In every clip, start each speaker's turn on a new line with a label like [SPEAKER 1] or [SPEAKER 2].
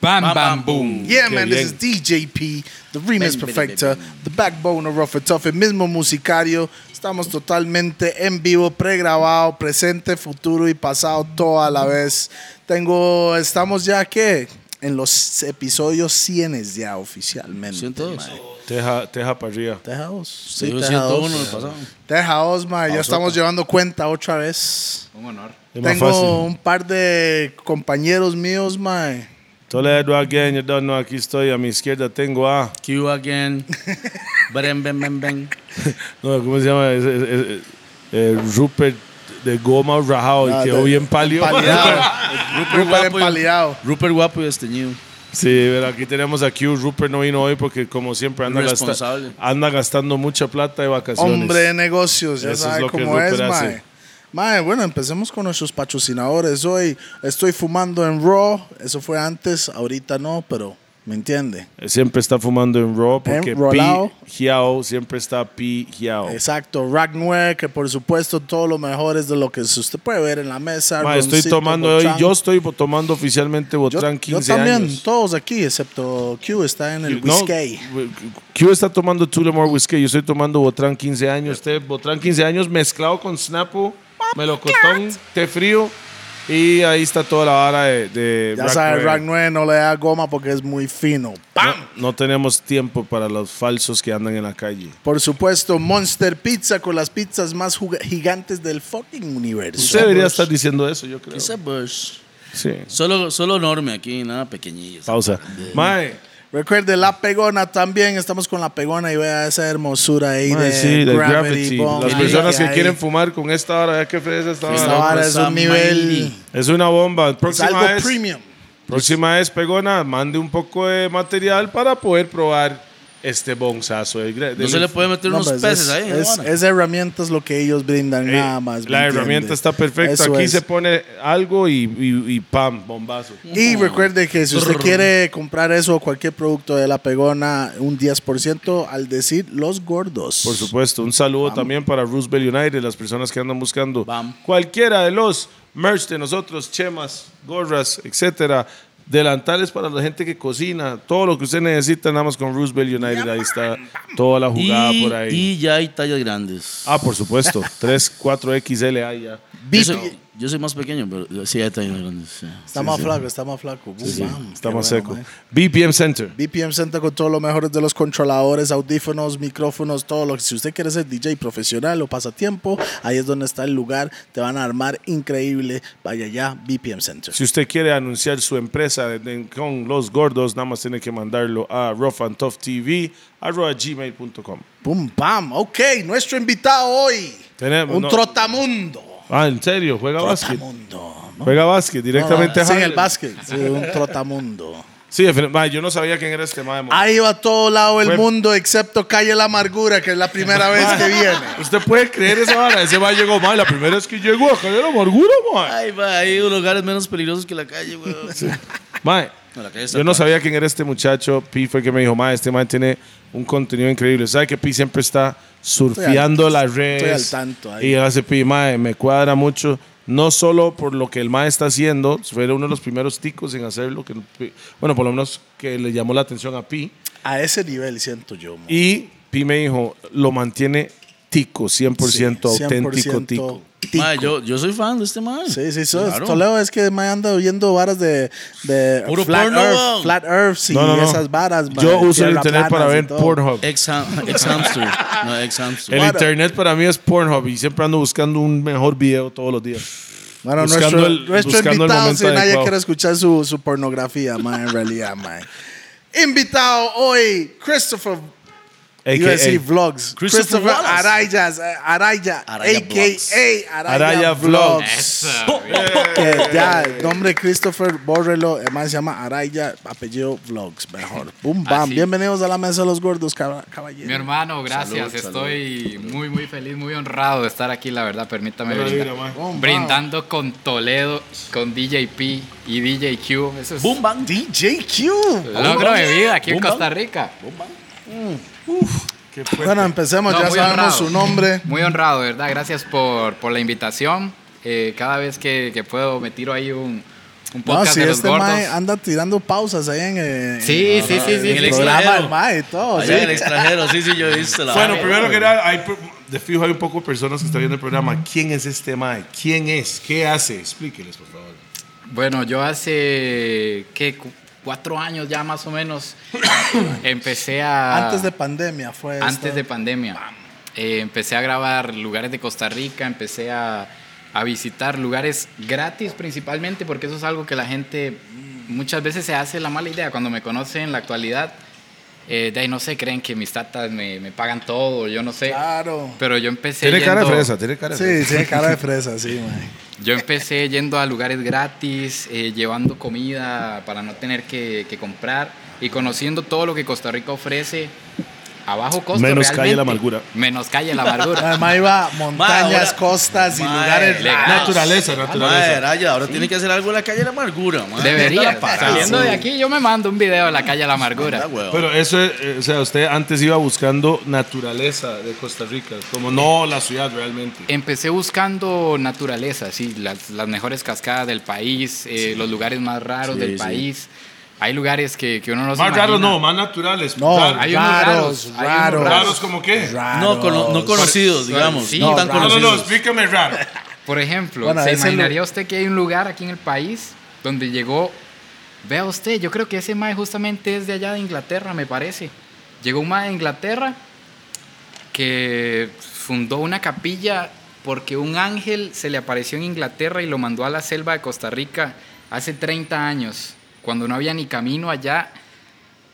[SPEAKER 1] Bam Bam Boom.
[SPEAKER 2] Yeah,
[SPEAKER 1] Qué
[SPEAKER 2] man,
[SPEAKER 1] bien.
[SPEAKER 2] this is DJP, the Remix
[SPEAKER 3] Ven, ven,
[SPEAKER 2] Perfecta,
[SPEAKER 3] ven,
[SPEAKER 2] the backbone of Rough and Tough, el mismo musicario. Estamos totalmente en vivo, pregrabado, presente, futuro y pasado, todo a la vez. Tengo, estamos ya que en los episodios 100 ya oficialmente.
[SPEAKER 3] 102.
[SPEAKER 2] mae.
[SPEAKER 1] Teja, teja para arriba.
[SPEAKER 2] Teja 2. Sí,
[SPEAKER 3] Estuvo
[SPEAKER 2] Teja
[SPEAKER 3] 101
[SPEAKER 2] 2.
[SPEAKER 3] el pasado.
[SPEAKER 2] Teja 2, mae, ya
[SPEAKER 3] Pausota.
[SPEAKER 2] estamos llevando cuenta otra vez.
[SPEAKER 3] Un honor.
[SPEAKER 1] Es más
[SPEAKER 2] Tengo
[SPEAKER 1] fácil.
[SPEAKER 2] un par de compañeros míos, mae.
[SPEAKER 1] Toledo again, you don't know, aquí estoy. A mi izquierda tengo a...
[SPEAKER 3] Q again. Bren, ben, ben, ben.
[SPEAKER 1] No, ¿Cómo se llama? Es- es- es- es- eh, Rupert de Goma Rajao.
[SPEAKER 2] Ah,
[SPEAKER 1] y quedó
[SPEAKER 2] de-
[SPEAKER 1] bien palio.
[SPEAKER 2] Empaleado. Rupert
[SPEAKER 3] guapo y-
[SPEAKER 2] empaleado.
[SPEAKER 3] Rupert guapo y este desteñido.
[SPEAKER 1] Sí, pero aquí tenemos a Q. Rupert no vino hoy porque, como siempre, anda, gasta-
[SPEAKER 3] Responsable.
[SPEAKER 1] anda gastando mucha plata de vacaciones.
[SPEAKER 2] Hombre de negocios, ya
[SPEAKER 1] Eso es
[SPEAKER 2] sabe
[SPEAKER 1] lo que
[SPEAKER 2] cómo es,
[SPEAKER 1] Rupert hace.
[SPEAKER 2] mae. Mae, bueno, empecemos con nuestros patrocinadores. Hoy estoy fumando en Raw. Eso fue antes, ahorita no, pero me entiende.
[SPEAKER 1] Eh, Siempre está fumando en Raw porque
[SPEAKER 2] Eh, Rolao.
[SPEAKER 1] Pi Giao siempre está Pi Giao.
[SPEAKER 2] Exacto, Ragnue, que por supuesto todo lo mejor es de lo que usted puede ver en la mesa.
[SPEAKER 1] Ma, estoy
[SPEAKER 2] roncito,
[SPEAKER 1] tomando hoy,
[SPEAKER 2] bochán.
[SPEAKER 1] yo estoy bo- tomando oficialmente
[SPEAKER 2] Yo-
[SPEAKER 1] Botrán 15
[SPEAKER 2] yo también,
[SPEAKER 1] años.
[SPEAKER 2] todos aquí, excepto Q, está en el
[SPEAKER 1] No,
[SPEAKER 2] whisky.
[SPEAKER 1] Q está tomando Tullamore Whiskey, yo estoy tomando Botrán 15 años. Té, Botrán 15 años mezclado con Snapu, melocotón, té frío y ahí está toda la vara de, de
[SPEAKER 2] Ya
[SPEAKER 1] Rack
[SPEAKER 2] sabe,
[SPEAKER 1] Red.
[SPEAKER 2] Ragnue no le da goma porque es muy fino. ¡Pam!
[SPEAKER 1] No, no tenemos tiempo para los falsos que andan en la calle.
[SPEAKER 2] Por supuesto, Monster Pizza con las pizzas más juga- gigantes del fucking universo.
[SPEAKER 1] Usted debería estar diciendo eso, yo creo.
[SPEAKER 3] Ese Bush.
[SPEAKER 1] Sí.
[SPEAKER 3] Solo, solo enorme aquí, nada pequeñillo.
[SPEAKER 1] Pausa. Mae,
[SPEAKER 2] Recuerde, La Pegona también. Estamos con La Pegona y vea esa hermosura ahí
[SPEAKER 1] mae,
[SPEAKER 2] de,
[SPEAKER 1] sí, de Gravity.
[SPEAKER 2] Gravity. Bong.
[SPEAKER 1] Las
[SPEAKER 2] Ahí,
[SPEAKER 1] personas que
[SPEAKER 2] ahí.
[SPEAKER 1] quieren pues, fumar con esta hora, ¿qué fresa esta
[SPEAKER 2] Esta
[SPEAKER 1] vara?
[SPEAKER 2] vara es
[SPEAKER 3] cosa
[SPEAKER 2] un nivel...
[SPEAKER 3] mighty.
[SPEAKER 1] Es una bomba.
[SPEAKER 2] Es
[SPEAKER 1] Próxima
[SPEAKER 2] algo
[SPEAKER 1] es-
[SPEAKER 2] premium.
[SPEAKER 1] Próxima vez, Pegona, mande un poco de material para poder probar este bonzazo. del gra-
[SPEAKER 3] No
[SPEAKER 1] del-
[SPEAKER 3] se le puede meter
[SPEAKER 2] No,
[SPEAKER 3] unos
[SPEAKER 2] pues,
[SPEAKER 3] peces
[SPEAKER 2] es,
[SPEAKER 3] ahí. ¿no,
[SPEAKER 2] es-
[SPEAKER 3] vara?
[SPEAKER 2] esa herramienta es lo que ellos brindan,
[SPEAKER 1] Eh,
[SPEAKER 2] nada más. ¿me
[SPEAKER 1] la
[SPEAKER 2] entiende?
[SPEAKER 1] herramienta está perfecta.
[SPEAKER 2] Eso
[SPEAKER 1] Aquí
[SPEAKER 2] es.
[SPEAKER 1] se pone algo y, y- y pam, bombazo.
[SPEAKER 2] Y recuerde que si usted
[SPEAKER 3] Brr.
[SPEAKER 2] quiere comprar eso o cualquier producto de La Pegona, un 10% al decir los gordos.
[SPEAKER 1] Por supuesto, un saludo también para Roosevelt United, las personas que andan buscando
[SPEAKER 3] Vamos.
[SPEAKER 1] cualquiera de los merch de nosotros, chemas, gorras, etcétera. Delantales para la gente que cocina, todo lo que usted necesita, nada más con Roosevelt United. Ahí está toda la jugada
[SPEAKER 3] y,
[SPEAKER 1] por ahí.
[SPEAKER 3] y ya hay tallas grandes.
[SPEAKER 1] Ah, por supuesto, 3, 4 XL ya.
[SPEAKER 3] yo,
[SPEAKER 2] Beat-
[SPEAKER 3] soy, yo soy más pequeño, pero sí hay tallas grandes. sí.
[SPEAKER 2] Está más flaco, está más flaco. Boom, bam,
[SPEAKER 1] Está
[SPEAKER 2] Mm, qué
[SPEAKER 1] más
[SPEAKER 2] bueno, eh.
[SPEAKER 1] seco.
[SPEAKER 2] mae.
[SPEAKER 1] BPM Center.
[SPEAKER 2] BPM Center con todos los mejores de los controladores, audífonos, micrófonos, todo lo que si usted quiere ser DJ profesional o pasatiempo, ahí es donde está el lugar, te van a armar increíble. Vaya ya, BPM Center.
[SPEAKER 1] Si usted quiere anunciar su empresa de- de- con los gordos, nada más tiene que mandarlo a roughandtoughtv.gmail.com.
[SPEAKER 2] Pum, pam. Ok, nuestro invitado hoy.
[SPEAKER 1] Tenemos-
[SPEAKER 2] un
[SPEAKER 1] no.
[SPEAKER 2] trotamundo.
[SPEAKER 1] Ah, ¿en serio? ¿Juega básquet?
[SPEAKER 2] Trotamundo. ¿no?
[SPEAKER 1] ¿Juega básquet directamente
[SPEAKER 2] No,
[SPEAKER 1] a
[SPEAKER 2] sí, en el
[SPEAKER 1] Harlem?
[SPEAKER 2] básquet. Sí, un trotamundo.
[SPEAKER 1] Sí, definit- ma, yo no sabía quién era este madre.
[SPEAKER 2] Ahí va a todo lado el
[SPEAKER 1] Fue-
[SPEAKER 2] mundo, excepto Calle la Amargura, que es la primera vez que viene.
[SPEAKER 1] ¿Usted puede creer esa vara? Ese madre llegó, madre, la primera vez que llegó a Javier Amargura, madre.
[SPEAKER 3] Ay, va, hay lugares menos peligrosos que la calle, güey.
[SPEAKER 1] Madre,
[SPEAKER 3] No, la calle está
[SPEAKER 1] Yo no
[SPEAKER 3] atrás.
[SPEAKER 1] sabía quién era este muchacho. Pi fue el que me dijo, ma, este man tiene un contenido increíble. ¿Sabe que Pi siempre está surfeando
[SPEAKER 2] al-
[SPEAKER 1] las redes?
[SPEAKER 2] estoy al tanto ahí.
[SPEAKER 1] Y hace Pi, ma, me cuadra mucho. No solo por lo que el ma está haciendo, fue uno de los primeros ticos en hacerlo, que, bueno, por lo menos que le llamó la atención a Pi.
[SPEAKER 2] A ese nivel siento yo. mo.
[SPEAKER 1] Y Pi me dijo, lo mantiene tico, 100%
[SPEAKER 2] Sí,
[SPEAKER 1] auténtico
[SPEAKER 2] 100%
[SPEAKER 1] tico.
[SPEAKER 2] tico.
[SPEAKER 3] Ma, yo, yo soy fan de este man.
[SPEAKER 2] Sí, sí, eso es.
[SPEAKER 3] Claro.
[SPEAKER 2] Toledo es que me anda viendo varas de, de
[SPEAKER 3] Puro
[SPEAKER 2] Flat
[SPEAKER 3] porno,
[SPEAKER 2] Earth,
[SPEAKER 3] weón.
[SPEAKER 2] Flat Earths y
[SPEAKER 1] No, no, no.
[SPEAKER 2] esas varas. ma,
[SPEAKER 1] Yo
[SPEAKER 2] de
[SPEAKER 1] uso el
[SPEAKER 2] tierra
[SPEAKER 1] internet para
[SPEAKER 2] planas y
[SPEAKER 1] ver
[SPEAKER 2] todo.
[SPEAKER 1] Pornhub.
[SPEAKER 3] Ex, ham- ex hamster. No, ex hamster.
[SPEAKER 1] El
[SPEAKER 2] Bueno.
[SPEAKER 1] internet para mí es Pornhub y siempre ando buscando un mejor video todos los días.
[SPEAKER 2] Bueno,
[SPEAKER 1] Buscando
[SPEAKER 2] nuestro,
[SPEAKER 1] el-
[SPEAKER 2] nuestro
[SPEAKER 1] buscando el
[SPEAKER 2] invitado,
[SPEAKER 1] momento
[SPEAKER 2] si nadie
[SPEAKER 1] adecuado.
[SPEAKER 2] quiere escuchar su, su pornografía, ma, en realidad, ma. Invitado hoy, Christopher, iba a
[SPEAKER 1] AKA.
[SPEAKER 2] decir Vlogs.
[SPEAKER 3] Christopher
[SPEAKER 2] Christopher,
[SPEAKER 3] Wallace.
[SPEAKER 2] Arayas, eh, Araya,
[SPEAKER 3] Araya
[SPEAKER 2] a.k.a. Araya,
[SPEAKER 1] Araya
[SPEAKER 2] Vlogs.
[SPEAKER 1] Vlogs.
[SPEAKER 2] Que ya, el nombre Christopher, bórrelo, el man se llama Araya, apellido Vlogs, mejor. Boom, bam.
[SPEAKER 4] Así.
[SPEAKER 2] Bienvenidos a la mesa de los gordos, caba-
[SPEAKER 4] Ah, Mi
[SPEAKER 2] caballeros.
[SPEAKER 4] hermano, gracias.
[SPEAKER 3] Salud,
[SPEAKER 4] Estoy muy, muy feliz, muy honrado de estar aquí, la verdad. Permítame
[SPEAKER 1] Hola,
[SPEAKER 4] brindar.
[SPEAKER 1] mira, ma.
[SPEAKER 2] Boom,
[SPEAKER 4] Brindando con Toledo, con DJP y DJQ. Eso es
[SPEAKER 3] Boom, bang.
[SPEAKER 2] DJ Q.
[SPEAKER 4] logro de vida aquí en
[SPEAKER 3] Boom, bang.
[SPEAKER 4] Costa Rica.
[SPEAKER 2] Bueno, empecemos,
[SPEAKER 4] No,
[SPEAKER 2] ya
[SPEAKER 4] muy
[SPEAKER 2] sabemos
[SPEAKER 4] honrado.
[SPEAKER 2] su nombre.
[SPEAKER 4] Muy honrado, de ¿verdad? Gracias por, por la invitación. Eh, cada vez que, que puedo me tiro ahí un, Un
[SPEAKER 2] No,
[SPEAKER 4] podcast
[SPEAKER 2] si
[SPEAKER 4] de los
[SPEAKER 2] este
[SPEAKER 4] gordos.
[SPEAKER 2] mae anda tirando pausas ahí en, eh,
[SPEAKER 4] Sí,
[SPEAKER 3] Ah,
[SPEAKER 2] en-
[SPEAKER 4] sí, sí, sí.
[SPEAKER 2] en el
[SPEAKER 3] sí.
[SPEAKER 2] programa
[SPEAKER 3] extranjero.
[SPEAKER 2] el mae y todo.
[SPEAKER 3] Allá
[SPEAKER 2] Oh, sí.
[SPEAKER 3] del extranjero, sí, sí, yo he visto la
[SPEAKER 1] Bueno,
[SPEAKER 3] vara.
[SPEAKER 1] primero que nada, hay, per- de fijo hay un poco de personas que están viendo el programa. ¿Quién es este Mae? ¿Quién es? ¿Qué hace? Explíqueles, por favor.
[SPEAKER 4] Bueno, yo hace, ¿qué? Cu- Cuatro años ya más o menos empecé a...
[SPEAKER 2] Antes de pandemia fue esto.
[SPEAKER 4] Antes de pandemia. Eh, empecé a grabar lugares de Costa Rica, empecé a, a visitar lugares gratis principalmente, porque eso es algo que la gente muchas veces se hace la mala idea. Cuando me conocen en la actualidad, eh, de ahí no sé, creen que mis tatas me, me pagan todo, yo no sé.
[SPEAKER 2] Claro.
[SPEAKER 4] Pero yo empecé.
[SPEAKER 1] Tiene cara de
[SPEAKER 4] yendo-
[SPEAKER 1] fresa, tiene cara de
[SPEAKER 2] Sí,
[SPEAKER 1] fresa.
[SPEAKER 2] sí, cara de fresa, sí, mae.
[SPEAKER 4] yo empecé yendo a lugares gratis, eh, llevando comida para no tener que, que comprar y conociendo todo lo que Costa Rica ofrece a bajo costo.
[SPEAKER 1] Menos
[SPEAKER 4] realmente.
[SPEAKER 1] calle la amargura.
[SPEAKER 4] Menos calle la amargura.
[SPEAKER 2] Además iba a
[SPEAKER 3] Mae,
[SPEAKER 2] montañas,
[SPEAKER 3] ahora-
[SPEAKER 2] costas y
[SPEAKER 3] Mae,
[SPEAKER 2] lugares
[SPEAKER 4] legal.
[SPEAKER 1] Naturaleza,
[SPEAKER 3] Ah, Madre,
[SPEAKER 1] naturaleza.
[SPEAKER 3] Raya, ahora tiene que hacer algo en la calle de la amargura, madre.
[SPEAKER 4] Debería.
[SPEAKER 3] Está parado.
[SPEAKER 4] Saliendo de aquí, yo me mando un video a la calle la amargura.
[SPEAKER 3] Anda, weón.
[SPEAKER 1] Pero eso, es, eh, o sea, usted antes iba buscando naturaleza de Costa Rica, como no la ciudad realmente.
[SPEAKER 4] Empecé buscando naturaleza, sí, las, las mejores cascadas del país, eh, los lugares más raros
[SPEAKER 3] Sí,
[SPEAKER 4] del
[SPEAKER 3] sí.
[SPEAKER 4] país. Hay lugares que, que uno no se
[SPEAKER 1] Más raros
[SPEAKER 4] imagina.
[SPEAKER 1] no, más naturales.
[SPEAKER 2] No,
[SPEAKER 1] Raros.
[SPEAKER 4] hay unos
[SPEAKER 2] raros,
[SPEAKER 4] raros, hay unos
[SPEAKER 2] raros.
[SPEAKER 1] ¿Raros como qué?
[SPEAKER 3] no, cono- no conocidos, digamos.
[SPEAKER 4] Sí,
[SPEAKER 3] no tan
[SPEAKER 2] raro.
[SPEAKER 1] No, no,
[SPEAKER 3] conocidos.
[SPEAKER 1] no, explícame raro.
[SPEAKER 4] Por ejemplo,
[SPEAKER 2] Bueno,
[SPEAKER 4] ¿se
[SPEAKER 2] ese lo-
[SPEAKER 4] imaginaría usted que hay un lugar aquí en el país donde llegó, vea usted, yo creo que ese mae justamente es de allá de Inglaterra, me parece. Llegó un mae de Inglaterra que fundó una capilla porque un ángel se le apareció en Inglaterra y lo mandó a la selva de Costa Rica hace 30 años, cuando no había ni camino allá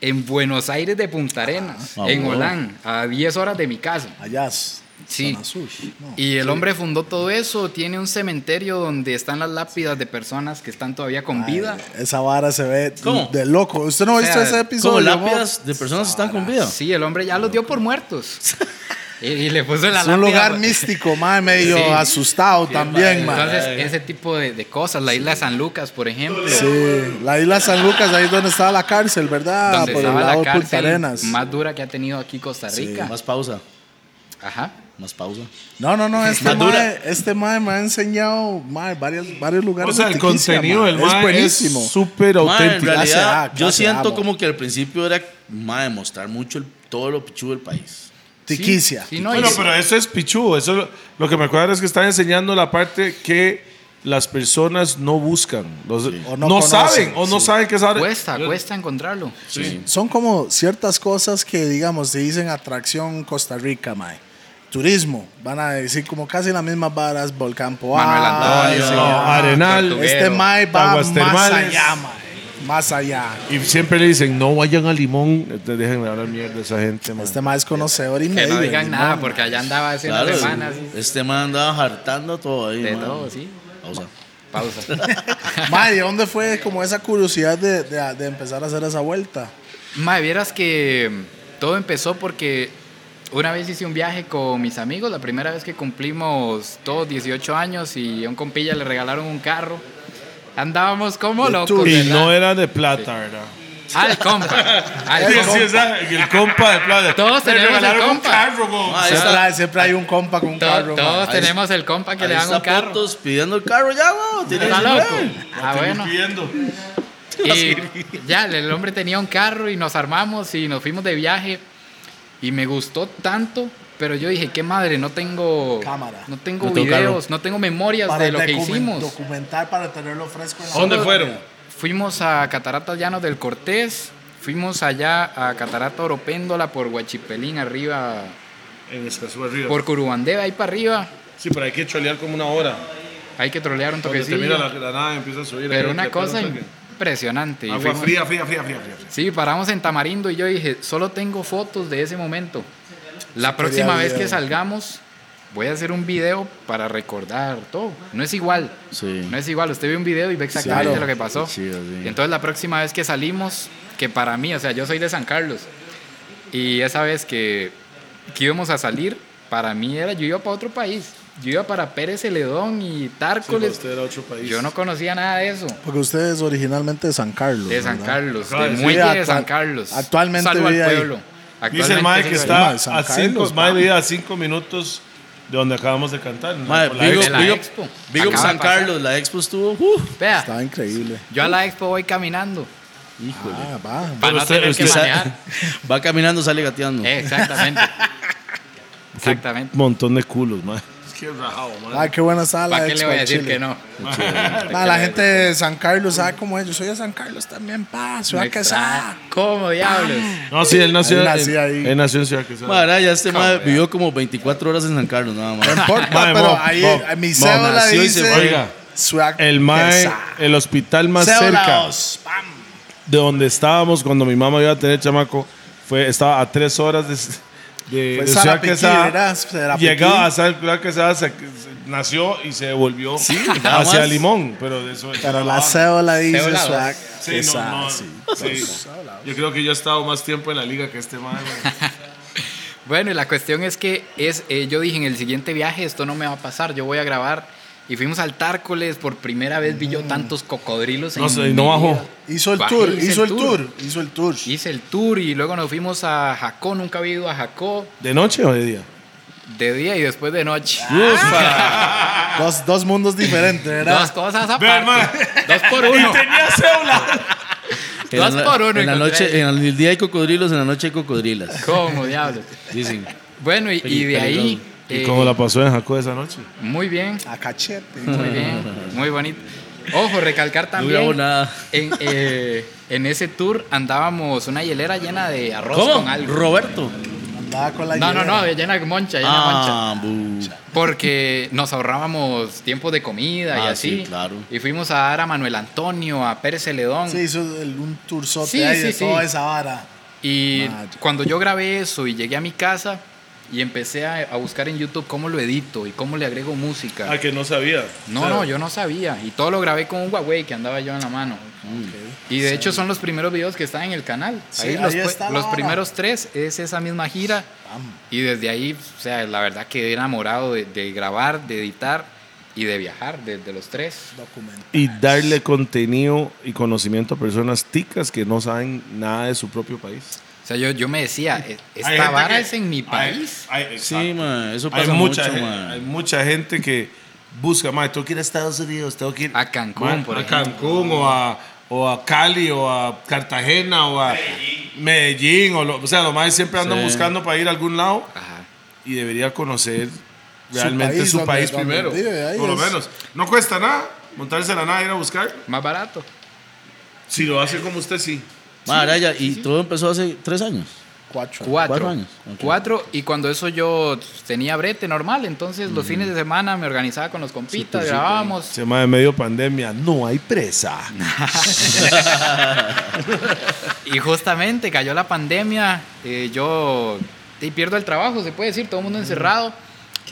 [SPEAKER 4] en Buenos Aires de Punta Arenas,
[SPEAKER 3] Ah,
[SPEAKER 4] en
[SPEAKER 3] wow.
[SPEAKER 4] Holán, a 10 horas de mi casa.
[SPEAKER 2] Allá. s-
[SPEAKER 4] Sí.
[SPEAKER 2] zona sur, no.
[SPEAKER 4] Y el hombre fundó todo eso, tiene un cementerio donde están las lápidas de personas que están todavía con
[SPEAKER 2] Ay,
[SPEAKER 4] vida.
[SPEAKER 2] Esa vara se ve
[SPEAKER 3] ¿Cómo?
[SPEAKER 2] de loco. ¿Usted no ha
[SPEAKER 4] O sea,
[SPEAKER 2] visto ese
[SPEAKER 3] Como
[SPEAKER 2] episodio?
[SPEAKER 3] lápidas de personas que están con vida.
[SPEAKER 4] Sí, el hombre ya los dio por muertos. y, y le puso la
[SPEAKER 2] Es un
[SPEAKER 4] lápida,
[SPEAKER 2] lugar
[SPEAKER 4] pues.
[SPEAKER 2] místico, mae, medio
[SPEAKER 4] Sí.
[SPEAKER 2] asustado también, mae.
[SPEAKER 4] Entonces, ese tipo de, de cosas, la isla de San Lucas, por ejemplo,
[SPEAKER 2] Sí, la isla San Lucas, ahí es donde estaba la cárcel, ¿verdad?
[SPEAKER 4] donde
[SPEAKER 2] Por el
[SPEAKER 4] estaba
[SPEAKER 2] lado
[SPEAKER 4] la
[SPEAKER 2] de Punta
[SPEAKER 4] cárcel
[SPEAKER 2] Arenas.
[SPEAKER 4] más dura que ha tenido aquí Costa Rica.
[SPEAKER 3] Más pausa.
[SPEAKER 4] Ajá.
[SPEAKER 3] Más pausa.
[SPEAKER 2] No, no, no, este
[SPEAKER 3] Más dura.
[SPEAKER 2] mae, este mae me ha enseñado mae, varios, varios lugares.
[SPEAKER 1] O sea, el
[SPEAKER 2] tiquicia,
[SPEAKER 1] contenido
[SPEAKER 2] mae.
[SPEAKER 1] del mae es
[SPEAKER 2] buenísimo.
[SPEAKER 1] súper
[SPEAKER 3] Mae, en
[SPEAKER 1] auténtico.
[SPEAKER 2] Clase A,
[SPEAKER 3] realidad, yo
[SPEAKER 2] clase A,
[SPEAKER 3] siento
[SPEAKER 2] mo.
[SPEAKER 3] como que al principio era mae, mostrar mucho el- todo lo pichudo del país.
[SPEAKER 2] Tiquicia.
[SPEAKER 4] Sí, no, y-
[SPEAKER 1] Bueno, pero eso es pichudo. Eso lo, lo que me acuerdo es que están enseñando la parte que las personas no buscan, los-
[SPEAKER 2] O no
[SPEAKER 1] no,
[SPEAKER 2] conocen,
[SPEAKER 1] saben o no
[SPEAKER 2] sí.
[SPEAKER 1] saben qué saben.
[SPEAKER 4] cuesta, cuesta encontrarlo.
[SPEAKER 3] Sí.
[SPEAKER 2] Son como ciertas cosas que, digamos, se dicen atracción Costa Rica, mae. Turismo, van a decir como casi las mismas varas, Volcán Poá.
[SPEAKER 4] Manuel Antonio,
[SPEAKER 2] ese-
[SPEAKER 1] no, Arenal,
[SPEAKER 4] Tortuguero.
[SPEAKER 2] Este mae va
[SPEAKER 1] Aguas
[SPEAKER 2] más
[SPEAKER 1] termales.
[SPEAKER 2] allá, mae. Más allá.
[SPEAKER 1] Y siempre le dicen, no vayan a Limón. Entonces, déjenme hablar mierda a esa gente. man.
[SPEAKER 2] Este mae es conocedor y
[SPEAKER 4] Que
[SPEAKER 2] medio.
[SPEAKER 4] no digan
[SPEAKER 2] ¿no,
[SPEAKER 4] nada,
[SPEAKER 2] mae?
[SPEAKER 4] porque allá andaba hace
[SPEAKER 3] Claro,
[SPEAKER 4] unas semanas.
[SPEAKER 3] este man andaba hartando todo ahí.
[SPEAKER 4] De
[SPEAKER 3] mae.
[SPEAKER 4] todo, sí.
[SPEAKER 3] Pausa.
[SPEAKER 4] Pausa.
[SPEAKER 2] Mae, ¿de dónde fue como esa curiosidad de, de- de empezar a hacer esa vuelta?
[SPEAKER 4] Mae, vieras que todo empezó porque una vez hice un viaje con mis amigos, la primera vez que cumplimos todos 18 años y a un compilla le regalaron un carro. Andábamos como
[SPEAKER 2] De
[SPEAKER 4] locos.
[SPEAKER 2] tour.
[SPEAKER 1] Y
[SPEAKER 4] ¿verdad?
[SPEAKER 1] no era de plata, ¿verdad?
[SPEAKER 4] Al compa. al
[SPEAKER 1] Sí,
[SPEAKER 4] compa.
[SPEAKER 1] sí, esa- el compa de plata.
[SPEAKER 4] Todos
[SPEAKER 1] Me
[SPEAKER 4] tenemos el
[SPEAKER 1] regalaron un
[SPEAKER 4] compa.
[SPEAKER 1] carro, güey.
[SPEAKER 3] Mae, ahí
[SPEAKER 2] Siempre,
[SPEAKER 3] está-
[SPEAKER 2] hay, siempre hay un compa con un
[SPEAKER 4] To-
[SPEAKER 2] carro. mae.
[SPEAKER 4] todos
[SPEAKER 3] Ahí
[SPEAKER 4] tenemos el compa que
[SPEAKER 3] ahí
[SPEAKER 4] le dan
[SPEAKER 3] está
[SPEAKER 4] un carro.
[SPEAKER 3] Potos pidiendo el carro ya, weón. Tiene
[SPEAKER 4] Está
[SPEAKER 3] 19.
[SPEAKER 4] loco. Ah, bueno.
[SPEAKER 1] Pidiendo.
[SPEAKER 4] Y Eh, ya, el hombre tenía un carro y nos armamos y nos fuimos de viaje. Y me gustó tanto, pero yo dije, qué madre, no tengo.
[SPEAKER 2] Cámara.
[SPEAKER 4] No tengo
[SPEAKER 3] No tengo
[SPEAKER 4] videos, no tengo memorias
[SPEAKER 2] Para
[SPEAKER 4] de lo que
[SPEAKER 2] documen-
[SPEAKER 4] hicimos.
[SPEAKER 2] Documentar para tenerlo fresco en la
[SPEAKER 1] ¿Dónde
[SPEAKER 2] memoria.
[SPEAKER 1] fueron?
[SPEAKER 4] Fuimos a Cataratas Llanos del Cortés, fuimos allá a Catarata Oropéndola por Huachipelín arriba,
[SPEAKER 1] En Escazú arriba.
[SPEAKER 4] por Curubandeva ahí para arriba.
[SPEAKER 1] Sí, pero hay que cholear como una hora.
[SPEAKER 4] Hay que trolear un
[SPEAKER 1] Cuando termina la,
[SPEAKER 4] toquecillo.
[SPEAKER 1] la nada empieza a subir.
[SPEAKER 4] Pero
[SPEAKER 1] Ahí,
[SPEAKER 4] una
[SPEAKER 1] le
[SPEAKER 4] cosa
[SPEAKER 1] ponen un toque.
[SPEAKER 4] impresionante. y
[SPEAKER 1] Agua
[SPEAKER 4] fuimos-
[SPEAKER 1] fría, fría, fría, fría, fría.
[SPEAKER 4] Sí, paramos en Tamarindo y yo dije, solo tengo fotos de ese momento. La próxima vez que
[SPEAKER 2] video.
[SPEAKER 4] salgamos, voy a hacer un video para recordar todo. No es igual.
[SPEAKER 3] Sí.
[SPEAKER 4] No es igual. Usted ve un video y ve exactamente
[SPEAKER 2] Claro.
[SPEAKER 4] lo que pasó.
[SPEAKER 3] Qué chido, sí.
[SPEAKER 4] Entonces la próxima vez que salimos, que para mí, o sea, yo soy de San Carlos. Y esa vez que, que íbamos a salir, para mí era, yo iba para otro país. Yo iba para Pérez Celedón y
[SPEAKER 1] Sí, pero
[SPEAKER 4] Tárcoles.
[SPEAKER 1] usted era otro país.
[SPEAKER 4] yo no conocía nada de eso.
[SPEAKER 2] Porque usted es originalmente de San Carlos.
[SPEAKER 4] De San
[SPEAKER 2] ¿verdad?
[SPEAKER 4] Carlos,
[SPEAKER 1] Acaba de
[SPEAKER 4] de
[SPEAKER 1] decir.
[SPEAKER 4] Muelle
[SPEAKER 2] Actua-
[SPEAKER 4] de San Carlos.
[SPEAKER 2] actualmente
[SPEAKER 4] Salvo al
[SPEAKER 2] vive ahí.
[SPEAKER 4] pueblo.
[SPEAKER 1] Dice el
[SPEAKER 4] Actualmente
[SPEAKER 1] mae
[SPEAKER 4] sí
[SPEAKER 1] que
[SPEAKER 4] soy-
[SPEAKER 2] el
[SPEAKER 1] está
[SPEAKER 2] mae de San
[SPEAKER 1] a cinco,
[SPEAKER 2] Carlos,
[SPEAKER 1] mae
[SPEAKER 2] pa.
[SPEAKER 1] de vida a cinco minutos de donde acabamos de cantar. ¿no?
[SPEAKER 3] Mae,
[SPEAKER 1] Por la
[SPEAKER 3] Big
[SPEAKER 1] ex-
[SPEAKER 4] de
[SPEAKER 3] Up-
[SPEAKER 4] la
[SPEAKER 3] Big
[SPEAKER 4] Expo.
[SPEAKER 3] Up- Big Up
[SPEAKER 4] Acaba de
[SPEAKER 3] San
[SPEAKER 4] pasar.
[SPEAKER 3] Carlos, la Expo estuvo. uh,
[SPEAKER 4] Vea,
[SPEAKER 2] Estaba increíble.
[SPEAKER 4] yo a la expo voy caminando.
[SPEAKER 3] híjole.
[SPEAKER 2] Ah, va.
[SPEAKER 4] Para no
[SPEAKER 1] usted-
[SPEAKER 4] tener que
[SPEAKER 1] usted
[SPEAKER 3] sa-
[SPEAKER 4] manejar.
[SPEAKER 3] Va caminando, sale gateando.
[SPEAKER 4] Eh, Exactamente.
[SPEAKER 1] qué
[SPEAKER 4] Exactamente.
[SPEAKER 1] montón de culos, mae.
[SPEAKER 2] Ah, qué buena estaba la
[SPEAKER 4] ¿Para qué
[SPEAKER 2] expo
[SPEAKER 4] le voy a
[SPEAKER 2] de
[SPEAKER 4] decir
[SPEAKER 2] Chile.
[SPEAKER 4] que no?
[SPEAKER 2] Ma, la gente de San Carlos sabe cómo es. Yo soy de San Carlos también, pa. Ciudad
[SPEAKER 4] Extra.
[SPEAKER 2] Quesada.
[SPEAKER 4] ¿Cómo diablos?
[SPEAKER 1] No, sí, él nació,
[SPEAKER 2] Él
[SPEAKER 1] en-
[SPEAKER 2] nació ahí.
[SPEAKER 1] él nació en Ciudad Quesada.
[SPEAKER 3] Mae, ahora ya este mae vivió como 24 horas en San Carlos, nada más.
[SPEAKER 2] No importa,
[SPEAKER 1] Ma,
[SPEAKER 2] pero
[SPEAKER 1] Bob,
[SPEAKER 2] ahí
[SPEAKER 1] Bob,
[SPEAKER 2] en mi
[SPEAKER 1] Bob
[SPEAKER 2] cédula
[SPEAKER 3] nació y se
[SPEAKER 2] dice.
[SPEAKER 3] fue.
[SPEAKER 1] Oiga,
[SPEAKER 2] Ciudad
[SPEAKER 1] El mae,
[SPEAKER 2] Quesada.
[SPEAKER 1] el hospital más
[SPEAKER 2] Cédula
[SPEAKER 1] cerca
[SPEAKER 2] dos, pam.
[SPEAKER 1] de donde estábamos cuando mi mamá iba a tener chamaco, fue, estaba a tres horas de, de,
[SPEAKER 2] Fue
[SPEAKER 1] de Ciudad
[SPEAKER 2] Sarapiquí, Pues ¿verdad?
[SPEAKER 1] Quesada.
[SPEAKER 2] Sarapiquí.
[SPEAKER 1] Llegaba a San- Ciudad Quesada, se- se- nació y se devolvió
[SPEAKER 3] nada
[SPEAKER 1] hacia
[SPEAKER 3] más.
[SPEAKER 1] Limón. Pero de eso
[SPEAKER 2] Pero la cédula dice
[SPEAKER 4] Cédula
[SPEAKER 2] Ciudad
[SPEAKER 4] dos.
[SPEAKER 1] Ah, Sí, no,
[SPEAKER 2] Quesada.
[SPEAKER 1] no,
[SPEAKER 2] sí.
[SPEAKER 1] sí. Yo creo que yo he estado más tiempo en la liga que este mae. mae.
[SPEAKER 4] Bueno, y la cuestión es que es, eh, yo dije en el siguiente viaje esto no me va a pasar, yo voy a grabar. Y fuimos al Tárcoles, por primera vez vi yo tantos cocodrilos.
[SPEAKER 1] Mm. No
[SPEAKER 4] en
[SPEAKER 1] sé,
[SPEAKER 4] mi
[SPEAKER 1] no
[SPEAKER 4] vida.
[SPEAKER 1] bajó.
[SPEAKER 2] Hizo el
[SPEAKER 4] Bajé,
[SPEAKER 2] tour,
[SPEAKER 4] hice
[SPEAKER 2] hizo el tour, hizo el tour.
[SPEAKER 4] Hice el tour y luego nos fuimos a Jacó, nunca había ido a Jacó,
[SPEAKER 1] ¿De noche o de día?
[SPEAKER 4] de día y después de noche.
[SPEAKER 3] Ah,
[SPEAKER 2] Dos, dos mundos diferentes,
[SPEAKER 4] Dos
[SPEAKER 2] ¿verdad?
[SPEAKER 4] cosas
[SPEAKER 1] Vean,
[SPEAKER 4] aparte. Dos por uno.
[SPEAKER 1] tenía cédula.
[SPEAKER 4] Dos
[SPEAKER 3] la-
[SPEAKER 4] por uno
[SPEAKER 3] En la
[SPEAKER 4] encontré.
[SPEAKER 3] noche, en el día hay cocodrilos, en la noche hay cocodrilas.
[SPEAKER 4] ¿Cómo diablos?
[SPEAKER 3] Dicen.
[SPEAKER 4] Bueno, y, y de ahí.
[SPEAKER 1] ¿Y
[SPEAKER 4] eh,
[SPEAKER 1] cómo la pasó en Jaco esa noche?
[SPEAKER 4] Muy bien,
[SPEAKER 2] A cachete.
[SPEAKER 4] muy bien, muy bonito. Ojo, recalcar
[SPEAKER 3] No
[SPEAKER 4] también.
[SPEAKER 3] grabo nada.
[SPEAKER 4] En, eh, en ese tour andábamos una hielera llena de arroz
[SPEAKER 3] ¿Cómo?
[SPEAKER 4] con algo.
[SPEAKER 3] Roberto.
[SPEAKER 2] Andaba con la
[SPEAKER 4] No, no,
[SPEAKER 2] hielera.
[SPEAKER 4] no, llena de moncha, llena de moncha.
[SPEAKER 3] Ah, bu.
[SPEAKER 4] Porque nos ahorrábamos tiempo de comida y
[SPEAKER 3] Ah,
[SPEAKER 4] así.
[SPEAKER 3] sí, claro.
[SPEAKER 4] Y fuimos a dar a Manuel Antonio, a Pérez Celedón.
[SPEAKER 2] Sí, hizo el- un tourzote
[SPEAKER 4] Sí,
[SPEAKER 2] ahí de
[SPEAKER 4] sí, sí.
[SPEAKER 2] toda esa vara.
[SPEAKER 4] Y
[SPEAKER 2] Madre.
[SPEAKER 4] cuando yo grabé eso y llegué a mi casa y empecé a, a buscar en YouTube cómo lo edito y cómo le agrego música.
[SPEAKER 1] Ah, que no sabía.
[SPEAKER 4] No, no, yo no sabía. Y todo lo grabé con un Huawei que andaba yo en la mano. Y de hecho son los primeros videos que están en el canal.
[SPEAKER 2] Mm. Sí,
[SPEAKER 4] ahí los,
[SPEAKER 2] ahí
[SPEAKER 4] pue-
[SPEAKER 2] está la
[SPEAKER 4] los
[SPEAKER 2] vara.
[SPEAKER 4] primeros tres es esa misma gira.
[SPEAKER 2] Pam.
[SPEAKER 4] Y desde ahí, o sea, la verdad quedé enamorado de, de grabar, de editar y de viajar, de, de los tres.
[SPEAKER 2] Documento.
[SPEAKER 1] Y darle contenido y conocimiento a personas ticas que no saben nada de su propio país.
[SPEAKER 4] O sea, yo, yo me decía,
[SPEAKER 1] Hay
[SPEAKER 4] "E- esta
[SPEAKER 1] gente
[SPEAKER 4] vara
[SPEAKER 1] que-
[SPEAKER 4] es en mi país.
[SPEAKER 1] Hay, hay-
[SPEAKER 3] Sí, man, eso
[SPEAKER 1] hay
[SPEAKER 3] pasa
[SPEAKER 1] mucha,
[SPEAKER 3] mucho,
[SPEAKER 1] gen-
[SPEAKER 3] man.
[SPEAKER 1] hay mucha gente que busca, mae, tengo que ir a Estados Unidos, tengo que ir
[SPEAKER 4] A Cancún,
[SPEAKER 1] mae,
[SPEAKER 4] por
[SPEAKER 1] a
[SPEAKER 4] ejemplo.
[SPEAKER 1] Cancún o a, o a Cali o a Cartagena o a Medellín. o, lo- o sea, los más siempre andan
[SPEAKER 3] Sí.
[SPEAKER 1] buscando para ir a algún lado
[SPEAKER 4] Ajá.
[SPEAKER 1] y debería conocer realmente
[SPEAKER 2] país,
[SPEAKER 1] su
[SPEAKER 2] donde-
[SPEAKER 1] país
[SPEAKER 2] donde
[SPEAKER 1] primero.
[SPEAKER 2] vive, ahí
[SPEAKER 1] por lo
[SPEAKER 2] es.
[SPEAKER 1] menos. No cuesta nada montarse la nada ir a buscar.
[SPEAKER 4] Más barato.
[SPEAKER 1] Si lo hace como usted, sí.
[SPEAKER 3] Ma, Araya, y todo empezó hace tres años.
[SPEAKER 2] Cuatro.
[SPEAKER 4] Cuatro.
[SPEAKER 3] Cuatro años, ok.
[SPEAKER 4] Cuatro, y cuando eso yo tenía brete normal, entonces los fines de semana me organizaba con los compitas, grabábamos.
[SPEAKER 1] Se llama de medio pandemia, no hay presa.
[SPEAKER 4] Y justamente cayó la pandemia, eh, yo y pierdo el trabajo, se puede decir, todo el mundo encerrado.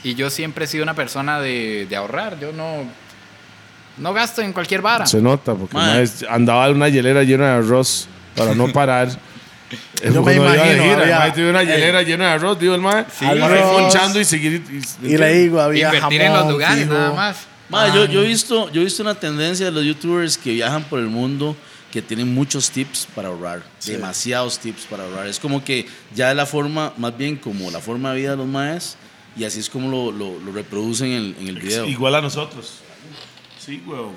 [SPEAKER 4] Y yo siempre he sido una persona de, de ahorrar, yo no, no gasto en cualquier vara.
[SPEAKER 1] Se nota, porque
[SPEAKER 3] Mae.
[SPEAKER 1] maes, andaba en una hielera llena de arroz para no parar. Eh,
[SPEAKER 2] Yo
[SPEAKER 1] cuando
[SPEAKER 2] me
[SPEAKER 1] iba de
[SPEAKER 2] imagino,
[SPEAKER 1] gira,
[SPEAKER 2] había-
[SPEAKER 1] el mae tuvo una hielera llena de arroz, digo el mae. para ir
[SPEAKER 2] Arroz.
[SPEAKER 1] ponchando y seguir. y- y-
[SPEAKER 2] Y le digo, había
[SPEAKER 4] Invertir en
[SPEAKER 2] jamón,
[SPEAKER 4] los lugares
[SPEAKER 2] fijo.
[SPEAKER 4] nada más.
[SPEAKER 3] Ma, yo, yo, he visto, yo he visto una tendencia de los youtubers que viajan por el mundo que tienen muchos tips para ahorrar, demasiados tips para ahorrar. Es como que ya es la forma, más bien como la forma de vida de los maes, y así es como lo, lo- lo reproducen en el, en el video.
[SPEAKER 1] Igual a nosotros. Sí, huevón.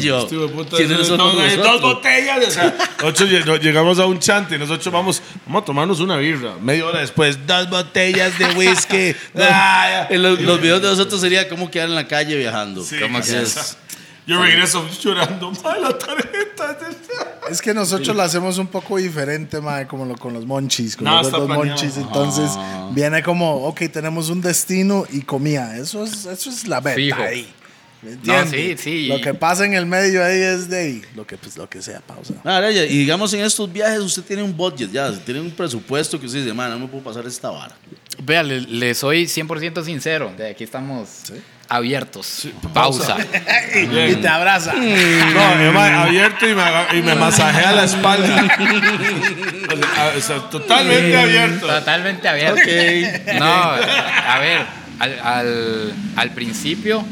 [SPEAKER 3] yo,
[SPEAKER 1] Estuve a punto este de
[SPEAKER 3] tienen
[SPEAKER 1] hacer-
[SPEAKER 3] esos
[SPEAKER 1] no,
[SPEAKER 3] como
[SPEAKER 1] no,
[SPEAKER 3] nosotros.
[SPEAKER 1] dos botellas. o sea, nosotros lleg- llegamos a un chante y nosotros vamos, vamos a tomarnos una birra. Media hora después, dos botellas de whisky. Ah, ya.
[SPEAKER 3] En los, los videos de nosotros sería cómo quedar en la calle viajando.
[SPEAKER 1] Sí,
[SPEAKER 4] ¿Cómo
[SPEAKER 3] Así
[SPEAKER 4] que
[SPEAKER 3] es.
[SPEAKER 4] es?
[SPEAKER 1] Yo regreso llorando. "Ma, la tarjeta.
[SPEAKER 2] Es que nosotros lo hacemos un poco diferente, mae, como lo, con los monchis, con
[SPEAKER 1] No,
[SPEAKER 2] los
[SPEAKER 1] está
[SPEAKER 2] dos
[SPEAKER 1] planeado.
[SPEAKER 2] monchis. Entonces
[SPEAKER 4] Ah.
[SPEAKER 2] viene como, ok, tenemos un destino y comida. Eso es, eso es la meta
[SPEAKER 4] Fijo.
[SPEAKER 2] ahí. ¿Me
[SPEAKER 4] No,
[SPEAKER 2] entiende?
[SPEAKER 4] sí, sí.
[SPEAKER 2] Lo que pasa en el medio ahí es de ahí. Lo que, pues, lo que sea, pausa.
[SPEAKER 3] Ma, Araya, y digamos en estos viajes usted tiene un budget ya, tiene un presupuesto que usted dice, man, no me puedo pasar esta vara.
[SPEAKER 4] Vea, le, le soy 100% sincero, de aquí estamos abiertos. Pausa.
[SPEAKER 2] Y te abraza.
[SPEAKER 1] No, mi mamá, abierto y me, aga- y me masajea la espalda. O sea, totalmente abierto.
[SPEAKER 4] Totalmente abierto. No, a ver, al, al- al principio,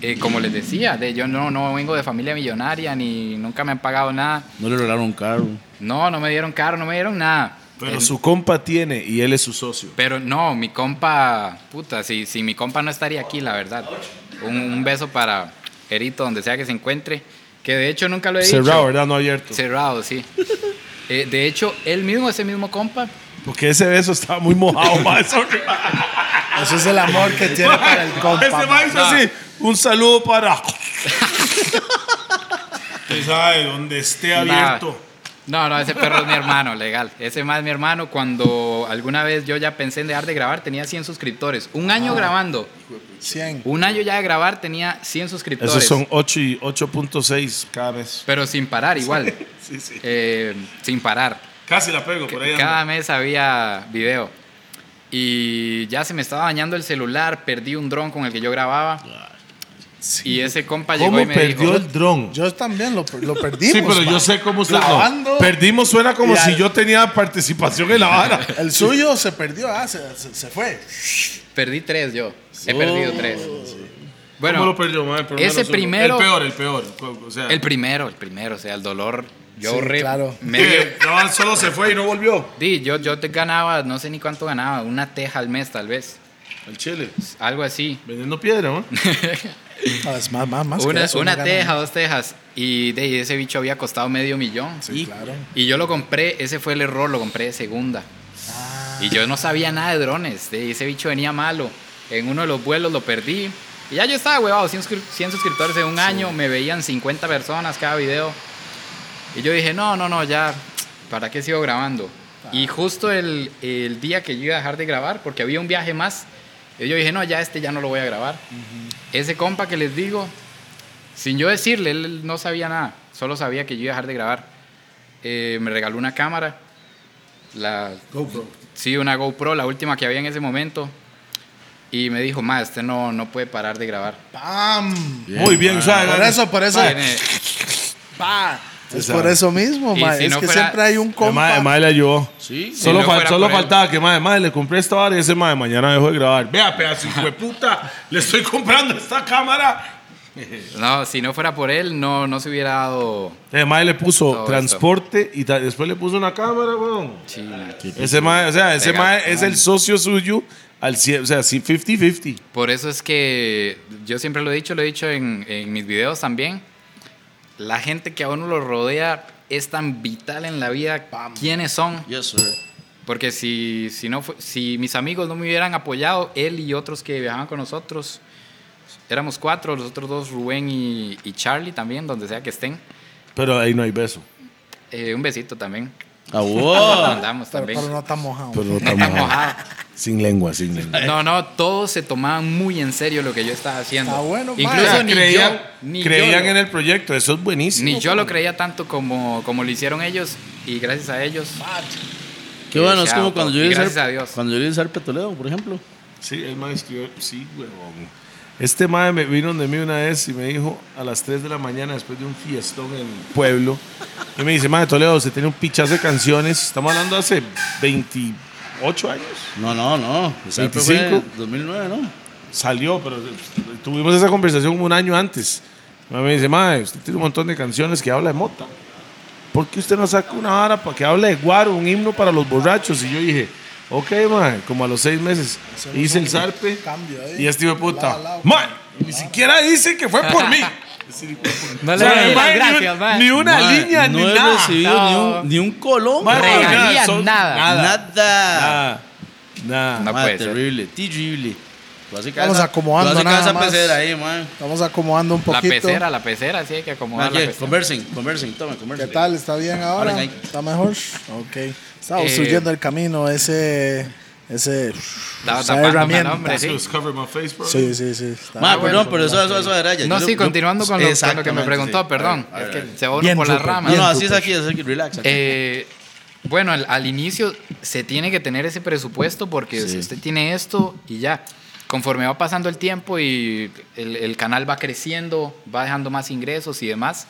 [SPEAKER 4] eh, como les decía, de, yo no, no vengo de familia millonaria ni nunca me han pagado nada.
[SPEAKER 3] No le regalaron un carro.
[SPEAKER 4] No, no me dieron carro, no me dieron nada. Eh,
[SPEAKER 1] Pero su compa tiene y él es su socio.
[SPEAKER 4] Pero no, mi compa, puta, si, si mi compa no estaría aquí, la verdad. Un, un beso para Erito, donde sea que se encuentre, que de hecho nunca lo he dicho.
[SPEAKER 1] Cerrado, ¿verdad? No abierto.
[SPEAKER 4] Cerrado, sí. Eh, de hecho, él mismo, ese mismo compa,
[SPEAKER 1] Porque ese beso estaba muy mojado, mae. Sorry, mae.
[SPEAKER 2] Eso es el amor que tiene para el compa.
[SPEAKER 1] Ese mae
[SPEAKER 2] mae.
[SPEAKER 1] hizo así. Un saludo para. Usted sabe, donde esté abierto.
[SPEAKER 4] No, no, ese perro es mi hermano, legal. Ese más mi hermano. Cuando alguna vez yo ya pensé en dejar de grabar, tenía 100 suscriptores. Un año
[SPEAKER 1] Ah.
[SPEAKER 4] grabando.
[SPEAKER 2] 100.
[SPEAKER 4] Un año ya de grabar tenía 100 suscriptores.
[SPEAKER 1] Esos son 8 y 8.6 cada mes.
[SPEAKER 4] Pero sin parar, igual.
[SPEAKER 1] Sí, sí.
[SPEAKER 4] Eh, sin parar.
[SPEAKER 1] Casi la pego por ahí. anda.
[SPEAKER 4] Cada mes había video. Y ya se me estaba dañando el celular, perdí un dron con el que yo grababa. Y ese compa llegó
[SPEAKER 1] ¿Cómo
[SPEAKER 4] y me
[SPEAKER 1] perdió
[SPEAKER 4] dijo,
[SPEAKER 1] el dron?
[SPEAKER 2] Yo también lo, lo perdimos.
[SPEAKER 1] Sí, pero yo
[SPEAKER 2] mae.
[SPEAKER 1] sé cómo usted
[SPEAKER 2] Grabando.
[SPEAKER 1] no. Perdimos suena como
[SPEAKER 2] Y
[SPEAKER 1] si
[SPEAKER 2] al-
[SPEAKER 1] yo tenía participación en la vara.
[SPEAKER 2] El suyo se perdió, ah, se, se- se fue.
[SPEAKER 4] perdí tres yo. He perdido tres. Bueno,
[SPEAKER 1] ¿Cómo lo perdió, mae? Por lo
[SPEAKER 4] ese
[SPEAKER 1] menos uno.
[SPEAKER 4] primero-
[SPEAKER 1] El peor, el peor. O sea,
[SPEAKER 4] el primero, el primero, o sea, el dolor. Yo
[SPEAKER 2] Sí,
[SPEAKER 4] ahorré
[SPEAKER 2] claro.
[SPEAKER 4] medio,
[SPEAKER 1] que no, solo se fue y no volvió.
[SPEAKER 4] Sí, yo, yo te ganaba, no sé ni cuánto ganaba, una teja al mes tal vez,
[SPEAKER 1] Al chile.
[SPEAKER 4] algo así.
[SPEAKER 1] Vendiendo piedra, ¿no?
[SPEAKER 2] No, Ah, es más, más, más que
[SPEAKER 4] Una,
[SPEAKER 2] eso,
[SPEAKER 4] una
[SPEAKER 2] no
[SPEAKER 4] teja,
[SPEAKER 2] ganan.
[SPEAKER 4] dos tejas. Y de ahí ese bicho había costado medio millón.
[SPEAKER 2] Sí, claro.
[SPEAKER 4] Y yo lo compré, ese fue el error, lo compré de segunda. Y yo no sabía nada de drones, de ahí ese bicho venía malo. En uno de los vuelos lo perdí. Y ya yo estaba huevado, 100, suscri- 100 suscriptores en un año, me veían 50 personas cada video. Y yo dije, no, no, no, ya, ¿para qué sigo grabando? Y justo el, el día que yo iba a dejar de grabar, porque había un viaje más, y yo dije, no, ya este ya no lo voy a grabar. Ese compa que les digo, sin yo decirle, él no sabía nada, solo sabía que yo iba a dejar de grabar. Eh, me regaló una cámara, la, sí, una GoPro, la última que había en ese momento, y me dijo, ma, este no, no puede parar de grabar.
[SPEAKER 2] ¡Pam!
[SPEAKER 1] Muy bien, o sea,
[SPEAKER 2] Por
[SPEAKER 1] gana-
[SPEAKER 2] eso, por eso.
[SPEAKER 4] Tiene-
[SPEAKER 2] ¡Pa! Es
[SPEAKER 1] Esa.
[SPEAKER 2] por eso mismo,
[SPEAKER 4] Y
[SPEAKER 2] mae.
[SPEAKER 4] si
[SPEAKER 2] es
[SPEAKER 4] no
[SPEAKER 2] que
[SPEAKER 4] fuera-
[SPEAKER 2] siempre hay un
[SPEAKER 1] El mae-
[SPEAKER 2] compa.
[SPEAKER 1] el mae le ayudó.
[SPEAKER 3] Sí.
[SPEAKER 1] Solo,
[SPEAKER 4] no
[SPEAKER 1] fal-
[SPEAKER 4] fuera
[SPEAKER 1] solo
[SPEAKER 4] por él.
[SPEAKER 1] faltaba que, madre, madre, le compré esta vara y ese madre mañana dejó de grabar. Vea, pedazo de puta, le estoy comprando esta cámara.
[SPEAKER 4] No, si no fuera por él, no, no se hubiera dado...
[SPEAKER 1] El madre le puso
[SPEAKER 4] esto.
[SPEAKER 1] transporte y ta- después le puso una cámara, weón.
[SPEAKER 4] Sí, ma.
[SPEAKER 1] Ese mae, o sea, ese
[SPEAKER 4] Legal.
[SPEAKER 1] mae es el socio suyo al cien- o sea, sí, 50-50.
[SPEAKER 4] Por eso es que yo siempre lo he dicho, lo he dicho en, en mis videos también. La gente que a uno lo rodea es tan vital en la vida. ¿Quiénes son?
[SPEAKER 3] Yes, sir.
[SPEAKER 4] Porque si, si, no fue- si mis amigos no me hubieran apoyado, él y otros que viajaban con nosotros, éramos cuatro, los otros dos, Rubén y, y Charlie también, donde sea que estén.
[SPEAKER 1] Pero ahí no hay beso.
[SPEAKER 4] Eh, un besito también.
[SPEAKER 3] Ah,
[SPEAKER 4] Lo
[SPEAKER 3] wow.
[SPEAKER 4] mandamos
[SPEAKER 2] Pero,
[SPEAKER 4] también.
[SPEAKER 2] pero no está mojado.
[SPEAKER 1] no
[SPEAKER 4] Mojado.
[SPEAKER 1] Sin lengua, sin lengua.
[SPEAKER 4] No, no, todos se tomaban muy en serio lo que yo estaba haciendo.
[SPEAKER 2] Está Ah, bueno, mae.
[SPEAKER 4] Incluso
[SPEAKER 2] O sea,
[SPEAKER 4] ni
[SPEAKER 1] creían
[SPEAKER 4] yo, ni
[SPEAKER 1] creían
[SPEAKER 4] yo,
[SPEAKER 1] en el proyecto, eso es buenísimo.
[SPEAKER 4] ni yo lo creía tanto como, como lo hicieron ellos y gracias a ellos.
[SPEAKER 3] Qué bueno, es como
[SPEAKER 4] Chao,
[SPEAKER 3] cuando
[SPEAKER 4] y
[SPEAKER 3] yo iba a
[SPEAKER 4] gracias a
[SPEAKER 3] usar-
[SPEAKER 4] Dios.
[SPEAKER 3] cuando yo iba a usar Petoledo, por ejemplo.
[SPEAKER 1] Sí, el mae escribió, sí, huevón. Este mae me vino de mí una vez y me dijo a las 3 de la mañana después de un fiestón en el pueblo. Y me dice, mae, Toledo, usted tiene un pichazo de canciones. Estamos hablando hace 28 años.
[SPEAKER 3] No, no, no. Esa fue
[SPEAKER 1] 25.
[SPEAKER 3] 2009, ¿no?
[SPEAKER 1] Salió, pero eh, tuvimos esa conversación como un año antes. Mi mamá Me dice, mae, usted tiene un montón de canciones que habla de mota. ¿Por qué usted no saca una vara para que hable de guaro, un himno para los borrachos? Y yo dije, ok, mae, como a los seis meses hice el zarpe
[SPEAKER 2] Cambio ahí.
[SPEAKER 1] y este hijo de
[SPEAKER 2] Lado a
[SPEAKER 1] puta,
[SPEAKER 2] lado.
[SPEAKER 1] mae, ni siquiera dice que fue por mí.
[SPEAKER 4] No
[SPEAKER 1] O sea, mae, ni un-
[SPEAKER 4] man.
[SPEAKER 1] ni una
[SPEAKER 3] Mae,
[SPEAKER 1] línea,
[SPEAKER 3] no
[SPEAKER 1] ni
[SPEAKER 3] he
[SPEAKER 1] nada.
[SPEAKER 3] recibido
[SPEAKER 4] No.
[SPEAKER 3] ni, un, ni un colón.
[SPEAKER 1] Mae,
[SPEAKER 3] bro.
[SPEAKER 1] nada,
[SPEAKER 4] Regalías,
[SPEAKER 1] son-
[SPEAKER 4] nada.
[SPEAKER 1] Nada.
[SPEAKER 3] Nada.
[SPEAKER 1] Nada.
[SPEAKER 4] No
[SPEAKER 3] Mae,
[SPEAKER 4] puede ser.
[SPEAKER 3] terrible, terrible. Tú haces
[SPEAKER 2] Vamos
[SPEAKER 3] casa-
[SPEAKER 2] acomodando
[SPEAKER 3] tú haces
[SPEAKER 2] nada
[SPEAKER 3] casa
[SPEAKER 2] más.
[SPEAKER 3] pecera ahí, man.
[SPEAKER 2] Estamos acomodando un
[SPEAKER 4] La
[SPEAKER 2] poquito.
[SPEAKER 4] pecera, la pecera, sí hay que acomodar la pecera.
[SPEAKER 3] Conversen, conversen, tomen,
[SPEAKER 2] ¿Qué
[SPEAKER 3] conversen.
[SPEAKER 2] tal? ¿Está bien ahora?
[SPEAKER 3] Hablen ahí.
[SPEAKER 2] ¿Está mejor? Ok. Está
[SPEAKER 4] Eh,
[SPEAKER 2] obstruyendo el camino ese... Ese...
[SPEAKER 4] Estaba
[SPEAKER 2] esa
[SPEAKER 4] tapando,
[SPEAKER 2] herramienta.
[SPEAKER 4] man, hombre, sí.
[SPEAKER 1] cover my face, bro.
[SPEAKER 2] Sí, sí, sí. está
[SPEAKER 3] Ma,
[SPEAKER 4] Ah, bueno.
[SPEAKER 3] perdón, pero eso, eso, eso era ya.
[SPEAKER 4] No,
[SPEAKER 3] Yo
[SPEAKER 4] sí,
[SPEAKER 3] no-
[SPEAKER 4] continuando con lo, con lo que me
[SPEAKER 3] Exactamente,
[SPEAKER 4] preguntó,
[SPEAKER 3] sí.
[SPEAKER 4] perdón.
[SPEAKER 3] A ver, a ver,
[SPEAKER 4] es
[SPEAKER 3] a
[SPEAKER 4] que
[SPEAKER 3] ver.
[SPEAKER 4] se va uno
[SPEAKER 2] Bien,
[SPEAKER 4] por las
[SPEAKER 2] Rupert,
[SPEAKER 4] ramas.
[SPEAKER 3] No, no,
[SPEAKER 2] Bien,
[SPEAKER 3] así
[SPEAKER 2] tú,
[SPEAKER 3] es aquí, así es aquí, relax. aquí.
[SPEAKER 4] Eh, bueno, al, al inicio se tiene que tener ese presupuesto porque si usted tiene esto y ya, conforme va pasando el tiempo y el, el canal va creciendo, va dejando más ingresos y demás,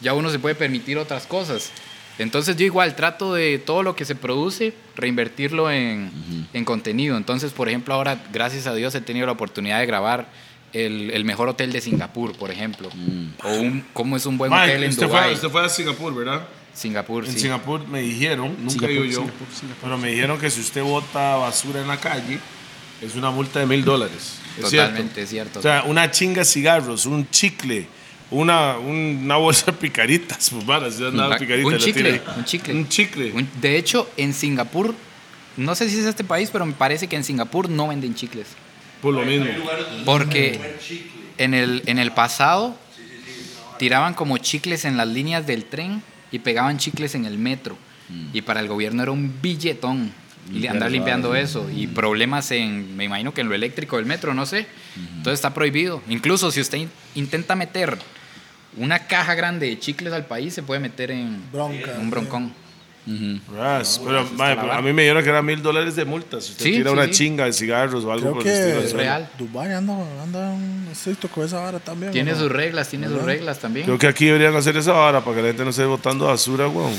[SPEAKER 4] ya uno se puede permitir otras cosas. Entonces yo igual trato de todo lo que se produce, reinvertirlo en, en contenido. Entonces, por ejemplo, ahora, gracias a Dios, he tenido la oportunidad de grabar el, el mejor hotel de Singapur, por ejemplo. O un, cómo es un buen
[SPEAKER 1] Mae, este
[SPEAKER 4] hotel en
[SPEAKER 1] usted
[SPEAKER 4] Dubái.
[SPEAKER 1] fue, usted fue a Singapur, ¿verdad?
[SPEAKER 4] Singapur,
[SPEAKER 1] En
[SPEAKER 4] Pues sí.
[SPEAKER 1] Singapur me dijeron, nunca
[SPEAKER 3] Singapur,
[SPEAKER 1] he ido yo,
[SPEAKER 3] Singapur, Singapur,
[SPEAKER 1] pero me dijeron que si usted bota basura en la calle, es una multa de mil dólares. ¿Es cierto?
[SPEAKER 4] Totalmente cierto.
[SPEAKER 1] O sea, una chinga de cigarros, un chicle, una, un- una bolsa de picaritas, pues vara, si andaba
[SPEAKER 4] Un
[SPEAKER 1] picarita, la
[SPEAKER 4] chicle,
[SPEAKER 1] tira ahí.
[SPEAKER 4] un chicle.
[SPEAKER 1] Un chicle.
[SPEAKER 4] Un- de hecho, en Singapur, no sé si es este país, pero me parece que en Singapur no venden chicles.
[SPEAKER 1] Por lo mismo.
[SPEAKER 4] Porque en el, en el pasado tiraban como chicles en las líneas del tren y pegaban chicles en el metro.
[SPEAKER 1] Mm.
[SPEAKER 4] Y para el gobierno era un billetón y
[SPEAKER 3] Limpiar
[SPEAKER 4] andar
[SPEAKER 3] esa
[SPEAKER 1] ¿eh?
[SPEAKER 4] limpiando
[SPEAKER 3] vaina.
[SPEAKER 4] eso.
[SPEAKER 1] Mm.
[SPEAKER 4] Y problemas en, me imagino que en lo eléctrico del metro, no sé. Entonces está prohibido. Incluso si usted in- intenta meter una caja grande de chicles al país, se puede meter en
[SPEAKER 2] Bronca.
[SPEAKER 4] en un broncón.
[SPEAKER 1] Ras, Ah, pero,
[SPEAKER 4] está
[SPEAKER 1] mae,
[SPEAKER 4] la
[SPEAKER 1] pero a
[SPEAKER 4] vara.
[SPEAKER 1] mí me dijeron que era mil dólares de multa si usted
[SPEAKER 4] Sí,
[SPEAKER 1] tira
[SPEAKER 4] sí,
[SPEAKER 1] una
[SPEAKER 4] sí.
[SPEAKER 1] chinga de cigarros o algo
[SPEAKER 2] Creo
[SPEAKER 1] por el estilo.
[SPEAKER 2] que
[SPEAKER 1] eso.
[SPEAKER 4] real.
[SPEAKER 2] Dubái anda, anda un estricto con esa vara también. ¿o
[SPEAKER 4] Tiene
[SPEAKER 2] no?
[SPEAKER 4] sus reglas, tiene sus reglas también.
[SPEAKER 1] Creo que aquí deberían hacer esa vara para que la gente no esté botando basura, weón.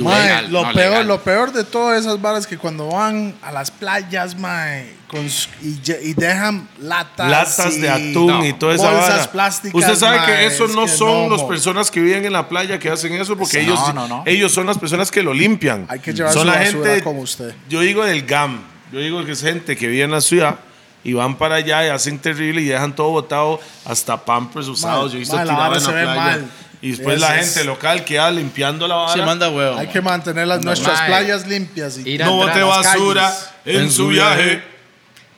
[SPEAKER 2] Mae,
[SPEAKER 4] Legal,
[SPEAKER 2] lo,
[SPEAKER 4] no,
[SPEAKER 2] peor,
[SPEAKER 4] legal.
[SPEAKER 2] lo peor de todas esas varas que cuando van a las playas, mae, con su- y, lle- y dejan latas.
[SPEAKER 1] Latas
[SPEAKER 2] y-
[SPEAKER 1] de atún
[SPEAKER 4] No,
[SPEAKER 1] y toda esa
[SPEAKER 2] bolsas
[SPEAKER 1] vara.
[SPEAKER 2] plásticas,
[SPEAKER 1] Usted sabe
[SPEAKER 2] mae,
[SPEAKER 1] que eso
[SPEAKER 2] es
[SPEAKER 1] no
[SPEAKER 2] que
[SPEAKER 1] son
[SPEAKER 2] no,
[SPEAKER 1] las
[SPEAKER 2] mo.
[SPEAKER 1] personas que viven en la playa que hacen eso, porque
[SPEAKER 4] No,
[SPEAKER 1] ellos,
[SPEAKER 4] no, no.
[SPEAKER 1] ellos son las personas que lo limpian.
[SPEAKER 2] Hay que llevar
[SPEAKER 1] son
[SPEAKER 2] su
[SPEAKER 1] la
[SPEAKER 2] basura
[SPEAKER 1] gente,
[SPEAKER 2] como usted.
[SPEAKER 1] Yo digo del GAM, yo digo que es gente que vive en la ciudad y van para allá y hacen terrible y dejan todo botado, hasta pampers usados. yo he visto
[SPEAKER 2] mae, la
[SPEAKER 1] tirado
[SPEAKER 2] vara
[SPEAKER 1] en la
[SPEAKER 2] se ve
[SPEAKER 1] playa.
[SPEAKER 2] mal.
[SPEAKER 1] Y después la
[SPEAKER 2] Es-
[SPEAKER 1] gente local queda limpiando la vara.
[SPEAKER 3] Se manda huevo.
[SPEAKER 2] Hay que mantener las, nuestras
[SPEAKER 4] mae.
[SPEAKER 2] playas limpias. Y
[SPEAKER 4] Ir a
[SPEAKER 1] no
[SPEAKER 4] entrar
[SPEAKER 1] bote
[SPEAKER 4] a las
[SPEAKER 1] basura
[SPEAKER 2] calles.
[SPEAKER 1] en su viaje.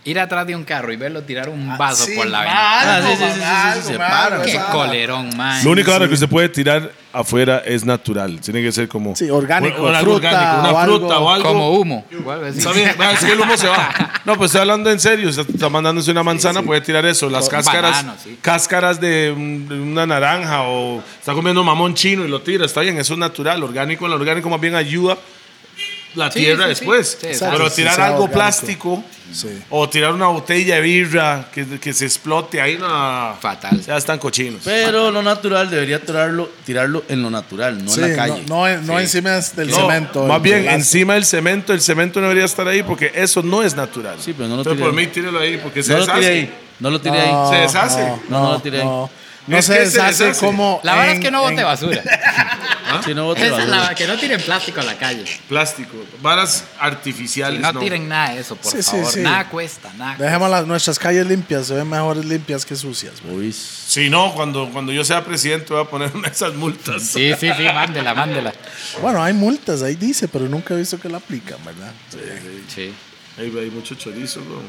[SPEAKER 4] Ir atrás de un carro y verlo tirar un
[SPEAKER 2] Ah,
[SPEAKER 4] vaso
[SPEAKER 2] sí,
[SPEAKER 4] por la
[SPEAKER 2] mae,
[SPEAKER 4] ventana.
[SPEAKER 3] Ah, sí, sí,
[SPEAKER 2] mae,
[SPEAKER 3] sí, sí, sí,
[SPEAKER 2] mae,
[SPEAKER 3] se
[SPEAKER 2] mae,
[SPEAKER 3] paran.
[SPEAKER 2] mae,
[SPEAKER 4] Qué
[SPEAKER 2] mae.
[SPEAKER 4] colerón, man.
[SPEAKER 1] La única hora que se puede tirar afuera es natural. Tiene que ser como.
[SPEAKER 2] Sí, orgánico,
[SPEAKER 1] o- o algo
[SPEAKER 2] fruta
[SPEAKER 1] Una
[SPEAKER 2] o algo.
[SPEAKER 1] fruta o algo.
[SPEAKER 4] Como humo. o algo así.
[SPEAKER 1] Está bien, va, es que el humo se va. No, pues estoy hablando en serio. Está, está mandándose una manzana, puede tirar eso. Las
[SPEAKER 4] Un
[SPEAKER 1] cáscaras.
[SPEAKER 4] banano, sí.
[SPEAKER 1] Cáscaras de, un- de una naranja o está comiendo mamón chino y lo tira. Está bien, eso es natural. Orgánico, el orgánico más bien ayuda la
[SPEAKER 4] Sí,
[SPEAKER 1] tierra
[SPEAKER 4] sí, sí.
[SPEAKER 1] después.
[SPEAKER 4] Sí, exacto.
[SPEAKER 1] Pero
[SPEAKER 2] Sí,
[SPEAKER 1] tirar
[SPEAKER 2] sea
[SPEAKER 1] algo
[SPEAKER 2] orgánico.
[SPEAKER 1] plástico.
[SPEAKER 2] Sí.
[SPEAKER 1] O tirar una botella de birra que, que se explote ahí, no.
[SPEAKER 4] Fatal.
[SPEAKER 1] Ya están cochinos.
[SPEAKER 3] Pero lo natural debería tirarlo, tirarlo en lo natural, no
[SPEAKER 2] Sí,
[SPEAKER 3] en la
[SPEAKER 2] no-
[SPEAKER 3] calle.
[SPEAKER 2] No, no encima del
[SPEAKER 1] No,
[SPEAKER 2] cemento.
[SPEAKER 1] Más
[SPEAKER 2] el
[SPEAKER 1] bien,
[SPEAKER 2] plástico.
[SPEAKER 1] encima del cemento, el cemento no debería estar ahí porque eso no es natural.
[SPEAKER 3] Sí, pero no lo
[SPEAKER 1] Entonces,
[SPEAKER 3] tire
[SPEAKER 1] por
[SPEAKER 3] ahí.
[SPEAKER 1] mí, tírelo ahí porque se
[SPEAKER 3] No lo
[SPEAKER 1] deshace.
[SPEAKER 3] tiré ahí. No lo tiré
[SPEAKER 2] No,
[SPEAKER 1] Se
[SPEAKER 3] ahí.
[SPEAKER 1] deshace.
[SPEAKER 3] No, no lo tiré ahí.
[SPEAKER 2] No, No
[SPEAKER 1] Es
[SPEAKER 2] se
[SPEAKER 1] que se
[SPEAKER 2] deshace
[SPEAKER 1] deshace.
[SPEAKER 2] como.
[SPEAKER 4] La verdad es
[SPEAKER 2] en-
[SPEAKER 4] que no bote
[SPEAKER 2] en-
[SPEAKER 4] basura.
[SPEAKER 3] Ah, Si no, bote
[SPEAKER 4] Esa es la
[SPEAKER 3] basura.
[SPEAKER 4] verdad, que no tiren plástico a la calle.
[SPEAKER 1] Plástico, varas artificiales.
[SPEAKER 4] No tiren nada de eso, por
[SPEAKER 2] Sí, sí,
[SPEAKER 4] favor.
[SPEAKER 2] sí.
[SPEAKER 4] Nada cuesta, nada.
[SPEAKER 2] Dejemos las, nuestras calles limpias, se ven mejores limpias que sucias. pues. güey.
[SPEAKER 3] Uy,
[SPEAKER 1] Si no, cuando, cuando yo sea presidente voy a ponerme esas multas.
[SPEAKER 4] Sí, sí, sí, mándela, mándela.
[SPEAKER 2] Bueno, hay multas, ahí dice, pero nunca he visto que la aplican, ¿verdad?
[SPEAKER 4] Sí.
[SPEAKER 1] Ahí hay mucho chorizo, bro.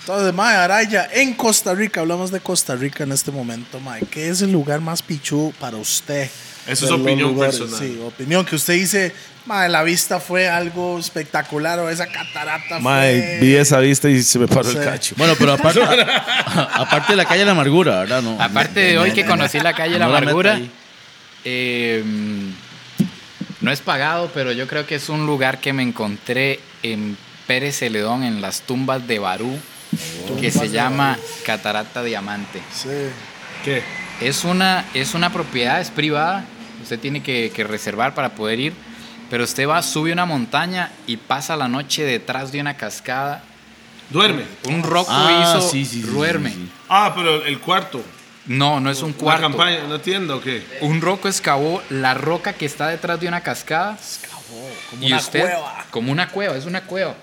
[SPEAKER 2] Entonces, Mae Araya, en Costa Rica, hablamos de Costa Rica en este momento, Mae. ¿Qué es el lugar más pichú para usted?
[SPEAKER 1] es
[SPEAKER 2] De los
[SPEAKER 1] opinión personal.
[SPEAKER 2] Sí, opinión que usted dice, Mae, la vista fue algo espectacular o esa catarata fue.
[SPEAKER 1] esa vista y se me paró
[SPEAKER 2] Sí.
[SPEAKER 3] Bueno, pero aparte, a- aparte de la calle de la amargura, ¿verdad? No,
[SPEAKER 4] Aparte de
[SPEAKER 3] no,
[SPEAKER 4] hoy
[SPEAKER 3] no,
[SPEAKER 4] que
[SPEAKER 3] no,
[SPEAKER 4] conocí la calle La
[SPEAKER 3] no la
[SPEAKER 4] Amargura,
[SPEAKER 3] meta ahí.
[SPEAKER 4] eh, no es pagado, pero yo creo que es un lugar que me encontré en Pérez Celedón, en las tumbas de Barú,
[SPEAKER 3] Oh.
[SPEAKER 4] que se llama Catarata Diamante.
[SPEAKER 2] Sí.
[SPEAKER 1] ¿Qué?
[SPEAKER 4] Es una, es una propiedad, es privada. Usted tiene que, que reservar para poder ir. Pero usted va, sube una montaña y pasa la noche detrás de una cascada.
[SPEAKER 1] Duerme.
[SPEAKER 4] Un roco
[SPEAKER 3] Ah,
[SPEAKER 4] hizo
[SPEAKER 3] sí, sí, sí,
[SPEAKER 4] duerme.
[SPEAKER 3] sí, sí.
[SPEAKER 1] Ah, pero el cuarto.
[SPEAKER 4] No, no es un
[SPEAKER 1] Una
[SPEAKER 4] cuarto.
[SPEAKER 1] campaña, una tienda o qué?
[SPEAKER 4] Un roco excavó la roca que está detrás de una cascada.
[SPEAKER 2] Como
[SPEAKER 4] y
[SPEAKER 2] una
[SPEAKER 4] usted,
[SPEAKER 2] cueva.
[SPEAKER 4] Como una cueva, es una cueva.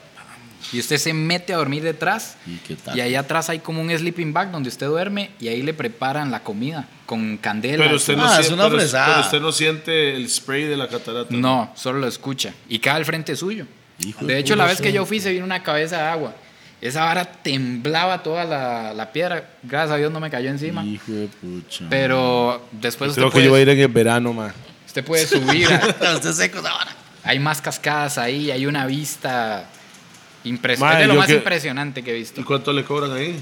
[SPEAKER 4] Y usted se mete a dormir detrás.
[SPEAKER 3] ¿Y qué tal?
[SPEAKER 4] Y ahí atrás hay como un sleeping bag donde usted duerme y ahí le preparan la comida con candela.
[SPEAKER 1] Pero usted, no
[SPEAKER 3] Ah, es
[SPEAKER 1] siente,
[SPEAKER 3] una
[SPEAKER 1] pero-
[SPEAKER 3] fresada.
[SPEAKER 1] pero usted no siente el spray de la catarata.
[SPEAKER 4] No, solo lo escucha. Y cae al frente suyo.
[SPEAKER 3] Hijo
[SPEAKER 4] de
[SPEAKER 3] de
[SPEAKER 4] hecho, la vez que yo fui, se vino una cabeza de agua. Esa vara temblaba toda la, la piedra. Gracias a Dios no me cayó encima.
[SPEAKER 3] Hijo de pucha.
[SPEAKER 4] Pero después usted
[SPEAKER 1] Creo que
[SPEAKER 4] puede,
[SPEAKER 1] yo voy a ir en el verano, man.
[SPEAKER 4] usted puede subir. a-
[SPEAKER 3] Usted seco ahora.
[SPEAKER 4] hay más cascadas ahí, hay una vista impresionante.
[SPEAKER 1] Mae,
[SPEAKER 4] Es de lo
[SPEAKER 1] yo
[SPEAKER 4] más
[SPEAKER 1] que-
[SPEAKER 4] impresionante que he
[SPEAKER 1] ¿Y
[SPEAKER 4] visto.
[SPEAKER 1] cuánto le cobran ahí?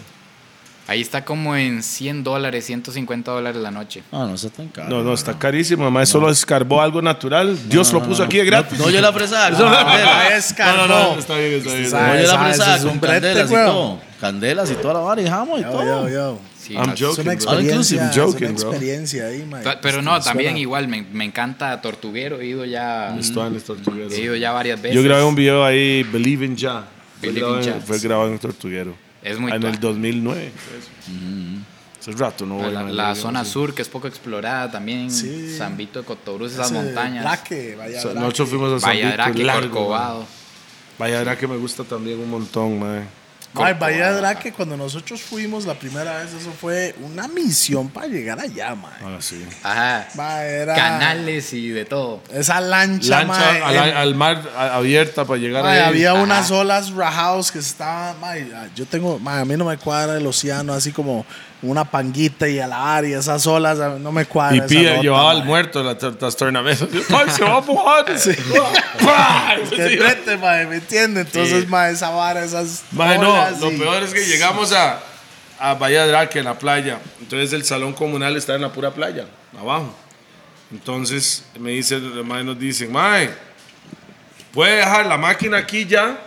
[SPEAKER 4] Ahí está como en 100 dólares, 150 dólares la noche.
[SPEAKER 3] Ah, no está tan caro.
[SPEAKER 1] No, no, está carísimo, mamá. Solo escarbó algo natural. Dios lo puso aquí de gratis.
[SPEAKER 3] No, yo la fresada. con
[SPEAKER 2] Ah,
[SPEAKER 3] candela.
[SPEAKER 2] es carbón.
[SPEAKER 1] no, no, está bien, está bien.
[SPEAKER 3] No,
[SPEAKER 2] Sabe,
[SPEAKER 3] yo la
[SPEAKER 2] sabe, eso
[SPEAKER 3] fresada
[SPEAKER 2] es
[SPEAKER 3] con
[SPEAKER 2] un brete,
[SPEAKER 3] candelas y
[SPEAKER 2] güey.
[SPEAKER 3] todo. Candelas y toda la vara y jamón y
[SPEAKER 2] Yo,
[SPEAKER 3] todo.
[SPEAKER 2] yo, yo.
[SPEAKER 4] Sí,
[SPEAKER 1] I'm
[SPEAKER 4] las-
[SPEAKER 2] Es una
[SPEAKER 1] joking, bro.
[SPEAKER 2] experiencia.
[SPEAKER 1] All inclusive joking,
[SPEAKER 2] es una
[SPEAKER 1] bro.
[SPEAKER 2] experiencia ahí, mae.
[SPEAKER 4] Ta- Pero no,
[SPEAKER 2] Suena-
[SPEAKER 4] también igual, me, me encanta Tortuguero, he ido ya,
[SPEAKER 1] Estuvo en Tortuguero.
[SPEAKER 4] he ido ya varias veces.
[SPEAKER 1] Mm, Yo grabé un video ahí, Believe in Ya. Fue
[SPEAKER 4] Believe
[SPEAKER 1] grabado
[SPEAKER 4] in
[SPEAKER 1] en-
[SPEAKER 4] Ya.
[SPEAKER 1] Fue grabado en Tortuguero.
[SPEAKER 4] Es muy
[SPEAKER 1] En el
[SPEAKER 4] tuac.
[SPEAKER 1] 2009. Hace rato no voy
[SPEAKER 4] la,
[SPEAKER 1] ma,
[SPEAKER 4] la
[SPEAKER 1] yo-
[SPEAKER 4] zona
[SPEAKER 1] sí.
[SPEAKER 4] sur, que es poco explorada también.
[SPEAKER 2] Sí.
[SPEAKER 4] San Vito de Cotobruz, esas
[SPEAKER 2] Ese
[SPEAKER 4] montañas.
[SPEAKER 2] Draque, vaya
[SPEAKER 1] O sea,
[SPEAKER 2] Draque.
[SPEAKER 1] nosotros fuimos a San
[SPEAKER 4] Bahía
[SPEAKER 1] Vito,
[SPEAKER 4] Draque,
[SPEAKER 1] largo,
[SPEAKER 4] Corcovado.
[SPEAKER 1] ma. Bahía Draque me gusta también un montón, mae.
[SPEAKER 2] Mae,
[SPEAKER 4] ah,
[SPEAKER 2] Bahía Draque, cuando nosotros fuimos la primera vez, eso fue una misión para llegar allá, mae.
[SPEAKER 1] Ah, sí.
[SPEAKER 4] Ajá.
[SPEAKER 2] Mae, era-
[SPEAKER 4] Canales y de todo.
[SPEAKER 2] Esa lancha, mae,
[SPEAKER 1] Lancha al,
[SPEAKER 2] en-
[SPEAKER 1] al mar a- abierta para llegar
[SPEAKER 2] Mae,
[SPEAKER 1] ahí.
[SPEAKER 2] había
[SPEAKER 4] Ajá.
[SPEAKER 2] unas olas rajados que estaban. mae, ah, yo tengo. mae, a mí no me cuadra el océano, así como una panguita y a la área. Esas olas ah, no eh. me cuadra.
[SPEAKER 1] Y
[SPEAKER 2] esa
[SPEAKER 1] pía
[SPEAKER 2] nota,
[SPEAKER 1] llevaba
[SPEAKER 2] mae.
[SPEAKER 1] al muerto la tor- las tornamesas. ¡Ay, se va a mojar!
[SPEAKER 2] Que
[SPEAKER 1] Sí.
[SPEAKER 2] entrete, mae, ¿me entiendes? Entonces,
[SPEAKER 1] Sí.
[SPEAKER 2] mae, esa vara, esas.
[SPEAKER 1] Mae, no,
[SPEAKER 2] olas
[SPEAKER 1] lo
[SPEAKER 2] y-
[SPEAKER 1] peor es que llegamos a, a Bahía Draque, en la playa. Entonces el salón comunal está en la pura playa, abajo. Entonces me dice, mae, nos dicen, mae, puede dejar la máquina aquí ya,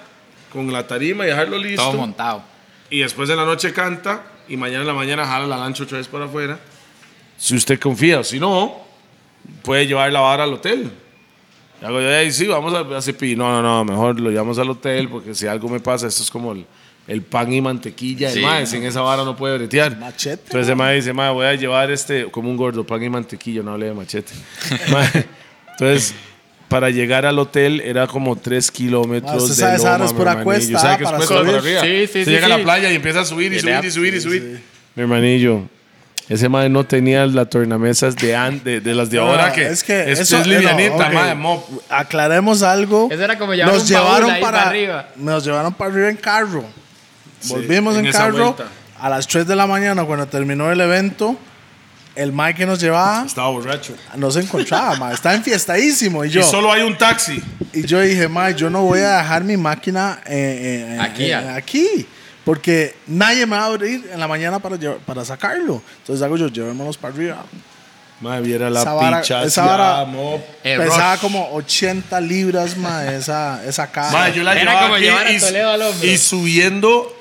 [SPEAKER 1] con la tarima y dejarlo listo.
[SPEAKER 4] Todo montado.
[SPEAKER 1] Y después en la noche canta y mañana en la mañana jala la lancha otra vez para afuera. Si usted confía, si no, puede llevar la vara al hotel. Y hago yo, "Ey, sí, vamos a, a Cepi". No, no, no, mejor lo llevamos al hotel porque si algo me pasa, esto es como el, el pan y mantequilla del
[SPEAKER 4] Sí.
[SPEAKER 1] mae, sin esa vara no puede bretear.
[SPEAKER 2] Machete,
[SPEAKER 1] Entonces el mae dice, mae, voy a llevar este, como un gordo, pan y mantequilla, no hablé de machete. Mae, Entonces, para llegar al hotel era como 3
[SPEAKER 2] Ah,
[SPEAKER 1] kilómetros
[SPEAKER 2] usted
[SPEAKER 1] de
[SPEAKER 2] sabe, esa
[SPEAKER 1] loma,
[SPEAKER 2] vara es pura
[SPEAKER 1] mi hermanillo.
[SPEAKER 2] cuesta, ah,
[SPEAKER 1] ¿Sabe que es
[SPEAKER 2] para
[SPEAKER 1] cuesta para
[SPEAKER 2] subir?
[SPEAKER 1] arriba?
[SPEAKER 4] Sí, sí,
[SPEAKER 1] Se
[SPEAKER 4] sí,
[SPEAKER 1] llega a la
[SPEAKER 4] sí.
[SPEAKER 1] playa y empieza a subir y
[SPEAKER 4] Y
[SPEAKER 1] subir
[SPEAKER 4] le
[SPEAKER 1] y subir y subir. Mi hermanillo, ese madre no tenía las tornamesas de, an- de, de las de ahora
[SPEAKER 2] Ah,
[SPEAKER 1] que
[SPEAKER 2] es que
[SPEAKER 1] es,
[SPEAKER 2] eso-
[SPEAKER 1] es livianita,
[SPEAKER 2] no, ok.
[SPEAKER 1] madre, mop.
[SPEAKER 2] Aclaremos algo.
[SPEAKER 4] Eso era como llevar
[SPEAKER 2] nos
[SPEAKER 4] un baúl
[SPEAKER 2] llevaron
[SPEAKER 4] ahí
[SPEAKER 2] para,
[SPEAKER 4] para arriba.
[SPEAKER 2] Nos llevaron para arriba en carro. Volvimos
[SPEAKER 1] en
[SPEAKER 2] en,
[SPEAKER 1] esa
[SPEAKER 2] carro.
[SPEAKER 1] vuelta.
[SPEAKER 2] A las 3 de la mañana, cuando terminó el evento, el Mike que nos llevaba
[SPEAKER 1] Estaba borracho.
[SPEAKER 2] no se encontraba, ma. Estaba enfiestadísimo. Y yo,
[SPEAKER 1] Y solo hay un taxi.
[SPEAKER 2] y yo dije, Mike, yo no voy a dejar mi máquina eh, eh, eh,
[SPEAKER 4] Aquí,
[SPEAKER 2] eh,
[SPEAKER 4] ah.
[SPEAKER 2] aquí. Porque nadie me va a abrir en la mañana para, llevar- para sacarlo. Entonces hago yo, llevémonos para arriba.
[SPEAKER 1] Madre, viera la
[SPEAKER 2] Esa vara-
[SPEAKER 1] picha.
[SPEAKER 2] esa vara-
[SPEAKER 1] mop.
[SPEAKER 4] El
[SPEAKER 2] Pesaba
[SPEAKER 4] rush.
[SPEAKER 2] como 80 libras, ma, esa, esa caja.
[SPEAKER 1] Madre, yo la
[SPEAKER 4] Ah, Era
[SPEAKER 1] llevaba
[SPEAKER 4] como
[SPEAKER 1] aquí
[SPEAKER 4] llevar a
[SPEAKER 1] y,
[SPEAKER 4] Toledo al hombro.
[SPEAKER 1] y subiendo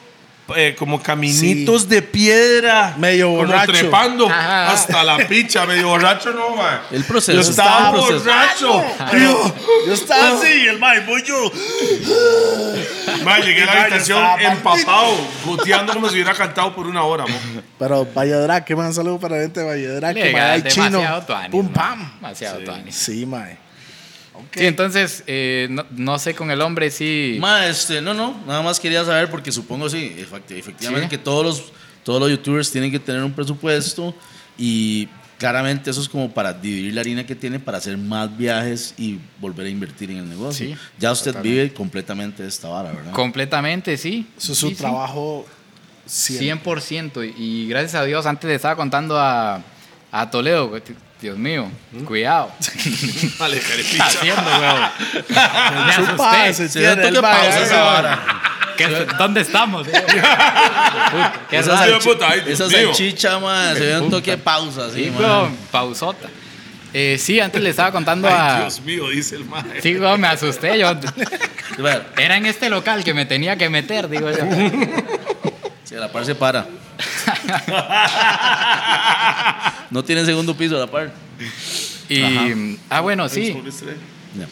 [SPEAKER 1] eh, como caminitos de piedra.
[SPEAKER 2] Medio
[SPEAKER 1] como
[SPEAKER 2] borracho.
[SPEAKER 1] trepando
[SPEAKER 4] Ajá.
[SPEAKER 1] hasta la picha. Medio borracho no, madre.
[SPEAKER 3] El proceso.
[SPEAKER 1] Yo
[SPEAKER 3] Estaba
[SPEAKER 1] estaba
[SPEAKER 3] el proceso.
[SPEAKER 1] borracho. Yo-
[SPEAKER 2] Yo estaba así, y el Mike, voy yo.
[SPEAKER 1] Ma, llegué a la
[SPEAKER 2] Ay,
[SPEAKER 1] habitación
[SPEAKER 2] estaba
[SPEAKER 1] empapado, goteando como si hubiera cantado por una hora. mo.
[SPEAKER 2] Pero Valladra, que man, saludo para la gente de Valladra, que
[SPEAKER 4] Legal,
[SPEAKER 2] hay chino.
[SPEAKER 4] demasiado tuanis,
[SPEAKER 2] Pum
[SPEAKER 4] ma.
[SPEAKER 2] pam.
[SPEAKER 4] Demasiado tuanis.
[SPEAKER 2] Sí, mae.
[SPEAKER 4] Sí, entonces, eh, no, no sé, con el hombre sí.
[SPEAKER 3] Ma, este, no, no, nada más quería saber porque supongo sí, efect- efectivamente
[SPEAKER 4] Sí.
[SPEAKER 3] que todos los, todos los youtubers tienen que tener un presupuesto y claramente eso es como para dividir la harina que tiene para hacer más viajes y volver a invertir en el negocio.
[SPEAKER 4] Sí,
[SPEAKER 3] ya usted vive completamente de esta vara, ¿verdad?
[SPEAKER 4] Completamente, sí.
[SPEAKER 2] Eso es su
[SPEAKER 4] Sí, sí.
[SPEAKER 2] trabajo. siempre.
[SPEAKER 4] 100%. Y gracias a Dios, antes le estaba contando a, a Toledo, güey, t- Dios mío,
[SPEAKER 1] Mm.
[SPEAKER 4] cuidado.
[SPEAKER 1] Vale,
[SPEAKER 4] ¿Qué
[SPEAKER 1] carepicha.
[SPEAKER 4] está haciendo, weón? Me
[SPEAKER 2] Pa,
[SPEAKER 4] asusté.
[SPEAKER 2] se tiene el
[SPEAKER 3] toque
[SPEAKER 2] mae,
[SPEAKER 3] pausa
[SPEAKER 2] ahí
[SPEAKER 3] esa
[SPEAKER 2] va.
[SPEAKER 3] vara.
[SPEAKER 4] ¿Qué- ¿Dónde estamos? ¿Qué
[SPEAKER 3] Esa,
[SPEAKER 1] Ay,
[SPEAKER 4] raro.
[SPEAKER 1] Dios
[SPEAKER 3] salchi-
[SPEAKER 1] puta, ay, Dios
[SPEAKER 3] esa
[SPEAKER 1] mío.
[SPEAKER 3] salchicha, ma, se ve un
[SPEAKER 4] Puta.
[SPEAKER 3] toque de pausa, sí,
[SPEAKER 4] Sí,
[SPEAKER 3] ma.
[SPEAKER 4] weón, pausota. Eh, sí, antes le estaba contando
[SPEAKER 1] Ay,
[SPEAKER 4] a...
[SPEAKER 1] Dios mío, dice el maje.
[SPEAKER 4] Sí, weón, me asusté. Yo,
[SPEAKER 3] Bueno,
[SPEAKER 4] era en este local que me tenía que meter, digo yo.
[SPEAKER 3] sí, a la par se para. no tiene segundo piso a la par.
[SPEAKER 4] Y, ah, bueno, sí.
[SPEAKER 3] Ya.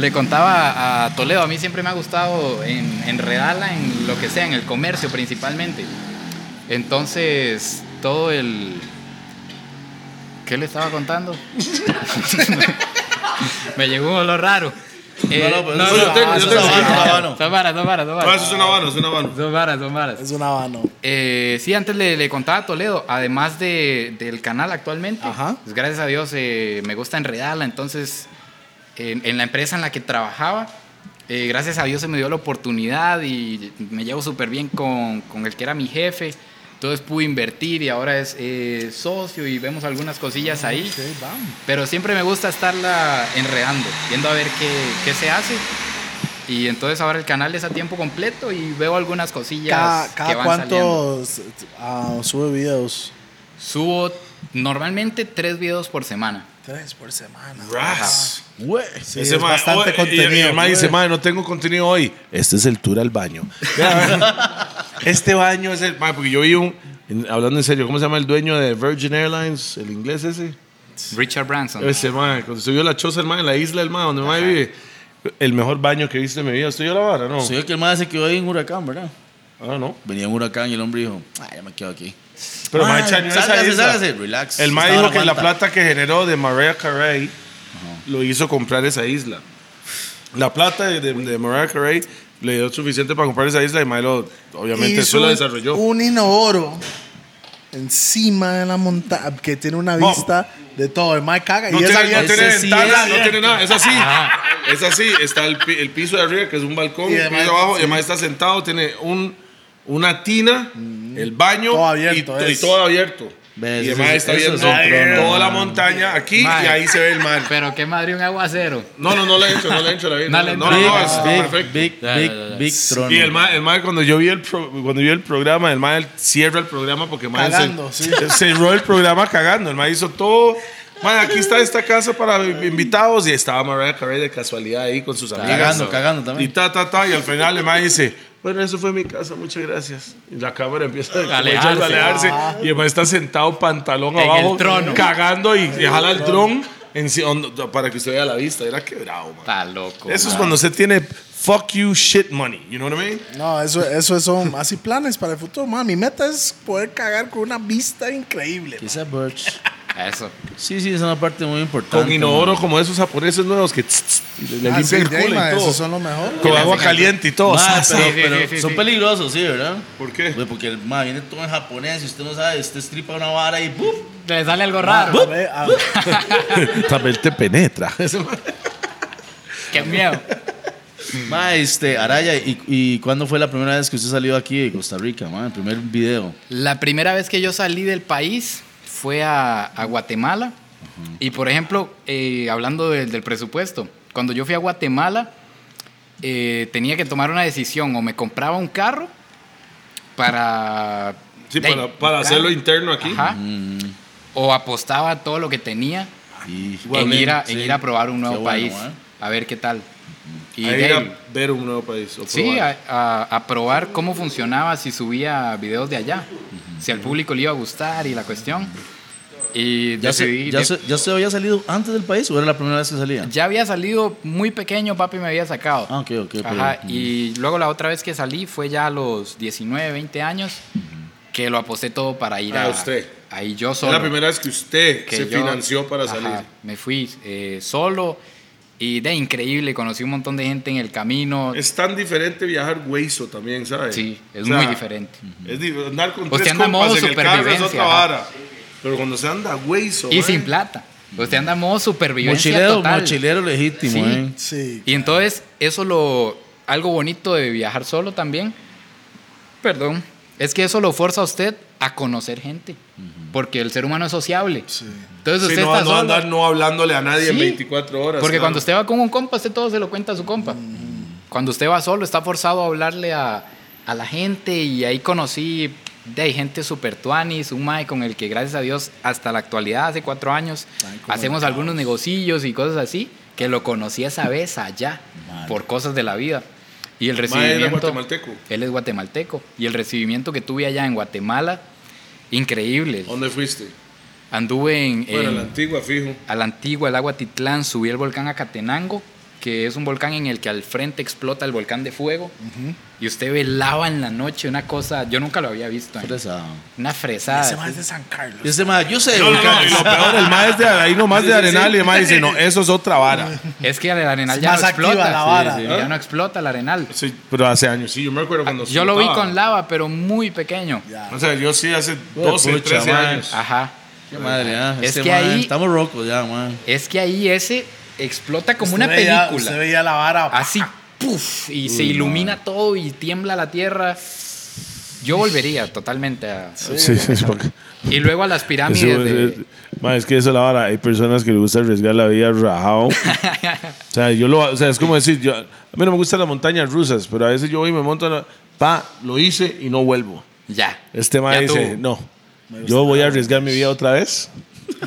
[SPEAKER 4] Le contaba a Toledo, a mí siempre me ha gustado en, enredarla en lo que sea, en el comercio principalmente. Entonces, todo el... ¿Qué le estaba contando? me llegó un olor raro. Eh,
[SPEAKER 3] no, pero
[SPEAKER 4] no,
[SPEAKER 3] eso
[SPEAKER 4] no,
[SPEAKER 3] yo tengo-
[SPEAKER 4] ah,
[SPEAKER 3] yo
[SPEAKER 4] son
[SPEAKER 3] tengo-
[SPEAKER 4] varas, son varas, son varas, son
[SPEAKER 1] No, eso
[SPEAKER 4] varas.
[SPEAKER 1] es una vara, es una vara.
[SPEAKER 4] Son varas, son varas.
[SPEAKER 2] Es una mano.
[SPEAKER 4] Eh, sí, antes le, le contaba a Toledo, además de- del canal actualmente,
[SPEAKER 2] Ajá.
[SPEAKER 4] pues, gracias a Dios eh, me gusta enredarla, entonces en, en la empresa en la que trabajaba, eh, gracias a Dios se me dio la oportunidad y me llevo súper bien con, con el que era mi jefe, entonces pude invertir y ahora es eh, socio y vemos algunas cosillas ahí.
[SPEAKER 2] Ok, vamos.
[SPEAKER 4] Pero siempre me gusta estarla enredando, viendo a ver qué, qué se hace. Y entonces ahora el canal es a tiempo completo y veo algunas cosillas
[SPEAKER 2] Cada,
[SPEAKER 4] que
[SPEAKER 2] cada
[SPEAKER 4] van saliendo.
[SPEAKER 2] cuántos ah, sube videos.
[SPEAKER 4] Subo normalmente tres videos por semana.
[SPEAKER 2] Tres por semana.
[SPEAKER 1] Ras.
[SPEAKER 2] Güey. Sí,
[SPEAKER 1] Ese
[SPEAKER 2] es
[SPEAKER 1] maje, oh, y-
[SPEAKER 2] bastante
[SPEAKER 1] y-
[SPEAKER 2] contenido.
[SPEAKER 1] Y el maje dice,
[SPEAKER 2] güey.
[SPEAKER 1] maje, no tengo contenido hoy. Este es el tour al baño. este baño es el... Maje, porque yo vi un... en- hablando en serio, ¿cómo se llama el dueño de Virgin Airlines? ¿El inglés ese?
[SPEAKER 4] Richard Branson.
[SPEAKER 1] Ese maje, cuando subió la choza, el maje, en la isla, el maje, donde el maje vive. El mejor baño que he visto en mi vida. ¿Estoy yo la vara, no?
[SPEAKER 3] Soy yo que el madre se quedó ahí en huracán, ¿verdad?
[SPEAKER 1] Ah, no.
[SPEAKER 3] Venía un huracán y el hombre dijo, ah, ya me quedo aquí.
[SPEAKER 1] Pero
[SPEAKER 3] Mae,
[SPEAKER 1] mae, Chaño esa
[SPEAKER 3] sálgase,
[SPEAKER 1] isla.
[SPEAKER 3] sálgase, relax.
[SPEAKER 1] El mae
[SPEAKER 3] Esta
[SPEAKER 1] dijo
[SPEAKER 3] vara
[SPEAKER 1] que la
[SPEAKER 3] aguanta.
[SPEAKER 1] plata que generó de Mariah Carey lo hizo comprar esa isla. La plata de, de- de Mariah Carey le dio suficiente para comprar esa isla y mae lo, obviamente, eso
[SPEAKER 2] Hizo
[SPEAKER 1] la desarrolló.
[SPEAKER 2] un inodoro encima de la montaña que tiene una
[SPEAKER 1] Mo.
[SPEAKER 2] vista de todo. El Mike caga
[SPEAKER 1] No
[SPEAKER 2] y
[SPEAKER 1] tiene,
[SPEAKER 2] es
[SPEAKER 1] no
[SPEAKER 2] abierto.
[SPEAKER 1] tiene
[SPEAKER 3] Ese sí
[SPEAKER 1] ventana,
[SPEAKER 3] es
[SPEAKER 1] no tiene
[SPEAKER 3] abierto.
[SPEAKER 1] nada, es así. Es así, está el, pi- el piso de arriba, que es un balcón,
[SPEAKER 2] Y
[SPEAKER 1] el
[SPEAKER 2] además-
[SPEAKER 1] piso de abajo, y
[SPEAKER 2] sí.
[SPEAKER 1] además está sentado, tiene un, una tina, el baño
[SPEAKER 2] Mm. Todo abierto,
[SPEAKER 1] y, y
[SPEAKER 2] es.
[SPEAKER 1] todo abierto.
[SPEAKER 3] ¿Ves?
[SPEAKER 1] Y
[SPEAKER 3] Eso
[SPEAKER 1] además
[SPEAKER 3] es-
[SPEAKER 1] está
[SPEAKER 3] eso
[SPEAKER 1] viendo
[SPEAKER 3] es un trono,
[SPEAKER 1] toda la
[SPEAKER 3] man.
[SPEAKER 1] montaña aquí
[SPEAKER 4] Mae.
[SPEAKER 1] y ahí se ve el mar.
[SPEAKER 4] Pero qué madre un aguacero.
[SPEAKER 1] No, no, no le he hecho, no le he hecho la vida.
[SPEAKER 4] Dale,
[SPEAKER 1] no, no,
[SPEAKER 4] entra.
[SPEAKER 1] no,
[SPEAKER 4] Big,
[SPEAKER 1] está
[SPEAKER 3] big,
[SPEAKER 1] perfecto.
[SPEAKER 3] big,
[SPEAKER 4] Ya,
[SPEAKER 3] big,
[SPEAKER 4] ya, ya.
[SPEAKER 3] big trono.
[SPEAKER 1] Y el mae, el mae, cuando yo vi el pro- cuando vi el programa, el mae él cierra el programa porque el mae se-
[SPEAKER 2] Cagando, sí.
[SPEAKER 1] cerró el programa cagando. El mae hizo todo. Mae, aquí está esta casa para invitados y estaba Mariah Carey de casualidad ahí con sus amigas.
[SPEAKER 3] Cagando, cagando también.
[SPEAKER 1] Y ta ta ta y al final el mae dice, "Bueno, eso fue mi casa, muchas gracias." Y la cámara empieza a
[SPEAKER 4] Alejarse.
[SPEAKER 1] alejarse, alejarse y el mae está sentado pantalón
[SPEAKER 4] En el
[SPEAKER 1] abajo
[SPEAKER 4] trono.
[SPEAKER 1] cagando y, y jala el dron en- para que usted vea la vista. Era quebrado, mae.
[SPEAKER 4] Está loco.
[SPEAKER 1] Eso es cuando se tiene fuck you shit money, you know what I mean?
[SPEAKER 2] No, eso, eso son así planes para el futuro. Ma, mi meta es poder cagar con una vista increíble.
[SPEAKER 3] Quizá Birch.
[SPEAKER 4] Eso.
[SPEAKER 3] Sí, sí, es una parte muy importante.
[SPEAKER 1] Con inodoro
[SPEAKER 3] man.
[SPEAKER 1] como esos japoneses nuevos que tss, tss, y le, le
[SPEAKER 2] Ah, sí,
[SPEAKER 1] limpian el
[SPEAKER 2] de
[SPEAKER 1] culo
[SPEAKER 2] ahí, ma,
[SPEAKER 1] y todo.
[SPEAKER 2] esos son los mejores.
[SPEAKER 1] Con
[SPEAKER 4] le
[SPEAKER 1] agua
[SPEAKER 4] hacen
[SPEAKER 1] caliente y todo.
[SPEAKER 3] Ma,
[SPEAKER 1] sas,
[SPEAKER 3] pero,
[SPEAKER 1] sas.
[SPEAKER 4] sí,
[SPEAKER 3] pero
[SPEAKER 4] sí, sí,
[SPEAKER 3] son
[SPEAKER 4] sí.
[SPEAKER 3] peligrosos, sí, ¿verdad?
[SPEAKER 1] ¿Por qué?
[SPEAKER 3] Güey, porque el ma viene todo en japonés y usted no sabe, usted estripa una vara y ¡buf!
[SPEAKER 4] Le sale algo raro.
[SPEAKER 2] A ver, a ver.
[SPEAKER 1] También te penetra.
[SPEAKER 4] Qué miedo.
[SPEAKER 1] Mm.
[SPEAKER 3] Ma, este, Araya, ¿y, ¿y cuándo fue la primera vez que usted salió aquí de Costa Rica, ma? El primer video.
[SPEAKER 4] La primera vez que yo salí del país fue a, a Guatemala. Y por ejemplo, eh, hablando del- del presupuesto, cuando yo fui a Guatemala, eh, tenía que tomar una decisión, o me compraba un carro para...
[SPEAKER 1] Sí,
[SPEAKER 4] de-
[SPEAKER 1] para, para hacerlo interno aquí.
[SPEAKER 4] Ajá. O apostaba todo lo que tenía
[SPEAKER 3] Y,
[SPEAKER 4] en ir, a, en
[SPEAKER 3] Sí.
[SPEAKER 4] ir a probar un nuevo
[SPEAKER 3] Qué bueno,
[SPEAKER 4] país,
[SPEAKER 3] ma.
[SPEAKER 4] a ver qué tal. Y
[SPEAKER 1] ¿eh? Ahí
[SPEAKER 4] de
[SPEAKER 1] ir
[SPEAKER 4] ahí-
[SPEAKER 1] a ver un nuevo país. o
[SPEAKER 4] Sí,
[SPEAKER 1] probar.
[SPEAKER 4] a, a- a probar cómo funcionaba, si subía videos de allá, si al público le iba a gustar y la cuestión. Y
[SPEAKER 3] ¿Ya, se,
[SPEAKER 4] decidí-
[SPEAKER 3] ya,
[SPEAKER 4] de-
[SPEAKER 3] se, ¿Ya se había salido antes del país o era la primera vez que salía?
[SPEAKER 4] ya había salido muy pequeño, papi me había sacado.
[SPEAKER 3] Ah, ok, ok. pero-
[SPEAKER 4] Ajá,
[SPEAKER 3] mm.
[SPEAKER 4] y luego la otra vez que salí fue ya a los 19, 20 años, que lo aposté todo para ir
[SPEAKER 1] Ah,
[SPEAKER 4] a...
[SPEAKER 1] usted.
[SPEAKER 4] Ahí yo
[SPEAKER 1] Fue
[SPEAKER 4] solo.
[SPEAKER 1] la primera vez que usted
[SPEAKER 4] que
[SPEAKER 1] se
[SPEAKER 4] yo-
[SPEAKER 1] financió para
[SPEAKER 4] ajá,
[SPEAKER 1] salir.
[SPEAKER 4] Me fui eh, solo y de increíble, conocí un montón de gente en el camino.
[SPEAKER 1] Es tan diferente viajar hueso también, ¿sabes?
[SPEAKER 4] Sí, es
[SPEAKER 1] O sea,
[SPEAKER 4] muy diferente.
[SPEAKER 1] Es di- andar con
[SPEAKER 4] Usted
[SPEAKER 1] tres
[SPEAKER 4] anda en modo
[SPEAKER 1] compas en el carro es otra
[SPEAKER 4] supervivencia,
[SPEAKER 1] vara. Pero cuando se anda hueso,
[SPEAKER 4] Y
[SPEAKER 1] man,
[SPEAKER 4] sin plata. Usted anda en modo supervivencia
[SPEAKER 3] Mochilero,
[SPEAKER 4] total.
[SPEAKER 3] mochilero legítimo,
[SPEAKER 4] Sí.
[SPEAKER 3] ¿eh?
[SPEAKER 2] Sí.
[SPEAKER 4] Y entonces, eso lo... Algo bonito de viajar solo también, perdón, es que eso lo fuerza a usted a conocer gente. Porque el ser humano es sociable. Entonces
[SPEAKER 1] sí,
[SPEAKER 4] usted
[SPEAKER 1] no,
[SPEAKER 4] está
[SPEAKER 1] no
[SPEAKER 4] solo.
[SPEAKER 1] andar no hablándole a nadie en
[SPEAKER 4] Sí.
[SPEAKER 1] 24 horas.
[SPEAKER 4] Porque
[SPEAKER 1] claro.
[SPEAKER 4] cuando usted va con un compa, usted todo se lo cuenta a su compa.
[SPEAKER 1] Mm.
[SPEAKER 4] Cuando usted va solo, está forzado a hablarle a, a la gente y ahí conocí de ahí gente super tuanis, un mae con el que gracias a Dios hasta la actualidad, hace cuatro años, hacemos algunos negocillos y cosas así, que lo conocí esa vez allá, por cosas de la vida. Y el
[SPEAKER 1] Mae, era
[SPEAKER 4] recibimiento...
[SPEAKER 1] guatemalteco.
[SPEAKER 4] Él es guatemalteco. Y el recibimiento que tuve allá en Guatemala, increíble.
[SPEAKER 1] ¿Dónde fuiste?
[SPEAKER 4] Eh, Anduve en...
[SPEAKER 1] Bueno,
[SPEAKER 4] en-
[SPEAKER 1] la antigua, fijo.
[SPEAKER 4] a la antigua, el agua Titlán, subí el volcán Acatenango, que es un volcán en el que al frente explota el volcán de fuego. Y usted ve lava en la noche, una cosa, yo nunca lo había visto. ¿eh?
[SPEAKER 3] Fresa.
[SPEAKER 4] Una
[SPEAKER 1] Ah,
[SPEAKER 4] fresada.
[SPEAKER 2] Ese man es de San Carlos.
[SPEAKER 3] Y ese ma, yo sé.
[SPEAKER 1] No, no, no, y lo peor, el más de ahí nomás de Arenal y el más dice, no, eso es otra vara.
[SPEAKER 4] Es que el arenal
[SPEAKER 2] Es
[SPEAKER 4] ya
[SPEAKER 2] más
[SPEAKER 4] no
[SPEAKER 2] activa
[SPEAKER 4] explota.
[SPEAKER 2] la vara. ¿Eh? Pues,
[SPEAKER 4] sí, sí, ya no explota el arenal.
[SPEAKER 1] Sí, pero hace años, sí, yo me acuerdo cuando...
[SPEAKER 4] Ah, Yo lo vi
[SPEAKER 1] explotaba.
[SPEAKER 4] con lava, pero muy pequeño.
[SPEAKER 2] Ya.
[SPEAKER 1] O sea, yo sí hace
[SPEAKER 3] Güey,
[SPEAKER 1] 12,
[SPEAKER 3] pucha,
[SPEAKER 1] 13
[SPEAKER 3] man.
[SPEAKER 1] años.
[SPEAKER 4] Ajá.
[SPEAKER 3] Qué madre, ¿ah?
[SPEAKER 4] Es
[SPEAKER 3] Este
[SPEAKER 4] que
[SPEAKER 3] ma,
[SPEAKER 4] ahí-
[SPEAKER 3] Estamos rocos ya, man.
[SPEAKER 4] Es que ahí ese explota como una
[SPEAKER 2] Usted veía-
[SPEAKER 4] película.
[SPEAKER 2] usted veía la vara.
[SPEAKER 1] Ah,
[SPEAKER 4] Así, puff, y se ilumina todo y tiembla la tierra. Yo volvería totalmente a...
[SPEAKER 1] Sí, sí, sí, porque-
[SPEAKER 4] Y luego a las
[SPEAKER 1] eso-
[SPEAKER 4] pirámides de...
[SPEAKER 1] eh, ma, es que eso es la vara. Hay personas que les gusta arriesgar la vida rajado. o sea, yo lo, o sea, es como decir, yo, a mí no me gustan las montañas rusas, pero a veces yo voy y me monto, en la- pa, lo hice y no vuelvo.
[SPEAKER 4] Ya.
[SPEAKER 1] Este man
[SPEAKER 4] Ya
[SPEAKER 1] dice,
[SPEAKER 4] tuvo.
[SPEAKER 1] no, yo voy a arriesgar mi vida otra vez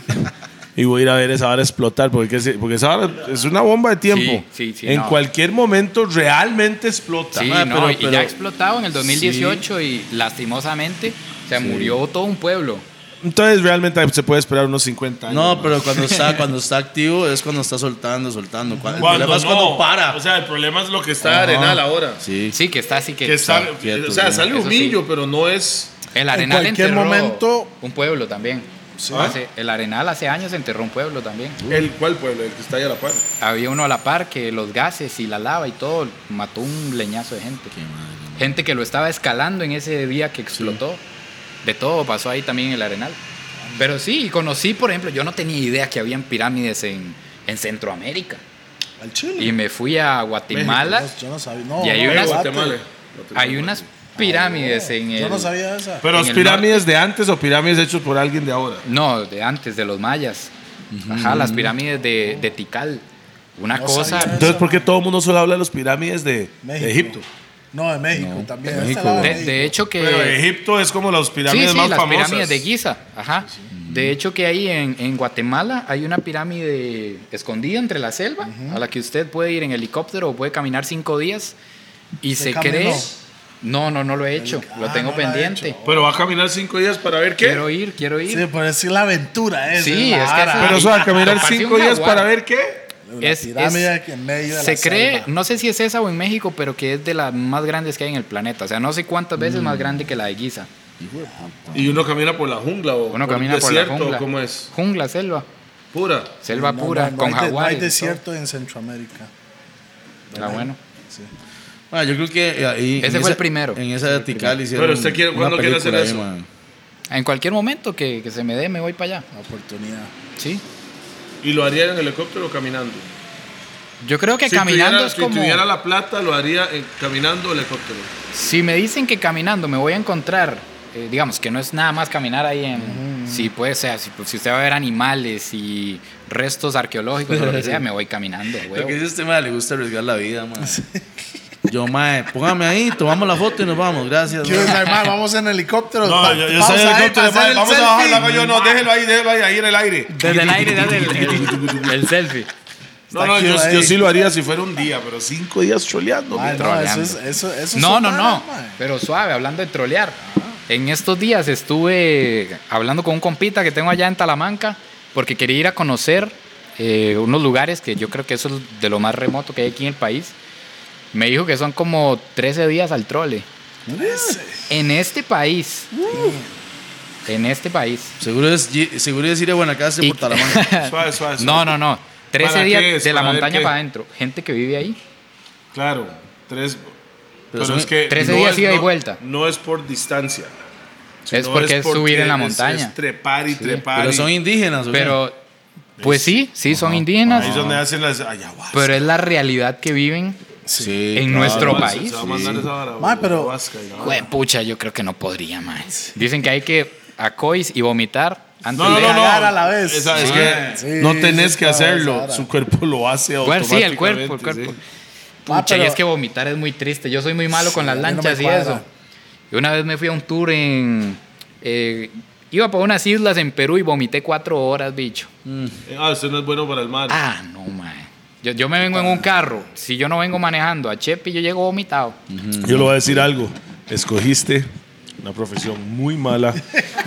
[SPEAKER 1] y voy a ir a ver esa vara explotar, porque, ese- porque esa vara es una bomba de tiempo.
[SPEAKER 4] Sí, sí, sí,
[SPEAKER 1] en
[SPEAKER 4] no.
[SPEAKER 1] cualquier momento realmente explota.
[SPEAKER 4] Sí,
[SPEAKER 3] Ah,
[SPEAKER 4] no,
[SPEAKER 3] pero-
[SPEAKER 4] y
[SPEAKER 3] pero-
[SPEAKER 4] ya ha explotado en el 2018 y lastimosamente, se murió todo un pueblo.
[SPEAKER 1] Entonces realmente se puede esperar unos 50 años.
[SPEAKER 3] No,
[SPEAKER 1] más.
[SPEAKER 3] pero cuando está, cuando está activo es cuando está soltando, soltando. Cuando, el problema es
[SPEAKER 1] no.
[SPEAKER 3] cuando para.
[SPEAKER 1] O sea, el problema es lo que está
[SPEAKER 3] Ajá.
[SPEAKER 1] arenal ahora.
[SPEAKER 3] sí.
[SPEAKER 4] Sí, que está así que.
[SPEAKER 1] Que está,
[SPEAKER 3] quieto,
[SPEAKER 1] o sea,
[SPEAKER 3] sí.
[SPEAKER 1] sale
[SPEAKER 4] Eso
[SPEAKER 1] un millo,
[SPEAKER 4] sí.
[SPEAKER 1] pero no es.
[SPEAKER 4] El Arenal
[SPEAKER 2] En cualquier
[SPEAKER 4] enterró
[SPEAKER 2] momento-
[SPEAKER 4] un pueblo también.
[SPEAKER 1] ¿Ah?
[SPEAKER 4] Hace- el Arenal hace años enterró un pueblo también.
[SPEAKER 1] ¿El cuál pueblo? El que está ahí a la par.
[SPEAKER 4] Había uno a la par que los gases y la lava y todo mató un leñazo de gente. Gente que lo estaba escalando en ese día que explotó. De todo pasó ahí también en el Arenal. Pero sí, conocí, por ejemplo, yo no tenía idea que habían pirámides en, en Centroamérica.
[SPEAKER 2] Al Chile. pues,
[SPEAKER 4] Y me fui a Guatemala.
[SPEAKER 2] Yo no- yo no sabía. No,
[SPEAKER 4] Y hay
[SPEAKER 2] no,
[SPEAKER 4] unas-
[SPEAKER 2] guate.
[SPEAKER 1] Guatemala.
[SPEAKER 4] Hay unas Ah, pirámides en el...
[SPEAKER 2] Yo no sabía esa.
[SPEAKER 1] Pero
[SPEAKER 4] En
[SPEAKER 1] las
[SPEAKER 4] el
[SPEAKER 1] pirámides de antes o pirámides hechos por alguien de ahora.
[SPEAKER 4] No, de antes, de los mayas. Ajá, las pirámides de, de Tikal. Una
[SPEAKER 2] No
[SPEAKER 4] cosa.
[SPEAKER 2] sabía
[SPEAKER 1] Entonces, ¿por qué todo el mundo solo habla de las pirámides de, de
[SPEAKER 2] México.
[SPEAKER 1] Egipto?
[SPEAKER 2] No, de México también.
[SPEAKER 3] México.
[SPEAKER 2] Esta la
[SPEAKER 4] De,
[SPEAKER 2] México.
[SPEAKER 4] de hecho que.
[SPEAKER 1] Pero Egipto es como las
[SPEAKER 4] sí,
[SPEAKER 1] pirámides
[SPEAKER 4] sí,
[SPEAKER 1] más
[SPEAKER 4] las
[SPEAKER 1] famosas.
[SPEAKER 4] pirámides de Giza. Ajá. De hecho que ahí en, en Guatemala hay una pirámide escondida entre la selva a la que usted puede ir en helicóptero o puede caminar cinco días y
[SPEAKER 2] ¿Usted
[SPEAKER 4] se cree.
[SPEAKER 2] caminó?
[SPEAKER 4] No, no, no lo he hecho.
[SPEAKER 2] Ah,
[SPEAKER 4] lo tengo
[SPEAKER 2] no lo ha
[SPEAKER 4] pendiente.
[SPEAKER 2] hecho.
[SPEAKER 1] Pero va a caminar cinco días para ver qué.
[SPEAKER 4] Quiero ir, quiero ir.
[SPEAKER 2] Sí, pero es la aventura esa.
[SPEAKER 4] Sí,
[SPEAKER 2] la
[SPEAKER 4] es que
[SPEAKER 2] vara.
[SPEAKER 4] esa-
[SPEAKER 1] Pero eso, a caminar
[SPEAKER 4] Toparse
[SPEAKER 1] cinco
[SPEAKER 4] un
[SPEAKER 1] días
[SPEAKER 4] jaguar.
[SPEAKER 1] para ver qué.
[SPEAKER 2] La
[SPEAKER 4] es-
[SPEAKER 2] pirámide
[SPEAKER 4] es-
[SPEAKER 2] que en medio de la
[SPEAKER 4] se cree,
[SPEAKER 2] selva.
[SPEAKER 4] no sé si es esa o en México, pero que es de las más grandes que hay en el planeta. O sea, no sé cuántas veces
[SPEAKER 2] Mm.
[SPEAKER 4] más grande que la de Giza.
[SPEAKER 1] Y uno camina por la jungla o
[SPEAKER 4] Uno
[SPEAKER 1] por
[SPEAKER 4] camina
[SPEAKER 1] el
[SPEAKER 4] por la
[SPEAKER 1] desierto,
[SPEAKER 4] jungla.
[SPEAKER 1] ¿cómo es?
[SPEAKER 4] Jungla, selva.
[SPEAKER 1] Pura.
[SPEAKER 4] Selva
[SPEAKER 2] No, no,
[SPEAKER 4] pura,
[SPEAKER 2] no
[SPEAKER 4] con
[SPEAKER 2] hay de- No
[SPEAKER 4] jaguares.
[SPEAKER 2] hay
[SPEAKER 4] y
[SPEAKER 2] desierto en Centroamérica.
[SPEAKER 4] todo. Está bueno.
[SPEAKER 3] Ah, yo creo que ahí.
[SPEAKER 4] Ese
[SPEAKER 3] en
[SPEAKER 4] fue
[SPEAKER 3] esa-
[SPEAKER 4] el primero.
[SPEAKER 3] En esa de Tikal hicieron.
[SPEAKER 1] Pero usted quiere-
[SPEAKER 3] una
[SPEAKER 1] ¿cuándo quiere hacer
[SPEAKER 3] película ahí,
[SPEAKER 1] eso?
[SPEAKER 3] man.
[SPEAKER 4] En cualquier momento que, que se me dé, me voy para allá.
[SPEAKER 2] La oportunidad.
[SPEAKER 4] Sí.
[SPEAKER 1] ¿Y lo haría en helicóptero o caminando?
[SPEAKER 4] Yo creo que
[SPEAKER 1] Si
[SPEAKER 4] caminando
[SPEAKER 1] tuviera-
[SPEAKER 4] es como.
[SPEAKER 1] Si tuviera la plata, lo haría eh, caminando o helicóptero.
[SPEAKER 4] Si me dicen que caminando me voy a encontrar, eh, digamos que no es nada más caminar ahí en. Si puede ser, si, pues, si usted va a ver animales y restos arqueológicos o lo que sea, me voy caminando. a
[SPEAKER 3] Lo
[SPEAKER 4] huevo.
[SPEAKER 3] que dice este madre, le gusta arriesgar la vida, man. Yo, mae, póngame ahí, tomamos la foto y nos vamos, gracias.
[SPEAKER 2] ¿Qué
[SPEAKER 3] mae.
[SPEAKER 2] onda, hermano? Vamos en helicóptero. Pa-
[SPEAKER 1] soy
[SPEAKER 2] pausa ahí
[SPEAKER 4] eh,
[SPEAKER 2] para hacer el
[SPEAKER 1] Vamos a
[SPEAKER 2] selfie.
[SPEAKER 1] bajarlo, hago yo no. Déjelo ahí, déjelo ahí, ahí en el aire.
[SPEAKER 4] Desde el aire, dale el, el- el selfie.
[SPEAKER 1] No, no,
[SPEAKER 2] aquí,
[SPEAKER 1] yo,
[SPEAKER 2] ahí.
[SPEAKER 1] yo sí lo haría si fuera un día, pero cinco días choleando.
[SPEAKER 2] Ay, no, eso
[SPEAKER 4] troleando.
[SPEAKER 2] es, eso, eso es
[SPEAKER 4] No,
[SPEAKER 2] una
[SPEAKER 4] no, no.
[SPEAKER 2] vara, man.
[SPEAKER 4] Pero suave, hablando de trolear. En estos días estuve hablando con un compita que tengo allá en Talamanca porque quería ir a conocer eh, unos lugares que yo creo que eso es de lo más remoto que hay aquí en el país. Me dijo que son como 13 días al trole. En este país. En este país.
[SPEAKER 3] Seguro es, ye- seguro es ir a Guanacaste
[SPEAKER 4] Y-
[SPEAKER 3] Uh. por Talamanca.
[SPEAKER 1] Suave, suave, suave.
[SPEAKER 4] No, no, no. 13
[SPEAKER 1] ¿Para qué
[SPEAKER 4] días
[SPEAKER 1] es?
[SPEAKER 4] de la
[SPEAKER 1] ¿Para ver
[SPEAKER 4] montaña
[SPEAKER 1] qué?
[SPEAKER 4] para adentro. Gente que vive ahí.
[SPEAKER 1] Claro, tres. Pero,
[SPEAKER 3] son
[SPEAKER 1] es que.
[SPEAKER 4] trece
[SPEAKER 1] no
[SPEAKER 4] días
[SPEAKER 1] es-
[SPEAKER 4] ida y
[SPEAKER 1] no-
[SPEAKER 4] vuelta.
[SPEAKER 1] No es por distancia.
[SPEAKER 4] es
[SPEAKER 1] no
[SPEAKER 4] porque es subir en la
[SPEAKER 1] es-
[SPEAKER 4] montaña.
[SPEAKER 1] Es trepar y trepar.
[SPEAKER 3] Pero
[SPEAKER 1] y-
[SPEAKER 3] son indígenas, ¿o qué?
[SPEAKER 4] Pero, pues sí, sí, son indígenas.
[SPEAKER 1] Ahí es donde hacen las ayahuasca.
[SPEAKER 4] Pero es la realidad que viven.
[SPEAKER 3] Sí,
[SPEAKER 4] en
[SPEAKER 3] claro.
[SPEAKER 4] nuestro
[SPEAKER 1] Se-
[SPEAKER 4] país.
[SPEAKER 1] Se va a mandar esa vara,
[SPEAKER 2] Ma, pero-
[SPEAKER 1] ayahuasca y la vara.
[SPEAKER 4] Jue- pucha, yo creo que no podría más. Dicen que hay que acois y vomitar antes
[SPEAKER 1] No, no,
[SPEAKER 4] de
[SPEAKER 1] no, no.
[SPEAKER 2] Cagar a la vez.
[SPEAKER 1] Esa- es
[SPEAKER 2] Sí.
[SPEAKER 1] que
[SPEAKER 2] Sí,
[SPEAKER 1] no
[SPEAKER 2] sí,
[SPEAKER 1] tenés
[SPEAKER 2] sí,
[SPEAKER 1] que
[SPEAKER 2] claro,
[SPEAKER 1] hacerlo.
[SPEAKER 2] Sara.
[SPEAKER 1] Su cuerpo lo hace
[SPEAKER 4] Bueno, sí,
[SPEAKER 1] automáticamente.
[SPEAKER 4] el cuerpo, el cuerpo.
[SPEAKER 1] sí.
[SPEAKER 4] Pucha,
[SPEAKER 2] Ah, pero-
[SPEAKER 4] y es que vomitar es muy triste. Yo soy muy malo con
[SPEAKER 2] Sí,
[SPEAKER 4] las
[SPEAKER 2] a mí no me
[SPEAKER 4] lanchas y
[SPEAKER 2] cuadra.
[SPEAKER 4] eso. Y una vez me fui a un tour en. eh, iba por unas islas en Perú y vomité cuatro horas, bicho.
[SPEAKER 1] Eh, Ah, usted no es bueno para el mar.
[SPEAKER 4] Ah, no, man. Yo, yo me vengo en un carro. Si yo no vengo manejando a Chepi, yo llego vomitado.
[SPEAKER 1] Yo le voy a decir algo. Escogiste una profesión muy mala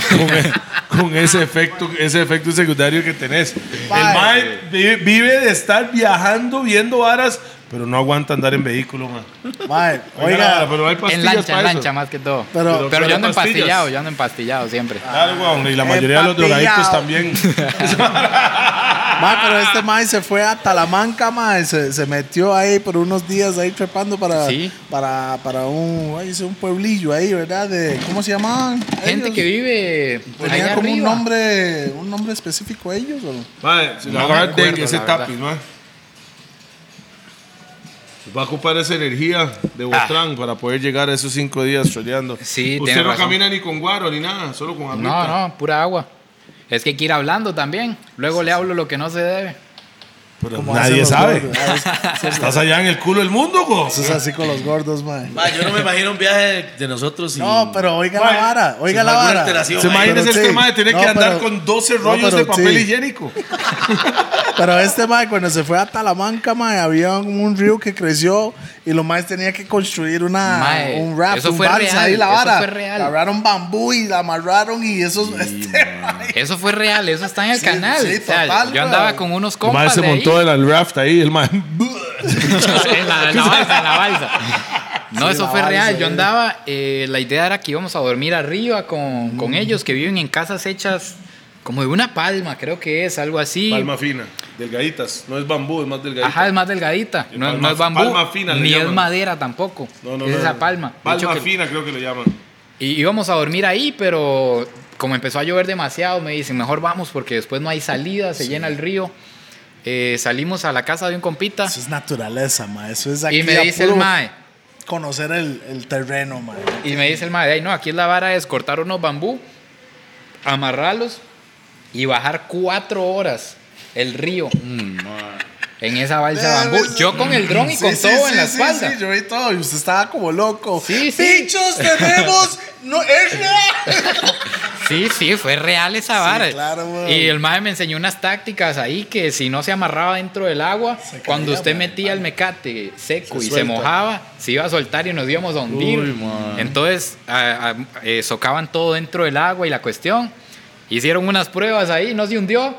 [SPEAKER 1] con, e- con ese efecto ese efecto secundario que tenés. El mae vive, vive de estar viajando, viendo varas, pero no aguanta andar en vehículo, man.
[SPEAKER 2] Mae,
[SPEAKER 1] la vara,
[SPEAKER 2] oiga,
[SPEAKER 1] pero hay pastillas
[SPEAKER 4] En lancha,
[SPEAKER 1] para
[SPEAKER 4] en
[SPEAKER 1] eso.
[SPEAKER 4] lancha más que todo.
[SPEAKER 2] Pero- Ah,
[SPEAKER 4] Pero,
[SPEAKER 1] pero
[SPEAKER 4] yo ando
[SPEAKER 1] pastillas.
[SPEAKER 4] empastillado, yo ando empastillado siempre.
[SPEAKER 1] Claro, weón, y
[SPEAKER 4] Eh,
[SPEAKER 1] la mayoría de los drogadictos también.
[SPEAKER 2] mae, pero este mae se fue a Talamanca, mae, se, se metió ahí por unos días ahí trepando para
[SPEAKER 4] Sí.
[SPEAKER 2] para para un, ay, es un pueblillo ahí, ¿verdad? De cómo se llamaban?
[SPEAKER 4] Gente
[SPEAKER 2] ellos?
[SPEAKER 4] que vive allá
[SPEAKER 2] tenía como
[SPEAKER 4] arriba.
[SPEAKER 2] un nombre, un nombre específico ellos o no?
[SPEAKER 1] Mae, si
[SPEAKER 4] No
[SPEAKER 1] la
[SPEAKER 4] me
[SPEAKER 1] agarra
[SPEAKER 4] acuerdo,
[SPEAKER 1] dengue, ese
[SPEAKER 4] la verdad.
[SPEAKER 1] tapiz, mae. Va a ocupar esa energía de Botrán para poder llegar a esos cinco días choleando.
[SPEAKER 4] Sí,
[SPEAKER 1] Usted
[SPEAKER 4] tiene
[SPEAKER 1] no
[SPEAKER 4] razón.
[SPEAKER 1] camina ni con guaro ni nada, solo con agüita.
[SPEAKER 4] No, no, pura agua. Es que hay que ir hablando también. Luego le hablo lo que no se debe.
[SPEAKER 1] Pero
[SPEAKER 2] Como hacen
[SPEAKER 1] Pues nadie
[SPEAKER 2] los
[SPEAKER 1] sabe.
[SPEAKER 2] gordos, ¿verdad?
[SPEAKER 1] Estás allá en el culo del mundo, go.
[SPEAKER 2] Eso es así con los gordos, mae.
[SPEAKER 3] Ma, yo no me imagino un viaje de- de nosotros sin...
[SPEAKER 2] No, pero oiga
[SPEAKER 1] Mae,
[SPEAKER 2] la vara, oiga
[SPEAKER 3] sin
[SPEAKER 2] la
[SPEAKER 3] alguna
[SPEAKER 2] vara.
[SPEAKER 3] alteración.
[SPEAKER 1] ¿Se
[SPEAKER 3] Pero
[SPEAKER 1] imaginas este
[SPEAKER 2] sí.
[SPEAKER 1] mae tener
[SPEAKER 2] No,
[SPEAKER 1] que andar
[SPEAKER 2] pero-
[SPEAKER 1] con 12
[SPEAKER 2] no,
[SPEAKER 1] rollos
[SPEAKER 2] pero
[SPEAKER 1] de papel
[SPEAKER 2] sí.
[SPEAKER 1] higiénico?
[SPEAKER 2] Pero este mae, cuando se fue a Talamanca, mae, había un, un río que creció y los maes tenían que construir una,
[SPEAKER 4] Mae,
[SPEAKER 2] un rap,
[SPEAKER 4] eso
[SPEAKER 2] un
[SPEAKER 4] fue
[SPEAKER 2] balsa
[SPEAKER 4] real,
[SPEAKER 2] ahí la
[SPEAKER 4] eso
[SPEAKER 2] vara.
[SPEAKER 4] fue real.
[SPEAKER 2] Agarraron bambú y la amarraron y eso. este, mae,
[SPEAKER 4] Eso fue real, eso está en el
[SPEAKER 2] Sí,
[SPEAKER 4] canal.
[SPEAKER 2] sí,
[SPEAKER 4] O sea,
[SPEAKER 2] total,
[SPEAKER 4] yo andaba
[SPEAKER 2] weón.
[SPEAKER 4] con unos
[SPEAKER 1] El mae
[SPEAKER 4] compas
[SPEAKER 1] se
[SPEAKER 4] de ahí.
[SPEAKER 1] montó en el raft ahí, el mae.
[SPEAKER 4] en la, en la balsa, en la balsa. No,
[SPEAKER 2] Sí,
[SPEAKER 4] eso
[SPEAKER 2] la
[SPEAKER 4] fue
[SPEAKER 2] balsa,
[SPEAKER 4] real. Yo
[SPEAKER 2] eh.
[SPEAKER 4] andaba, eh, la idea era que íbamos a dormir arriba con,
[SPEAKER 2] Mm.
[SPEAKER 4] con ellos que viven en casas hechas como de una palma, creo que es, algo así.
[SPEAKER 1] Palma fina, delgaditas. No es bambú, es más delgadita.
[SPEAKER 4] Ajá, es más delgadita.
[SPEAKER 1] Sí,
[SPEAKER 4] No, es-
[SPEAKER 1] palma-
[SPEAKER 4] no es bambú.
[SPEAKER 1] palma fina le
[SPEAKER 4] ni es
[SPEAKER 1] llaman.
[SPEAKER 4] madera tampoco.
[SPEAKER 1] No, no,
[SPEAKER 4] es
[SPEAKER 1] no,
[SPEAKER 4] esa
[SPEAKER 1] no.
[SPEAKER 4] palma. De
[SPEAKER 1] Palma
[SPEAKER 4] hecho, que-
[SPEAKER 1] fina creo que le llaman.
[SPEAKER 4] y íbamos a dormir ahí, pero como empezó a llover demasiado, me dicen, mejor vamos porque después no hay salida, se llena el río. Eh, salimos a la casa de un compita
[SPEAKER 2] Eso es naturaleza, mae. Eso es aquí
[SPEAKER 4] y me
[SPEAKER 2] a
[SPEAKER 4] dice el
[SPEAKER 2] puro
[SPEAKER 4] mae.
[SPEAKER 2] Conocer el, el terreno, mae.
[SPEAKER 4] Y me dice el madre, "Ay, no, aquí la vara es cortar unos bambú, amarrarlos y bajar cuatro horas el río
[SPEAKER 1] Mm,
[SPEAKER 4] en esa balsa de bambú. Yo con el dron y
[SPEAKER 2] pues, Sí,
[SPEAKER 4] con
[SPEAKER 2] sí,
[SPEAKER 4] todo
[SPEAKER 2] sí,
[SPEAKER 4] en la
[SPEAKER 2] sí,
[SPEAKER 4] espalda.
[SPEAKER 2] Sí, yo vi todo y usted estaba como loco.
[SPEAKER 4] Sí, sí.
[SPEAKER 2] ¡Pichos tenemos! ¡No es real!
[SPEAKER 4] Sí, sí, fue real esa vara.
[SPEAKER 2] claro, weón.
[SPEAKER 4] y el mae me enseñó unas tácticas ahí que si no se amarraba dentro del agua, cuando
[SPEAKER 2] caía,
[SPEAKER 4] usted
[SPEAKER 2] man.
[SPEAKER 4] metía el mecate seco
[SPEAKER 2] Se
[SPEAKER 4] y se
[SPEAKER 2] suelta.
[SPEAKER 4] mojaba, se iba a soltar y nos íbamos a hundir.
[SPEAKER 3] Uy, man.
[SPEAKER 4] Entonces a- a- eh, socaban todo dentro del agua y la cuestión. Hicieron unas pruebas ahí, no se hundió.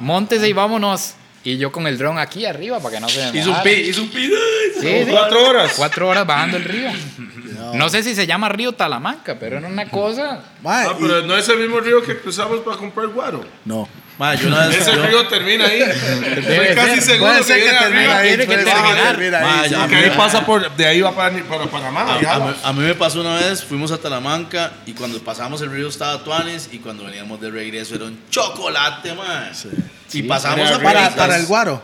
[SPEAKER 4] Móntese y vámonos. Y yo con el dron aquí arriba para que no se me
[SPEAKER 3] Hizo un
[SPEAKER 4] mojara.
[SPEAKER 3] pi, hizo un pi.
[SPEAKER 4] Sí, sí.
[SPEAKER 1] Cuatro horas.
[SPEAKER 4] Cuatro horas bajando el río. No sé si se llama río Talamanca, pero era una cosa.
[SPEAKER 2] Mae,
[SPEAKER 1] Ah,
[SPEAKER 2] y-
[SPEAKER 1] pero no es el mismo río que cruzamos para comprar guaro.
[SPEAKER 2] No.
[SPEAKER 3] Ma, yo una vez.
[SPEAKER 1] Ese
[SPEAKER 3] yo-
[SPEAKER 1] río termina ahí. Estoy
[SPEAKER 4] Debe
[SPEAKER 1] casi
[SPEAKER 4] ser.
[SPEAKER 1] seguro
[SPEAKER 2] Puede ser que
[SPEAKER 1] viene
[SPEAKER 2] termine
[SPEAKER 1] arriba.
[SPEAKER 2] ahí.
[SPEAKER 4] Tiene que
[SPEAKER 2] puede ser
[SPEAKER 4] terminar.
[SPEAKER 2] termine ahí,
[SPEAKER 3] Ma,
[SPEAKER 2] sí.
[SPEAKER 3] ya-
[SPEAKER 1] Porque ahí pasa por. De ahí va para, para Panamá.
[SPEAKER 3] A, a mí, a mí me pasó una vez, fuimos a Talamanca y cuando pasamos el río estaba Tuanes y cuando veníamos de regreso era un chocolate, man. Y pasamos
[SPEAKER 1] era
[SPEAKER 3] a
[SPEAKER 2] Para,
[SPEAKER 3] Paritas.
[SPEAKER 2] para el guaro.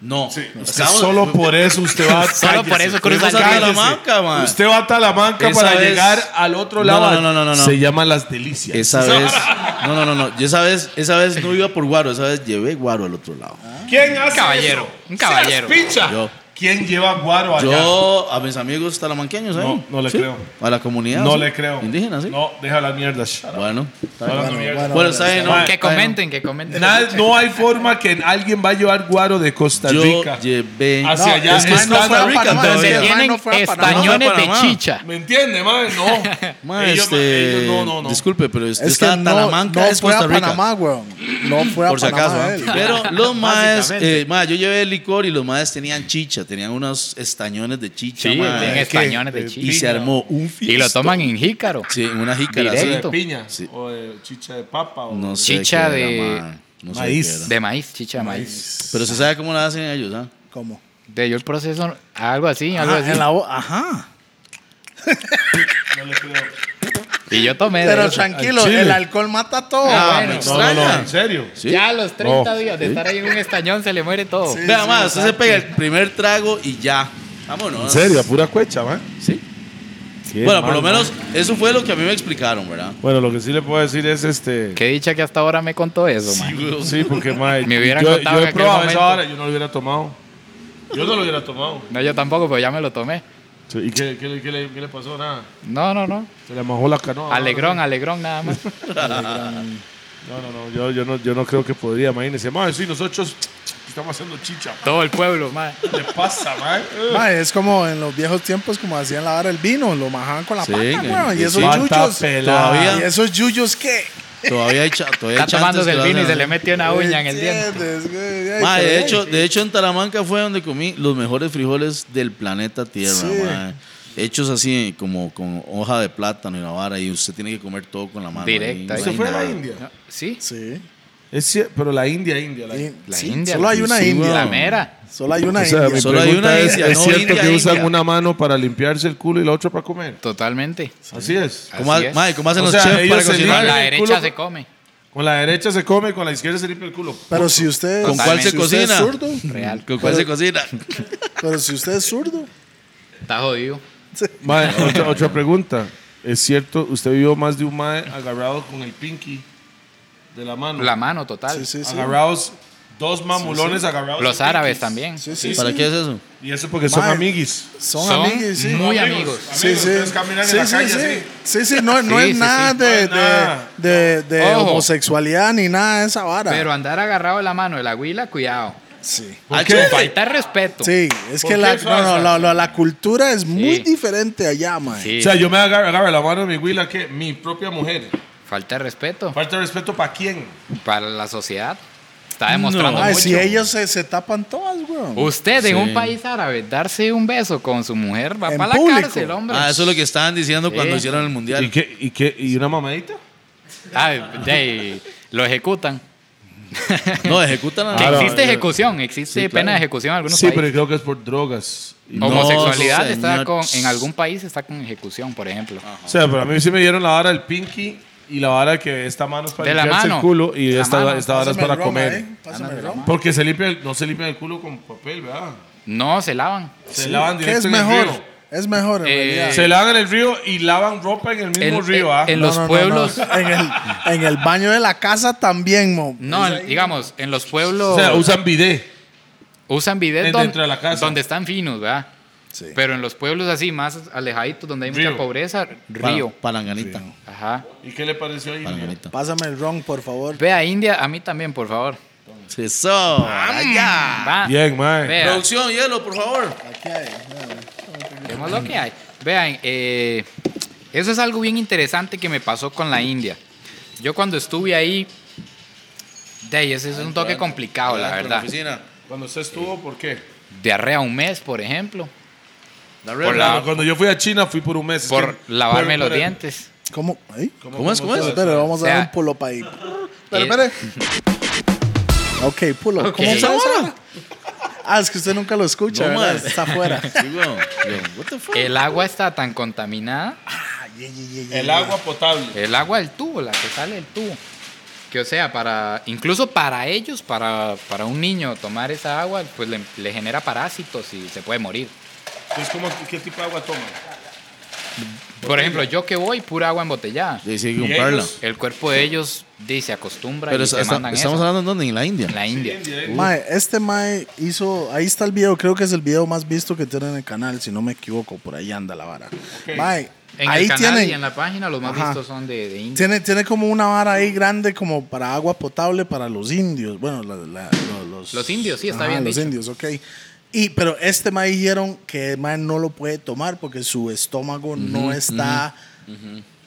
[SPEAKER 3] No,
[SPEAKER 1] Sí. Usted
[SPEAKER 3] estábamos-
[SPEAKER 1] solo por eso usted va a
[SPEAKER 4] Solo por
[SPEAKER 1] Cállese.
[SPEAKER 4] eso cruza
[SPEAKER 1] Cállese.
[SPEAKER 3] Talamanca, man.
[SPEAKER 1] Usted va a Talamanca
[SPEAKER 3] Esa
[SPEAKER 1] para
[SPEAKER 3] vez-
[SPEAKER 1] llegar al otro
[SPEAKER 3] No,
[SPEAKER 1] lado.
[SPEAKER 3] no, no, no, no, no.
[SPEAKER 1] Se llama Las Delicias.
[SPEAKER 3] Esa vez. No, no, no, no. Yo esa vez, esa vez no iba por Guaro, esa vez llevé Guaro al otro lado.
[SPEAKER 1] ¿Quién hace
[SPEAKER 4] caballero,
[SPEAKER 1] eso?
[SPEAKER 4] un caballero.
[SPEAKER 1] Seas pincha.
[SPEAKER 3] Yo.
[SPEAKER 1] ¿Quién lleva guaro allá?
[SPEAKER 3] Yo a mis amigos talamanqueños, ¿eh?
[SPEAKER 1] No, no le
[SPEAKER 3] Sí.
[SPEAKER 1] creo.
[SPEAKER 3] A la comunidad.
[SPEAKER 1] no
[SPEAKER 3] sí.
[SPEAKER 1] le creo.
[SPEAKER 3] Indígena, sí.
[SPEAKER 1] No, deja las mierdas.
[SPEAKER 3] Bueno. está bien.
[SPEAKER 1] Hablando
[SPEAKER 2] Bueno,
[SPEAKER 1] mierda.
[SPEAKER 2] bueno,
[SPEAKER 3] Ah, Bueno, está bien, ¿no?
[SPEAKER 1] Mae,
[SPEAKER 4] Que
[SPEAKER 3] Está bien, ¿no?
[SPEAKER 4] comenten, que comenten.
[SPEAKER 1] Nada- no hay forma que alguien va a llevar guaro de Costa
[SPEAKER 3] Yo
[SPEAKER 1] Rica.
[SPEAKER 3] llevé.
[SPEAKER 1] Hacia allá
[SPEAKER 2] es que
[SPEAKER 1] está
[SPEAKER 2] no
[SPEAKER 1] Costa
[SPEAKER 2] fuera
[SPEAKER 1] Rica
[SPEAKER 2] Panamá,
[SPEAKER 1] todavía.
[SPEAKER 2] es que
[SPEAKER 4] Donde
[SPEAKER 2] el mae
[SPEAKER 4] tienen
[SPEAKER 2] no fue a Panamá.
[SPEAKER 4] estañones
[SPEAKER 3] No fue a
[SPEAKER 4] de
[SPEAKER 3] Panamá.
[SPEAKER 4] chicha.
[SPEAKER 1] ¿Me entiende, madre? No.
[SPEAKER 3] Ma,
[SPEAKER 1] Ellos-
[SPEAKER 3] este,
[SPEAKER 1] ellos- no, no, no.
[SPEAKER 3] Disculpe, pero este
[SPEAKER 2] Es que
[SPEAKER 3] está
[SPEAKER 2] no,
[SPEAKER 3] Talamanca,
[SPEAKER 2] no
[SPEAKER 3] es
[SPEAKER 2] fue
[SPEAKER 3] Costa
[SPEAKER 2] a
[SPEAKER 3] Rica.
[SPEAKER 2] Panamá, weón. No fue a
[SPEAKER 3] por si
[SPEAKER 2] Panamá.
[SPEAKER 3] acaso. ¿ah?
[SPEAKER 2] él.
[SPEAKER 3] Pero los maes,
[SPEAKER 4] Básicamente.
[SPEAKER 3] eh, ma, yo llevé licor y los maes tenían chicha, tenían unos estañones de chicha,
[SPEAKER 4] Sí,
[SPEAKER 3] ma,
[SPEAKER 4] tienen
[SPEAKER 3] que-
[SPEAKER 4] estañones de
[SPEAKER 3] y
[SPEAKER 4] chicha.
[SPEAKER 3] se armó un
[SPEAKER 4] Y lo
[SPEAKER 3] fiestón.
[SPEAKER 4] toman en jícaro.
[SPEAKER 3] Sí, en una jícara.
[SPEAKER 1] O
[SPEAKER 3] sí.
[SPEAKER 1] de
[SPEAKER 4] Directo.
[SPEAKER 1] piña.
[SPEAKER 3] Sí.
[SPEAKER 1] O de chicha de papa. O
[SPEAKER 3] No
[SPEAKER 1] de-
[SPEAKER 3] sé
[SPEAKER 4] Chicha
[SPEAKER 3] qué era,
[SPEAKER 4] de-
[SPEAKER 3] ma, no sé
[SPEAKER 1] maíz.
[SPEAKER 3] qué era.
[SPEAKER 4] De maíz, chicha de maíz.
[SPEAKER 3] Pero se sabe cómo la hacen ellos, ¿ah?
[SPEAKER 2] ¿Cómo?
[SPEAKER 4] De yo el proceso, algo así, algo
[SPEAKER 2] Ah,
[SPEAKER 4] así.
[SPEAKER 2] en la bo- Ajá.
[SPEAKER 1] No le creo.
[SPEAKER 4] Y yo tomé. de
[SPEAKER 2] Pero
[SPEAKER 4] eso.
[SPEAKER 2] tranquilo,
[SPEAKER 1] Chile.
[SPEAKER 2] el alcohol mata todo.
[SPEAKER 3] Ah,
[SPEAKER 2] weón.
[SPEAKER 3] me
[SPEAKER 1] No, no, no,
[SPEAKER 3] extraña.
[SPEAKER 1] en serio.
[SPEAKER 3] Sí.
[SPEAKER 4] Ya a los 30
[SPEAKER 1] No.
[SPEAKER 4] días de estar ahí en un estañón se le muere todo.
[SPEAKER 2] Sí.
[SPEAKER 3] Vea, ma, usted se pega el primer trago y ya. Vámonos.
[SPEAKER 1] En serio, pura cuecha, man.
[SPEAKER 3] Sí. Bueno, por lo menos eso fue lo que a mí me explicaron, ¿verdad?
[SPEAKER 1] Bueno, lo que sí le puedo decir es este.
[SPEAKER 4] Qué dicha que hasta ahora me contó eso, man.
[SPEAKER 1] Sí, porque mae,
[SPEAKER 4] Me hubieran
[SPEAKER 1] yo,
[SPEAKER 4] contado
[SPEAKER 1] yo
[SPEAKER 4] en
[SPEAKER 1] he
[SPEAKER 4] aquel
[SPEAKER 1] probado
[SPEAKER 4] momento.
[SPEAKER 1] esa hora, yo no lo hubiera tomado. Yo no lo hubiera tomado.
[SPEAKER 4] No, yo tampoco, pero ya me lo tomé.
[SPEAKER 1] Sí, ¿Y qué, qué le- qué le, qué le pasó? Nada.
[SPEAKER 4] No, no, no.
[SPEAKER 1] Se le mojó la canoa.
[SPEAKER 4] Alegrón, alegrón nada más.
[SPEAKER 1] No, no, no. Yo, yo no, yo no creo que podría, imagínese. Mae, sí, nosotros estamos haciendo chicha.
[SPEAKER 4] Todo el pueblo, man.
[SPEAKER 1] ¿Qué le pasa, mae?
[SPEAKER 2] Ma, es como en los viejos tiempos, como hacían lavar el vino, lo majaban con la
[SPEAKER 3] Sí,
[SPEAKER 2] pata,
[SPEAKER 3] que-
[SPEAKER 2] weón. Y
[SPEAKER 3] que
[SPEAKER 2] esos
[SPEAKER 3] sí.
[SPEAKER 2] yuyos.
[SPEAKER 1] pelada.
[SPEAKER 3] Todavía.
[SPEAKER 2] ¿Y esos yuyos qué?
[SPEAKER 3] Todavía hay, cha- todavía
[SPEAKER 4] Está
[SPEAKER 3] hay chantes
[SPEAKER 4] tomándose
[SPEAKER 3] que
[SPEAKER 4] el
[SPEAKER 3] lo
[SPEAKER 4] vino y
[SPEAKER 3] hacen
[SPEAKER 4] se le
[SPEAKER 3] así.
[SPEAKER 4] metió una uña en el diente.
[SPEAKER 2] ¿Entiendes? Güey, ay,
[SPEAKER 3] Ma,
[SPEAKER 2] pero,
[SPEAKER 3] de,
[SPEAKER 2] ay,
[SPEAKER 3] hecho, de hecho, en Talamanca fue donde comí los mejores frijoles del planeta Tierra,
[SPEAKER 2] Sí.
[SPEAKER 3] ma. Hechos así, como con hoja de plátano y la vara, y usted tiene que comer todo con la mano.
[SPEAKER 4] Directa,
[SPEAKER 3] ahí,
[SPEAKER 4] ahí.
[SPEAKER 1] Se fue a
[SPEAKER 3] nada.
[SPEAKER 1] la India.
[SPEAKER 4] Sí.
[SPEAKER 2] Sí.
[SPEAKER 1] Es cier- pero la India, India. La
[SPEAKER 2] Y-
[SPEAKER 1] India.
[SPEAKER 4] La
[SPEAKER 2] sí,
[SPEAKER 4] India.
[SPEAKER 2] Solo hay una
[SPEAKER 3] Sí,
[SPEAKER 2] India.
[SPEAKER 4] La
[SPEAKER 3] weón.
[SPEAKER 4] mera.
[SPEAKER 2] Solo hay una
[SPEAKER 1] O sea, mi
[SPEAKER 2] India.
[SPEAKER 3] Solo hay
[SPEAKER 1] pregunta
[SPEAKER 3] una
[SPEAKER 1] es,
[SPEAKER 3] India,
[SPEAKER 1] ¿es
[SPEAKER 3] no,
[SPEAKER 1] cierto
[SPEAKER 3] India,
[SPEAKER 1] que usan
[SPEAKER 3] India.
[SPEAKER 1] una mano para limpiarse el culo y la otra para comer?
[SPEAKER 4] Totalmente.
[SPEAKER 1] Así es.
[SPEAKER 3] ¿Cómo,
[SPEAKER 4] Así
[SPEAKER 3] ha-
[SPEAKER 4] es.
[SPEAKER 3] ma, ¿cómo hacen
[SPEAKER 1] O
[SPEAKER 3] los
[SPEAKER 1] sea,
[SPEAKER 3] chefs
[SPEAKER 1] ellos
[SPEAKER 3] para
[SPEAKER 1] se
[SPEAKER 4] Con
[SPEAKER 3] cocinar?
[SPEAKER 1] libran-
[SPEAKER 4] la
[SPEAKER 1] el
[SPEAKER 4] derecha
[SPEAKER 1] culo-
[SPEAKER 4] se come.
[SPEAKER 1] Con la derecha se come, con la izquierda se limpia el culo.
[SPEAKER 2] Pero si usted.
[SPEAKER 3] ¿Con cuál se
[SPEAKER 2] si usted es
[SPEAKER 3] cocina?
[SPEAKER 2] zurdo,
[SPEAKER 4] Real.
[SPEAKER 3] ¿Con cuál se cocina?
[SPEAKER 2] Pero si usted es zurdo.
[SPEAKER 4] Está jodido.
[SPEAKER 1] Mae, otra, otra pregunta. ¿Es cierto, usted vio más de un mae agarrado con el pinky de la mano?
[SPEAKER 4] La mano total.
[SPEAKER 2] Sí, sí, sí.
[SPEAKER 1] Agarrados Dos mamulones agarrados.
[SPEAKER 4] Los
[SPEAKER 1] en
[SPEAKER 4] árabes
[SPEAKER 1] piquis.
[SPEAKER 4] también.
[SPEAKER 2] Sí, sí,
[SPEAKER 3] ¿Para
[SPEAKER 2] sí.
[SPEAKER 3] qué es eso?
[SPEAKER 1] Y eso porque son
[SPEAKER 2] Mae.
[SPEAKER 1] amiguis.
[SPEAKER 2] Son,
[SPEAKER 4] Son
[SPEAKER 2] amigos, sí.
[SPEAKER 4] muy amigos.
[SPEAKER 2] Sí, sí.
[SPEAKER 1] Ustedes caminan en la
[SPEAKER 2] Sí, sí,
[SPEAKER 1] calle
[SPEAKER 2] sí.
[SPEAKER 1] así.
[SPEAKER 2] Sí, sí, no, no
[SPEAKER 4] Sí,
[SPEAKER 2] es
[SPEAKER 4] sí,
[SPEAKER 2] nada
[SPEAKER 4] sí.
[SPEAKER 1] No
[SPEAKER 2] de,
[SPEAKER 1] es nada.
[SPEAKER 2] de- de- de
[SPEAKER 4] Ojo.
[SPEAKER 2] homosexualidad ni nada de esa vara.
[SPEAKER 4] Pero andar agarrado de la mano de la huila, cuidado.
[SPEAKER 2] sí.
[SPEAKER 4] Hay
[SPEAKER 3] qué?
[SPEAKER 4] que faltar respeto.
[SPEAKER 2] Sí, es
[SPEAKER 1] ¿Por
[SPEAKER 2] que
[SPEAKER 1] qué
[SPEAKER 2] la,
[SPEAKER 1] eso
[SPEAKER 2] no, no,
[SPEAKER 1] hace?
[SPEAKER 2] la, la- la cultura es muy
[SPEAKER 4] Sí.
[SPEAKER 2] diferente allá, man.
[SPEAKER 4] Sí,
[SPEAKER 1] O sea, yo me agarro, agarro la mano de mi huila que mi propia mujer.
[SPEAKER 4] falta de respeto
[SPEAKER 1] Falta de respeto para quién.
[SPEAKER 4] para la sociedad. Está demostrando
[SPEAKER 2] Ay,
[SPEAKER 4] mucho.
[SPEAKER 2] si ellos se, se tapan todas, weón.
[SPEAKER 4] Usted
[SPEAKER 3] Sí.
[SPEAKER 4] en un país árabe, darse un beso con su mujer, va
[SPEAKER 2] En
[SPEAKER 4] para la
[SPEAKER 2] público.
[SPEAKER 4] cárcel, hombre.
[SPEAKER 3] Ah, eso es lo que estaban diciendo
[SPEAKER 4] Sí.
[SPEAKER 3] cuando hicieron el mundial.
[SPEAKER 1] ¿Y qué? ¿Y qué? ¿Y una mamadita?
[SPEAKER 4] Ah, de ahí, lo ejecutan.
[SPEAKER 3] No, ejecutan a
[SPEAKER 4] Que
[SPEAKER 1] Claro.
[SPEAKER 4] existe ejecución, existe
[SPEAKER 3] Sí, claro.
[SPEAKER 4] pena de ejecución en algunos
[SPEAKER 1] Sí, pero
[SPEAKER 4] países.
[SPEAKER 1] creo que es por drogas. Y no-
[SPEAKER 4] Homosexualidad
[SPEAKER 3] No,
[SPEAKER 4] está
[SPEAKER 3] señor. Ah.
[SPEAKER 4] con, en algún país está con ejecución, por ejemplo.
[SPEAKER 1] O sea, pero a mí sí me dieron la vara del pinky y la vara que esta mano es para
[SPEAKER 4] De la
[SPEAKER 1] limpiarse
[SPEAKER 4] mano.
[SPEAKER 1] el culo y
[SPEAKER 4] De la
[SPEAKER 1] esta,
[SPEAKER 4] mano.
[SPEAKER 1] esta vara es
[SPEAKER 2] Pásame
[SPEAKER 1] para
[SPEAKER 2] el ron,
[SPEAKER 1] comer.
[SPEAKER 2] eh. Pásame el ron.
[SPEAKER 1] Porque se limpia el- no se limpia el culo con papel, ¿verdad?
[SPEAKER 4] No, se lavan.
[SPEAKER 1] Se lavan
[SPEAKER 2] ¿Qué
[SPEAKER 1] directo
[SPEAKER 2] es
[SPEAKER 1] en el
[SPEAKER 2] mejor?
[SPEAKER 1] río.
[SPEAKER 2] Es mejor, en
[SPEAKER 4] Eh,
[SPEAKER 2] realidad.
[SPEAKER 1] Se lavan en el río y lavan ropa en el mismo
[SPEAKER 4] En-
[SPEAKER 1] río, ¿ah?
[SPEAKER 4] en-
[SPEAKER 2] No,
[SPEAKER 4] los
[SPEAKER 2] no, no, no.
[SPEAKER 4] pueblos-
[SPEAKER 2] En, el, en el baño de la casa también, mo.
[SPEAKER 4] No, en- digamos, en los pueblos
[SPEAKER 1] O sea, usan bidet.
[SPEAKER 4] usan
[SPEAKER 1] en-
[SPEAKER 4] bidet
[SPEAKER 1] dentro de la casa.
[SPEAKER 4] donde están finos, ¿verdad?
[SPEAKER 2] Sí.
[SPEAKER 4] Pero en los pueblos así, más alejaditos, donde hay
[SPEAKER 1] Río.
[SPEAKER 4] mucha pobreza,
[SPEAKER 3] Pa-
[SPEAKER 4] río.
[SPEAKER 3] Palanganita.
[SPEAKER 4] Ajá.
[SPEAKER 1] ¿Y qué le pareció ahí?
[SPEAKER 3] Palanganita.
[SPEAKER 2] Pásame el ron, por favor.
[SPEAKER 4] Vea, India, a mí también, por favor.
[SPEAKER 3] Eso. allá.
[SPEAKER 4] Va,
[SPEAKER 1] Bien, mae.
[SPEAKER 4] Vea,
[SPEAKER 3] Producción, hielo, por favor.
[SPEAKER 2] Aquí hay, mira,
[SPEAKER 4] vemos lo que hay. Vean, eh, eso es algo bien interesante que me pasó con la India. Yo cuando estuve ahí, de ahí, ese es un toque complicado, la
[SPEAKER 3] Adentro, en
[SPEAKER 4] verdad.
[SPEAKER 3] oficina.
[SPEAKER 1] Cuando usted estuvo, ¿por qué?
[SPEAKER 4] Diarrea un mes, por ejemplo,
[SPEAKER 3] La
[SPEAKER 4] Por
[SPEAKER 3] red.
[SPEAKER 4] la-
[SPEAKER 1] Claro, Cuando yo fui a China fui por un mes. Es
[SPEAKER 4] por
[SPEAKER 1] que-
[SPEAKER 4] lavarme
[SPEAKER 1] pero-
[SPEAKER 4] los
[SPEAKER 1] pero-
[SPEAKER 4] dientes.
[SPEAKER 2] ¿Cómo? ¿Ahí?
[SPEAKER 3] ¿Cómo es? ¿Cómo es?
[SPEAKER 2] Espera, vamos a
[SPEAKER 4] Pues, O sea, eh,
[SPEAKER 2] dar un pull-up ahí. Espera, espera. Ok, pull-up.
[SPEAKER 4] Ok.
[SPEAKER 2] ¿Cómo se
[SPEAKER 4] ¿Cómo
[SPEAKER 2] llama? Ah, es que usted nunca lo escucha,
[SPEAKER 3] No,
[SPEAKER 2] ¿verdad?
[SPEAKER 3] man.
[SPEAKER 2] Está afuera.
[SPEAKER 3] Sí, weón. Yo, What the fuck?
[SPEAKER 4] El agua está tan contaminada
[SPEAKER 2] Ah, yeah, yeah, yeah, yeah,
[SPEAKER 1] El
[SPEAKER 2] yeah.
[SPEAKER 1] agua potable.
[SPEAKER 4] El agua del tubo, la que sale del tubo. Que o sea, para incluso para ellos, para, para un niño tomar esa agua, pues le, le genera parásitos y se puede morir.
[SPEAKER 1] Entonces, ¿cómo, ¿qué tipo de agua toma?
[SPEAKER 4] Por ejemplo, yo que voy, pura agua embotellada.
[SPEAKER 3] Sí, sí, hay que
[SPEAKER 1] ¿Y
[SPEAKER 3] comprarla.
[SPEAKER 1] ellos?
[SPEAKER 4] El cuerpo de ellos dice, se acostumbra
[SPEAKER 3] Pero
[SPEAKER 4] y
[SPEAKER 3] es-
[SPEAKER 4] se
[SPEAKER 3] está-
[SPEAKER 4] mandan
[SPEAKER 3] estamos
[SPEAKER 4] eso.
[SPEAKER 3] hablando en dónde? En la India.
[SPEAKER 4] En la India.
[SPEAKER 1] ¿eh?
[SPEAKER 2] Mae, este Mae hizo. Ahí está el video, creo que es el video más visto que tienen en el canal, si no me equivoco, por ahí anda la vara. Mae,
[SPEAKER 4] En
[SPEAKER 2] ahí
[SPEAKER 4] el canal
[SPEAKER 2] tienen.
[SPEAKER 4] y en la página los más
[SPEAKER 2] Ajá.
[SPEAKER 4] vistos son de, de India.
[SPEAKER 2] Tiene, tiene como una vara ahí grande como para agua potable para los indios. Bueno, la- la- lo- los,
[SPEAKER 4] Los indios, sí, está bien
[SPEAKER 2] Los
[SPEAKER 4] dicho.
[SPEAKER 2] indios, ok. Y, pero este mae dijeron que mae no lo puede tomar porque su estómago no está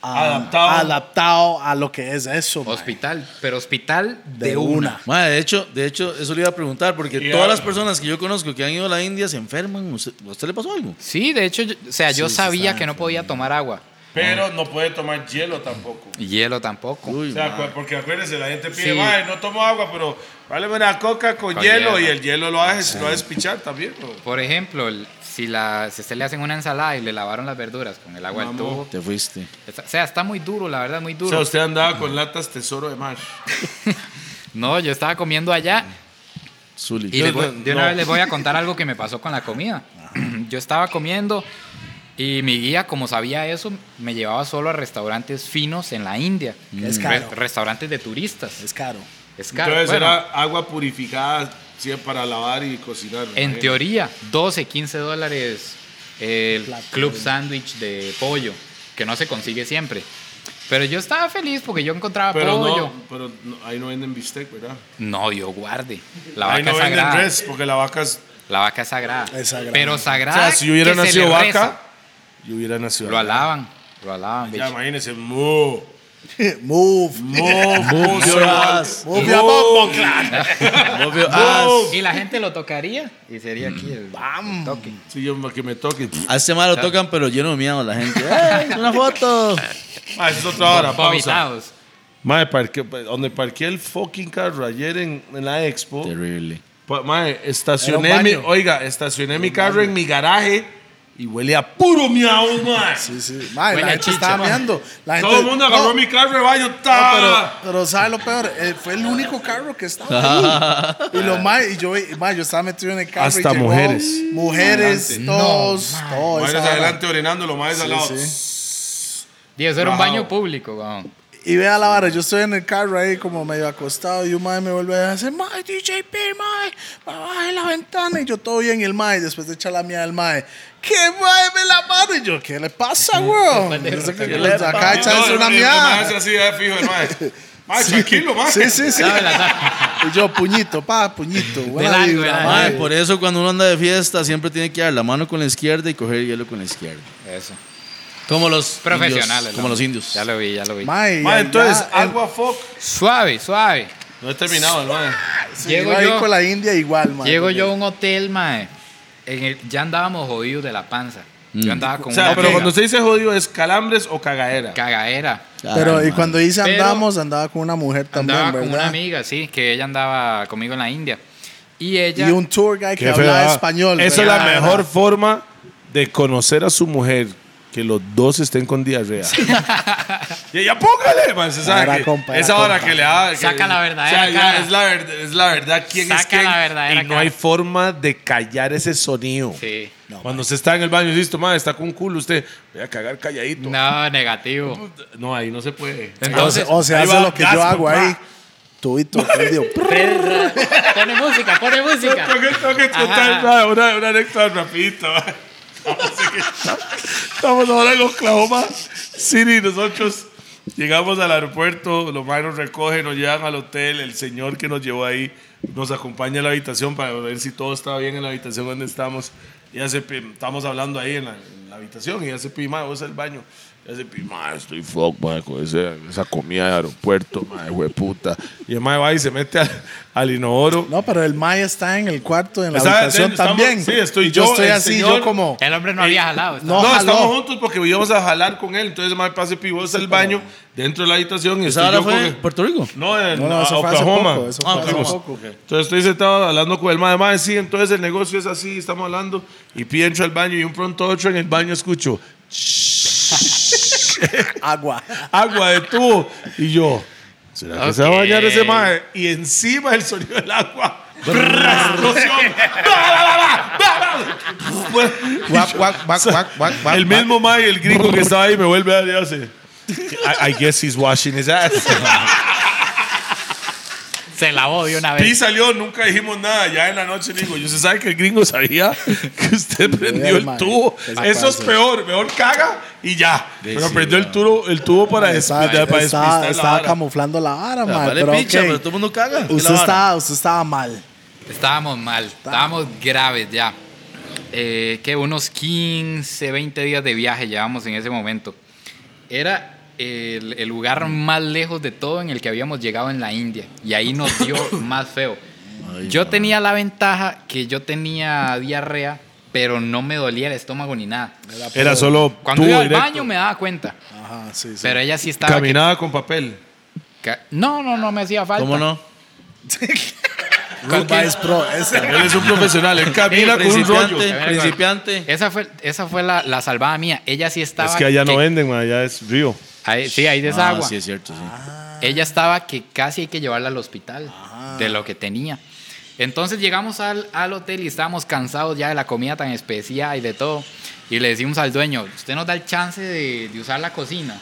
[SPEAKER 2] ah,
[SPEAKER 1] Adaptado.
[SPEAKER 2] adaptado a lo que es eso. mae.
[SPEAKER 4] Hospital, pero hospital de,
[SPEAKER 2] De, una.
[SPEAKER 4] una.
[SPEAKER 3] Madre, de hecho, de hecho, eso le iba a preguntar, porque
[SPEAKER 1] Y
[SPEAKER 3] todas
[SPEAKER 1] ahora-
[SPEAKER 3] las personas que yo conozco que han ido a la India se enferman. ¿Usted, a usted le pasó algo?
[SPEAKER 4] Sí, de hecho, yo- o sea, yo
[SPEAKER 2] Sí, sí,
[SPEAKER 4] sabía
[SPEAKER 2] sabe,
[SPEAKER 4] que no podía tomar agua.
[SPEAKER 1] Pero no puede tomar hielo tampoco.
[SPEAKER 4] Y hielo tampoco.
[SPEAKER 3] Uy,
[SPEAKER 1] O sea,
[SPEAKER 3] madre.
[SPEAKER 1] cu- porque acuérdense, la gente pide,
[SPEAKER 4] Sí.
[SPEAKER 1] "Mae, no tomo agua, pero vale una coca con,
[SPEAKER 4] Con
[SPEAKER 1] hielo,
[SPEAKER 4] hielo.
[SPEAKER 1] y el hielo lo haces, lo haces pichar también. bro.
[SPEAKER 4] Por ejemplo, el- si, la, si a usted le hacen una ensalada y le lavaron las verduras con el agua del
[SPEAKER 1] Mamó.
[SPEAKER 4] tubo,
[SPEAKER 3] te fuiste.
[SPEAKER 4] Está- o sea, está muy duro, la verdad, muy
[SPEAKER 1] O sea,
[SPEAKER 4] duro.
[SPEAKER 1] usted andaba con latas tesoro de mar.
[SPEAKER 4] No, yo estaba comiendo allá
[SPEAKER 3] Zuli.
[SPEAKER 4] y les voy-
[SPEAKER 1] no,
[SPEAKER 4] de una
[SPEAKER 1] no.
[SPEAKER 4] vez les voy a contar algo que me pasó con la comida. Yo estaba comiendo y mi guía, como sabía eso, me llevaba solo a restaurantes finos en la India. Mm,
[SPEAKER 2] Es
[SPEAKER 4] Re-
[SPEAKER 2] caro.
[SPEAKER 4] restaurantes de turistas.
[SPEAKER 2] Es caro.
[SPEAKER 4] Es caro.
[SPEAKER 1] Entonces
[SPEAKER 4] Bueno,
[SPEAKER 1] era agua purificada sí, para lavar y cocinar. me
[SPEAKER 4] en
[SPEAKER 1] imagino.
[SPEAKER 4] teoría, 12, 15 dólares el
[SPEAKER 2] Plato.
[SPEAKER 4] club sándwich de pollo, que no se consigue siempre. Pero yo estaba feliz porque yo encontraba
[SPEAKER 1] Pero,
[SPEAKER 4] pollo.
[SPEAKER 1] no, pero no- ahí no venden bistec, ¿verdad?
[SPEAKER 4] No, yo guarde. La
[SPEAKER 1] ahí
[SPEAKER 4] vaca
[SPEAKER 1] no
[SPEAKER 4] es
[SPEAKER 1] venden
[SPEAKER 4] sagrada.
[SPEAKER 1] res, porque la vaca es...
[SPEAKER 4] La vaca es sagrada.
[SPEAKER 2] Es sagrada.
[SPEAKER 4] Pero
[SPEAKER 1] O
[SPEAKER 4] sagrada.
[SPEAKER 1] sea, si yo hubiera
[SPEAKER 4] Ah, que se le
[SPEAKER 1] nacido vaca,
[SPEAKER 4] reza.
[SPEAKER 1] yo hubiera nacido
[SPEAKER 4] Lo
[SPEAKER 1] vaca.
[SPEAKER 4] alaban. Lo alaban,
[SPEAKER 1] Ya,
[SPEAKER 4] bicho.
[SPEAKER 1] imagínense, mo,
[SPEAKER 2] Move.
[SPEAKER 1] mo, mo,
[SPEAKER 3] your ass.
[SPEAKER 2] Move
[SPEAKER 1] mo,
[SPEAKER 2] your
[SPEAKER 1] mo,
[SPEAKER 2] bum,
[SPEAKER 1] claro.
[SPEAKER 4] Ah,
[SPEAKER 3] Obvio. Ah,
[SPEAKER 1] Mo.
[SPEAKER 4] Y la gente lo tocaría y sería aquí
[SPEAKER 1] Mm,
[SPEAKER 4] el, el toque.
[SPEAKER 1] Sí, yo para que me toque.
[SPEAKER 3] A este mal lo tocan, pero lleno de miedo la gente. ¡Ey, una foto!
[SPEAKER 1] Ah, eso es otra hora, pausa.
[SPEAKER 4] Vomitados.
[SPEAKER 1] Mae, parque, donde parqué el fucking carro ayer en, en la expo.
[SPEAKER 3] Terrible.
[SPEAKER 1] pa- Mae, estacioné
[SPEAKER 2] Era un
[SPEAKER 1] mi,
[SPEAKER 2] baño.
[SPEAKER 1] oiga, estacioné mi carro en mi garaje y huele a puro miau, mae.
[SPEAKER 2] Sí, sí. Mae,
[SPEAKER 4] Huele
[SPEAKER 2] la
[SPEAKER 4] a
[SPEAKER 2] gente
[SPEAKER 4] chicha,
[SPEAKER 2] estaba
[SPEAKER 4] mae.
[SPEAKER 2] meando. La gente,
[SPEAKER 1] Todo el mundo agarró
[SPEAKER 2] No,
[SPEAKER 1] mi carro de baño.
[SPEAKER 4] Ah.
[SPEAKER 2] No,
[SPEAKER 1] ¡ta!
[SPEAKER 2] pero, pero ¿sabe lo peor? Eh, fue el único carro que estaba ahí. y lo más, y yo, y, mae, yo estaba metido en el carro. y
[SPEAKER 1] Hasta
[SPEAKER 2] llegó
[SPEAKER 1] mujeres.
[SPEAKER 2] Mujeres,
[SPEAKER 4] Adelante.
[SPEAKER 2] todos, todos.
[SPEAKER 1] Madres adelante orinando, lo más al lado.
[SPEAKER 2] Sí,
[SPEAKER 4] Y eso era un
[SPEAKER 1] Wow.
[SPEAKER 4] baño público, weón.
[SPEAKER 2] Y vea la vara, yo estoy en el carro ahí como medio acostado y un mae me vuelve a decir, mae, DJP, mae, baje la ventana. Y yo todo bien y el mae, después de echar la mía del mae, ¿qué mae me la mano? Y yo, ¿qué le pasa,
[SPEAKER 4] Mm.
[SPEAKER 2] weón? Yo sé que
[SPEAKER 3] le
[SPEAKER 2] acá
[SPEAKER 3] pasa?
[SPEAKER 2] echándose una
[SPEAKER 1] mía.
[SPEAKER 2] mía.
[SPEAKER 1] así, eh, fijo, el mae. Mae, tranquilo, mae.
[SPEAKER 2] Sí, sí, sí.
[SPEAKER 4] Ya me la saco.
[SPEAKER 2] Y yo, puñito, pa, puñito. buena
[SPEAKER 4] largo,
[SPEAKER 2] vibra,
[SPEAKER 4] de largo.
[SPEAKER 2] mae.
[SPEAKER 3] Mae, por eso cuando uno anda de fiesta siempre tiene que dar la mano con la izquierda y coger el hielo con la izquierda.
[SPEAKER 4] Eso.
[SPEAKER 3] Como los
[SPEAKER 4] Profesionales.
[SPEAKER 3] indios, como
[SPEAKER 4] ¿no?
[SPEAKER 3] los indios.
[SPEAKER 4] Ya lo vi, ya lo vi.
[SPEAKER 2] Mae,
[SPEAKER 1] Mae,
[SPEAKER 2] ya-
[SPEAKER 1] entonces,
[SPEAKER 2] ya-
[SPEAKER 1] agua fuck.
[SPEAKER 4] Suave, suave.
[SPEAKER 1] No he terminado, el mae.
[SPEAKER 2] se
[SPEAKER 4] Llego
[SPEAKER 2] iba ahí
[SPEAKER 4] yo.
[SPEAKER 2] con la India igual, mae.
[SPEAKER 4] Llego yo a un hotel, mae. En el- ya andábamos jodidos de la panza. Yo andaba con
[SPEAKER 1] O sea,
[SPEAKER 4] una
[SPEAKER 1] pero
[SPEAKER 4] pega-
[SPEAKER 1] cuando usted dice jodido, ¿es calambres o cagaera?
[SPEAKER 4] cagaera.
[SPEAKER 2] Ah, Pero
[SPEAKER 3] Ay,
[SPEAKER 2] y
[SPEAKER 3] mae.
[SPEAKER 2] cuando dice
[SPEAKER 4] Pero-
[SPEAKER 2] andamos, andaba con una mujer también,
[SPEAKER 4] andaba
[SPEAKER 2] ¿verdad?
[SPEAKER 4] con una amiga, sí, que ella andaba conmigo en la India. Y
[SPEAKER 2] Y
[SPEAKER 4] ella.
[SPEAKER 2] un tour guide que
[SPEAKER 1] Qué feo,
[SPEAKER 2] hablaba
[SPEAKER 1] ah.
[SPEAKER 2] español.
[SPEAKER 1] Esa es
[SPEAKER 2] ¿verdad?
[SPEAKER 1] la mejor forma de conocer a su mujer. Que los dos estén con diarrea. y ella, póngale, man. Se sabe
[SPEAKER 2] Ahora,
[SPEAKER 1] que
[SPEAKER 2] compa, ahora,
[SPEAKER 1] esa hora
[SPEAKER 2] compa.
[SPEAKER 1] que le da. que-
[SPEAKER 4] Saca la verdadera
[SPEAKER 1] o sea, ya
[SPEAKER 4] cara.
[SPEAKER 1] es, la verd- es la verdad quién es
[SPEAKER 4] Saca
[SPEAKER 1] quién.
[SPEAKER 4] la verdadera
[SPEAKER 1] y no
[SPEAKER 4] cara.
[SPEAKER 1] hay forma de callar ese sonido.
[SPEAKER 4] Sí.
[SPEAKER 1] Cuando se está en el baño, listo, madre, está con culo. Usted, voy a cagar calladito. No,
[SPEAKER 4] No, negativo.
[SPEAKER 1] ahí no se puede.
[SPEAKER 4] Entonces,
[SPEAKER 2] o se
[SPEAKER 1] ahí
[SPEAKER 2] hace
[SPEAKER 1] va,
[SPEAKER 2] lo que yo
[SPEAKER 1] gaspo,
[SPEAKER 2] hago
[SPEAKER 1] pa.
[SPEAKER 2] ahí. Tubito, prendido.
[SPEAKER 4] pone música, pone música.
[SPEAKER 1] Tengo que, tengo que contar una,
[SPEAKER 4] Ajá.
[SPEAKER 1] una, una anécdota rapidito. ma. Estamos ahora en Oklahoma City. Nosotros llegamos al aeropuerto, los más nos recogen, nos llevan al hotel. El señor que nos llevó ahí nos acompaña a la habitación para ver si todo estaba bien en la habitación donde estamos. Y hace, estamos hablando ahí en la, en la habitación y hace pima, vos el baño. Y hace pima, estoy fuck, ma, con ese- esa comida de aeropuerto, ma, hueputa. Y el mae va y se mete al, al inodoro.
[SPEAKER 2] No, pero el Maya está en el cuarto, en la
[SPEAKER 1] Está- eh,
[SPEAKER 2] habitación
[SPEAKER 1] estamos-
[SPEAKER 2] también.
[SPEAKER 1] sí, estoy
[SPEAKER 2] Y yo.
[SPEAKER 1] yo,
[SPEAKER 2] estoy
[SPEAKER 1] el
[SPEAKER 2] así,
[SPEAKER 1] señor. eh,
[SPEAKER 2] yo como.
[SPEAKER 4] El hombre no había jalado. estaba-
[SPEAKER 1] No,
[SPEAKER 2] jaló.
[SPEAKER 1] estamos juntos porque íbamos a jalar con él. Entonces, mae, pase pibos al baño, dentro de la habitación. Y
[SPEAKER 3] ¿Esa
[SPEAKER 1] estoy
[SPEAKER 3] hora
[SPEAKER 1] yo
[SPEAKER 3] fue
[SPEAKER 1] con
[SPEAKER 3] en Puerto Rico?
[SPEAKER 1] No, en
[SPEAKER 2] No, no,
[SPEAKER 1] a-
[SPEAKER 2] eso fue hace
[SPEAKER 1] Oklahoma.
[SPEAKER 2] poco, eso
[SPEAKER 3] Ah,
[SPEAKER 2] fue hace
[SPEAKER 3] Oklahoma.
[SPEAKER 2] poco.
[SPEAKER 1] Entonces, estoy sentado hablando con el mae. Mae, sí, entonces el negocio es así. Estamos hablando. Y Pi entra al baño y un pronto otro en el baño escucho
[SPEAKER 2] Agua.
[SPEAKER 1] agua de tubo. Y yo, ¿será que se va a
[SPEAKER 4] Ok.
[SPEAKER 1] bañar ese mae? Y encima el sonido del agua. La explosión. Ba, ba, ba, ba, ba.
[SPEAKER 5] Guac, guac, guac, guac, guac, guac,
[SPEAKER 1] el
[SPEAKER 5] guac.
[SPEAKER 1] mismo Mike, el gringo que estaba ahí, me vuelve a dar y hace. I, I guess he's washing his ass.
[SPEAKER 4] Se lavó de una
[SPEAKER 1] Pi
[SPEAKER 4] vez.
[SPEAKER 1] salió, nunca dijimos nada. Ya en la noche le digo, yo se sabe que el gringo sabía que usted prendió el
[SPEAKER 2] mae,
[SPEAKER 1] tubo.
[SPEAKER 2] que se
[SPEAKER 1] Eso es
[SPEAKER 2] pase.
[SPEAKER 1] peor, mejor caga y ya. Pero
[SPEAKER 3] sí,
[SPEAKER 1] prendió el tubo, el tubo para, des-
[SPEAKER 2] Estaba,
[SPEAKER 1] para despistar
[SPEAKER 2] estaba,
[SPEAKER 1] pues, la
[SPEAKER 2] estaba
[SPEAKER 1] vara.
[SPEAKER 2] camuflando la vara,
[SPEAKER 3] Ah,
[SPEAKER 2] mae,
[SPEAKER 3] vale
[SPEAKER 2] pero
[SPEAKER 3] picha,
[SPEAKER 2] ok.
[SPEAKER 3] pero todo el mundo caga. ¿Qué
[SPEAKER 2] Usted
[SPEAKER 3] la vara?
[SPEAKER 2] estaba, usted estaba mal.
[SPEAKER 4] Estábamos mal. Estábamos graves ya. Eh, que unos 15, 20 días de viaje llevamos en ese momento. Era el, el lugar más lejos de todo en el que habíamos llegado en la India. Y ahí nos dio más feo. yo tenía la ventaja que yo tenía diarrea, pero no me dolía el estómago ni nada.
[SPEAKER 1] Era solo
[SPEAKER 4] Cuando
[SPEAKER 1] tubo
[SPEAKER 4] iba al
[SPEAKER 1] directo.
[SPEAKER 4] baño me daba cuenta.
[SPEAKER 2] Ajá, sí, sí.
[SPEAKER 4] Pero ella sí estaba. que-
[SPEAKER 1] Caminaba con papel.
[SPEAKER 4] ca- No, no, no me hacía falta.
[SPEAKER 3] ¿Cómo no?
[SPEAKER 2] Ruth Vice Pro. ese-
[SPEAKER 1] Él es un profesional, él camina con un rollo.
[SPEAKER 3] principiante, principiante.
[SPEAKER 4] Esa fue, esa fue la, la salvada mía. Ella sí estaba.
[SPEAKER 1] Es que allá no venden, man, allá es río.
[SPEAKER 4] ahí- sí, ahí
[SPEAKER 3] Ah,
[SPEAKER 4] desagua.
[SPEAKER 3] sí, es cierto, sí.
[SPEAKER 4] Ella estaba que casi hay que llevarla al hospital de lo que tenía. Entonces llegamos al, al hotel y estábamos cansados ya de la comida tan especial y de todo. Y le decimos al dueño, usted nos da el chance de, de usar la cocina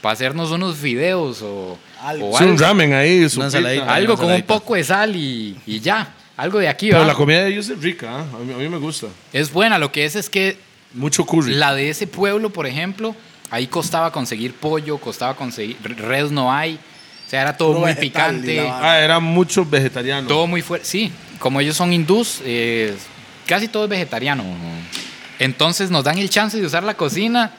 [SPEAKER 4] para hacernos unos fideos o
[SPEAKER 2] Algo.
[SPEAKER 4] o
[SPEAKER 1] Es un ramen ahí, su
[SPEAKER 3] Una
[SPEAKER 1] pita.
[SPEAKER 3] ensaladita.
[SPEAKER 4] algo con un
[SPEAKER 3] ensaladita.
[SPEAKER 4] poco de sal y, y ya. Algo de aquí,
[SPEAKER 1] Pero
[SPEAKER 4] ¿va?
[SPEAKER 1] la comida de ellos es rica, ¿eh? a, mí, a mí me gusta.
[SPEAKER 4] Es buena, lo que es es que
[SPEAKER 1] Mucho curry.
[SPEAKER 4] La de ese pueblo, por ejemplo, ahí costaba conseguir pollo, costaba conseguir res no hay. O sea, era todo
[SPEAKER 2] Puro
[SPEAKER 4] muy
[SPEAKER 2] vegetal y la
[SPEAKER 4] picante,
[SPEAKER 2] vara.
[SPEAKER 1] Ah, era mucho vegetariano.
[SPEAKER 4] todo muy fuerte. Sí, como ellos son hindús, eh, casi todo es vegetariano. Entonces nos dan el chance de usar la cocina,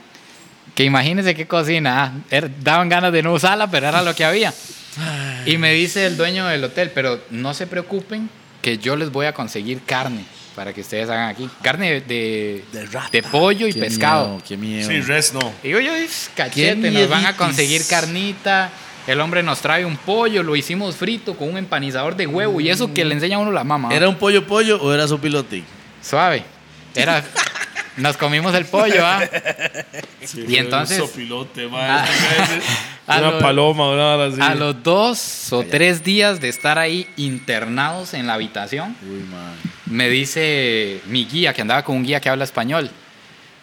[SPEAKER 4] que imagínense qué cocina. ah, era- daban ganas de no usarla, pero era lo que había. Y me dice el dueño del hotel, pero no se preocupen que yo les voy a conseguir carne para que ustedes hagan aquí. Carne de,
[SPEAKER 2] De rata.
[SPEAKER 4] de pollo y
[SPEAKER 3] Qué
[SPEAKER 4] pescado.
[SPEAKER 3] miedo, qué miedo.
[SPEAKER 1] Sí, res no.
[SPEAKER 4] Digo yo, es cachete,
[SPEAKER 3] Qué
[SPEAKER 4] nos van a
[SPEAKER 3] mieditis.
[SPEAKER 4] conseguir carnita. El hombre nos trae un pollo, lo hicimos frito con un empanizador de huevo y eso que le enseña a uno la mamá.
[SPEAKER 3] ¿Era un pollo pollo o era sopilote?
[SPEAKER 4] suave. Era nos comimos el pollo, ¿ah? Y entonces-
[SPEAKER 1] Un sopilote, mae.
[SPEAKER 4] Ah. A
[SPEAKER 1] una
[SPEAKER 4] lo-
[SPEAKER 1] paloma, una vara así.
[SPEAKER 4] A los dos o tres días de estar ahí internados en la habitación,
[SPEAKER 3] Uy, man.
[SPEAKER 4] me dice mi guía, que andaba con un guía que habla español,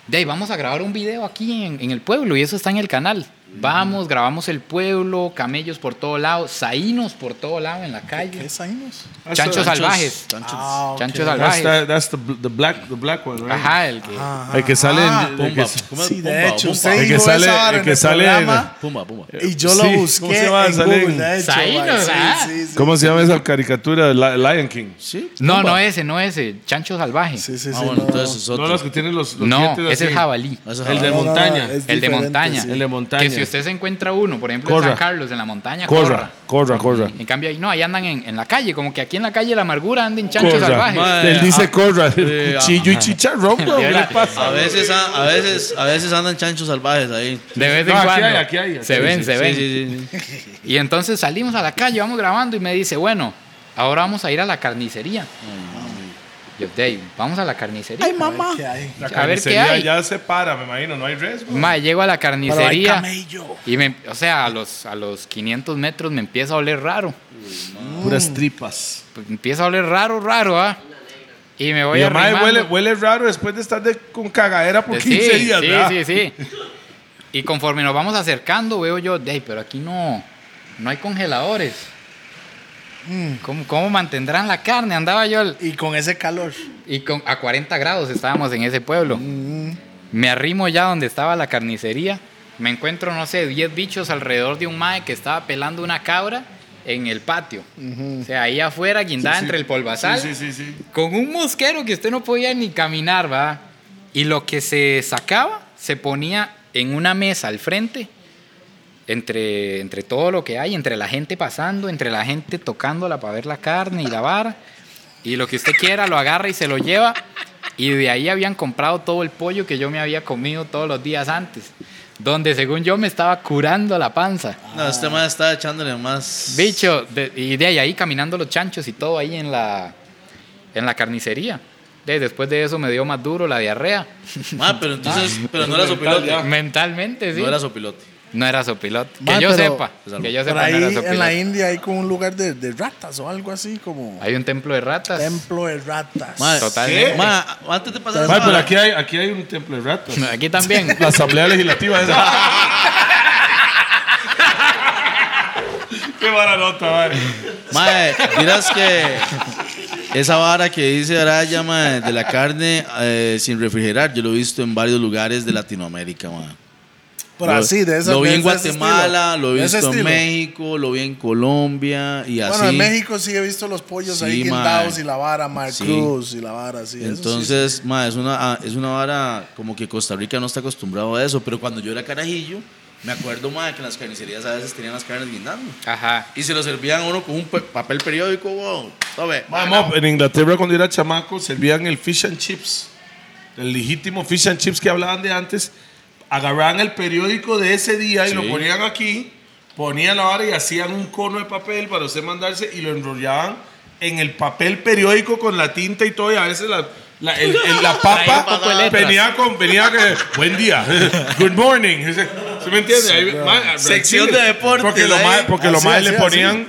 [SPEAKER 4] de ahí vamos a grabar un video aquí en, en el pueblo y eso está en el canal. Vamos, grabamos el pueblo, camellos por todo lado, saínos por todo lado en la calle.
[SPEAKER 2] ¿Qué es Ainos?
[SPEAKER 4] Chanchos salvajes.
[SPEAKER 3] Chanchos.
[SPEAKER 1] Ah,
[SPEAKER 2] ok.
[SPEAKER 4] Chanchos
[SPEAKER 1] That's,
[SPEAKER 4] salvajes.
[SPEAKER 1] the, that's the, bl- the black, the black one, right?
[SPEAKER 4] Ajá, el que.
[SPEAKER 2] Ajá.
[SPEAKER 1] El que sale. en-
[SPEAKER 2] Ah,
[SPEAKER 1] el que-
[SPEAKER 3] Pumba, ¿cómo es?
[SPEAKER 2] Sí, de
[SPEAKER 3] Pumba,
[SPEAKER 2] hecho,
[SPEAKER 3] pumba.
[SPEAKER 2] usted
[SPEAKER 1] El que
[SPEAKER 2] dijo
[SPEAKER 1] sale-
[SPEAKER 2] esa vara
[SPEAKER 1] el
[SPEAKER 2] en
[SPEAKER 1] que
[SPEAKER 2] el
[SPEAKER 1] sale en-
[SPEAKER 2] programa
[SPEAKER 3] Pumba, pumba.
[SPEAKER 2] y yo
[SPEAKER 1] Sí,
[SPEAKER 2] lo
[SPEAKER 1] ¿cómo
[SPEAKER 2] busqué
[SPEAKER 1] se llama?
[SPEAKER 2] en
[SPEAKER 1] Sale en-
[SPEAKER 2] Google, de hecho,
[SPEAKER 4] Ainos,
[SPEAKER 2] mae, sí,
[SPEAKER 4] ah.
[SPEAKER 2] sí, sí.
[SPEAKER 1] ¿Cómo se llama esa caricatura? Li- Lion King.
[SPEAKER 3] Sí,
[SPEAKER 4] No,
[SPEAKER 3] pumba.
[SPEAKER 4] no ese, no ese. Chancho salvaje.
[SPEAKER 2] Sí, sí, sí,
[SPEAKER 3] Ah, bueno,
[SPEAKER 2] no.
[SPEAKER 3] entonces es
[SPEAKER 1] No,
[SPEAKER 3] otro.
[SPEAKER 1] las que tienen los. los
[SPEAKER 4] no,
[SPEAKER 1] dientes
[SPEAKER 4] es el
[SPEAKER 1] así.
[SPEAKER 4] jabalí.
[SPEAKER 3] Eso es
[SPEAKER 1] El de
[SPEAKER 3] algo.
[SPEAKER 2] No, no, no,
[SPEAKER 1] montaña.
[SPEAKER 2] es
[SPEAKER 4] El de
[SPEAKER 2] diferente,
[SPEAKER 4] montaña.
[SPEAKER 2] sí.
[SPEAKER 1] El de montaña.
[SPEAKER 4] Que si usted se encuentra uno, por ejemplo,
[SPEAKER 1] Corra.
[SPEAKER 4] en San Carlos, en la montaña,
[SPEAKER 1] Corra,
[SPEAKER 4] corra.
[SPEAKER 1] corra, corra.
[SPEAKER 4] En cambio, ahí no, ahí andan en, en la calle, como que aquí en la calle la amargura anda en chanchos
[SPEAKER 1] Corra.
[SPEAKER 4] salvajes.
[SPEAKER 3] Ma-
[SPEAKER 1] Él
[SPEAKER 3] Eh,
[SPEAKER 1] dice
[SPEAKER 3] ah,
[SPEAKER 1] corra.
[SPEAKER 3] eh,
[SPEAKER 1] Cuchillo y chicharrón, bro.
[SPEAKER 4] De
[SPEAKER 1] ¿Qué le
[SPEAKER 4] verdad.
[SPEAKER 1] pasa?
[SPEAKER 3] A veces, a, a veces, a veces andan chanchos salvajes ahí.
[SPEAKER 4] De vez en
[SPEAKER 1] No, aquí
[SPEAKER 4] cuando.
[SPEAKER 1] hay, aquí hay, aquí
[SPEAKER 4] se
[SPEAKER 1] hay,
[SPEAKER 4] ven,
[SPEAKER 1] sí,
[SPEAKER 4] se
[SPEAKER 3] Sí,
[SPEAKER 4] ven.
[SPEAKER 3] sí, sí, sí.
[SPEAKER 4] Y entonces salimos a la calle, vamos grabando y me dice, bueno, ahora vamos a ir a la carnicería. Yo, Dave, vamos a la carnicería.
[SPEAKER 2] Ay, mamá. ¿Qué hay?
[SPEAKER 1] La
[SPEAKER 4] A ver qué
[SPEAKER 1] carnicería
[SPEAKER 4] hay.
[SPEAKER 1] Ya se para, me imagino. No hay res, bro.
[SPEAKER 4] Ma, llego a la
[SPEAKER 2] Pero hay
[SPEAKER 4] carnicería
[SPEAKER 2] camello.
[SPEAKER 4] y me, o sea, a los, a los 500 metros me empieza a oler raro.
[SPEAKER 2] Mm.
[SPEAKER 1] Puras tripas.
[SPEAKER 4] Pues, Empieza a oler raro, raro, ¿ah? Y me voy
[SPEAKER 1] Mi
[SPEAKER 4] a
[SPEAKER 1] mamá huele, huele raro después de estar de- con cagadera por 15
[SPEAKER 4] sí,
[SPEAKER 1] días,
[SPEAKER 4] sí,
[SPEAKER 1] ¿verdad?
[SPEAKER 4] sí, sí. Y conforme nos vamos acercando, veo yo, Dave, pero aquí no, no hay congeladores.
[SPEAKER 1] Mm.
[SPEAKER 4] ¿Cómo, cómo mantendrán la carne? Andaba yo al-
[SPEAKER 2] Y con ese calor.
[SPEAKER 4] y con, a 40 grados estábamos en ese pueblo. Me arrimo ya donde estaba la carnicería. Me encuentro, no sé, 10 bichos alrededor de un mae que estaba pelando una cabra en el patio. O sea, ahí afuera, guindada
[SPEAKER 1] sí.
[SPEAKER 4] entre el polvazal
[SPEAKER 1] Sí, sí, sí, sí.
[SPEAKER 4] con un mosquero que usted no podía ni caminar, va. Y lo que se sacaba se ponía en una mesa al frente, entre, entre todo lo que hay, entre la gente pasando, entre la gente tocándola para ver la carne y la vara. Y lo que usted quiera lo agarra y se lo lleva. Y de ahí habían comprado todo el pollo que yo me había comido todos los días antes. Donde según yo me estaba curando la panza.
[SPEAKER 3] No,
[SPEAKER 2] Ah.
[SPEAKER 3] este man está echándole más.
[SPEAKER 4] Bicho, de- y de ahí, ahí caminando los chanchos y todo ahí en la, en la carnicería. De- después de eso me dio más duro la diarrea.
[SPEAKER 3] Ah, pero entonces, pero no era sopilote.
[SPEAKER 4] Mentalmente, sí.
[SPEAKER 3] No era sopilote.
[SPEAKER 4] No Pues, era sopilote.
[SPEAKER 2] Ma,
[SPEAKER 4] que yo
[SPEAKER 2] pero-
[SPEAKER 4] sepa. Que yo
[SPEAKER 2] Por
[SPEAKER 4] sepa,
[SPEAKER 2] ahí
[SPEAKER 4] no era
[SPEAKER 2] en la
[SPEAKER 4] sopilote.
[SPEAKER 2] India hay como un lugar de, de ratas o algo así, como
[SPEAKER 4] Hay un templo de ratas.
[SPEAKER 2] templo de ratas.
[SPEAKER 3] Ma,
[SPEAKER 4] Totalmente.
[SPEAKER 3] ¿qué? Ma, antes de pasar.
[SPEAKER 1] Mae,
[SPEAKER 3] esa
[SPEAKER 1] pero
[SPEAKER 3] vara-
[SPEAKER 1] aquí hay, aquí hay un templo de ratas.
[SPEAKER 4] Aquí también.
[SPEAKER 1] La asamblea legislativa esa. Qué mala nota, vale.
[SPEAKER 3] Mae, miras que esa vara que dice Araya, mae, de la carne eh, sin refrigerar, yo lo he visto en varios lugares de Latinoamérica, mae.
[SPEAKER 2] Pero así, de esa
[SPEAKER 3] Lo vi en
[SPEAKER 2] de ese
[SPEAKER 3] Guatemala,
[SPEAKER 2] estilo.
[SPEAKER 3] lo
[SPEAKER 2] De
[SPEAKER 3] he
[SPEAKER 2] ese
[SPEAKER 3] visto en
[SPEAKER 2] estilo.
[SPEAKER 3] México, lo vi en Colombia y así.
[SPEAKER 2] Bueno, en México sí he visto los pollos
[SPEAKER 3] Sí,
[SPEAKER 2] ahí
[SPEAKER 3] mae.
[SPEAKER 2] guindados y la vara, Mar
[SPEAKER 3] Sí.
[SPEAKER 2] Cruz y la vara, sí. eso sí.
[SPEAKER 3] Entonces, ma, es una, ah, es una vara como que Costa Rica no está acostumbrado a eso, pero cuando yo era carajillo, me acuerdo, ma, que en las carnicerías a veces tenían las carnes guindando.
[SPEAKER 4] Ajá.
[SPEAKER 3] Y se lo servían a uno con un pe- papel periódico, wow. Tome, ma,
[SPEAKER 1] Vamos, en Inglaterra cuando yo era chamaco servían el fish and chips. El legítimo fish and chips que hablaban de antes. Agarraban el periódico de ese día y
[SPEAKER 3] Sí.
[SPEAKER 1] lo ponían aquí, ponían la vara y hacían un cono de papel para usted mandarse y lo enrollaban en el papel periódico con la tinta y todo. Y a veces la, la, el- el- la
[SPEAKER 4] Traía
[SPEAKER 1] papa
[SPEAKER 4] un poco de letras.
[SPEAKER 1] venía con, venía que, buen día, good morning. ¿Se me entiende? Ahí, ma-
[SPEAKER 3] Sección
[SPEAKER 1] sí,
[SPEAKER 3] de deportes
[SPEAKER 1] Porque lo
[SPEAKER 3] ahí.
[SPEAKER 1] más, porque lo
[SPEAKER 2] Así,
[SPEAKER 1] más le
[SPEAKER 2] así, así.
[SPEAKER 1] ponían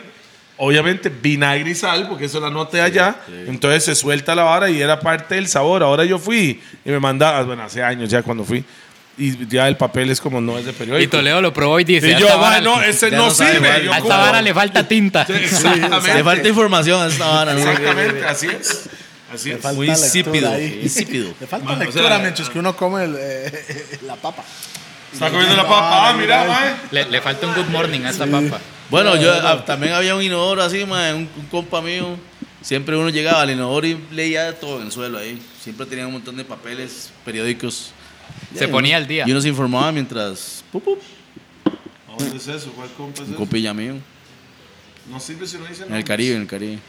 [SPEAKER 1] obviamente vinagre y sal, porque eso la nota de allá. Entonces se suelta la vara y era parte del sabor. Ahora yo fui y me mandaba, bueno, hace años ya cuando fui, y ya el papel es como no es de
[SPEAKER 4] Y
[SPEAKER 1] periódico.
[SPEAKER 4] Toledo lo probó y dice:
[SPEAKER 1] Y
[SPEAKER 4] "A
[SPEAKER 1] yo,
[SPEAKER 4] esta
[SPEAKER 1] "Ah,
[SPEAKER 4] vara-
[SPEAKER 1] no, ese
[SPEAKER 3] Ya
[SPEAKER 1] no
[SPEAKER 3] no sabe
[SPEAKER 1] sirve.
[SPEAKER 3] igual.
[SPEAKER 1] Yo
[SPEAKER 4] a
[SPEAKER 1] como-
[SPEAKER 4] esta vara le falta tinta.
[SPEAKER 1] Sí, Exactamente.
[SPEAKER 3] le falta información a esta vara, ¿no?
[SPEAKER 1] Exactamente, así es. Así es.
[SPEAKER 2] falta
[SPEAKER 3] Muy
[SPEAKER 2] lectura
[SPEAKER 3] insípido,
[SPEAKER 2] ahí.
[SPEAKER 3] insípido.
[SPEAKER 2] Le falta
[SPEAKER 1] Bueno, o
[SPEAKER 2] lectura
[SPEAKER 1] sea,
[SPEAKER 2] mientras que uno come el, eh, la papa.
[SPEAKER 1] Está comiendo la papa. Ah, mira, mae.
[SPEAKER 4] Le, le falta un good morning a esta papa.
[SPEAKER 3] Bueno, yo ah, también había un inodoro así, ma, un, un compa mío. Siempre uno llegaba al inodoro y leía todo en el suelo ahí. Siempre tenía un montón de papeles, periódicos.
[SPEAKER 4] Se ponía al día.
[SPEAKER 3] Y uno se informaba mientras. Pup, pup,
[SPEAKER 1] ¿Dónde es eso? ¿Cuál compa es
[SPEAKER 3] un
[SPEAKER 1] eso?
[SPEAKER 3] compilla mío.
[SPEAKER 1] No sirve si no dice
[SPEAKER 3] En el
[SPEAKER 1] nombres.
[SPEAKER 3] Caribe, en el Caribe.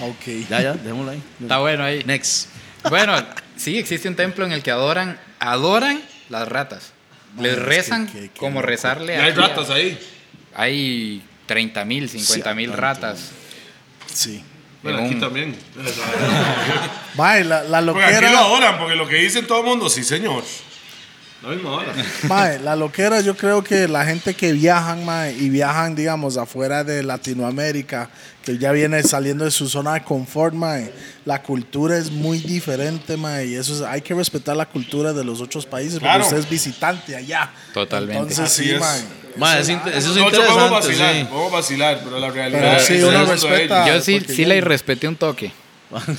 [SPEAKER 2] Ok.
[SPEAKER 3] Ya, ya, dejémoslo ahí.
[SPEAKER 4] Está bueno ahí.
[SPEAKER 3] Next.
[SPEAKER 4] Bueno, sí, existe un templo en el que adoran, adoran las ratas. Les
[SPEAKER 2] es que-
[SPEAKER 4] rezan
[SPEAKER 2] que- que
[SPEAKER 4] como
[SPEAKER 2] loco.
[SPEAKER 4] rezarle
[SPEAKER 1] Y
[SPEAKER 4] a
[SPEAKER 1] hay ratas ¿eh? ahí.
[SPEAKER 4] Hay 30 mil, 50 mil ratas.
[SPEAKER 2] Sí.
[SPEAKER 1] Bueno,
[SPEAKER 4] En
[SPEAKER 1] aquí
[SPEAKER 4] un-
[SPEAKER 1] también.
[SPEAKER 2] Mae, la, la
[SPEAKER 1] Porque aquí
[SPEAKER 2] loquera.
[SPEAKER 1] lo adoran, porque lo que dicen todo el mundo, sí, señor. La misma hora.
[SPEAKER 2] Mae, la loquera, yo creo que la gente que viajan, mae, y viajan, digamos, afuera de Latinoamérica, que ya viene saliendo de su zona de confort, mae, la cultura es muy diferente, mae, y eso es- hay que respetar la cultura de los otros países,
[SPEAKER 1] Claro.
[SPEAKER 2] porque usted es visitante allá.
[SPEAKER 4] Totalmente.
[SPEAKER 2] Entonces,
[SPEAKER 1] Así
[SPEAKER 2] sí,
[SPEAKER 1] es.
[SPEAKER 2] mae.
[SPEAKER 3] Ma, es inte- eso es
[SPEAKER 1] Nosotros podemos
[SPEAKER 3] interesante.
[SPEAKER 1] vacilar,
[SPEAKER 3] sí.
[SPEAKER 1] podemos vacilar, pero la realidad
[SPEAKER 2] Pero
[SPEAKER 1] es
[SPEAKER 2] sí,
[SPEAKER 1] que
[SPEAKER 2] uno
[SPEAKER 1] el resto de
[SPEAKER 2] respeta.
[SPEAKER 1] ellos-
[SPEAKER 4] Yo sí,
[SPEAKER 2] porque
[SPEAKER 4] sí
[SPEAKER 2] ya-
[SPEAKER 4] la irrespeté un toque.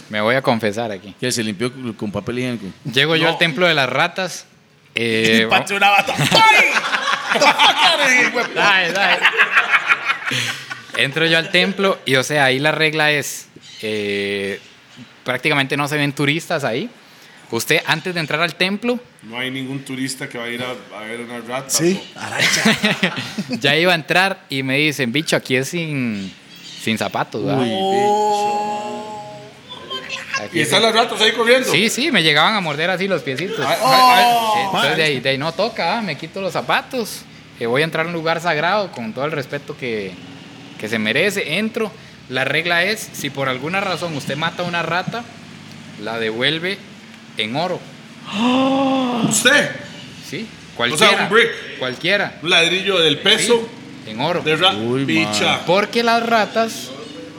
[SPEAKER 4] Me voy a confesar aquí.
[SPEAKER 3] Que se limpió con con papel higiénico.
[SPEAKER 4] Llego yo al templo de las ratas. Eh, vamos- Dale, dale. Entro yo al templo y, o sea, ahí la regla es, eh, prácticamente no se ven turistas ahí. Usted antes de entrar al templo
[SPEAKER 1] No hay ningún turista que va a ir a, a ver una rata.
[SPEAKER 2] Sí,
[SPEAKER 4] ya iba a entrar y me dicen, bicho, aquí es sin, sin zapatos. ¿verdad? Aquí
[SPEAKER 1] Y
[SPEAKER 4] es
[SPEAKER 1] están las ratas ahí corriendo.
[SPEAKER 4] Sí, sí, me llegaban a morder así los piecitos.
[SPEAKER 1] Ay, ay, ay.
[SPEAKER 4] Eh, Entonces de ahí, de ahí no toca, ah, me quito los zapatos, eh, voy a entrar a un lugar sagrado con todo el respeto que, que se merece, entro. La regla es, si por alguna razón usted mata a una rata, la devuelve en oro,
[SPEAKER 1] Usted,
[SPEAKER 4] ¿sí?
[SPEAKER 1] O sea,
[SPEAKER 4] Cualquiera.
[SPEAKER 1] un brick.
[SPEAKER 4] Cualquiera.
[SPEAKER 1] un ladrillo del peso
[SPEAKER 4] sí, en oro.
[SPEAKER 1] de rata.
[SPEAKER 3] Uy,
[SPEAKER 1] Picha.
[SPEAKER 4] Porque las ratas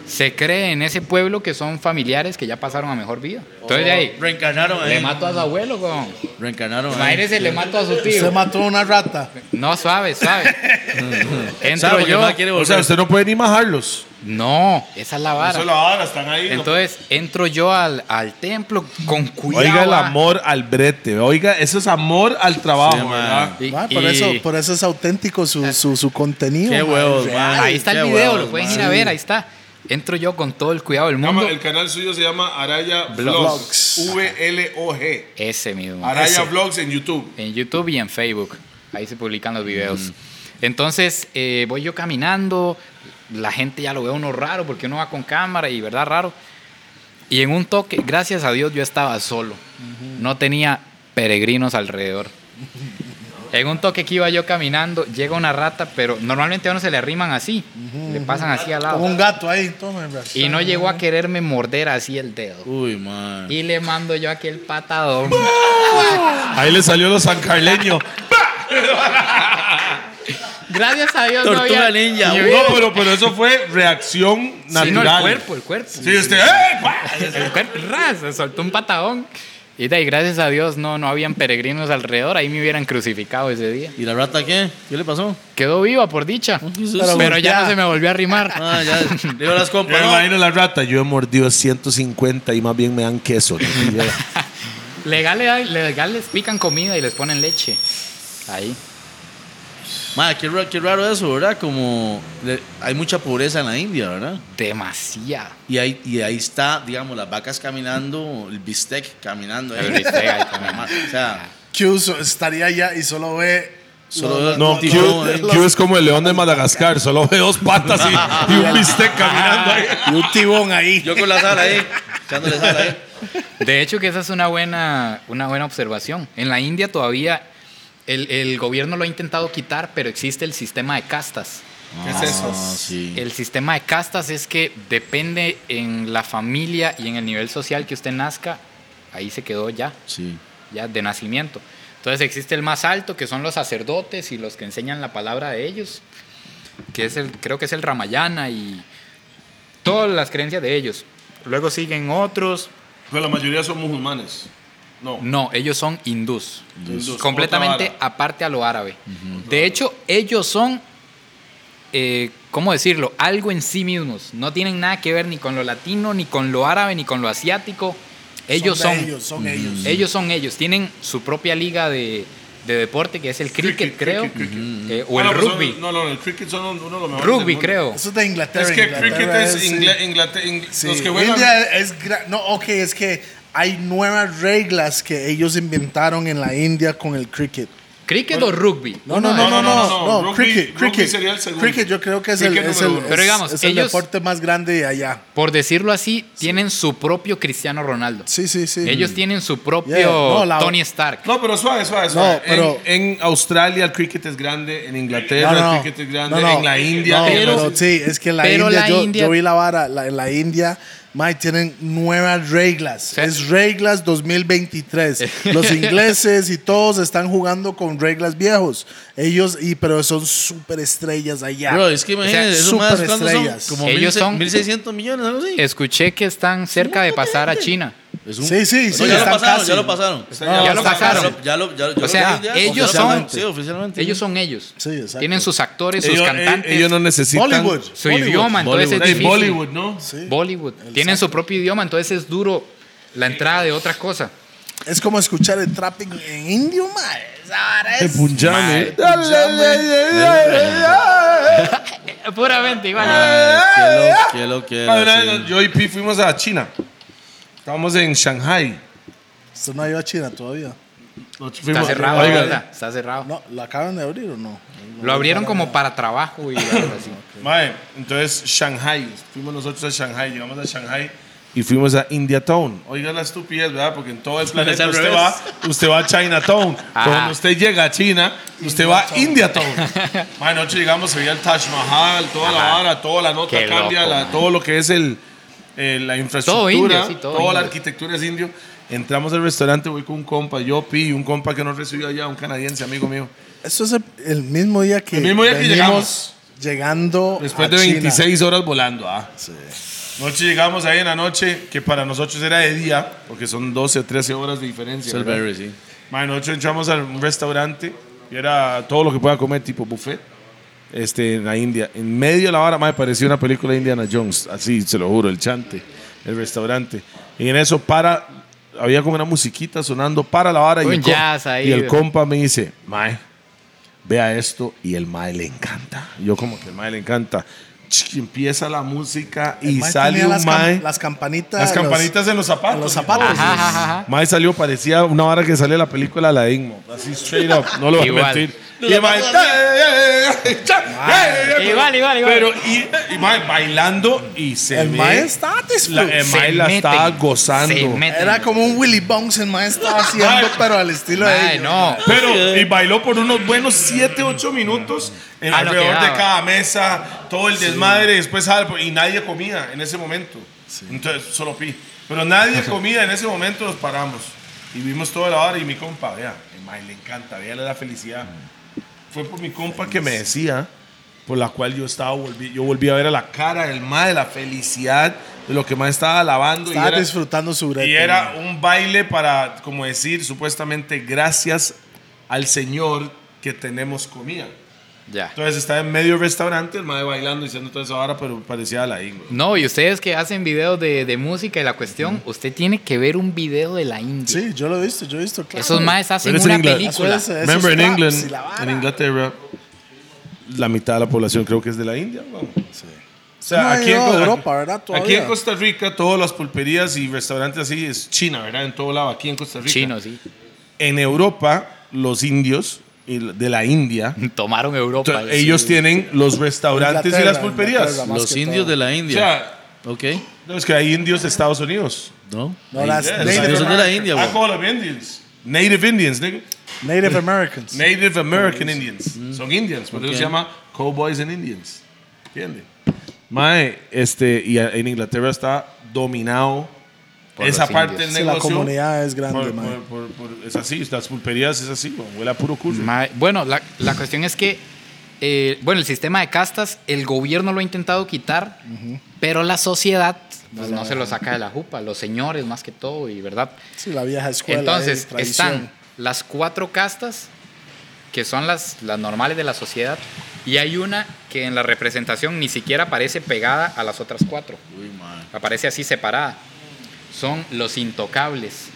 [SPEAKER 4] se cree en ese pueblo que son familiares que ya pasaron a mejor vida. Entonces de ahí,
[SPEAKER 3] Reencarnaron ahí.
[SPEAKER 4] le mato a su abuelo, con...
[SPEAKER 3] Reencarnaron ahí.
[SPEAKER 4] Imagínese, le mato a su tío.
[SPEAKER 2] usted mató una rata.
[SPEAKER 4] No, suave, suave. Entro
[SPEAKER 3] ¿Sabe? Porque
[SPEAKER 4] yo.
[SPEAKER 3] más quiere
[SPEAKER 1] O
[SPEAKER 3] volver.
[SPEAKER 1] sea, usted no puede ni majarlos.
[SPEAKER 4] No, esa es la vara.
[SPEAKER 1] Eso es la vara, están ahí. no-
[SPEAKER 4] Entonces entro yo al, al templo con cuidado.
[SPEAKER 1] Oiga el
[SPEAKER 4] ah.
[SPEAKER 1] amor al brete. Oiga, eso es amor al trabajo,
[SPEAKER 3] Sí, man.
[SPEAKER 1] ¿verdad?
[SPEAKER 4] Y-
[SPEAKER 2] Mae, Ah, por,
[SPEAKER 4] y-
[SPEAKER 2] eso, por eso es auténtico su, su, su contenido.
[SPEAKER 3] Qué
[SPEAKER 2] mae,
[SPEAKER 3] huevos,
[SPEAKER 2] real.
[SPEAKER 3] mae.
[SPEAKER 4] Ahí está el
[SPEAKER 3] Qué
[SPEAKER 4] video,
[SPEAKER 3] huevos,
[SPEAKER 4] lo pueden
[SPEAKER 3] man.
[SPEAKER 4] ir a ver, ahí está. Entro yo con todo el cuidado del
[SPEAKER 1] Llama-
[SPEAKER 4] mundo.
[SPEAKER 1] el canal suyo se llama Araya
[SPEAKER 2] Vlogs.
[SPEAKER 1] Vlogs. V-L-O-G.
[SPEAKER 4] Ese mismo.
[SPEAKER 1] Araya Vlogs en YouTube.
[SPEAKER 4] En YouTube y en Facebook. Ahí se publican los videos. Entonces eh, voy yo caminando. La gente ya lo ve a uno raro porque uno va con cámara y verdad raro. Y en un toque, gracias a Dios, yo estaba solo. No tenía peregrinos alrededor. En un toque que iba yo caminando, llega una rata, pero normalmente a uno se le arriman así, le pasan así al
[SPEAKER 2] Como un
[SPEAKER 4] lado.
[SPEAKER 2] gato ahí, toma.
[SPEAKER 4] Y no llegó a quererme morder así el dedo.
[SPEAKER 3] Uy, man.
[SPEAKER 4] Y le mando yo aquel patadón.
[SPEAKER 1] Ahí le salió lo sancarleño.
[SPEAKER 4] Gracias a Dios no
[SPEAKER 3] Tortuga
[SPEAKER 4] había...
[SPEAKER 3] ninja,
[SPEAKER 4] ni
[SPEAKER 3] uno
[SPEAKER 1] No, pero, pero eso fue reacción
[SPEAKER 4] Sí, no, el
[SPEAKER 1] natural.
[SPEAKER 4] cuerpo, el cuerpo.
[SPEAKER 1] Sí, usted, ¡eh! pa!
[SPEAKER 4] El cuerpo, ras, se soltó un patadón. Y de ahí, gracias a Dios, no, no habían peregrinos alrededor. Ahí me hubieran crucificado ese día.
[SPEAKER 3] ¿Y la rata qué? ¿Qué le pasó?
[SPEAKER 4] Quedó viva, por dicha. Pero, ya
[SPEAKER 2] golpeada.
[SPEAKER 4] no se me volvió a rimar.
[SPEAKER 3] Ah, ya. Le dio las
[SPEAKER 1] Yo
[SPEAKER 3] compas.
[SPEAKER 1] me
[SPEAKER 3] ¿no?
[SPEAKER 1] imagino la rata, yo he mordido 150 y más bien me dan queso.
[SPEAKER 4] Legal, le- legal les pican comida y les ponen leche. Ahí.
[SPEAKER 3] Ma, qué, ra- qué raro eso, ¿verdad? Como le- hay mucha pobreza en la India, ¿verdad?
[SPEAKER 4] Demasiado.
[SPEAKER 3] Y ahí, y ahí está, digamos, las vacas caminando, el bistec caminando. ahí.
[SPEAKER 4] El bistec ahí caminando.
[SPEAKER 3] O sea,
[SPEAKER 2] Q so- estaría allá y solo ve.
[SPEAKER 3] solo
[SPEAKER 1] No, Q,
[SPEAKER 3] no, eh.
[SPEAKER 1] Q es como el león de Madagascar, solo ve dos patas y, y un bistec caminando ahí.
[SPEAKER 2] Y un tibón ahí.
[SPEAKER 3] Yo con la sala ahí, echándole sal ahí.
[SPEAKER 4] De hecho, que esa es una buena, una buena observación. En la India todavía el, el gobierno lo ha intentado quitar, pero existe el sistema de castas.
[SPEAKER 1] ¿Qué es eso?
[SPEAKER 3] Ah, sí.
[SPEAKER 4] El sistema de castas es que depende en la familia y en el nivel social que usted nazca, ahí se quedó ya,
[SPEAKER 3] Sí.
[SPEAKER 4] ya de nacimiento. Entonces existe el más alto, que son los sacerdotes y los que enseñan la palabra de ellos, que es el, creo que es el Ramayana y todas las creencias de ellos. Luego siguen otros.
[SPEAKER 1] Pero la mayoría son musulmanes. No.
[SPEAKER 4] No, ellos son hindús.
[SPEAKER 1] Hindús,
[SPEAKER 4] Completamente
[SPEAKER 1] otra vara.
[SPEAKER 4] aparte a lo árabe. De hecho, ellos son, eh, ¿cómo decirlo? Algo en sí mismos. No tienen nada que ver ni con lo latino, ni con lo árabe, ni con lo asiático. Ellos son. Mm.
[SPEAKER 2] de ellos, son ellos.
[SPEAKER 4] Ellos son ellos. Tienen su propia liga de, de deporte, que es el cricket,
[SPEAKER 1] Cricket,
[SPEAKER 4] creo.
[SPEAKER 1] cricket, cricket.
[SPEAKER 4] Ujú. Eh, o
[SPEAKER 1] Ah,
[SPEAKER 4] el
[SPEAKER 1] no, pero son-
[SPEAKER 4] rugby.
[SPEAKER 1] no, no, el cricket son uno de los mejores. del
[SPEAKER 4] rugby,
[SPEAKER 1] mundo.
[SPEAKER 4] creo.
[SPEAKER 2] Eso es de Inglaterra.
[SPEAKER 1] Es que
[SPEAKER 2] Inglaterra
[SPEAKER 1] cricket es
[SPEAKER 2] sí.
[SPEAKER 1] Inglaterra. Ingl
[SPEAKER 2] Sí.
[SPEAKER 1] Los que juegan.
[SPEAKER 2] India es gra- no, ok, es que hay nuevas reglas que ellos inventaron en la India con el cricket.
[SPEAKER 4] ¿Cricket o rugby?
[SPEAKER 2] No, no,
[SPEAKER 4] Uno
[SPEAKER 2] no,
[SPEAKER 4] de-
[SPEAKER 2] no, no, no,
[SPEAKER 1] no, no, rugby-
[SPEAKER 2] cricket,
[SPEAKER 1] rugby
[SPEAKER 2] cricket.
[SPEAKER 1] sería el segundo.
[SPEAKER 2] Cricket yo creo que es el,
[SPEAKER 1] Cricket
[SPEAKER 2] es
[SPEAKER 1] número
[SPEAKER 2] el-
[SPEAKER 1] uno.
[SPEAKER 4] Pero
[SPEAKER 2] es-
[SPEAKER 4] digamos,
[SPEAKER 2] es el
[SPEAKER 4] ellos-
[SPEAKER 2] deporte más grande de allá.
[SPEAKER 4] Por decirlo así, tienen su propio Cristiano Ronaldo.
[SPEAKER 2] Sí, sí, sí.
[SPEAKER 4] Ellos tienen su propio
[SPEAKER 2] Yeah, no, la-
[SPEAKER 4] Tony Stark.
[SPEAKER 1] No, pero suave, suave, suave.
[SPEAKER 2] No, pero-
[SPEAKER 1] en, en Australia el cricket es grande, en Inglaterra
[SPEAKER 2] No, no,
[SPEAKER 1] el cricket es grande,
[SPEAKER 2] no, no.
[SPEAKER 1] en la India.
[SPEAKER 2] No,
[SPEAKER 1] en
[SPEAKER 2] pero,
[SPEAKER 1] las-
[SPEAKER 2] sí, es que en la
[SPEAKER 4] pero
[SPEAKER 2] India,
[SPEAKER 4] la
[SPEAKER 2] yo,
[SPEAKER 4] India-
[SPEAKER 2] yo vi la vara, la- en la India Mae, tienen nuevas reglas. Es reglas
[SPEAKER 3] eh.
[SPEAKER 2] 2023. Los ingleses y todos están jugando con reglas viejos. Ellos, y, pero son súper estrellas allá.
[SPEAKER 3] Bro, es que imagínate, esos más cuando son
[SPEAKER 2] superestrellas.
[SPEAKER 3] como
[SPEAKER 4] Ellos
[SPEAKER 3] 1600
[SPEAKER 4] son-
[SPEAKER 3] 1600 millones, algo así.
[SPEAKER 4] Escuché que están cerca de pasar a China.
[SPEAKER 3] Es un-
[SPEAKER 2] Sí, sí, sí.
[SPEAKER 3] No, ya, lo
[SPEAKER 2] están
[SPEAKER 3] pasaron,
[SPEAKER 2] casi.
[SPEAKER 3] ya lo pasaron,
[SPEAKER 4] Ya lo pasaron.
[SPEAKER 3] Ya lo, ya lo-
[SPEAKER 4] O sea,
[SPEAKER 3] ya lo-
[SPEAKER 4] ellos
[SPEAKER 3] oficialmente.
[SPEAKER 2] son-
[SPEAKER 3] Sí, oficialmente.
[SPEAKER 4] Ellos son ellos.
[SPEAKER 2] Sí, exacto.
[SPEAKER 4] Tienen sus actores, sus
[SPEAKER 1] Ellos, eh,
[SPEAKER 4] cantantes,
[SPEAKER 1] ellos no necesitan.
[SPEAKER 2] Bollywood.
[SPEAKER 4] su idioma, entonces
[SPEAKER 1] Bollywood,
[SPEAKER 4] es
[SPEAKER 1] Ey,
[SPEAKER 4] difícil.
[SPEAKER 1] Bollywood, ¿no?
[SPEAKER 2] Sí.
[SPEAKER 4] Bollywood. Tienen su propio idioma, entonces es duro la entrada de otra cosa.
[SPEAKER 2] Es como escuchar el trap en, en indio, mae. Esa vara
[SPEAKER 1] El
[SPEAKER 2] es-
[SPEAKER 1] Punjab, eh.
[SPEAKER 4] Eh, Puramente igual.
[SPEAKER 3] Ah, que lo- que lo- que lo-
[SPEAKER 1] Madre,
[SPEAKER 3] sí.
[SPEAKER 1] Yo y Pi fuimos a China. Estábamos en Shanghai.
[SPEAKER 2] Esto no ha ido a China todavía.
[SPEAKER 4] Está
[SPEAKER 1] Fuimos-
[SPEAKER 4] cerrado,
[SPEAKER 1] Oiga,
[SPEAKER 4] ¿verdad? Está cerrado.
[SPEAKER 2] No, ¿la acaban de abrir o no?
[SPEAKER 4] Lo abrieron como para trabajo y algo así.
[SPEAKER 1] Mae, entonces Shanghai, fuimos nosotros a Shanghai, llegamos a Shanghai y fuimos a Indiatown. Oiga la estupidez, ¿verdad? Porque en todo el planeta
[SPEAKER 3] al
[SPEAKER 1] usted
[SPEAKER 3] revés.
[SPEAKER 1] va, usted va a Chinatown.
[SPEAKER 6] Ah.
[SPEAKER 4] Ajá.
[SPEAKER 1] Cuando usted llega a China, usted va a Indiatown. mae, nosotros llegamos, se veía el Taj Mahal, toda la
[SPEAKER 4] Ajá.
[SPEAKER 1] vara, toda la nota
[SPEAKER 4] Qué
[SPEAKER 1] cambia,
[SPEAKER 4] loco,
[SPEAKER 1] la-
[SPEAKER 4] mae.
[SPEAKER 1] todo lo que es el, eh, la infraestructura,
[SPEAKER 4] indio, sí, todo
[SPEAKER 1] toda la
[SPEAKER 4] indio.
[SPEAKER 1] arquitectura es indio. Entramos al restaurante, voy con un compa, yo, Pi, un compa que nos recibió allá, un canadiense, amigo mío.
[SPEAKER 2] Eso es el, el mismo día que.
[SPEAKER 1] El mismo día que
[SPEAKER 2] venimos
[SPEAKER 1] llegamos.
[SPEAKER 2] Llegando.
[SPEAKER 1] Después
[SPEAKER 2] a
[SPEAKER 1] de
[SPEAKER 2] China.
[SPEAKER 1] 26 horas volando, ah. Noche llegamos ahí en la noche, que para nosotros era de día, porque son 12 o 13 horas de diferencia.
[SPEAKER 3] Es el
[SPEAKER 1] ¿verdad?
[SPEAKER 3] Barry, sí.
[SPEAKER 1] Mae, nosotros entramos a un restaurante y era todo lo que pueda comer, tipo buffet, este, en la India. En medio de la hora, mae, parecía una película de Indiana Jones, así, se lo juro, el chante, el restaurante. Y en eso para, había como una musiquita sonando para la hora. Y
[SPEAKER 4] Un
[SPEAKER 1] el, com-
[SPEAKER 4] jazz ahí, eh.
[SPEAKER 1] y el
[SPEAKER 4] ¿verdad?
[SPEAKER 1] compa me dice, mae, vea esto y el mae le encanta. Yo como que el mae le encanta. Chiqui, empieza la música
[SPEAKER 2] El
[SPEAKER 1] y
[SPEAKER 2] mae
[SPEAKER 1] sale
[SPEAKER 2] tenía
[SPEAKER 1] un
[SPEAKER 2] las cam-
[SPEAKER 1] mae.
[SPEAKER 2] las campanitas.
[SPEAKER 1] Las
[SPEAKER 2] los-
[SPEAKER 1] campanitas en los zapatos.
[SPEAKER 2] en los
[SPEAKER 1] y
[SPEAKER 2] zapatos.
[SPEAKER 1] todo.
[SPEAKER 4] Ajá, ajá, ajá.
[SPEAKER 1] Mae salió, parecía una hora que salió la película La Inmo. Así straight up, no lo voy a
[SPEAKER 4] Igual.
[SPEAKER 1] mentir. Y el mae, eh,
[SPEAKER 4] Igual, igual, igual.
[SPEAKER 1] Pero, y, y mae, bailando y se
[SPEAKER 2] El
[SPEAKER 1] ve-
[SPEAKER 2] mae estaba
[SPEAKER 1] la, el
[SPEAKER 4] Se
[SPEAKER 1] mae la
[SPEAKER 4] meten,
[SPEAKER 1] estaba
[SPEAKER 4] se
[SPEAKER 1] gozando.
[SPEAKER 4] meten.
[SPEAKER 2] Era como un Willy Bones el mae estaba haciendo, pero al estilo de.
[SPEAKER 4] Ay,
[SPEAKER 2] ellos.
[SPEAKER 4] no.
[SPEAKER 1] Pero, y bailó por unos buenos 7, 8 minutos en
[SPEAKER 4] A Ah, lo que
[SPEAKER 1] alrededor de
[SPEAKER 4] daba.
[SPEAKER 1] cada mesa, todo el desmadre, y después algo, y nadie comía en ese momento. Entonces, solo pi. Pero nadie comía en ese momento, nos paramos. Y vimos toda la hora, y mi compa, vea, el mae le encanta, vea la felicidad. Fue por mi compa que me decía, por la cual yo estaba, volví, yo volví a ver a la cara del mae, la felicidad de lo que más estaba alabando. y
[SPEAKER 2] Estaba
[SPEAKER 1] era-
[SPEAKER 2] disfrutando su brete.
[SPEAKER 1] y era
[SPEAKER 2] mae.
[SPEAKER 1] un baile para, como decir, supuestamente gracias al Señor que tenemos comida.
[SPEAKER 4] Ya.
[SPEAKER 1] Entonces estaba en medio restaurante, el madre bailando, diciendo toda esa vara, pero parecía la Ingo.
[SPEAKER 4] No, y ustedes que hacen videos de, de música y la cuestión, usted tiene que ver un video de la India.
[SPEAKER 2] Sí, yo lo he visto, yo he visto. Claro.
[SPEAKER 4] Esos maes hacen
[SPEAKER 1] Pero es
[SPEAKER 4] una
[SPEAKER 1] en inglés.
[SPEAKER 4] película.
[SPEAKER 2] Acuérdese. Esos
[SPEAKER 1] Remember, en
[SPEAKER 2] traps y
[SPEAKER 1] England,
[SPEAKER 2] la vara.
[SPEAKER 1] en Inglaterra, la mitad de la población creo que es de la India. weón. O sea,
[SPEAKER 2] No ha
[SPEAKER 1] aquí, en,
[SPEAKER 2] llegado a
[SPEAKER 1] Co-
[SPEAKER 2] Europa, ¿verdad?
[SPEAKER 1] aquí en
[SPEAKER 2] Todavía.
[SPEAKER 1] Costa Rica, todas las pulperías y restaurantes así es China, ¿verdad? En todo lado, aquí en Costa Rica.
[SPEAKER 4] Chino, sí.
[SPEAKER 1] En Europa, los indios y l- de la India,
[SPEAKER 4] Tomaron Europa.
[SPEAKER 1] to- ellos tienen los restaurantes y
[SPEAKER 2] Inglaterra,
[SPEAKER 1] las pulperías.
[SPEAKER 2] Inglaterra, más
[SPEAKER 3] Los
[SPEAKER 2] que
[SPEAKER 3] indios
[SPEAKER 2] todo.
[SPEAKER 3] de la
[SPEAKER 1] O
[SPEAKER 3] India.
[SPEAKER 1] sea,
[SPEAKER 3] ok.
[SPEAKER 1] no, es que hay indios de Estados Unidos.
[SPEAKER 3] No.
[SPEAKER 2] No, las
[SPEAKER 1] Yes.
[SPEAKER 2] Native,
[SPEAKER 3] ellos son de la
[SPEAKER 2] American-
[SPEAKER 3] India,
[SPEAKER 1] I
[SPEAKER 3] bro.
[SPEAKER 1] call them Indians. Native Indians, nigga.
[SPEAKER 2] Native Americans.
[SPEAKER 1] Native American Indians. Son Indians, por eso se llama Cowboys and Indians. ¿Entiendes? Mae, este, y a- en Inglaterra está dominado
[SPEAKER 4] Por
[SPEAKER 1] esa
[SPEAKER 4] los
[SPEAKER 1] parte
[SPEAKER 4] indios.
[SPEAKER 1] del
[SPEAKER 2] Sí, la
[SPEAKER 1] negocio.
[SPEAKER 2] comunidad es grande,
[SPEAKER 1] Por-
[SPEAKER 2] mae.
[SPEAKER 1] por- por- por- es así, las pulperías es así, güey, huele a puro curso.
[SPEAKER 4] Ma- Bueno, la, la cuestión es que, eh, bueno, el sistema de castas, el gobierno lo ha intentado quitar, pero la sociedad pues, no se lo saca de la jupa, los señores más que todo, y verdad.
[SPEAKER 2] Sí, la vieja escuela.
[SPEAKER 4] Entonces,
[SPEAKER 2] eh, tradición.
[SPEAKER 4] están las cuatro castas, que son las, las normales de la sociedad, y hay una que en la representación ni siquiera aparece pegada a las otras cuatro,
[SPEAKER 3] Uy, man.
[SPEAKER 4] aparece así separada. Son los intocables,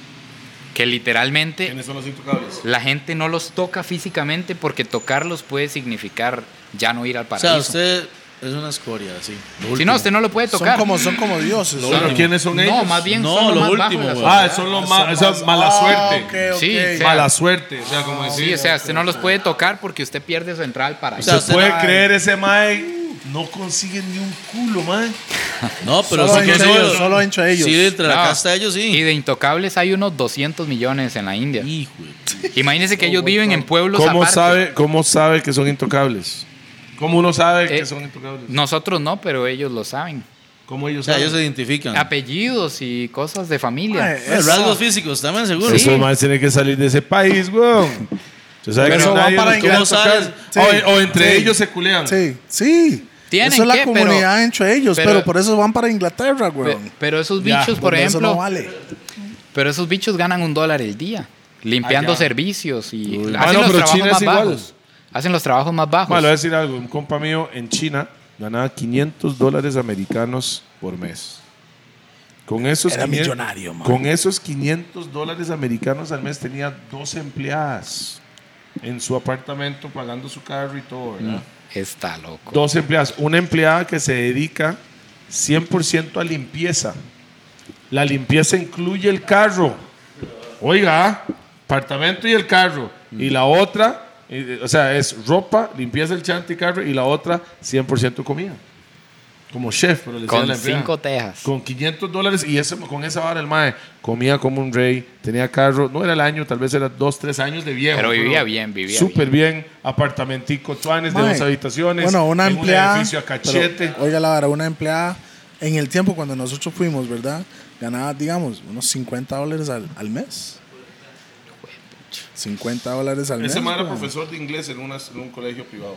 [SPEAKER 4] que literalmente
[SPEAKER 1] ¿Quiénes son los intocables?
[SPEAKER 4] la gente no los toca físicamente porque tocarlos puede significar ya no ir al
[SPEAKER 3] O sea,
[SPEAKER 4] paraíso.
[SPEAKER 3] usted es una escoria, sí. Lo
[SPEAKER 4] si no,
[SPEAKER 3] último.
[SPEAKER 4] usted no lo puede
[SPEAKER 2] Son
[SPEAKER 4] tocar.
[SPEAKER 2] como, son como dioses.
[SPEAKER 1] Lo último. ¿Quiénes son
[SPEAKER 4] no,
[SPEAKER 1] ellos?
[SPEAKER 4] más bien
[SPEAKER 3] No,
[SPEAKER 4] son los
[SPEAKER 3] lo
[SPEAKER 4] más bajos de
[SPEAKER 3] último,
[SPEAKER 4] la
[SPEAKER 3] güey.
[SPEAKER 1] Ah,
[SPEAKER 4] sociedad.
[SPEAKER 1] son los ma- esa es mala
[SPEAKER 2] Ah,
[SPEAKER 1] suerte.
[SPEAKER 2] ok,
[SPEAKER 4] Sí,
[SPEAKER 2] ok.
[SPEAKER 4] sí.
[SPEAKER 1] Mala suerte, o sea, como decir.
[SPEAKER 4] Sí, o sea, usted no los puede tocar porque usted pierde su entrada al paraíso.
[SPEAKER 3] O sea,
[SPEAKER 1] Se puede
[SPEAKER 2] Ay.
[SPEAKER 1] creer ese mae. No consigue ni un culo, mae.
[SPEAKER 3] No, pero
[SPEAKER 2] Solo
[SPEAKER 3] sí que
[SPEAKER 2] entre
[SPEAKER 3] sí,
[SPEAKER 2] ellos,
[SPEAKER 3] yo-
[SPEAKER 2] solo entre ellos.
[SPEAKER 3] Sí, entre la
[SPEAKER 4] No.
[SPEAKER 3] casta de ellos,
[SPEAKER 4] Y
[SPEAKER 3] sí.
[SPEAKER 4] de intocables hay unos 200 millones en la India.
[SPEAKER 3] Hijo de
[SPEAKER 4] Imagínense que ellos viven en pueblos
[SPEAKER 1] ¿Cómo
[SPEAKER 4] aparte.
[SPEAKER 1] sabe, ¿Cómo sabe que son intocables? ¿Cómo uno sabe
[SPEAKER 4] Eh,
[SPEAKER 1] que son intocables?
[SPEAKER 4] Nosotros no, Ah, pero ellos lo saben.
[SPEAKER 1] ¿Cómo ellos
[SPEAKER 3] O sea, ellos se
[SPEAKER 1] saben?
[SPEAKER 3] identifican.
[SPEAKER 4] apellidos y cosas de familia.
[SPEAKER 2] Mae,
[SPEAKER 3] Bueno,
[SPEAKER 2] esa-
[SPEAKER 3] rasgos físicos, también seguro.
[SPEAKER 4] Sí.
[SPEAKER 1] Estos más tienen que salir de ese país, weón. Usted sabe
[SPEAKER 2] Pero
[SPEAKER 1] que
[SPEAKER 2] van
[SPEAKER 1] nadie
[SPEAKER 2] para
[SPEAKER 1] los-
[SPEAKER 3] ¿Cómo
[SPEAKER 2] Inglaterra.
[SPEAKER 3] sabes?
[SPEAKER 2] Sí.
[SPEAKER 1] o, o entre
[SPEAKER 2] Sí.
[SPEAKER 1] ellos se culean.
[SPEAKER 2] Sí, sí.
[SPEAKER 4] Tienen
[SPEAKER 2] eso es la
[SPEAKER 4] que, pero-
[SPEAKER 2] comunidad entre ellos, pero,
[SPEAKER 4] pero-
[SPEAKER 2] por eso van para Inglaterra,
[SPEAKER 4] Pe-
[SPEAKER 2] weón.
[SPEAKER 4] pero esos
[SPEAKER 1] Ya,
[SPEAKER 4] bichos, por
[SPEAKER 2] Donde
[SPEAKER 4] ejemplo,
[SPEAKER 2] Eso no vale.
[SPEAKER 4] pero esos bichos ganan un dólar el día, limpiando
[SPEAKER 1] Ah, ya.
[SPEAKER 4] servicios y hacen
[SPEAKER 1] Ah, no,
[SPEAKER 4] los
[SPEAKER 1] pero
[SPEAKER 4] trabajos
[SPEAKER 1] China
[SPEAKER 4] más
[SPEAKER 1] es igual.
[SPEAKER 4] bajos. Hacen los trabajos más bajos.
[SPEAKER 1] Bueno, le voy a decir algo. Un compa mío en China ganaba 500 dólares americanos por mes. Con esos,
[SPEAKER 2] Era millonario, man.
[SPEAKER 1] con esos 500 dólares americanos al mes tenía dos empleadas en su apartamento pagando su carro y todo, ¿verdad?
[SPEAKER 4] Está loco.
[SPEAKER 1] Dos empleadas. Una empleada que se dedica 100% a limpieza. La limpieza incluye el carro. Oiga, apartamento y el carro. Y la otra, eh, o sea, es ropa, limpieza el chante y carro. Y la otra, 100% comida. Como chef, pero le decía a
[SPEAKER 4] Con
[SPEAKER 1] la empleada.
[SPEAKER 4] cinco tejas.
[SPEAKER 1] Con 500 dólares y ese, con esa vara el mae comía como un rey, tenía carro, no era el año, tal vez era dos, tres años de viejo.
[SPEAKER 4] Pero vivía bien, vivía
[SPEAKER 1] Súper bien. apartamentico, tuanes de
[SPEAKER 2] Mae.
[SPEAKER 1] dos habitaciones.
[SPEAKER 2] Bueno, una
[SPEAKER 1] en
[SPEAKER 2] empleada.
[SPEAKER 1] Un edificio a cachete.
[SPEAKER 2] pero, oiga la vara, una empleada en el tiempo cuando nosotros fuimos, ¿verdad? Ganaba, digamos, unos 50 dólares al, al mes. 50 dólares al mes.
[SPEAKER 1] ese mae era
[SPEAKER 2] weón.
[SPEAKER 1] profesor de inglés en, unas- en un colegio privado.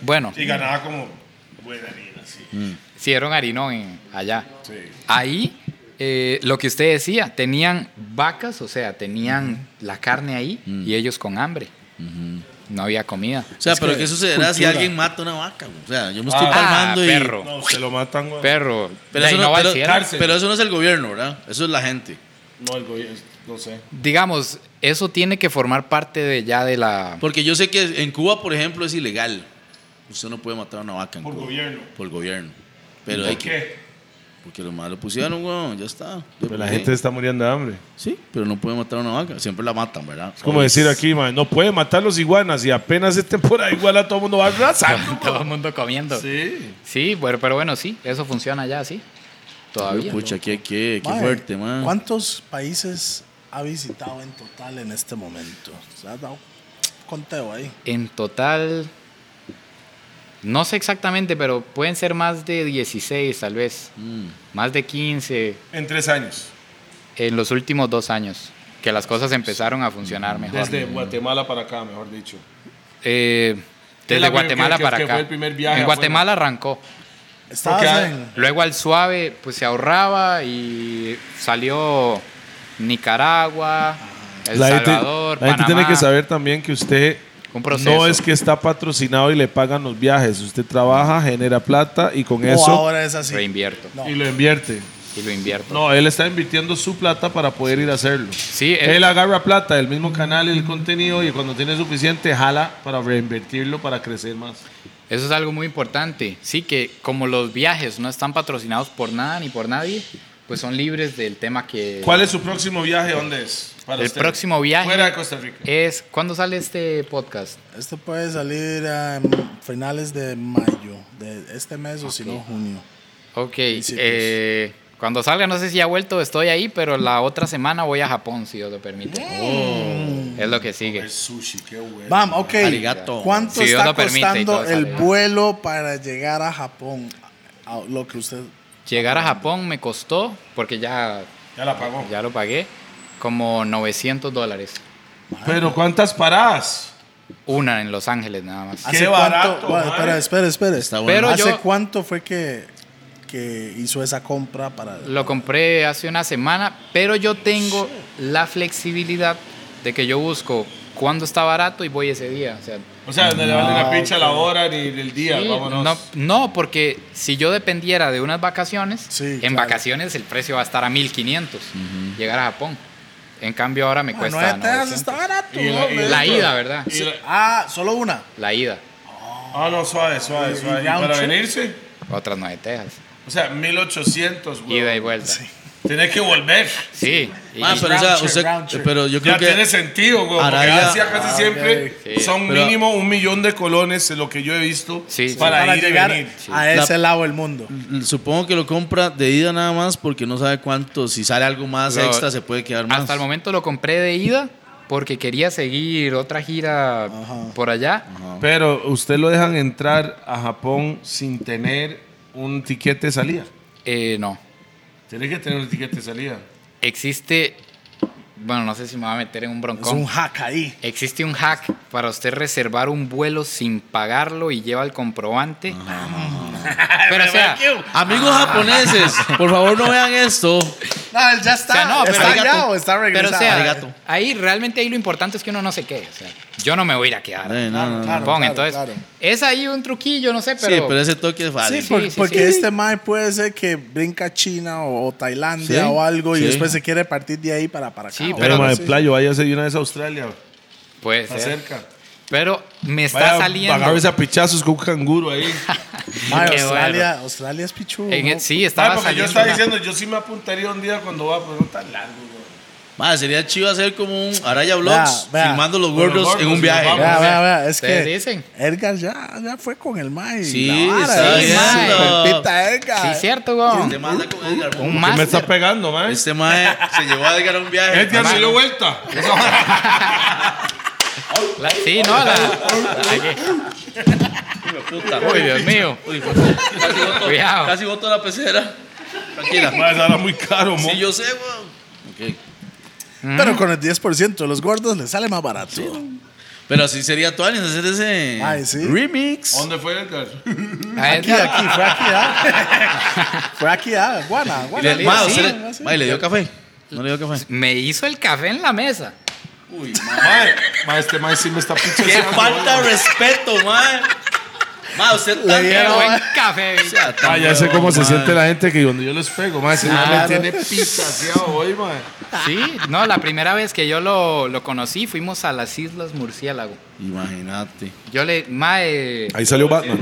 [SPEAKER 4] Bueno,
[SPEAKER 1] Y ganaba como buena vida, sí.
[SPEAKER 4] hicieron harinón en- allá.
[SPEAKER 1] Sí.
[SPEAKER 4] Ahí, eh, lo que usted decía, tenían vacas, o sea, tenían la carne ahí
[SPEAKER 1] Mm.
[SPEAKER 4] y ellos con hambre. No había comida.
[SPEAKER 3] O sea,
[SPEAKER 2] Es
[SPEAKER 3] pero
[SPEAKER 2] que
[SPEAKER 3] ¿qué sucederá si
[SPEAKER 2] cultura.
[SPEAKER 3] alguien mata una vaca? güey? O sea, yo me estoy
[SPEAKER 1] Ah,
[SPEAKER 3] palmando y.
[SPEAKER 4] perro.
[SPEAKER 1] No, se lo matan. güey.
[SPEAKER 4] Perro,
[SPEAKER 3] Pero,
[SPEAKER 4] de
[SPEAKER 3] eso
[SPEAKER 4] ahí
[SPEAKER 3] no,
[SPEAKER 4] no va al
[SPEAKER 3] pero-
[SPEAKER 4] cielo.
[SPEAKER 1] cárcel.
[SPEAKER 3] pero eso no es el gobierno, ¿verdad? Eso es la gente.
[SPEAKER 1] No, el gobierno, no sé.
[SPEAKER 4] Digamos, eso tiene que formar parte de ya de la...
[SPEAKER 3] Porque yo sé que en Cuba, por ejemplo, es ilegal. Usted no puede matar a una vaca en
[SPEAKER 1] Por
[SPEAKER 3] Cuba.
[SPEAKER 1] gobierno.
[SPEAKER 3] Por gobierno. Pero hay
[SPEAKER 1] ¿Por
[SPEAKER 3] que-
[SPEAKER 1] qué?
[SPEAKER 3] Porque los malos pusieron, weón, ya está.
[SPEAKER 1] Pero la
[SPEAKER 3] Sí.
[SPEAKER 1] gente está muriendo de hambre.
[SPEAKER 3] Sí, pero no puede matar a una vaca. Siempre la matan, ¿verdad?
[SPEAKER 1] Es como decir aquí, mae, no puede matar los iguanas y apenas es temporada iguana todo el mundo va arrasando.
[SPEAKER 4] Todo el mundo comiendo. Sí,
[SPEAKER 1] Sí.
[SPEAKER 4] bueno, pero bueno, sí, eso funciona ya, sí. Todavía.
[SPEAKER 3] Pucha, qué, qué, qué
[SPEAKER 2] Mae,
[SPEAKER 3] fuerte, man.
[SPEAKER 2] ¿Cuántos países ha visitado en total en este momento? ¿Se ha dado conteo ahí?
[SPEAKER 4] En total, no sé exactamente, pero pueden ser más de 16 tal vez,
[SPEAKER 3] Mm.
[SPEAKER 4] más de 15
[SPEAKER 1] En tres años.
[SPEAKER 4] en los últimos dos años, que las cosas empezaron a funcionar mejor.
[SPEAKER 1] Mm. Desde Guatemala para acá, mejor dicho.
[SPEAKER 4] Eh,
[SPEAKER 1] Que
[SPEAKER 4] desde
[SPEAKER 1] la-
[SPEAKER 4] Guatemala
[SPEAKER 1] que-
[SPEAKER 4] para
[SPEAKER 1] que
[SPEAKER 4] acá.
[SPEAKER 1] fue el primer viaje
[SPEAKER 4] en
[SPEAKER 1] afuera.
[SPEAKER 4] Guatemala arrancó.
[SPEAKER 2] Estabas
[SPEAKER 1] Porque-
[SPEAKER 2] en...
[SPEAKER 4] Luego al suave, pues se ahorraba y salió Nicaragua, El
[SPEAKER 1] la gente,
[SPEAKER 4] Salvador,
[SPEAKER 1] la gente
[SPEAKER 4] Panamá.
[SPEAKER 1] tiene que saber también que usted
[SPEAKER 4] Un proceso.
[SPEAKER 1] no es que está patrocinado y le pagan los viajes. Usted trabaja, genera plata y con
[SPEAKER 2] o
[SPEAKER 1] eso
[SPEAKER 2] ahora es así.
[SPEAKER 4] Reinvierto
[SPEAKER 2] No.
[SPEAKER 1] y lo invierte.
[SPEAKER 4] y lo invierto.
[SPEAKER 1] No, él está invirtiendo su plata para poder ir a hacerlo.
[SPEAKER 4] Sí,
[SPEAKER 1] él,
[SPEAKER 4] él-
[SPEAKER 1] agarra plata del mismo canal y el contenido y cuando tiene suficiente jala para reinvertirlo para crecer más.
[SPEAKER 4] Eso es algo muy importante. Sí, que como los viajes no están patrocinados por nada ni por nadie, pues son libres del tema que...
[SPEAKER 1] ¿Cuál es su próximo viaje? ¿Dónde es? Para
[SPEAKER 4] El
[SPEAKER 1] usted?
[SPEAKER 4] próximo viaje-
[SPEAKER 1] Fuera de Costa Rica.
[SPEAKER 4] es? ¿Cuándo sale este podcast?
[SPEAKER 2] Esto puede salir a mm, finales de mayo, de este mes o si no junio.
[SPEAKER 4] Ok,
[SPEAKER 2] sí,
[SPEAKER 4] eh, cuando salga, no sé si ha vuelto, estoy ahí, pero la otra semana voy a Japón, si Dios lo permite. Es lo que sigue.
[SPEAKER 1] sushi, qué bueno.
[SPEAKER 2] Vam, ok.
[SPEAKER 3] Arigato.
[SPEAKER 2] ¿Cuánto
[SPEAKER 4] Si Dios
[SPEAKER 2] está
[SPEAKER 4] lo permite y
[SPEAKER 2] costando
[SPEAKER 4] todo sale
[SPEAKER 2] el
[SPEAKER 4] bien.
[SPEAKER 2] vuelo para llegar a Japón? A- a lo que usted.
[SPEAKER 4] Llegar a Japón me costó, porque ya,
[SPEAKER 1] Ya la pagó.
[SPEAKER 4] ya lo pagué, como 900 dólares.
[SPEAKER 1] Pero ¿cuántas paradas?
[SPEAKER 4] Una en Los Ángeles nada más.
[SPEAKER 1] Qué barato,
[SPEAKER 2] cuánto? Bueno,
[SPEAKER 1] madre.
[SPEAKER 2] espera, espera, espera.
[SPEAKER 3] Está bueno.
[SPEAKER 4] Pero
[SPEAKER 2] ¿Hace
[SPEAKER 4] yo-
[SPEAKER 2] cuánto fue que, que hizo esa compra para.?
[SPEAKER 4] Lo compré hace una semana, pero yo tengo la flexibilidad de que yo busco cuando está barato y voy ese día. O sea,
[SPEAKER 1] O sea, no le vale la pincha la hora ni el día.
[SPEAKER 4] sí,
[SPEAKER 1] Vámonos.
[SPEAKER 4] no, no, porque si yo dependiera de unas vacaciones,
[SPEAKER 2] Sí,
[SPEAKER 4] en
[SPEAKER 2] claro.
[SPEAKER 4] vacaciones el precio va a estar a 1500 llegar a Japón. En cambio ahora me
[SPEAKER 2] Ah,
[SPEAKER 4] cuesta
[SPEAKER 2] nueve tejas
[SPEAKER 4] 900.
[SPEAKER 2] está barato.
[SPEAKER 1] Y la- y
[SPEAKER 2] hombre.
[SPEAKER 4] La ida, ¿verdad?
[SPEAKER 1] Y la-
[SPEAKER 2] Ah, solo una.
[SPEAKER 4] La ida,
[SPEAKER 1] Ah, no, suave, suave, suave. ¿Y
[SPEAKER 2] round
[SPEAKER 1] para
[SPEAKER 2] trip?
[SPEAKER 1] venirse?
[SPEAKER 4] otras nueve tejas.
[SPEAKER 1] O sea, 1800, güey.
[SPEAKER 4] Ida y vuelta. Sí.
[SPEAKER 1] Tenés que volver.
[SPEAKER 3] Ah,
[SPEAKER 4] y- y-
[SPEAKER 3] pero, o sea,
[SPEAKER 2] round trip,
[SPEAKER 3] usted-
[SPEAKER 2] round trip.
[SPEAKER 3] pero yo creo
[SPEAKER 1] ya tiene
[SPEAKER 3] que.
[SPEAKER 1] sentido, güey. Porque
[SPEAKER 3] Arabia-
[SPEAKER 1] Asia casi
[SPEAKER 2] Ah,
[SPEAKER 1] siempre
[SPEAKER 4] ok. Sí.
[SPEAKER 1] son
[SPEAKER 3] Pero-
[SPEAKER 1] mínimo un millón de colones, es lo que yo he visto,
[SPEAKER 4] Sí,
[SPEAKER 1] para,
[SPEAKER 2] Para,
[SPEAKER 1] ir
[SPEAKER 2] llegar
[SPEAKER 1] y venir.
[SPEAKER 2] a
[SPEAKER 3] La-
[SPEAKER 2] ese lado del mundo.
[SPEAKER 3] Supongo que lo compra de ida nada más porque no sabe cuánto. Si sale algo más
[SPEAKER 4] Lo-
[SPEAKER 3] extra, se puede quedar más.
[SPEAKER 4] Hasta el momento lo compré de ida porque quería seguir otra gira por allá.
[SPEAKER 1] Ah. Pero usted lo dejan entrar a Japón sin tener un tiquete de salida.
[SPEAKER 4] Eh, no.
[SPEAKER 1] Tiene que tener un tiquete de salida.
[SPEAKER 4] Existe. Bueno, no sé si me va a meter en un
[SPEAKER 2] Es
[SPEAKER 4] broncón.
[SPEAKER 2] un hack ahí.
[SPEAKER 4] Existe un hack para usted reservar un vuelo sin pagarlo y lleva el comprobante.
[SPEAKER 2] Ah.
[SPEAKER 4] Pero o sea, ah,
[SPEAKER 3] Amigos
[SPEAKER 1] Ah.
[SPEAKER 3] japoneses, por favor no vean esto.
[SPEAKER 2] No, él ya está.
[SPEAKER 4] O sea, no, pero
[SPEAKER 2] está
[SPEAKER 4] arigato.
[SPEAKER 2] allá o está
[SPEAKER 4] pero o
[SPEAKER 2] regresado.
[SPEAKER 4] sea,
[SPEAKER 3] Arigato.
[SPEAKER 4] ahí realmente ahí lo importante es que uno no se quede. o sea, yo no me voy a ir a quedar.
[SPEAKER 3] Eh, no, no, no.
[SPEAKER 2] claro,
[SPEAKER 4] Pon,
[SPEAKER 2] claro,
[SPEAKER 4] entonces,
[SPEAKER 2] claro.
[SPEAKER 4] es ahí un truquillo, no sé, pero,
[SPEAKER 3] sí, pero ese toque es
[SPEAKER 2] Sí,
[SPEAKER 3] fácil.
[SPEAKER 2] por-
[SPEAKER 4] sí, sí,
[SPEAKER 2] porque
[SPEAKER 4] sí.
[SPEAKER 2] este mae puede ser que brinca a China o, o Tailandia
[SPEAKER 3] Sí,
[SPEAKER 2] o algo y
[SPEAKER 3] sí.
[SPEAKER 2] después se quiere partir de ahí para, para acá.
[SPEAKER 4] Sí,
[SPEAKER 2] o
[SPEAKER 4] Pero
[SPEAKER 1] Pero,
[SPEAKER 2] algo
[SPEAKER 1] mae,
[SPEAKER 2] así.
[SPEAKER 1] playo, váyase de una vez a Australia.
[SPEAKER 4] puede
[SPEAKER 1] Está
[SPEAKER 4] ser.
[SPEAKER 1] cerca.
[SPEAKER 4] Pero me está
[SPEAKER 1] Vaya,
[SPEAKER 4] saliendo.
[SPEAKER 1] agarres a pichazos con un canguro ahí.
[SPEAKER 2] Mae,
[SPEAKER 4] Qué
[SPEAKER 2] Australia, Australia es pichu.
[SPEAKER 4] En el- sí,
[SPEAKER 1] Mae,
[SPEAKER 4] estaba
[SPEAKER 1] Ah, porque
[SPEAKER 4] saliendo.
[SPEAKER 1] yo estaba
[SPEAKER 4] una-
[SPEAKER 1] diciendo, yo sí me apuntaría un día cuando va, pero no tan largo. güey.
[SPEAKER 3] Madre, sería chido hacer como un Araya Vlogs
[SPEAKER 2] Vea, vea.
[SPEAKER 3] filmando los
[SPEAKER 1] Con los
[SPEAKER 3] gordos en
[SPEAKER 1] gordos,
[SPEAKER 3] un viaje.
[SPEAKER 1] nos
[SPEAKER 2] Vea,
[SPEAKER 1] vamos.
[SPEAKER 2] vea, vea, es que
[SPEAKER 4] Ustedes dicen.
[SPEAKER 2] Edgar ya, ya fue con el mae.
[SPEAKER 3] Sí,
[SPEAKER 2] la vara,
[SPEAKER 3] está
[SPEAKER 2] ¿eh?
[SPEAKER 4] bien.
[SPEAKER 2] Mae, Pepita
[SPEAKER 4] Sí,
[SPEAKER 2] Edgar.
[SPEAKER 4] cierto, weón.
[SPEAKER 3] Este mae anda con Edgar.
[SPEAKER 4] Un
[SPEAKER 1] Que me está
[SPEAKER 4] máster.
[SPEAKER 1] pegando, man.
[SPEAKER 3] Este mae se llevó a Edgar a un viaje.
[SPEAKER 1] Edgar
[SPEAKER 3] Mae,
[SPEAKER 1] se dio vuelta.
[SPEAKER 4] La- Sí, no, la. la-
[SPEAKER 3] hijo de puta.
[SPEAKER 4] Uy, Dios mío.
[SPEAKER 3] Uy, hijo de puta. Casi boto-
[SPEAKER 4] Cuidado.
[SPEAKER 3] Casi botó la pecera. Tranquila.
[SPEAKER 1] Mae, sale Ah, muy caro, mo.
[SPEAKER 3] Sí, yo sé, weón. Ok.
[SPEAKER 2] Pero con el 10% de los gordos le sale más barato.
[SPEAKER 3] Pero así sería Tuanis hacer ese
[SPEAKER 2] Ay, sí.
[SPEAKER 3] remix.
[SPEAKER 1] ¿Dónde fue Edgar?
[SPEAKER 4] A
[SPEAKER 2] Aquí,
[SPEAKER 4] Edgar-
[SPEAKER 2] aquí, fue aquí, ah. fue aquí, ah. Guana,
[SPEAKER 3] Y
[SPEAKER 2] guana.
[SPEAKER 3] le, mae,
[SPEAKER 2] Sí,
[SPEAKER 3] usted
[SPEAKER 2] ah,
[SPEAKER 3] le-
[SPEAKER 2] sí.
[SPEAKER 3] mae, ¿le dio café. No le dio café.
[SPEAKER 4] Me hizo el café en la mesa.
[SPEAKER 3] Uy,
[SPEAKER 1] Mae, mae, este mae sí me está pichazando.
[SPEAKER 3] Qué falta de respeto, mae. Mae, usted tan
[SPEAKER 4] Qué
[SPEAKER 2] dieron-
[SPEAKER 4] buen café. bicho.
[SPEAKER 3] sea, tan
[SPEAKER 1] Ah, ya sé
[SPEAKER 3] huevón,
[SPEAKER 1] cómo se
[SPEAKER 3] mae.
[SPEAKER 1] siente la gente que cuando yo les pego, mae, se
[SPEAKER 4] Claro.
[SPEAKER 1] me tiene pichaseado hoy, mae.
[SPEAKER 4] Sí, no, la primera vez que yo lo, lo conocí fuimos a las Islas Murciélago.
[SPEAKER 3] Imagínate.
[SPEAKER 4] Yo le, mae,
[SPEAKER 1] Ahí salió Batman.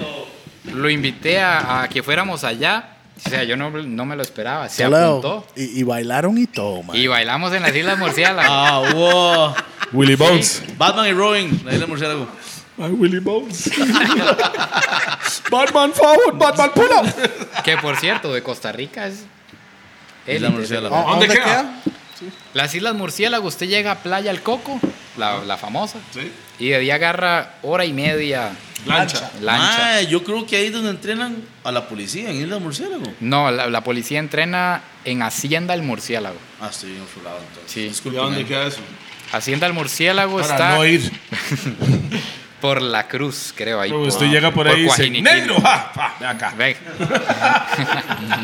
[SPEAKER 4] lo invité a, a que fuéramos allá. O sea, yo no, no me lo esperaba. Se
[SPEAKER 2] Solo-
[SPEAKER 4] apuntó.
[SPEAKER 2] Y, y bailaron y todo, mae.
[SPEAKER 4] Y bailamos en las Islas Murciélago.
[SPEAKER 3] Ah, wow.
[SPEAKER 1] Willy Bones.
[SPEAKER 3] Batman y Robin, la isla murciélago.
[SPEAKER 1] Ay, Willy Bones. Batman forward, Batman pull up.
[SPEAKER 3] Ah.
[SPEAKER 4] que por cierto, de Costa Rica es.
[SPEAKER 3] Isla
[SPEAKER 4] élite.
[SPEAKER 3] murciélago.
[SPEAKER 2] ¿A-
[SPEAKER 1] ¿Dónde queda?
[SPEAKER 4] Las Islas Murciélago, usted llega a Playa El Coco, la, la famosa.
[SPEAKER 1] Sí.
[SPEAKER 4] Y de ahí agarra hora y media
[SPEAKER 1] Lancha.
[SPEAKER 4] lancha.
[SPEAKER 3] Mae, Ah, yo creo que ahí es donde entrenan a la policía, en Isla Murciélago.
[SPEAKER 4] No, la, la policía entrena en Hacienda del Murciélago.
[SPEAKER 3] Ah, estoy bien otro lado entonces.
[SPEAKER 4] Sí.
[SPEAKER 1] ¿Y a dónde queda eso?
[SPEAKER 4] Hacienda del Murciélago
[SPEAKER 1] Para
[SPEAKER 4] Pues está
[SPEAKER 1] no ir.
[SPEAKER 4] por la cruz, creo. Ahí
[SPEAKER 1] Pero usted llega por ahí y dice,
[SPEAKER 4] Cuajiniquillo.
[SPEAKER 1] negro, ja, ja, de acá.
[SPEAKER 4] Ve.
[SPEAKER 2] Ah,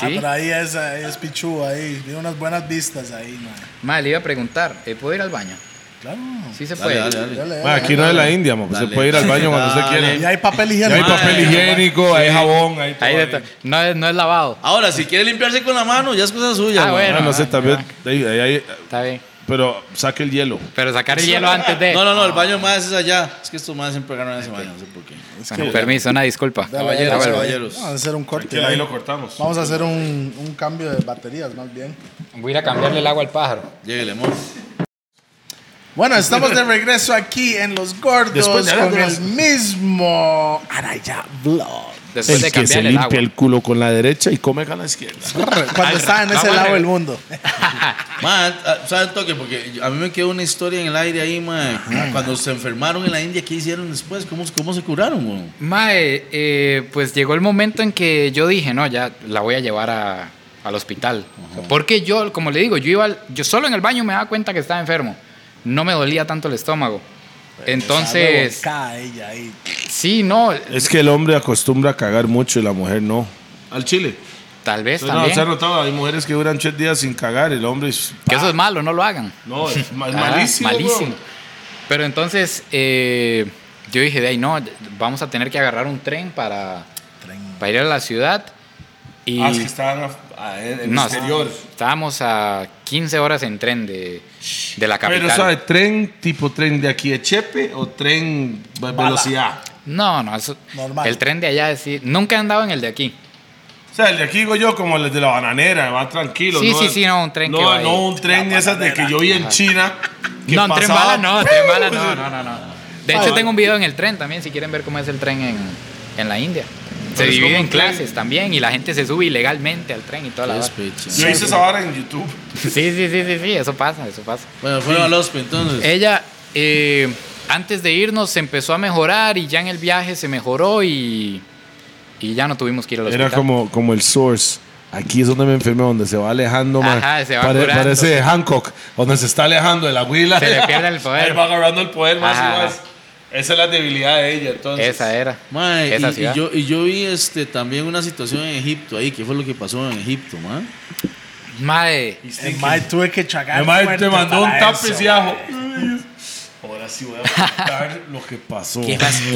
[SPEAKER 4] sí,
[SPEAKER 2] pero ahí es, ahí es Pichu, ahí. Tiene unas buenas vistas ahí, mae.
[SPEAKER 4] ma, le iba a preguntar, ¿eh, ¿puedo ir al baño?
[SPEAKER 2] Claro.
[SPEAKER 4] Sí se
[SPEAKER 3] Dale,
[SPEAKER 4] puede.
[SPEAKER 3] dale, dale.
[SPEAKER 2] Dale, dale.
[SPEAKER 1] Mae, aquí no es la India, mo. Se
[SPEAKER 3] Dale.
[SPEAKER 1] puede ir al baño cuando usted
[SPEAKER 3] Dale.
[SPEAKER 1] quiere.
[SPEAKER 2] Y hay papel
[SPEAKER 1] Ya
[SPEAKER 2] higiénico.
[SPEAKER 1] hay
[SPEAKER 3] Mae,
[SPEAKER 1] papel
[SPEAKER 3] mae.
[SPEAKER 1] higiénico, hay jabón, hay todo.
[SPEAKER 4] Ahí
[SPEAKER 1] ahí.
[SPEAKER 4] de to- no, es- no es lavado.
[SPEAKER 3] Ahora, si quiere limpiarse con la mano, ya es cosa suya.
[SPEAKER 4] Ah,
[SPEAKER 3] mae.
[SPEAKER 1] Ah,
[SPEAKER 4] bueno.
[SPEAKER 1] no sé, también. ahí- ahí hay-
[SPEAKER 4] Está bien.
[SPEAKER 1] pero saque el hielo.
[SPEAKER 4] Pero sacar el hielo antes de...
[SPEAKER 3] No, no, no, el baño más es allá. Es que estos más siempre ganan ese baño, no sé por qué.
[SPEAKER 4] Ah, no, permiso, una disculpa.
[SPEAKER 2] Dale,
[SPEAKER 3] Caballeros,
[SPEAKER 2] dale, dale.
[SPEAKER 3] caballeros.
[SPEAKER 2] Vamos a hacer un corte.
[SPEAKER 1] Que ahí
[SPEAKER 2] ahí.
[SPEAKER 1] lo cortamos.
[SPEAKER 2] Vamos a hacer un, un cambio de baterías, más bien.
[SPEAKER 4] Voy a ir a cambiarle el agua al pájaro.
[SPEAKER 3] Lléguele, amor.
[SPEAKER 2] Bueno, estamos de regreso aquí en Los Gordos
[SPEAKER 1] Después de
[SPEAKER 2] con
[SPEAKER 1] Aragorn.
[SPEAKER 2] el mismo Araya Vlog.
[SPEAKER 4] Después de cambiarle el agua.
[SPEAKER 1] culo con la derecha y come con la izquierda.
[SPEAKER 2] Cuando estaba en ese
[SPEAKER 4] Vamos a
[SPEAKER 2] lado
[SPEAKER 4] ver.
[SPEAKER 2] del mundo.
[SPEAKER 3] Mae, ah, ¿saben toque? Porque yo- a mí me quedó una historia en el aire ahí, mae. Cuando se enfermaron en la India, ¿qué hicieron después? ¿Cómo, cómo se curaron, weón?
[SPEAKER 4] Mae, eh, pues llegó el momento en que yo dije, no, ya la voy a llevar a- al hospital. Porque yo, como le digo, yo iba, al- yo solo en el baño me daba cuenta que estaba enfermo. No me dolía tanto el estómago.
[SPEAKER 1] Pues,
[SPEAKER 4] Entonces,
[SPEAKER 2] Cae ella ahí.
[SPEAKER 4] sí, no,
[SPEAKER 1] Es que el hombre acostumbra a cagar mucho y la mujer no. Al chile.
[SPEAKER 4] tal vez
[SPEAKER 1] Eso no,
[SPEAKER 4] también.
[SPEAKER 1] se ha notado. Hay mujeres que duran tres días sin cagar. El hombre es.
[SPEAKER 4] que eso es malo, no lo hagan.
[SPEAKER 1] No, es ma-
[SPEAKER 4] Ah,
[SPEAKER 1] malísimo.
[SPEAKER 4] malísimo.
[SPEAKER 1] weón.
[SPEAKER 4] Pero entonces, eh, yo dije, de ahí no, vamos a tener que agarrar un tren para, para ir a la ciudad. Y
[SPEAKER 1] Ah, es que estaban af- a- eh, en el
[SPEAKER 4] No,
[SPEAKER 1] exterior.
[SPEAKER 4] Estábamos a 15 horas en tren de, de la capital.
[SPEAKER 1] Pero, ¿sabe? ¿Tren tipo tren de aquí de Chepe o tren ve- velocidad?
[SPEAKER 4] No, no, eso-
[SPEAKER 2] Normal.
[SPEAKER 4] el tren de allá es, sí, nunca he andado en el de aquí.
[SPEAKER 1] O sea, el de aquí digo yo como el de la bananera, va tranquilo.
[SPEAKER 4] Sí,
[SPEAKER 1] no,
[SPEAKER 4] sí, sí, no, un tren
[SPEAKER 1] No,
[SPEAKER 4] que va
[SPEAKER 1] no,
[SPEAKER 4] ahí.
[SPEAKER 1] un tren de esas de que yo vi en China. que
[SPEAKER 4] No, en tren
[SPEAKER 1] pasaba-
[SPEAKER 4] bala no, en tren bala no, no, no, no. De hecho, tengo un video en el tren también, si quieren ver cómo es el tren en, en la India. Se
[SPEAKER 1] Pero es
[SPEAKER 4] divide
[SPEAKER 1] como
[SPEAKER 4] en
[SPEAKER 1] un tren.
[SPEAKER 4] clases también y la gente se sube ilegalmente al tren y toda la... vara. Sí,
[SPEAKER 1] Yo hice esa vara en YouTube.
[SPEAKER 4] sí, sí, sí, sí, eso pasa, eso pasa.
[SPEAKER 3] Bueno, fueron al hospital entonces.
[SPEAKER 4] Ella, eh, antes de irnos, se empezó a mejorar y ya en el viaje se mejoró y, y ya no tuvimos que ir al hospital.
[SPEAKER 1] Era como, como el source. Aquí es donde me enfermé, donde se va alejando, ma.
[SPEAKER 4] Ajá, se va curando.
[SPEAKER 1] Parece Hancock, donde se está alejando de la huila.
[SPEAKER 4] Se le pierde el poder.
[SPEAKER 1] Él va agarrando el poder más
[SPEAKER 4] Ajá.
[SPEAKER 1] y más. Esa es la debilidad de ella, entonces.
[SPEAKER 4] Esa era.
[SPEAKER 3] Mae,
[SPEAKER 4] Esa
[SPEAKER 3] y, y
[SPEAKER 4] ciudad.
[SPEAKER 3] yo, y yo vi este, también una situación en Egipto ahí. ¿Qué fue lo que pasó en Egipto, mae?
[SPEAKER 4] Mae,
[SPEAKER 2] El mae tuve que chagar.
[SPEAKER 1] Mi madre te
[SPEAKER 2] fuerte
[SPEAKER 1] mandó un
[SPEAKER 2] para
[SPEAKER 1] tapiz
[SPEAKER 2] eso,
[SPEAKER 1] y ajo. Ahora sí voy a contar lo que pasó.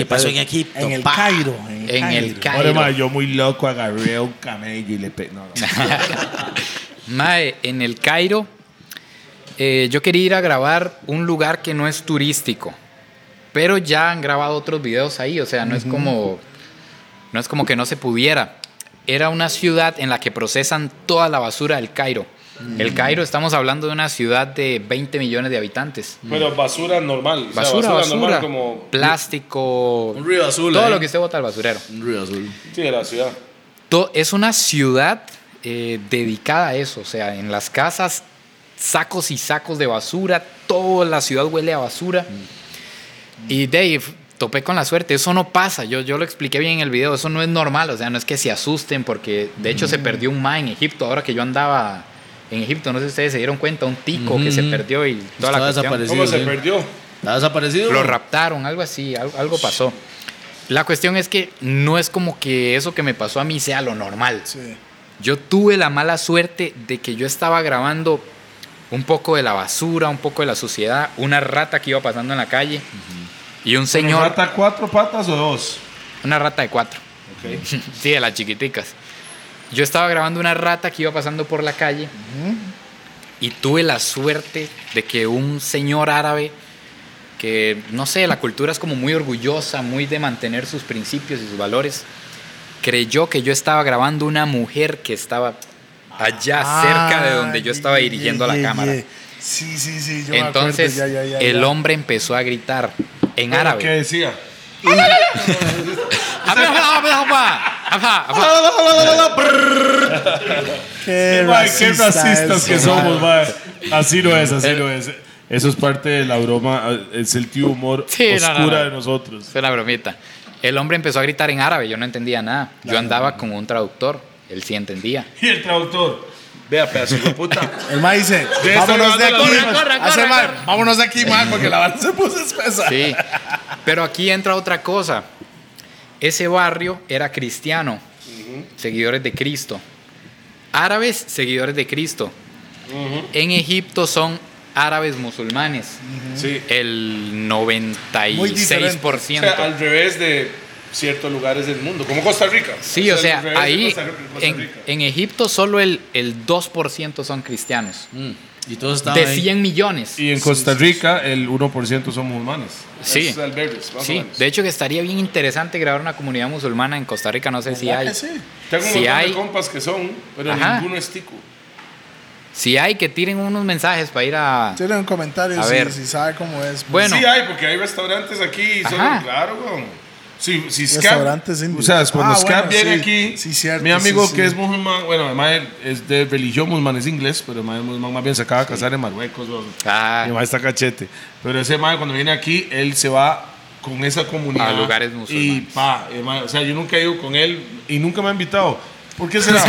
[SPEAKER 3] pasó en Egipto?
[SPEAKER 2] En el Cairo. En el
[SPEAKER 4] en el
[SPEAKER 2] Cairo.
[SPEAKER 1] Ahora,
[SPEAKER 4] Cairo.
[SPEAKER 1] ma, yo muy loco agarré un camello y le pegué. No, no.
[SPEAKER 4] Mae, en el Cairo, eh, yo quería ir a grabar un lugar que no es turístico, pero ya han grabado otros videos ahí, o sea, no es como, no es como que no se pudiera. Era una ciudad en la que procesan toda la basura del Cairo. El Cairo, estamos hablando de una ciudad de 20 millones de habitantes.
[SPEAKER 1] Pero basura normal. o sea,
[SPEAKER 4] Basura, basura,
[SPEAKER 1] normal como.
[SPEAKER 4] plástico,
[SPEAKER 3] Un río azul.
[SPEAKER 4] todo
[SPEAKER 3] ahí.
[SPEAKER 4] lo que usted bota al basurero.
[SPEAKER 3] Un río azul.
[SPEAKER 1] Sí, de la ciudad.
[SPEAKER 4] To- es una ciudad eh, dedicada a eso, o sea, en las casas sacos y sacos de basura, toda la ciudad huele a basura.
[SPEAKER 3] Mm.
[SPEAKER 4] Y Dave, topé con la suerte, eso no pasa, yo, yo lo expliqué bien en el video, eso no es normal, o sea, no es que se asusten porque de hecho
[SPEAKER 3] Mm.
[SPEAKER 4] se perdió un ma en Egipto, ahora que yo andaba en Egipto, no sé si ustedes se dieron cuenta, un tico que se
[SPEAKER 3] Ujú.
[SPEAKER 4] perdió y toda
[SPEAKER 3] Mm. Estaba
[SPEAKER 4] la cuestión.
[SPEAKER 3] desaparecido.
[SPEAKER 1] ¿Cómo se
[SPEAKER 3] sí.
[SPEAKER 1] perdió?
[SPEAKER 3] ¿Está desaparecido?
[SPEAKER 4] Lo raptaron, algo así, al- algo, pasó. La cuestión es que no es como que eso que me pasó a mí sea lo normal.
[SPEAKER 2] Sí.
[SPEAKER 4] Yo tuve la mala suerte de que yo estaba grabando un poco de la basura, un poco de la suciedad, una rata que iba pasando en la calle y un señor,
[SPEAKER 1] ¿Mata cuatro patas o dos?
[SPEAKER 4] una rata de cuatro. Sí, de las chiquiticas. Yo estaba grabando una rata que iba pasando por la calle y tuve la suerte de que un señor árabe que, no sé, la cultura es como muy orgullosa, muy de mantener sus principios y sus valores, creyó que yo estaba grabando una mujer que estaba allá cerca de donde yo estaba
[SPEAKER 2] Ah, ye,
[SPEAKER 4] dirigiendo
[SPEAKER 2] ye,
[SPEAKER 4] la
[SPEAKER 2] ye,
[SPEAKER 4] cámara.
[SPEAKER 2] ye. Sí, sí, sí. Yo
[SPEAKER 4] Entonces,
[SPEAKER 2] me acuerdo, ya, ya, ya,
[SPEAKER 4] el
[SPEAKER 2] ya.
[SPEAKER 4] hombre empezó a gritar en
[SPEAKER 1] ¿Qué
[SPEAKER 4] árabe.
[SPEAKER 1] decía?
[SPEAKER 2] Qué
[SPEAKER 1] Ay, qué
[SPEAKER 2] racista
[SPEAKER 1] racistas
[SPEAKER 2] eso,
[SPEAKER 1] que somos,
[SPEAKER 2] mae.
[SPEAKER 1] mae. Así no es, así no es. Eso es parte de la broma, es el tío humor
[SPEAKER 4] Sí, no, no,
[SPEAKER 1] oscura
[SPEAKER 4] no.
[SPEAKER 1] de nosotros.
[SPEAKER 4] Es una bromita. El hombre empezó a gritar en árabe, yo no entendía nada. Yo andaba con un traductor, él sí entendía.
[SPEAKER 1] Y el traductor. Vea, pedazo de puta.
[SPEAKER 2] El mae dice,
[SPEAKER 1] Sí,
[SPEAKER 2] vámonos de
[SPEAKER 1] estoy
[SPEAKER 2] aquí.
[SPEAKER 1] hablando de la-
[SPEAKER 2] mae.
[SPEAKER 4] Corra, corra,
[SPEAKER 2] Hace,
[SPEAKER 4] corra,
[SPEAKER 2] mae,
[SPEAKER 4] corra.
[SPEAKER 2] Vámonos de aquí, mae, porque la banda se puso espesa.
[SPEAKER 4] Sí. Pero aquí entra otra cosa. Ese barrio era cristiano, seguidores de Cristo. Árabes, seguidores de Cristo. En Egipto son árabes musulmanes,
[SPEAKER 1] Sí.
[SPEAKER 4] el
[SPEAKER 2] Muy
[SPEAKER 4] 96%.
[SPEAKER 1] O sea, al revés de ciertos lugares del mundo, como Costa Rica.
[SPEAKER 4] Sí, o sea,
[SPEAKER 1] al revés de
[SPEAKER 4] ahí
[SPEAKER 1] Costa Rica- Costa
[SPEAKER 4] en,
[SPEAKER 1] Rica.
[SPEAKER 4] en Egipto solo el, el 2% son cristianos.
[SPEAKER 3] Mm. Y todos estaban
[SPEAKER 4] De
[SPEAKER 3] ahí.
[SPEAKER 4] 100 millones.
[SPEAKER 1] Y en Costa Rica el 1% son musulmanes.
[SPEAKER 4] Sí.
[SPEAKER 1] Es al revés, más o
[SPEAKER 4] Sí,
[SPEAKER 1] menos.
[SPEAKER 4] de hecho que estaría bien interesante grabar una comunidad musulmana en Costa Rica, no sé si hay.
[SPEAKER 2] Ah, sí.
[SPEAKER 1] Tengo un
[SPEAKER 4] si
[SPEAKER 1] montón
[SPEAKER 4] hay-
[SPEAKER 1] de compas que son, pero
[SPEAKER 4] Ajá.
[SPEAKER 1] ninguno es tico.
[SPEAKER 4] Si hay, que tiren unos mensajes para ir a...
[SPEAKER 2] Tienen un comentario
[SPEAKER 4] A
[SPEAKER 2] si,
[SPEAKER 4] ver.
[SPEAKER 2] si sabe cómo es. pues.
[SPEAKER 4] Bueno,
[SPEAKER 1] Sí hay, porque hay restaurantes aquí, solo,
[SPEAKER 4] Ajá.
[SPEAKER 1] claro, weón. Si, si Scap-
[SPEAKER 2] Restaurantes indios.
[SPEAKER 1] O sea, es cuando
[SPEAKER 2] Ah,
[SPEAKER 1] Scap
[SPEAKER 2] bueno,
[SPEAKER 1] viene
[SPEAKER 2] sí.
[SPEAKER 1] aquí,
[SPEAKER 2] Sí, cierto,
[SPEAKER 1] mi amigo
[SPEAKER 2] sí,
[SPEAKER 1] que
[SPEAKER 2] sí.
[SPEAKER 1] es musulmán, bueno, además él es de religión musulmán, es inglés, pero además es musulmán, más bien se acaba de casar en Marruecos, weón.
[SPEAKER 4] Ah.
[SPEAKER 1] Mi mamá está cachete. Pero ese mae cuando viene aquí, él se va con esa comunidad.
[SPEAKER 4] A lugares
[SPEAKER 1] Y
[SPEAKER 4] musulmanes.
[SPEAKER 1] pa, el mae- o sea, yo nunca he ido con él y nunca me ha invitado. ¿Por qué será?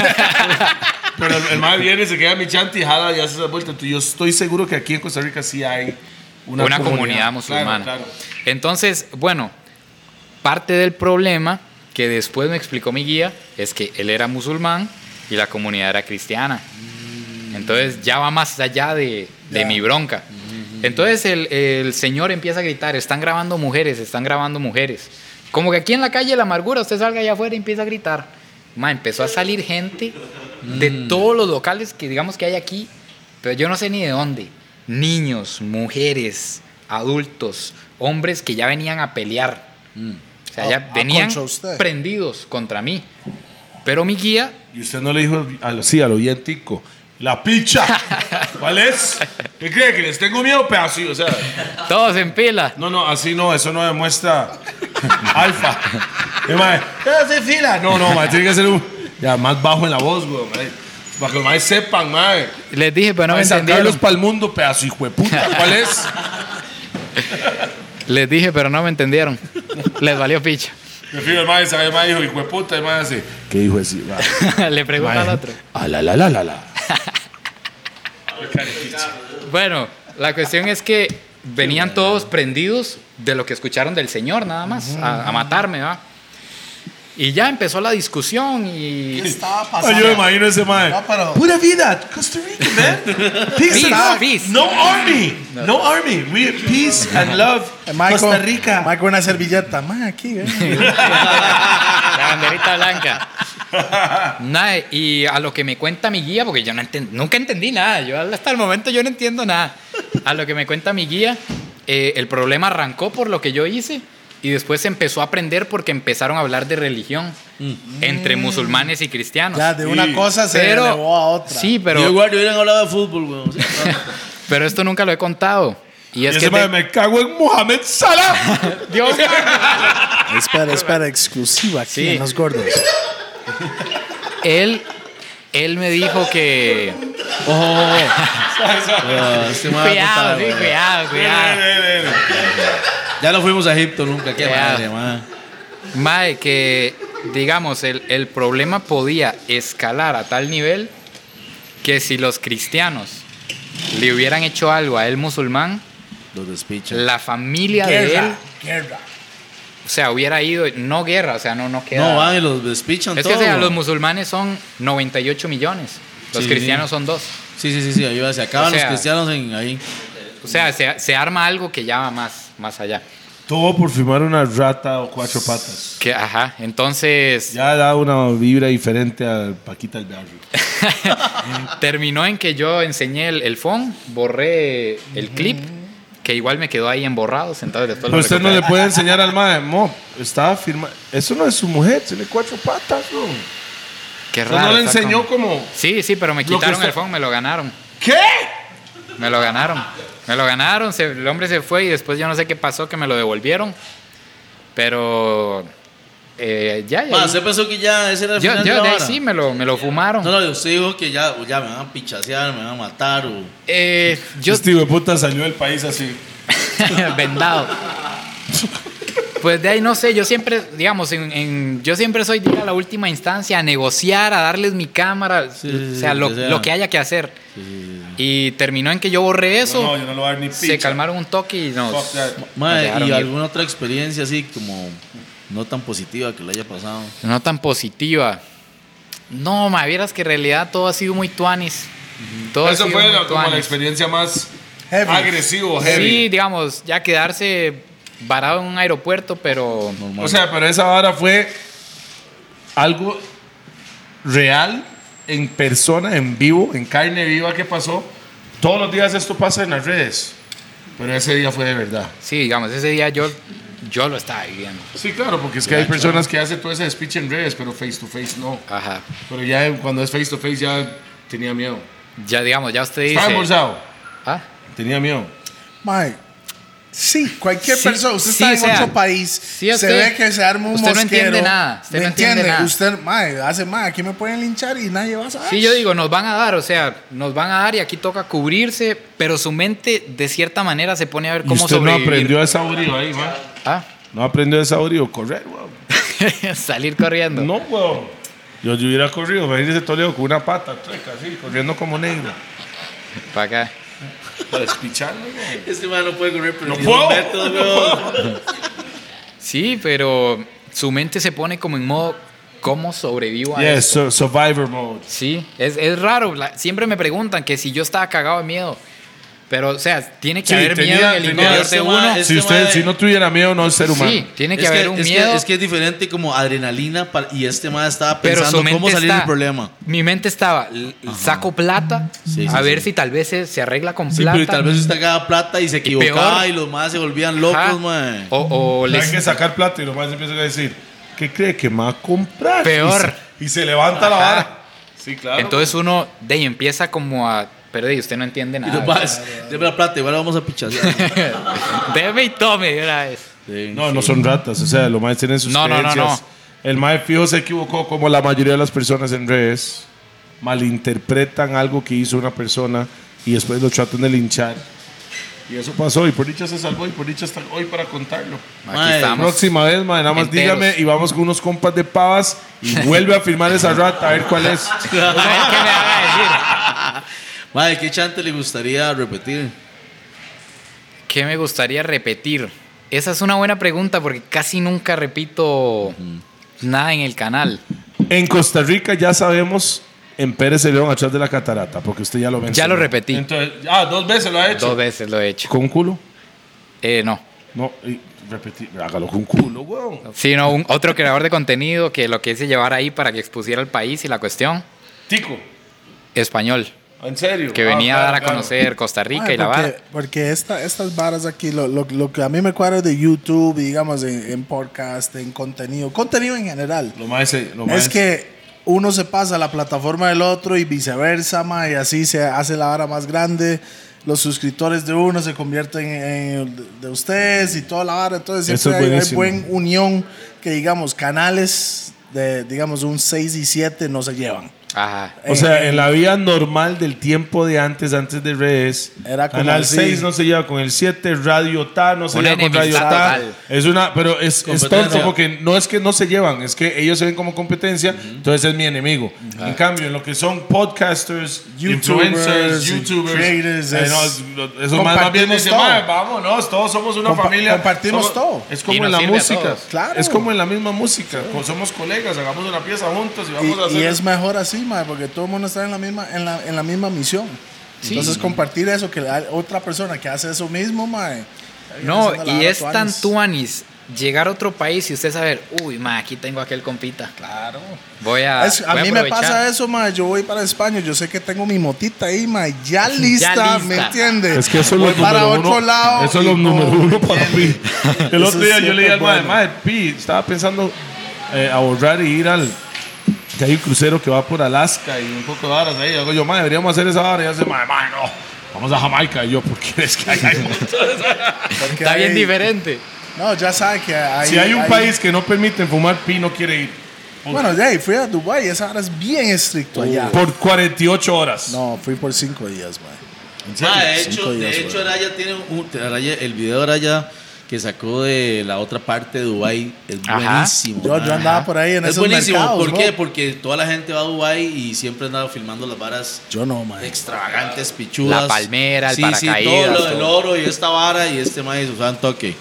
[SPEAKER 1] Pero el, el mae viene, se queda mi chante y jala y hace esa vuelta. Entonces, yo estoy seguro que aquí en Costa Rica sí hay
[SPEAKER 4] una, comunidad, musulmana.
[SPEAKER 1] Claro, claro.
[SPEAKER 4] Entonces, bueno, parte del problema que después me explicó mi guía es que él era musulmán y la comunidad era cristiana. Entonces ya va más allá de, de mi bronca. Entonces el, el señor empieza a gritar, están grabando mujeres, están grabando mujeres. Como que aquí en la calle la amargura, usted salga allá afuera y empieza a gritar. Ma, empezó a salir gente de
[SPEAKER 2] Mm.
[SPEAKER 4] todos los locales que digamos que hay aquí, pero yo no sé ni de dónde. Niños, mujeres, adultos, hombres que ya venían a pelear. O sea,
[SPEAKER 2] A-
[SPEAKER 4] ya
[SPEAKER 2] a
[SPEAKER 4] venían
[SPEAKER 2] Mm. Ah, contra usted.
[SPEAKER 4] prendidos contra mí. Pero mi guía
[SPEAKER 1] Y usted no le dijo al, sí, al oyen tico. La picha. ¿Cuál es? ¿Qué cree? ¿Que les tengo miedo? Pedacito, o sea.
[SPEAKER 4] Todos en pila.
[SPEAKER 1] No, no, así no, eso no demuestra alfa. Y el mae, "Eh, sí, fila. No, no, mae, tiene que ser un. Ya, más bajo en la voz, güey, mae. Para que los maes sepan, mae.
[SPEAKER 4] Les dije, pero no me
[SPEAKER 1] mae, San
[SPEAKER 4] entendieron.
[SPEAKER 1] Carlos para el mundo, pedazo hijo de puta. ¿Cuál es?
[SPEAKER 4] Les dije, pero no me entendieron. Les valió picha.
[SPEAKER 6] Me fijo, el mae, sabe, el mae dijo, hijo de puta, el mae hace. ¿Qué dijo así? va?
[SPEAKER 4] Le pregunta al otro.
[SPEAKER 6] A Ah, la la la la la.
[SPEAKER 4] Bueno, la cuestión es que venían todos prendidos de lo que escucharon del Señor, nada más, a, a matarme, ¿va? Y ya empezó la discusión y...
[SPEAKER 2] Estaba
[SPEAKER 1] Ah,
[SPEAKER 2] pasando.
[SPEAKER 1] yo me imagino ese mae.
[SPEAKER 2] No, pero-
[SPEAKER 1] Pura vida, Costa Rica, man. Peace,
[SPEAKER 4] Peace,
[SPEAKER 1] and
[SPEAKER 2] Ah,
[SPEAKER 1] love.
[SPEAKER 4] peace.
[SPEAKER 1] No army. No. army. We peace and love.
[SPEAKER 2] Eh, Mike
[SPEAKER 1] Costa
[SPEAKER 2] con-
[SPEAKER 1] Rica.
[SPEAKER 2] Mike con una servilleta. Mae, aquí, eh.
[SPEAKER 4] La banderita blanca. Nada, y a lo que me cuenta mi guía, porque yo no enten- nunca entendí nada, yo hasta el momento yo no entiendo nada. A lo que me cuenta mi guía, eh, el problema arrancó por lo que yo hice y después se empezó a aprender porque empezaron a hablar de religión entre musulmanes y cristianos.
[SPEAKER 2] Mm. Ya, de una
[SPEAKER 6] Sí.
[SPEAKER 2] cosa se
[SPEAKER 4] Pero-
[SPEAKER 2] elevó a otra.
[SPEAKER 4] Sí,
[SPEAKER 3] Yo,
[SPEAKER 4] pero,
[SPEAKER 3] guardo, hubieran hablado de fútbol, weón.
[SPEAKER 4] pero esto nunca lo he contado. Y es
[SPEAKER 1] Ese
[SPEAKER 4] que
[SPEAKER 1] mae,
[SPEAKER 4] te-
[SPEAKER 1] me cago en Mohamed Salah.
[SPEAKER 4] Dios
[SPEAKER 2] Espera, espera, exclusiva aquí
[SPEAKER 4] Sí.
[SPEAKER 2] en Los Gordos.
[SPEAKER 4] él, él me dijo que...
[SPEAKER 3] Ah, este mae va a
[SPEAKER 4] Cuidado,
[SPEAKER 3] contar,
[SPEAKER 4] sí,
[SPEAKER 3] weón.
[SPEAKER 4] cuidado, cuidado.
[SPEAKER 3] Ya no fuimos a Egipto nunca, qué
[SPEAKER 4] Ya.
[SPEAKER 3] madre, mae.
[SPEAKER 4] Mae, que digamos, el, el problema podía escalar a tal nivel que si los cristianos le hubieran hecho algo a él musulmán,
[SPEAKER 3] Los despichan.
[SPEAKER 4] la familia de él,
[SPEAKER 2] Guerra, guerra.
[SPEAKER 4] o sea, hubiera ido, no guerra, o sea, no, no queda.
[SPEAKER 3] No, van y los despichan
[SPEAKER 4] es que
[SPEAKER 3] todo.
[SPEAKER 4] o sea,
[SPEAKER 3] weón.
[SPEAKER 4] los musulmanes son 98 millones, los
[SPEAKER 3] Sí.
[SPEAKER 4] cristianos son dos.
[SPEAKER 3] Sí, sí, sí, sí, ahí va, se acaban
[SPEAKER 4] O sea-
[SPEAKER 3] los cristianos en, ahí.
[SPEAKER 4] O sea, se, se arma algo que ya va más, más allá.
[SPEAKER 1] Todo por firmar una rata o cuatro patas.
[SPEAKER 4] Que, ajá, entonces
[SPEAKER 1] Ya da una vibra diferente a Paquita el Barrio.
[SPEAKER 4] terminó en que yo enseñé el, el phone, borré el clip, que igual me quedó ahí emborrados, entonces después lo
[SPEAKER 1] Pero usted no
[SPEAKER 4] recuperé.
[SPEAKER 1] le puede enseñar al mae. Mo, estaba firmando. Eso no es su mujer, tiene cuatro patas, bro. O
[SPEAKER 4] Qué
[SPEAKER 1] sea,
[SPEAKER 4] raro.
[SPEAKER 1] Pues no le
[SPEAKER 4] está
[SPEAKER 1] enseñó
[SPEAKER 4] como-
[SPEAKER 1] como.
[SPEAKER 4] Sí, sí, pero me
[SPEAKER 1] Lo que
[SPEAKER 4] quitaron
[SPEAKER 1] usted-
[SPEAKER 4] el phone, me lo ganaron.
[SPEAKER 1] ¿Qué?
[SPEAKER 4] Me lo ganaron. Me lo ganaron, se- el hombre se fue y después yo no sé qué pasó, que me lo devolvieron. Pero. eh, ya, ya.
[SPEAKER 3] Ma, usted pensó que ya ese era el
[SPEAKER 4] yo
[SPEAKER 3] final
[SPEAKER 4] yo
[SPEAKER 3] de la
[SPEAKER 4] de ahí
[SPEAKER 3] vara?
[SPEAKER 4] sí me lo, me lo fumaron.
[SPEAKER 3] No, no, usted dijo que ya, ya me van a pichasear, me van a matar o...
[SPEAKER 4] Eh, yo.
[SPEAKER 1] Yo, este hijo de puta salió del país así.
[SPEAKER 4] vendado. Pues de ahí no sé, yo siempre, digamos, en, en- yo siempre soy de ir a la última instancia a negociar, a darles mi cámara,
[SPEAKER 3] sí,
[SPEAKER 4] o sea,
[SPEAKER 3] sí,
[SPEAKER 4] lo,
[SPEAKER 3] que sea.
[SPEAKER 4] lo que haya que hacer. Y terminó en que yo borré eso,
[SPEAKER 6] No, yo no lo voy a dar ni
[SPEAKER 4] se
[SPEAKER 6] picha.
[SPEAKER 4] calmaron un toque y nos,
[SPEAKER 6] Fuck that.
[SPEAKER 3] Ma,
[SPEAKER 4] Nos dejaron
[SPEAKER 3] ¿y
[SPEAKER 4] ir.
[SPEAKER 3] alguna otra experiencia así como no tan positiva que le haya pasado?
[SPEAKER 4] No tan positiva. No, ma, vieras que en realidad todo ha sido muy tuanis. Todo ha
[SPEAKER 6] Eso
[SPEAKER 4] sido
[SPEAKER 6] fue
[SPEAKER 4] muy
[SPEAKER 6] la- como la
[SPEAKER 4] tuanis.
[SPEAKER 6] experiencia más
[SPEAKER 2] Heavy.
[SPEAKER 6] agresivo, heavy.
[SPEAKER 4] Sí, digamos, ya quedarse varado en un aeropuerto, pero
[SPEAKER 6] O sea, pero
[SPEAKER 1] Esa
[SPEAKER 6] esa
[SPEAKER 1] vara fue algo real, en persona, en vivo, en carne viva que pasó. Todos los días esto pasa en las redes. Pero ese día fue de verdad.
[SPEAKER 4] sí, digamos, ese día yo, yo lo estaba viviendo.
[SPEAKER 1] Sí, claro, porque es que hay personas que hacen todo ese speech en redes, pero face to face no.
[SPEAKER 4] Ajá.
[SPEAKER 1] Pero ya cuando es face to face ya tenía miedo.
[SPEAKER 4] Ya, digamos, ya usted
[SPEAKER 1] Estaba
[SPEAKER 4] dice.
[SPEAKER 1] embolsado.
[SPEAKER 4] Ah,
[SPEAKER 1] Tenía miedo.
[SPEAKER 2] Mae. Sí, cualquier
[SPEAKER 4] Sí,
[SPEAKER 2] persona, usted
[SPEAKER 4] sí,
[SPEAKER 2] está en
[SPEAKER 4] o sea,
[SPEAKER 2] otro país,
[SPEAKER 4] sí, usted-
[SPEAKER 2] se ve que se arma un
[SPEAKER 4] usted no
[SPEAKER 2] mosquero,
[SPEAKER 4] entiende nada, usted no entiende nada.
[SPEAKER 2] Usted, mae, hace mae, aquí me pueden linchar y nadie va a saber.
[SPEAKER 4] sí, yo digo, nos van a dar, o sea, nos van a dar y aquí toca cubrirse, pero su mente de cierta manera se pone a ver cómo sobrevivir.
[SPEAKER 1] a saborío ahí, man.
[SPEAKER 4] Ah,
[SPEAKER 1] No aprendió a saborío correr, weón.
[SPEAKER 4] salir corriendo.
[SPEAKER 1] No, weón. Yo, yo hubiera corrido, imagínese Toledo con una pata treca, así, corriendo como negro.
[SPEAKER 4] Para acá.
[SPEAKER 1] Para despicharlo, weón.
[SPEAKER 3] Este man no puede correr, pero
[SPEAKER 1] No puedo.
[SPEAKER 4] Sí, pero su mente se pone como en modo, ¿cómo sobrevivo a
[SPEAKER 1] Yes,
[SPEAKER 4] esto?
[SPEAKER 1] su- survivor mode.
[SPEAKER 4] Sí, es, es raro. la- siempre me preguntan que si yo estaba cagado de miedo. Pero, o sea, tiene que
[SPEAKER 1] Sí,
[SPEAKER 4] haber
[SPEAKER 1] tenía-
[SPEAKER 4] miedo en el
[SPEAKER 1] tenía-
[SPEAKER 4] interior
[SPEAKER 3] ese
[SPEAKER 4] de
[SPEAKER 3] ma-
[SPEAKER 4] uno.
[SPEAKER 3] es- Este
[SPEAKER 1] Si usted,
[SPEAKER 3] mae-
[SPEAKER 1] si no tuviera miedo, no es ser humano.
[SPEAKER 4] Sí, tiene que haber un
[SPEAKER 3] es
[SPEAKER 4] miedo.
[SPEAKER 3] Que, es que es diferente como adrenalina pa- y este man estaba
[SPEAKER 4] Pero
[SPEAKER 3] pensando
[SPEAKER 4] su mente
[SPEAKER 3] cómo salir
[SPEAKER 4] está-
[SPEAKER 3] del problema.
[SPEAKER 4] Mi mente estaba, l- saco plata,
[SPEAKER 3] Sí,
[SPEAKER 4] a
[SPEAKER 3] sí,
[SPEAKER 4] ver
[SPEAKER 3] sí.
[SPEAKER 4] si tal vez se, se arregla con
[SPEAKER 3] Sí,
[SPEAKER 4] plata.
[SPEAKER 3] pero y tal vez usted cagaba plata y se
[SPEAKER 4] peor.
[SPEAKER 3] equivocaba y, los más se volvían
[SPEAKER 4] Ajá. Oh,
[SPEAKER 3] locos, man.
[SPEAKER 4] O, o
[SPEAKER 1] Hay
[SPEAKER 4] les-
[SPEAKER 1] que sacar plata y lo más empiezan a decir, ¿qué cree que me va a comprar?
[SPEAKER 4] Peor.
[SPEAKER 1] Y se, y se levanta la
[SPEAKER 4] Ajá.
[SPEAKER 1] vara. Sí, claro.
[SPEAKER 4] Entonces uno de ahí empieza como a... Pero de ahí usted no entiende
[SPEAKER 3] Y los
[SPEAKER 4] nada.
[SPEAKER 3] más, deme la plata, igual la vamos a pichar.
[SPEAKER 4] Deme y tome de una vez.
[SPEAKER 1] No, no son ratas, o sea, los maes tienen sus
[SPEAKER 4] No, no, no,
[SPEAKER 1] creencias.
[SPEAKER 4] no.
[SPEAKER 1] El mae fijo se equivocó como la mayoría de las personas en redes malinterpretan algo que hizo una persona y después lo tratan de linchar. Y eso pasó, y por dicha se salvó, y por dicha está hoy para contarlo.
[SPEAKER 3] Mae,
[SPEAKER 4] Aquí
[SPEAKER 1] La
[SPEAKER 4] estamos.
[SPEAKER 1] próxima vez, mae, nada más
[SPEAKER 4] Enteros.
[SPEAKER 1] dígame y vamos con unos compas de pavas y vuelve a firmar esa rata, a ver cuál es.
[SPEAKER 4] ¿Qué me van a decir?
[SPEAKER 3] Madre, ¿qué chante le gustaría repetir?
[SPEAKER 4] ¿Qué me gustaría repetir? Esa es una buena pregunta porque casi nunca repito nada en el canal.
[SPEAKER 1] En Costa Rica ya sabemos en Pérez de León atrás de la catarata, porque usted ya lo mencionó.
[SPEAKER 4] Ya lo repetí.
[SPEAKER 6] Entonces, ah, dos veces lo ha hecho.
[SPEAKER 4] Dos veces lo he hecho.
[SPEAKER 1] ¿Con un culo?
[SPEAKER 4] Eh, no.
[SPEAKER 1] No, y repetí, hágalo con culo, weón.
[SPEAKER 4] Sino un, otro creador de contenido que lo que hice llevar ahí para que expusiera el país y la cuestión
[SPEAKER 6] Tico,
[SPEAKER 4] español,
[SPEAKER 6] en serio.
[SPEAKER 4] que
[SPEAKER 6] Ah,
[SPEAKER 4] venía a
[SPEAKER 6] claro,
[SPEAKER 4] dar a
[SPEAKER 6] claro.
[SPEAKER 4] conocer Costa Rica
[SPEAKER 2] Mae,
[SPEAKER 4] y la
[SPEAKER 2] porque,
[SPEAKER 4] vara.
[SPEAKER 2] porque esta- estas varas aquí, lo, lo- lo que a mí me cuadra de YouTube, y digamos, en, en podcast, en contenido, contenido en general,
[SPEAKER 6] Lo más ese, lo más
[SPEAKER 2] es que uno se pasa a la plataforma del otro y viceversa, ma, y así se hace la vara más grande. Los suscriptores de uno se convierten en de- de ustedes y toda la vara. Entonces
[SPEAKER 1] Eso es
[SPEAKER 2] siempre hay, hay
[SPEAKER 1] buenísimo.
[SPEAKER 2] buen unión que, digamos, canales de, digamos, un 6 y 7 no se llevan. Eh,
[SPEAKER 4] Ajá.
[SPEAKER 1] O sea, en la vida normal del tiempo de antes, antes de redes,
[SPEAKER 2] Era como
[SPEAKER 1] Canal
[SPEAKER 2] así.
[SPEAKER 1] 6 no se lleva con el 7, Radio Ta no se
[SPEAKER 4] Una
[SPEAKER 1] lleva con Radio
[SPEAKER 4] enemistad
[SPEAKER 1] Ta.
[SPEAKER 4] total.
[SPEAKER 1] Es una, pero es, es
[SPEAKER 3] Competencia.
[SPEAKER 1] tonto porque no es que no se llevan, es que ellos se ven como competencia, entonces es mi enemigo. En cambio, en lo que son podcasters,
[SPEAKER 2] Youtubers,
[SPEAKER 1] influencers, youtubers,
[SPEAKER 2] creators,
[SPEAKER 1] eh, no, es-
[SPEAKER 2] es-
[SPEAKER 1] eso más, más bien
[SPEAKER 2] compartimos
[SPEAKER 1] dice,
[SPEAKER 2] todo.
[SPEAKER 1] "Mae, vámonos, todos somos una
[SPEAKER 2] Compa-
[SPEAKER 1] familia.
[SPEAKER 2] compartimos
[SPEAKER 1] somos-
[SPEAKER 2] todo.
[SPEAKER 1] Es
[SPEAKER 4] Y
[SPEAKER 1] como
[SPEAKER 4] nos
[SPEAKER 1] en la
[SPEAKER 4] sirve a
[SPEAKER 1] música.
[SPEAKER 4] todos.
[SPEAKER 2] Claro.
[SPEAKER 1] Es como en la misma música. co- Somos colegas, hagamos una pieza juntos y vamos a
[SPEAKER 2] Y,
[SPEAKER 1] hacer.
[SPEAKER 2] y es mejor así, mae, porque todo el mundo está en la misma, en la, en la misma misión. Entonces compartir eso, que hay otra persona que hace eso mismo, mae.
[SPEAKER 4] No,
[SPEAKER 2] Haciendo la
[SPEAKER 4] y
[SPEAKER 2] vara
[SPEAKER 4] es tan
[SPEAKER 2] tuanis.
[SPEAKER 4] tuanis llegar a otro país y usted saber, uy, ma, aquí tengo aquel compita. Claro. Voy a.
[SPEAKER 2] Es- a
[SPEAKER 4] Ah, voy
[SPEAKER 2] mí me
[SPEAKER 4] aprovechar.
[SPEAKER 2] pasa eso, mae. Yo voy para España, yo sé que tengo mi motita ahí, mae, ya lista,
[SPEAKER 4] lista.
[SPEAKER 2] ¿me entiendes?
[SPEAKER 1] Es que eso es
[SPEAKER 2] voy
[SPEAKER 1] lo
[SPEAKER 2] para
[SPEAKER 1] número
[SPEAKER 2] otro
[SPEAKER 1] uno.
[SPEAKER 2] lado.
[SPEAKER 1] Eso es
[SPEAKER 2] y
[SPEAKER 1] lo
[SPEAKER 2] no,
[SPEAKER 1] número uno para mí. El
[SPEAKER 2] Eso
[SPEAKER 1] otro día
[SPEAKER 2] es
[SPEAKER 1] yo le dije al
[SPEAKER 2] siempre
[SPEAKER 1] madre, madre, Pi, estaba pensando eh, ahorrar y ir al. Que hay un crucero que va por Alaska y un poco de varas ahí. Yo, yo madre, deberíamos hacer esa vara. Y hace, madre, madre, no. Vamos a Jamaica. Y yo, ¿por qué es que hay- hay
[SPEAKER 2] porque
[SPEAKER 4] Está bien
[SPEAKER 2] hay-
[SPEAKER 4] diferente.
[SPEAKER 2] No, ya sabe que hay.
[SPEAKER 1] Si hay un país que no permiten fumar, Pi no quiere ir.
[SPEAKER 2] Bueno, ya, y fui a Dubái, esa hora es bien estricto allá.
[SPEAKER 1] Por 48 horas.
[SPEAKER 2] No, fui por cinco días, mae.
[SPEAKER 3] Ma, de
[SPEAKER 2] Cinco
[SPEAKER 3] hecho,
[SPEAKER 2] días,
[SPEAKER 3] de hecho
[SPEAKER 2] güey.
[SPEAKER 3] Araya tiene un, Araya- el video de Araya que sacó de la otra parte de Dubai es
[SPEAKER 4] Ajá.
[SPEAKER 3] buenísimo.
[SPEAKER 2] Yo, yo
[SPEAKER 3] ma.
[SPEAKER 2] andaba por ahí en
[SPEAKER 3] es
[SPEAKER 2] esos
[SPEAKER 3] buenísimo,
[SPEAKER 2] mercados.
[SPEAKER 3] ¿por qué?
[SPEAKER 2] bro.
[SPEAKER 3] Porque toda la gente va a Dubai y siempre andaba filmando las varas
[SPEAKER 2] Yo no, mae.
[SPEAKER 3] extravagantes, pichudas.
[SPEAKER 4] La palmera, el
[SPEAKER 3] sí, Sí,
[SPEAKER 4] paracaídas,
[SPEAKER 3] todo lo del
[SPEAKER 4] todo.
[SPEAKER 3] oro y esta vara y este maíz, o sea, un toque.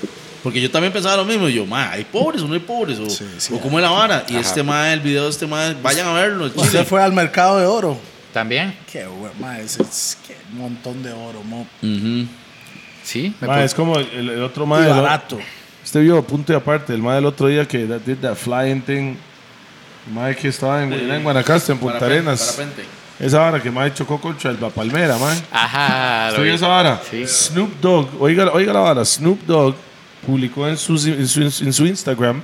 [SPEAKER 3] Porque yo también pensaba lo mismo. Yo, ma, hay pobres o no hay pobres. O,
[SPEAKER 2] Sí, sí,
[SPEAKER 3] o cómo es la vara. Y este ma, el video de este ma, vayan a verlo. en
[SPEAKER 2] Usted
[SPEAKER 3] Chile.
[SPEAKER 2] fue al mercado de oro.
[SPEAKER 4] También.
[SPEAKER 2] Qué bueno, mae, es, es- qué montón de oro, mo.
[SPEAKER 3] Ujú.
[SPEAKER 4] Sí. me
[SPEAKER 1] Mae,
[SPEAKER 4] pu-
[SPEAKER 1] es como el, el otro
[SPEAKER 2] Y
[SPEAKER 1] madre. el o-
[SPEAKER 2] barato.
[SPEAKER 1] Usted vio, Este punto y aparte, el mae del otro día que that- did that flying thing. El mae que estaba en, era en Guanacaste, en Punta
[SPEAKER 3] Parapente,
[SPEAKER 1] Arenas.
[SPEAKER 3] parapente.
[SPEAKER 1] Esa vara que mae chocó contra el La Palmera, mae.
[SPEAKER 4] Ajá. lo
[SPEAKER 1] ¿Usted vio
[SPEAKER 4] vi.
[SPEAKER 1] esa vara?
[SPEAKER 4] Sí.
[SPEAKER 1] Snoop Dogg, oiga, oiga la vara, Snoop Dogg publicó en su, en su, en su Instagram.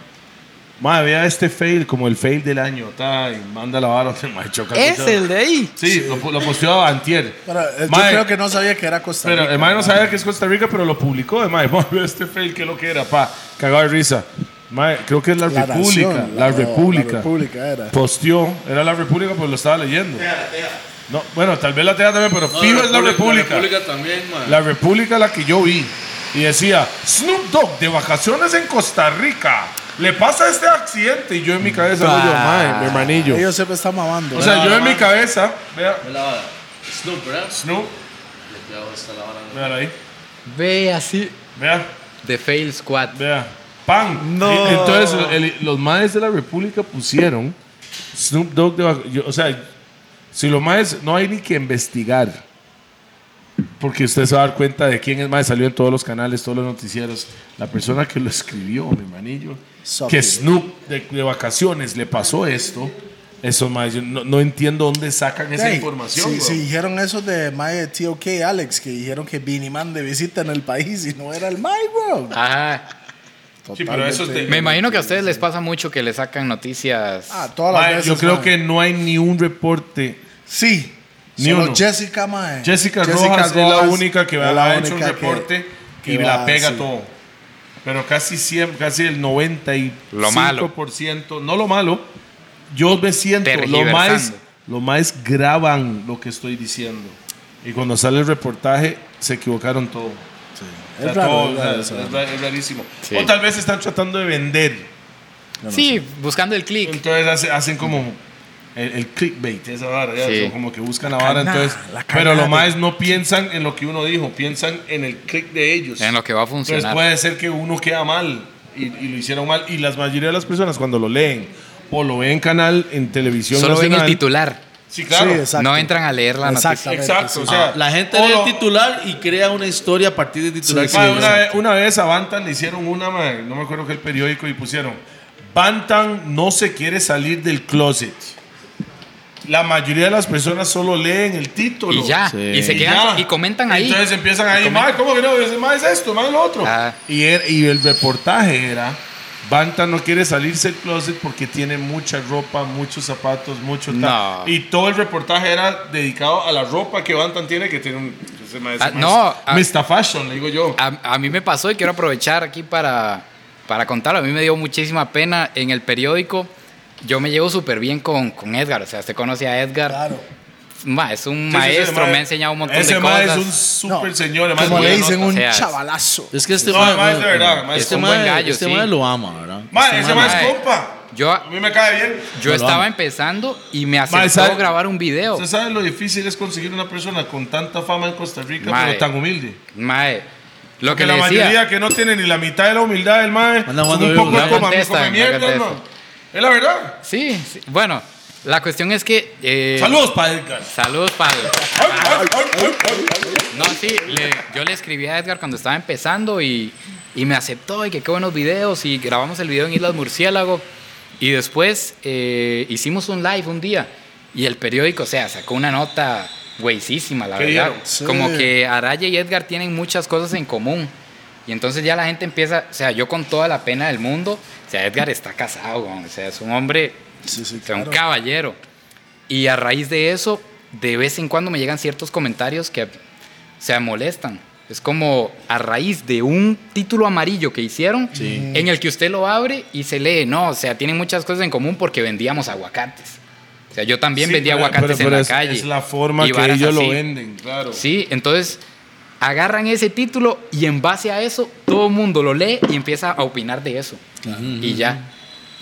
[SPEAKER 1] Mae, vea este fail como el fail del año, ta, y manda la vara, mae, choca
[SPEAKER 4] Es
[SPEAKER 1] contra-
[SPEAKER 4] el de ahí.
[SPEAKER 1] Sí, Lo, pu- lo posteó antier.
[SPEAKER 2] Pero, eh,
[SPEAKER 1] Mae,
[SPEAKER 2] yo creo que no sabía que era Costa
[SPEAKER 1] pero
[SPEAKER 2] Rica.
[SPEAKER 1] el mae no sabía que es Costa Rica, pero lo publicó. El mae, "Mae, este fail, que lo que era, pa, cagado de risa. Mae, creo que es la,
[SPEAKER 2] La
[SPEAKER 1] República.
[SPEAKER 2] nación,
[SPEAKER 1] la,
[SPEAKER 2] la-
[SPEAKER 1] República.
[SPEAKER 2] la República era.
[SPEAKER 1] Posteó, era la República, pero lo estaba leyendo. No, bueno, tal vez la TEA también, pero
[SPEAKER 3] No,
[SPEAKER 1] fijo es la República.
[SPEAKER 3] La República también, ma.
[SPEAKER 1] La República la que yo vi. Y decía, Snoop Dogg de vacaciones en Costa Rica. Le pasa este accidente. Y yo en mi cabeza,
[SPEAKER 4] Bah.
[SPEAKER 1] yo, mae, mi hermanillo.
[SPEAKER 2] Ellos siempre están mamando.
[SPEAKER 1] O sea,
[SPEAKER 3] No,
[SPEAKER 1] yo
[SPEAKER 3] no,
[SPEAKER 1] en mi
[SPEAKER 3] no.
[SPEAKER 1] cabeza, vea,
[SPEAKER 3] Ve la vara. Snoop, ¿verdad?
[SPEAKER 1] Snoop,
[SPEAKER 3] Le pegó hasta la vara.
[SPEAKER 1] vea ahí,
[SPEAKER 4] Ve así.
[SPEAKER 1] vea.
[SPEAKER 4] The Fail Squad.
[SPEAKER 1] Vea, pan.
[SPEAKER 4] No.
[SPEAKER 1] Y- entonces, el- los maes de la República pusieron Snoop Dogg de vac- yo- O sea, si los maes no hay ni que investigar. Porque usted se va a dar cuenta de quién es más. Salió en todos los canales, todos los noticieros. La persona que lo escribió, mi manillo.
[SPEAKER 2] Suck
[SPEAKER 1] Que
[SPEAKER 2] it.
[SPEAKER 1] Snoop de, de vacaciones le pasó esto. Eso más, yo no, no entiendo dónde sacan esa
[SPEAKER 2] Ey,
[SPEAKER 1] información.
[SPEAKER 2] Si,
[SPEAKER 1] weón.
[SPEAKER 2] si dijeron eso de Mae de TOK Alex, que dijeron que Beanie Man de visita en el país y no era el Mae, bro.
[SPEAKER 4] Ajá.
[SPEAKER 1] Sí, pero eso es de-
[SPEAKER 4] Me imagino que a ustedes les pasa mucho que le sacan noticias.
[SPEAKER 2] Ah, todas las
[SPEAKER 1] Mae,
[SPEAKER 2] veces,
[SPEAKER 1] yo creo
[SPEAKER 2] mae.
[SPEAKER 1] que no hay ni un reporte
[SPEAKER 2] Sí.
[SPEAKER 1] Ni
[SPEAKER 2] Solo
[SPEAKER 1] uno.
[SPEAKER 2] Jessica, Mae.
[SPEAKER 1] Jessica, Rojas, es la única que
[SPEAKER 2] es
[SPEAKER 1] ha
[SPEAKER 2] la
[SPEAKER 1] hecho un
[SPEAKER 2] única que-
[SPEAKER 1] reporte
[SPEAKER 2] que
[SPEAKER 1] y
[SPEAKER 2] va,
[SPEAKER 1] la pega
[SPEAKER 2] sí.
[SPEAKER 1] todo. Pero casi siempre, casi el 95%,
[SPEAKER 4] Lo malo.
[SPEAKER 1] no lo malo, yo me siento, lo
[SPEAKER 4] Tergiversando.
[SPEAKER 1] más, lo más graban lo que estoy diciendo. Y cuando sale el reportaje, se equivocaron todo.
[SPEAKER 2] Sí.
[SPEAKER 6] O sea,
[SPEAKER 2] Es raro,
[SPEAKER 6] todo,
[SPEAKER 2] es
[SPEAKER 6] o sea,
[SPEAKER 2] raro,
[SPEAKER 6] es,
[SPEAKER 2] es raro.
[SPEAKER 6] ra- es rarísimo.
[SPEAKER 4] Sí.
[SPEAKER 6] O tal vez están tratando de vender.
[SPEAKER 4] sí, buscando el clic.
[SPEAKER 6] Entonces hace- hacen como el, el clickbait, esa vara, ya,
[SPEAKER 4] Sí.
[SPEAKER 6] son como que buscan la vara.
[SPEAKER 2] carnada,
[SPEAKER 6] entonces,
[SPEAKER 2] la
[SPEAKER 6] pero
[SPEAKER 2] carnada.
[SPEAKER 6] los más no piensan en lo que uno dijo, piensan en el click de ellos.
[SPEAKER 4] En lo que va a
[SPEAKER 6] Entonces
[SPEAKER 4] funcionar.
[SPEAKER 6] puede ser que uno queda mal y, y lo hicieron mal. Y las mayoría de las personas cuando lo leen o lo ven en canal, en televisión
[SPEAKER 4] Solo ven el
[SPEAKER 6] nacional-
[SPEAKER 4] titular.
[SPEAKER 6] Sí, claro.
[SPEAKER 2] Sí, exacto.
[SPEAKER 4] No entran a leer la noticia.
[SPEAKER 2] Exactamente,
[SPEAKER 6] Exacto,
[SPEAKER 2] sí.
[SPEAKER 6] o sea,
[SPEAKER 3] Ah, La gente
[SPEAKER 6] o
[SPEAKER 3] lee
[SPEAKER 6] lo-
[SPEAKER 3] el titular y crea una historia a partir del titular. que
[SPEAKER 6] Mae,
[SPEAKER 3] le
[SPEAKER 6] una,
[SPEAKER 3] dieron.
[SPEAKER 6] vez, una vez a Bantan le hicieron una, mae, no me acuerdo qué el periódico, y pusieron, Bantan no se quiere salir del closet. La mayoría de las personas solo leen el título.
[SPEAKER 4] Y ya.
[SPEAKER 3] Sí.
[SPEAKER 4] Y se quedan. Y comentan ahí.
[SPEAKER 6] Entonces empiezan ahí, mae, ¿cómo que no? Ese mae es esto, mae es lo otro.
[SPEAKER 4] Ah.
[SPEAKER 6] Y, er- y el reportaje era, Bantan no quiere salirse del closet porque tiene mucha ropa, muchos zapatos, mucho tal.
[SPEAKER 4] No.
[SPEAKER 6] Y todo el reportaje era dedicado a la ropa que Bantan tiene, que tiene un... ese mae- ese
[SPEAKER 4] Ah,
[SPEAKER 6] mae
[SPEAKER 4] no,
[SPEAKER 6] es
[SPEAKER 4] ah.
[SPEAKER 6] Mr. Fashion, le digo yo.
[SPEAKER 4] A, a mí me pasó y quiero aprovechar aquí para, para contarlo. A mí me dio muchísima pena en el periódico. Yo me llevo súper bien con, con Edgar. O sea, usted conoce a Edgar.
[SPEAKER 2] Claro.
[SPEAKER 4] Ma, es un
[SPEAKER 6] Sí, sí, sí,
[SPEAKER 4] maestro,
[SPEAKER 6] mae.
[SPEAKER 4] me ha enseñado un montón
[SPEAKER 6] ese
[SPEAKER 4] de
[SPEAKER 6] mae
[SPEAKER 4] cosas.
[SPEAKER 6] es un super
[SPEAKER 2] No,
[SPEAKER 6] señor. además,
[SPEAKER 2] Como
[SPEAKER 6] buena
[SPEAKER 2] le dicen,
[SPEAKER 6] nota.
[SPEAKER 2] un
[SPEAKER 4] sea, es-
[SPEAKER 2] chavalazo.
[SPEAKER 3] Es que este
[SPEAKER 6] No, el mae es de verdad, el mae
[SPEAKER 3] Este
[SPEAKER 4] es un buen
[SPEAKER 3] mae-
[SPEAKER 4] gallo,
[SPEAKER 3] este
[SPEAKER 4] sí.
[SPEAKER 3] mae lo ama, ¿verdad?
[SPEAKER 6] Mae, ese
[SPEAKER 3] mae-
[SPEAKER 6] mae es
[SPEAKER 4] mae.
[SPEAKER 6] compa.
[SPEAKER 4] Yo-
[SPEAKER 6] a mí me cae bien.
[SPEAKER 4] Yo
[SPEAKER 3] Lo
[SPEAKER 4] estaba
[SPEAKER 3] amo.
[SPEAKER 4] empezando y me aceptó
[SPEAKER 6] Mae, ¿sabe?
[SPEAKER 4] grabar un video.
[SPEAKER 6] Usted sabe lo difícil es conseguir una persona con tanta fama en Costa Rica,
[SPEAKER 4] Mae.
[SPEAKER 6] pero tan humilde.
[SPEAKER 4] Mae, eh, lo
[SPEAKER 6] Porque
[SPEAKER 4] que
[SPEAKER 6] la
[SPEAKER 4] le decía.
[SPEAKER 6] mayoría que no tiene ni la mitad de la humildad del mae,
[SPEAKER 3] Anda
[SPEAKER 6] son
[SPEAKER 3] jugando
[SPEAKER 6] un
[SPEAKER 3] vivo,
[SPEAKER 6] poco de
[SPEAKER 4] no
[SPEAKER 6] coma,
[SPEAKER 4] contestan,
[SPEAKER 6] come
[SPEAKER 4] no
[SPEAKER 6] mierda,
[SPEAKER 4] contestan.
[SPEAKER 6] hermano. Es la verdad.
[SPEAKER 4] Sí, sí. bueno, la cuestión es que. eh,
[SPEAKER 6] Saludos para Edgar.
[SPEAKER 4] Saludos, padre.
[SPEAKER 6] Ay, ay, ay, ay, ay, ay.
[SPEAKER 4] No, sí, le- yo le escribí a Edgar cuando estaba empezando y, y me aceptó y que qué buenos videos y grabamos el video en Islas Murciélago y después eh, hicimos un live un día y el periódico, o sea, sacó una nota güeyísima, la
[SPEAKER 6] ¿Qué
[SPEAKER 4] verdad.
[SPEAKER 6] dieron?
[SPEAKER 2] Sí.
[SPEAKER 4] Como que Araya y Edgar tienen muchas cosas en común. Y entonces ya la gente empieza, o sea, yo con toda la pena del mundo, o sea, Edgar está casado, weón, o sea, es un hombre
[SPEAKER 2] Sí, sí,
[SPEAKER 4] o sea,
[SPEAKER 2] claro.
[SPEAKER 4] un caballero. Y a raíz de eso, de vez en cuando me llegan ciertos comentarios que se molestan. Es como a raíz de un título amarillo que hicieron, en el que usted lo abre y se lee, no, o sea, tienen muchas cosas en común porque vendíamos aguacates. O sea, yo también
[SPEAKER 6] Sí,
[SPEAKER 4] vendía
[SPEAKER 6] pero-
[SPEAKER 4] aguacates
[SPEAKER 6] pero- pero
[SPEAKER 4] en la
[SPEAKER 6] es-
[SPEAKER 4] calle.
[SPEAKER 6] Es la forma
[SPEAKER 4] y
[SPEAKER 6] que
[SPEAKER 4] varas
[SPEAKER 6] ellos lo
[SPEAKER 4] así.
[SPEAKER 6] venden, claro.
[SPEAKER 4] Sí, entonces agarran ese título y en base a eso todo el mundo lo lee y empieza a opinar de eso. Y ya.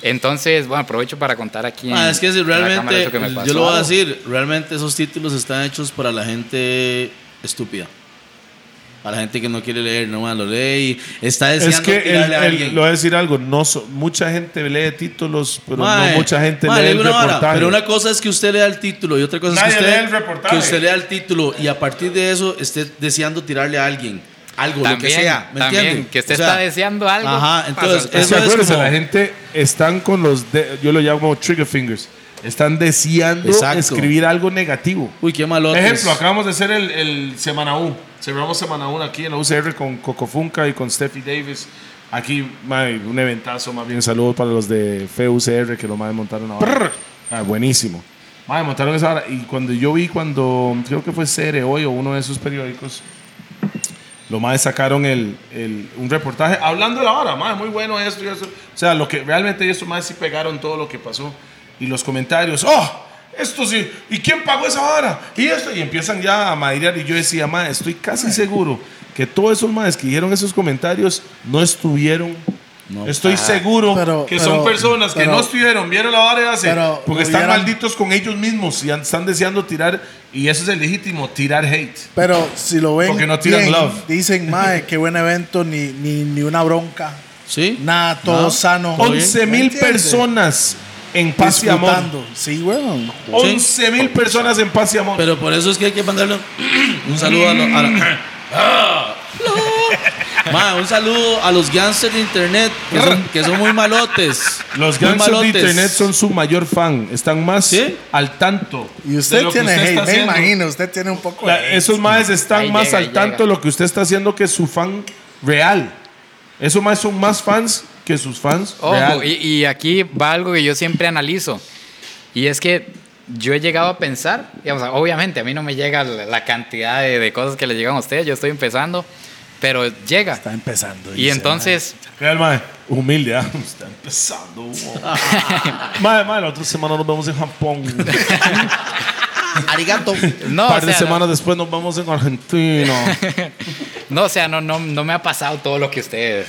[SPEAKER 4] Entonces, bueno, aprovecho para contar aquí.
[SPEAKER 3] Ah, es que si
[SPEAKER 4] en la cámara
[SPEAKER 3] realmente,
[SPEAKER 4] eso que me pasó.
[SPEAKER 3] yo lo voy a decir, realmente esos títulos están hechos para la gente estúpida. Para la gente que no quiere leer, no más lo lee y está deseando
[SPEAKER 6] Es que el-
[SPEAKER 3] tirarle a
[SPEAKER 6] el-
[SPEAKER 3] alguien.
[SPEAKER 6] lo voy a decir algo, no so- mucha gente lee títulos, pero
[SPEAKER 3] Mae,
[SPEAKER 6] no mucha gente
[SPEAKER 3] mae,
[SPEAKER 6] lee
[SPEAKER 3] le
[SPEAKER 6] el
[SPEAKER 3] digo una vara,
[SPEAKER 6] reportaje.
[SPEAKER 3] pero una cosa es que usted lea el título y otra cosa
[SPEAKER 6] Nadie
[SPEAKER 3] es que usted,
[SPEAKER 6] lee el reportaje.
[SPEAKER 3] que usted lea el título y a partir de eso esté deseando tirarle a alguien algo, lo que
[SPEAKER 4] También,
[SPEAKER 3] sea. ¿me
[SPEAKER 4] también,
[SPEAKER 3] entiende?
[SPEAKER 4] que usted
[SPEAKER 3] O sea,
[SPEAKER 4] está deseando algo.
[SPEAKER 3] Ajá, entonces
[SPEAKER 4] Pasa,
[SPEAKER 6] Es
[SPEAKER 3] eso
[SPEAKER 6] que
[SPEAKER 3] es
[SPEAKER 6] acuérdense,
[SPEAKER 3] como,
[SPEAKER 6] la gente están con los, de- yo lo llamo trigger fingers, están deseando
[SPEAKER 3] Exacto.
[SPEAKER 6] escribir algo negativo.
[SPEAKER 3] Uy, qué malo.
[SPEAKER 6] Ejemplo, acabamos de hacer el, el Semana U, cerramos Semana 1 aquí en la UCR con Coco Funca y con Steffi Davis. Aquí, mae, un eventazo, más bien saludos para los de FUCR que lo más montaron ahora. Ah, buenísimo. Mae, montaron esa hora. Y cuando yo vi, cuando creo que fue CR hoy o uno de esos periódicos, los más sacaron el, el- un reportaje hablando de la hora, más muy bueno esto y eso. O sea, lo que realmente ellos más sí pegaron todo lo que pasó. Y los comentarios, oh, esto sí, ¿y quién pagó esa hora? Y esto, y empiezan ya a madrear. Y yo decía, ma, estoy casi seguro que todos esos más que dijeron esos comentarios no estuvieron.
[SPEAKER 3] No.
[SPEAKER 6] estoy seguro
[SPEAKER 2] Pero-
[SPEAKER 6] que
[SPEAKER 2] pero-
[SPEAKER 6] son personas que
[SPEAKER 2] pero-
[SPEAKER 6] no estuvieron, vieron la hora y hacen,
[SPEAKER 2] pero
[SPEAKER 6] porque están
[SPEAKER 2] hubieran-
[SPEAKER 6] malditos con ellos mismos y an- están deseando tirar, y eso es el legítimo, tirar hate.
[SPEAKER 2] Pero si lo ven,
[SPEAKER 6] Porque no tiran
[SPEAKER 2] bien,
[SPEAKER 6] love.
[SPEAKER 2] dicen, mae, qué buen evento, ni, ni, ni una bronca.
[SPEAKER 3] ¿Sí?
[SPEAKER 2] Nada, todo
[SPEAKER 3] No.
[SPEAKER 2] sano.
[SPEAKER 3] Todo bien.
[SPEAKER 6] 11 mil
[SPEAKER 2] ¿Entiende?
[SPEAKER 6] personas en paz y amor.
[SPEAKER 2] Disputando. Sí, weón.
[SPEAKER 6] 11 mil personas en paz y amor.
[SPEAKER 3] Pero por eso es que hay que mandarle un- un saludo a, lo- a la- Ah, no. Ma, un saludo a los gangsters de internet que son, que son muy malotes.
[SPEAKER 6] los
[SPEAKER 3] muy
[SPEAKER 6] gangsters de
[SPEAKER 3] malotes.
[SPEAKER 6] internet son su mayor fan. Están más
[SPEAKER 3] ¿Sí?
[SPEAKER 6] al tanto.
[SPEAKER 2] Y
[SPEAKER 6] de
[SPEAKER 2] usted
[SPEAKER 6] lo que
[SPEAKER 2] tiene
[SPEAKER 6] usted
[SPEAKER 2] hate,
[SPEAKER 6] está
[SPEAKER 2] me
[SPEAKER 6] haciendo.
[SPEAKER 2] imagino, usted tiene un poco
[SPEAKER 6] La-
[SPEAKER 2] de hate.
[SPEAKER 6] esos maes están
[SPEAKER 4] Pues, Ahí
[SPEAKER 6] más
[SPEAKER 4] llega,
[SPEAKER 6] al
[SPEAKER 4] ahí
[SPEAKER 6] tanto de
[SPEAKER 4] llega.
[SPEAKER 6] lo que usted está haciendo que su fan real. Esos maes son más fans que sus fans
[SPEAKER 4] Ojo,
[SPEAKER 6] real.
[SPEAKER 4] y, y aquí va algo que yo siempre analizo. Y es que yo he llegado a pensar, digamos, obviamente a mí no me llega la, la cantidad de, de cosas que le llegan a ustedes, yo estoy empezando, pero llega.
[SPEAKER 2] Está empezando.
[SPEAKER 4] Y
[SPEAKER 2] dice,
[SPEAKER 4] entonces,
[SPEAKER 6] Real, mae. Humilde, ah. Está empezando. wow. mae, mae, la otra semana nos vemos en Japón.
[SPEAKER 3] arigato.
[SPEAKER 1] Un
[SPEAKER 4] No, o
[SPEAKER 1] par de
[SPEAKER 4] sea,
[SPEAKER 1] semanas después nos vamos en Argentina.
[SPEAKER 4] no, o sea, no, no, no me ha pasado todo lo que ustedes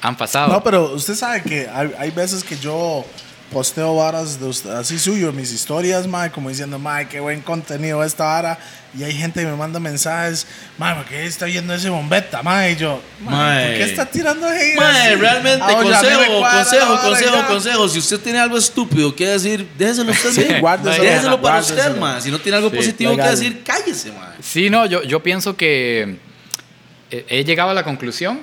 [SPEAKER 4] han pasado.
[SPEAKER 2] No, pero usted sabe que hay, hay veces que yo posteo varas de usted- así suyo en mis historias, mae, como diciendo, mae, qué buen contenido esta vara. Y hay gente que me manda mensajes, mae, ¿por qué está viendo ese bombeta, mae? Y yo, mae, ¿por
[SPEAKER 3] Mae.
[SPEAKER 2] qué está tirando hate?
[SPEAKER 3] Mae,
[SPEAKER 2] así?
[SPEAKER 3] realmente,
[SPEAKER 2] Ah, oye, a mí me
[SPEAKER 3] consejo,
[SPEAKER 2] cuadra la
[SPEAKER 3] consejo,
[SPEAKER 2] vara
[SPEAKER 3] consejo,
[SPEAKER 2] ya.
[SPEAKER 3] consejo. Si usted tiene algo estúpido que decir, déjeselo usted
[SPEAKER 2] Sí,
[SPEAKER 3] mismo.
[SPEAKER 2] guárdeselo,
[SPEAKER 3] Déjeselo para
[SPEAKER 2] guárdeselo.
[SPEAKER 3] usted, man. Si no tiene algo
[SPEAKER 4] Sí,
[SPEAKER 3] positivo
[SPEAKER 2] legal.
[SPEAKER 3] que decir, cállese, man.
[SPEAKER 4] Sí, no, yo, yo pienso que eh, he llegado a la conclusión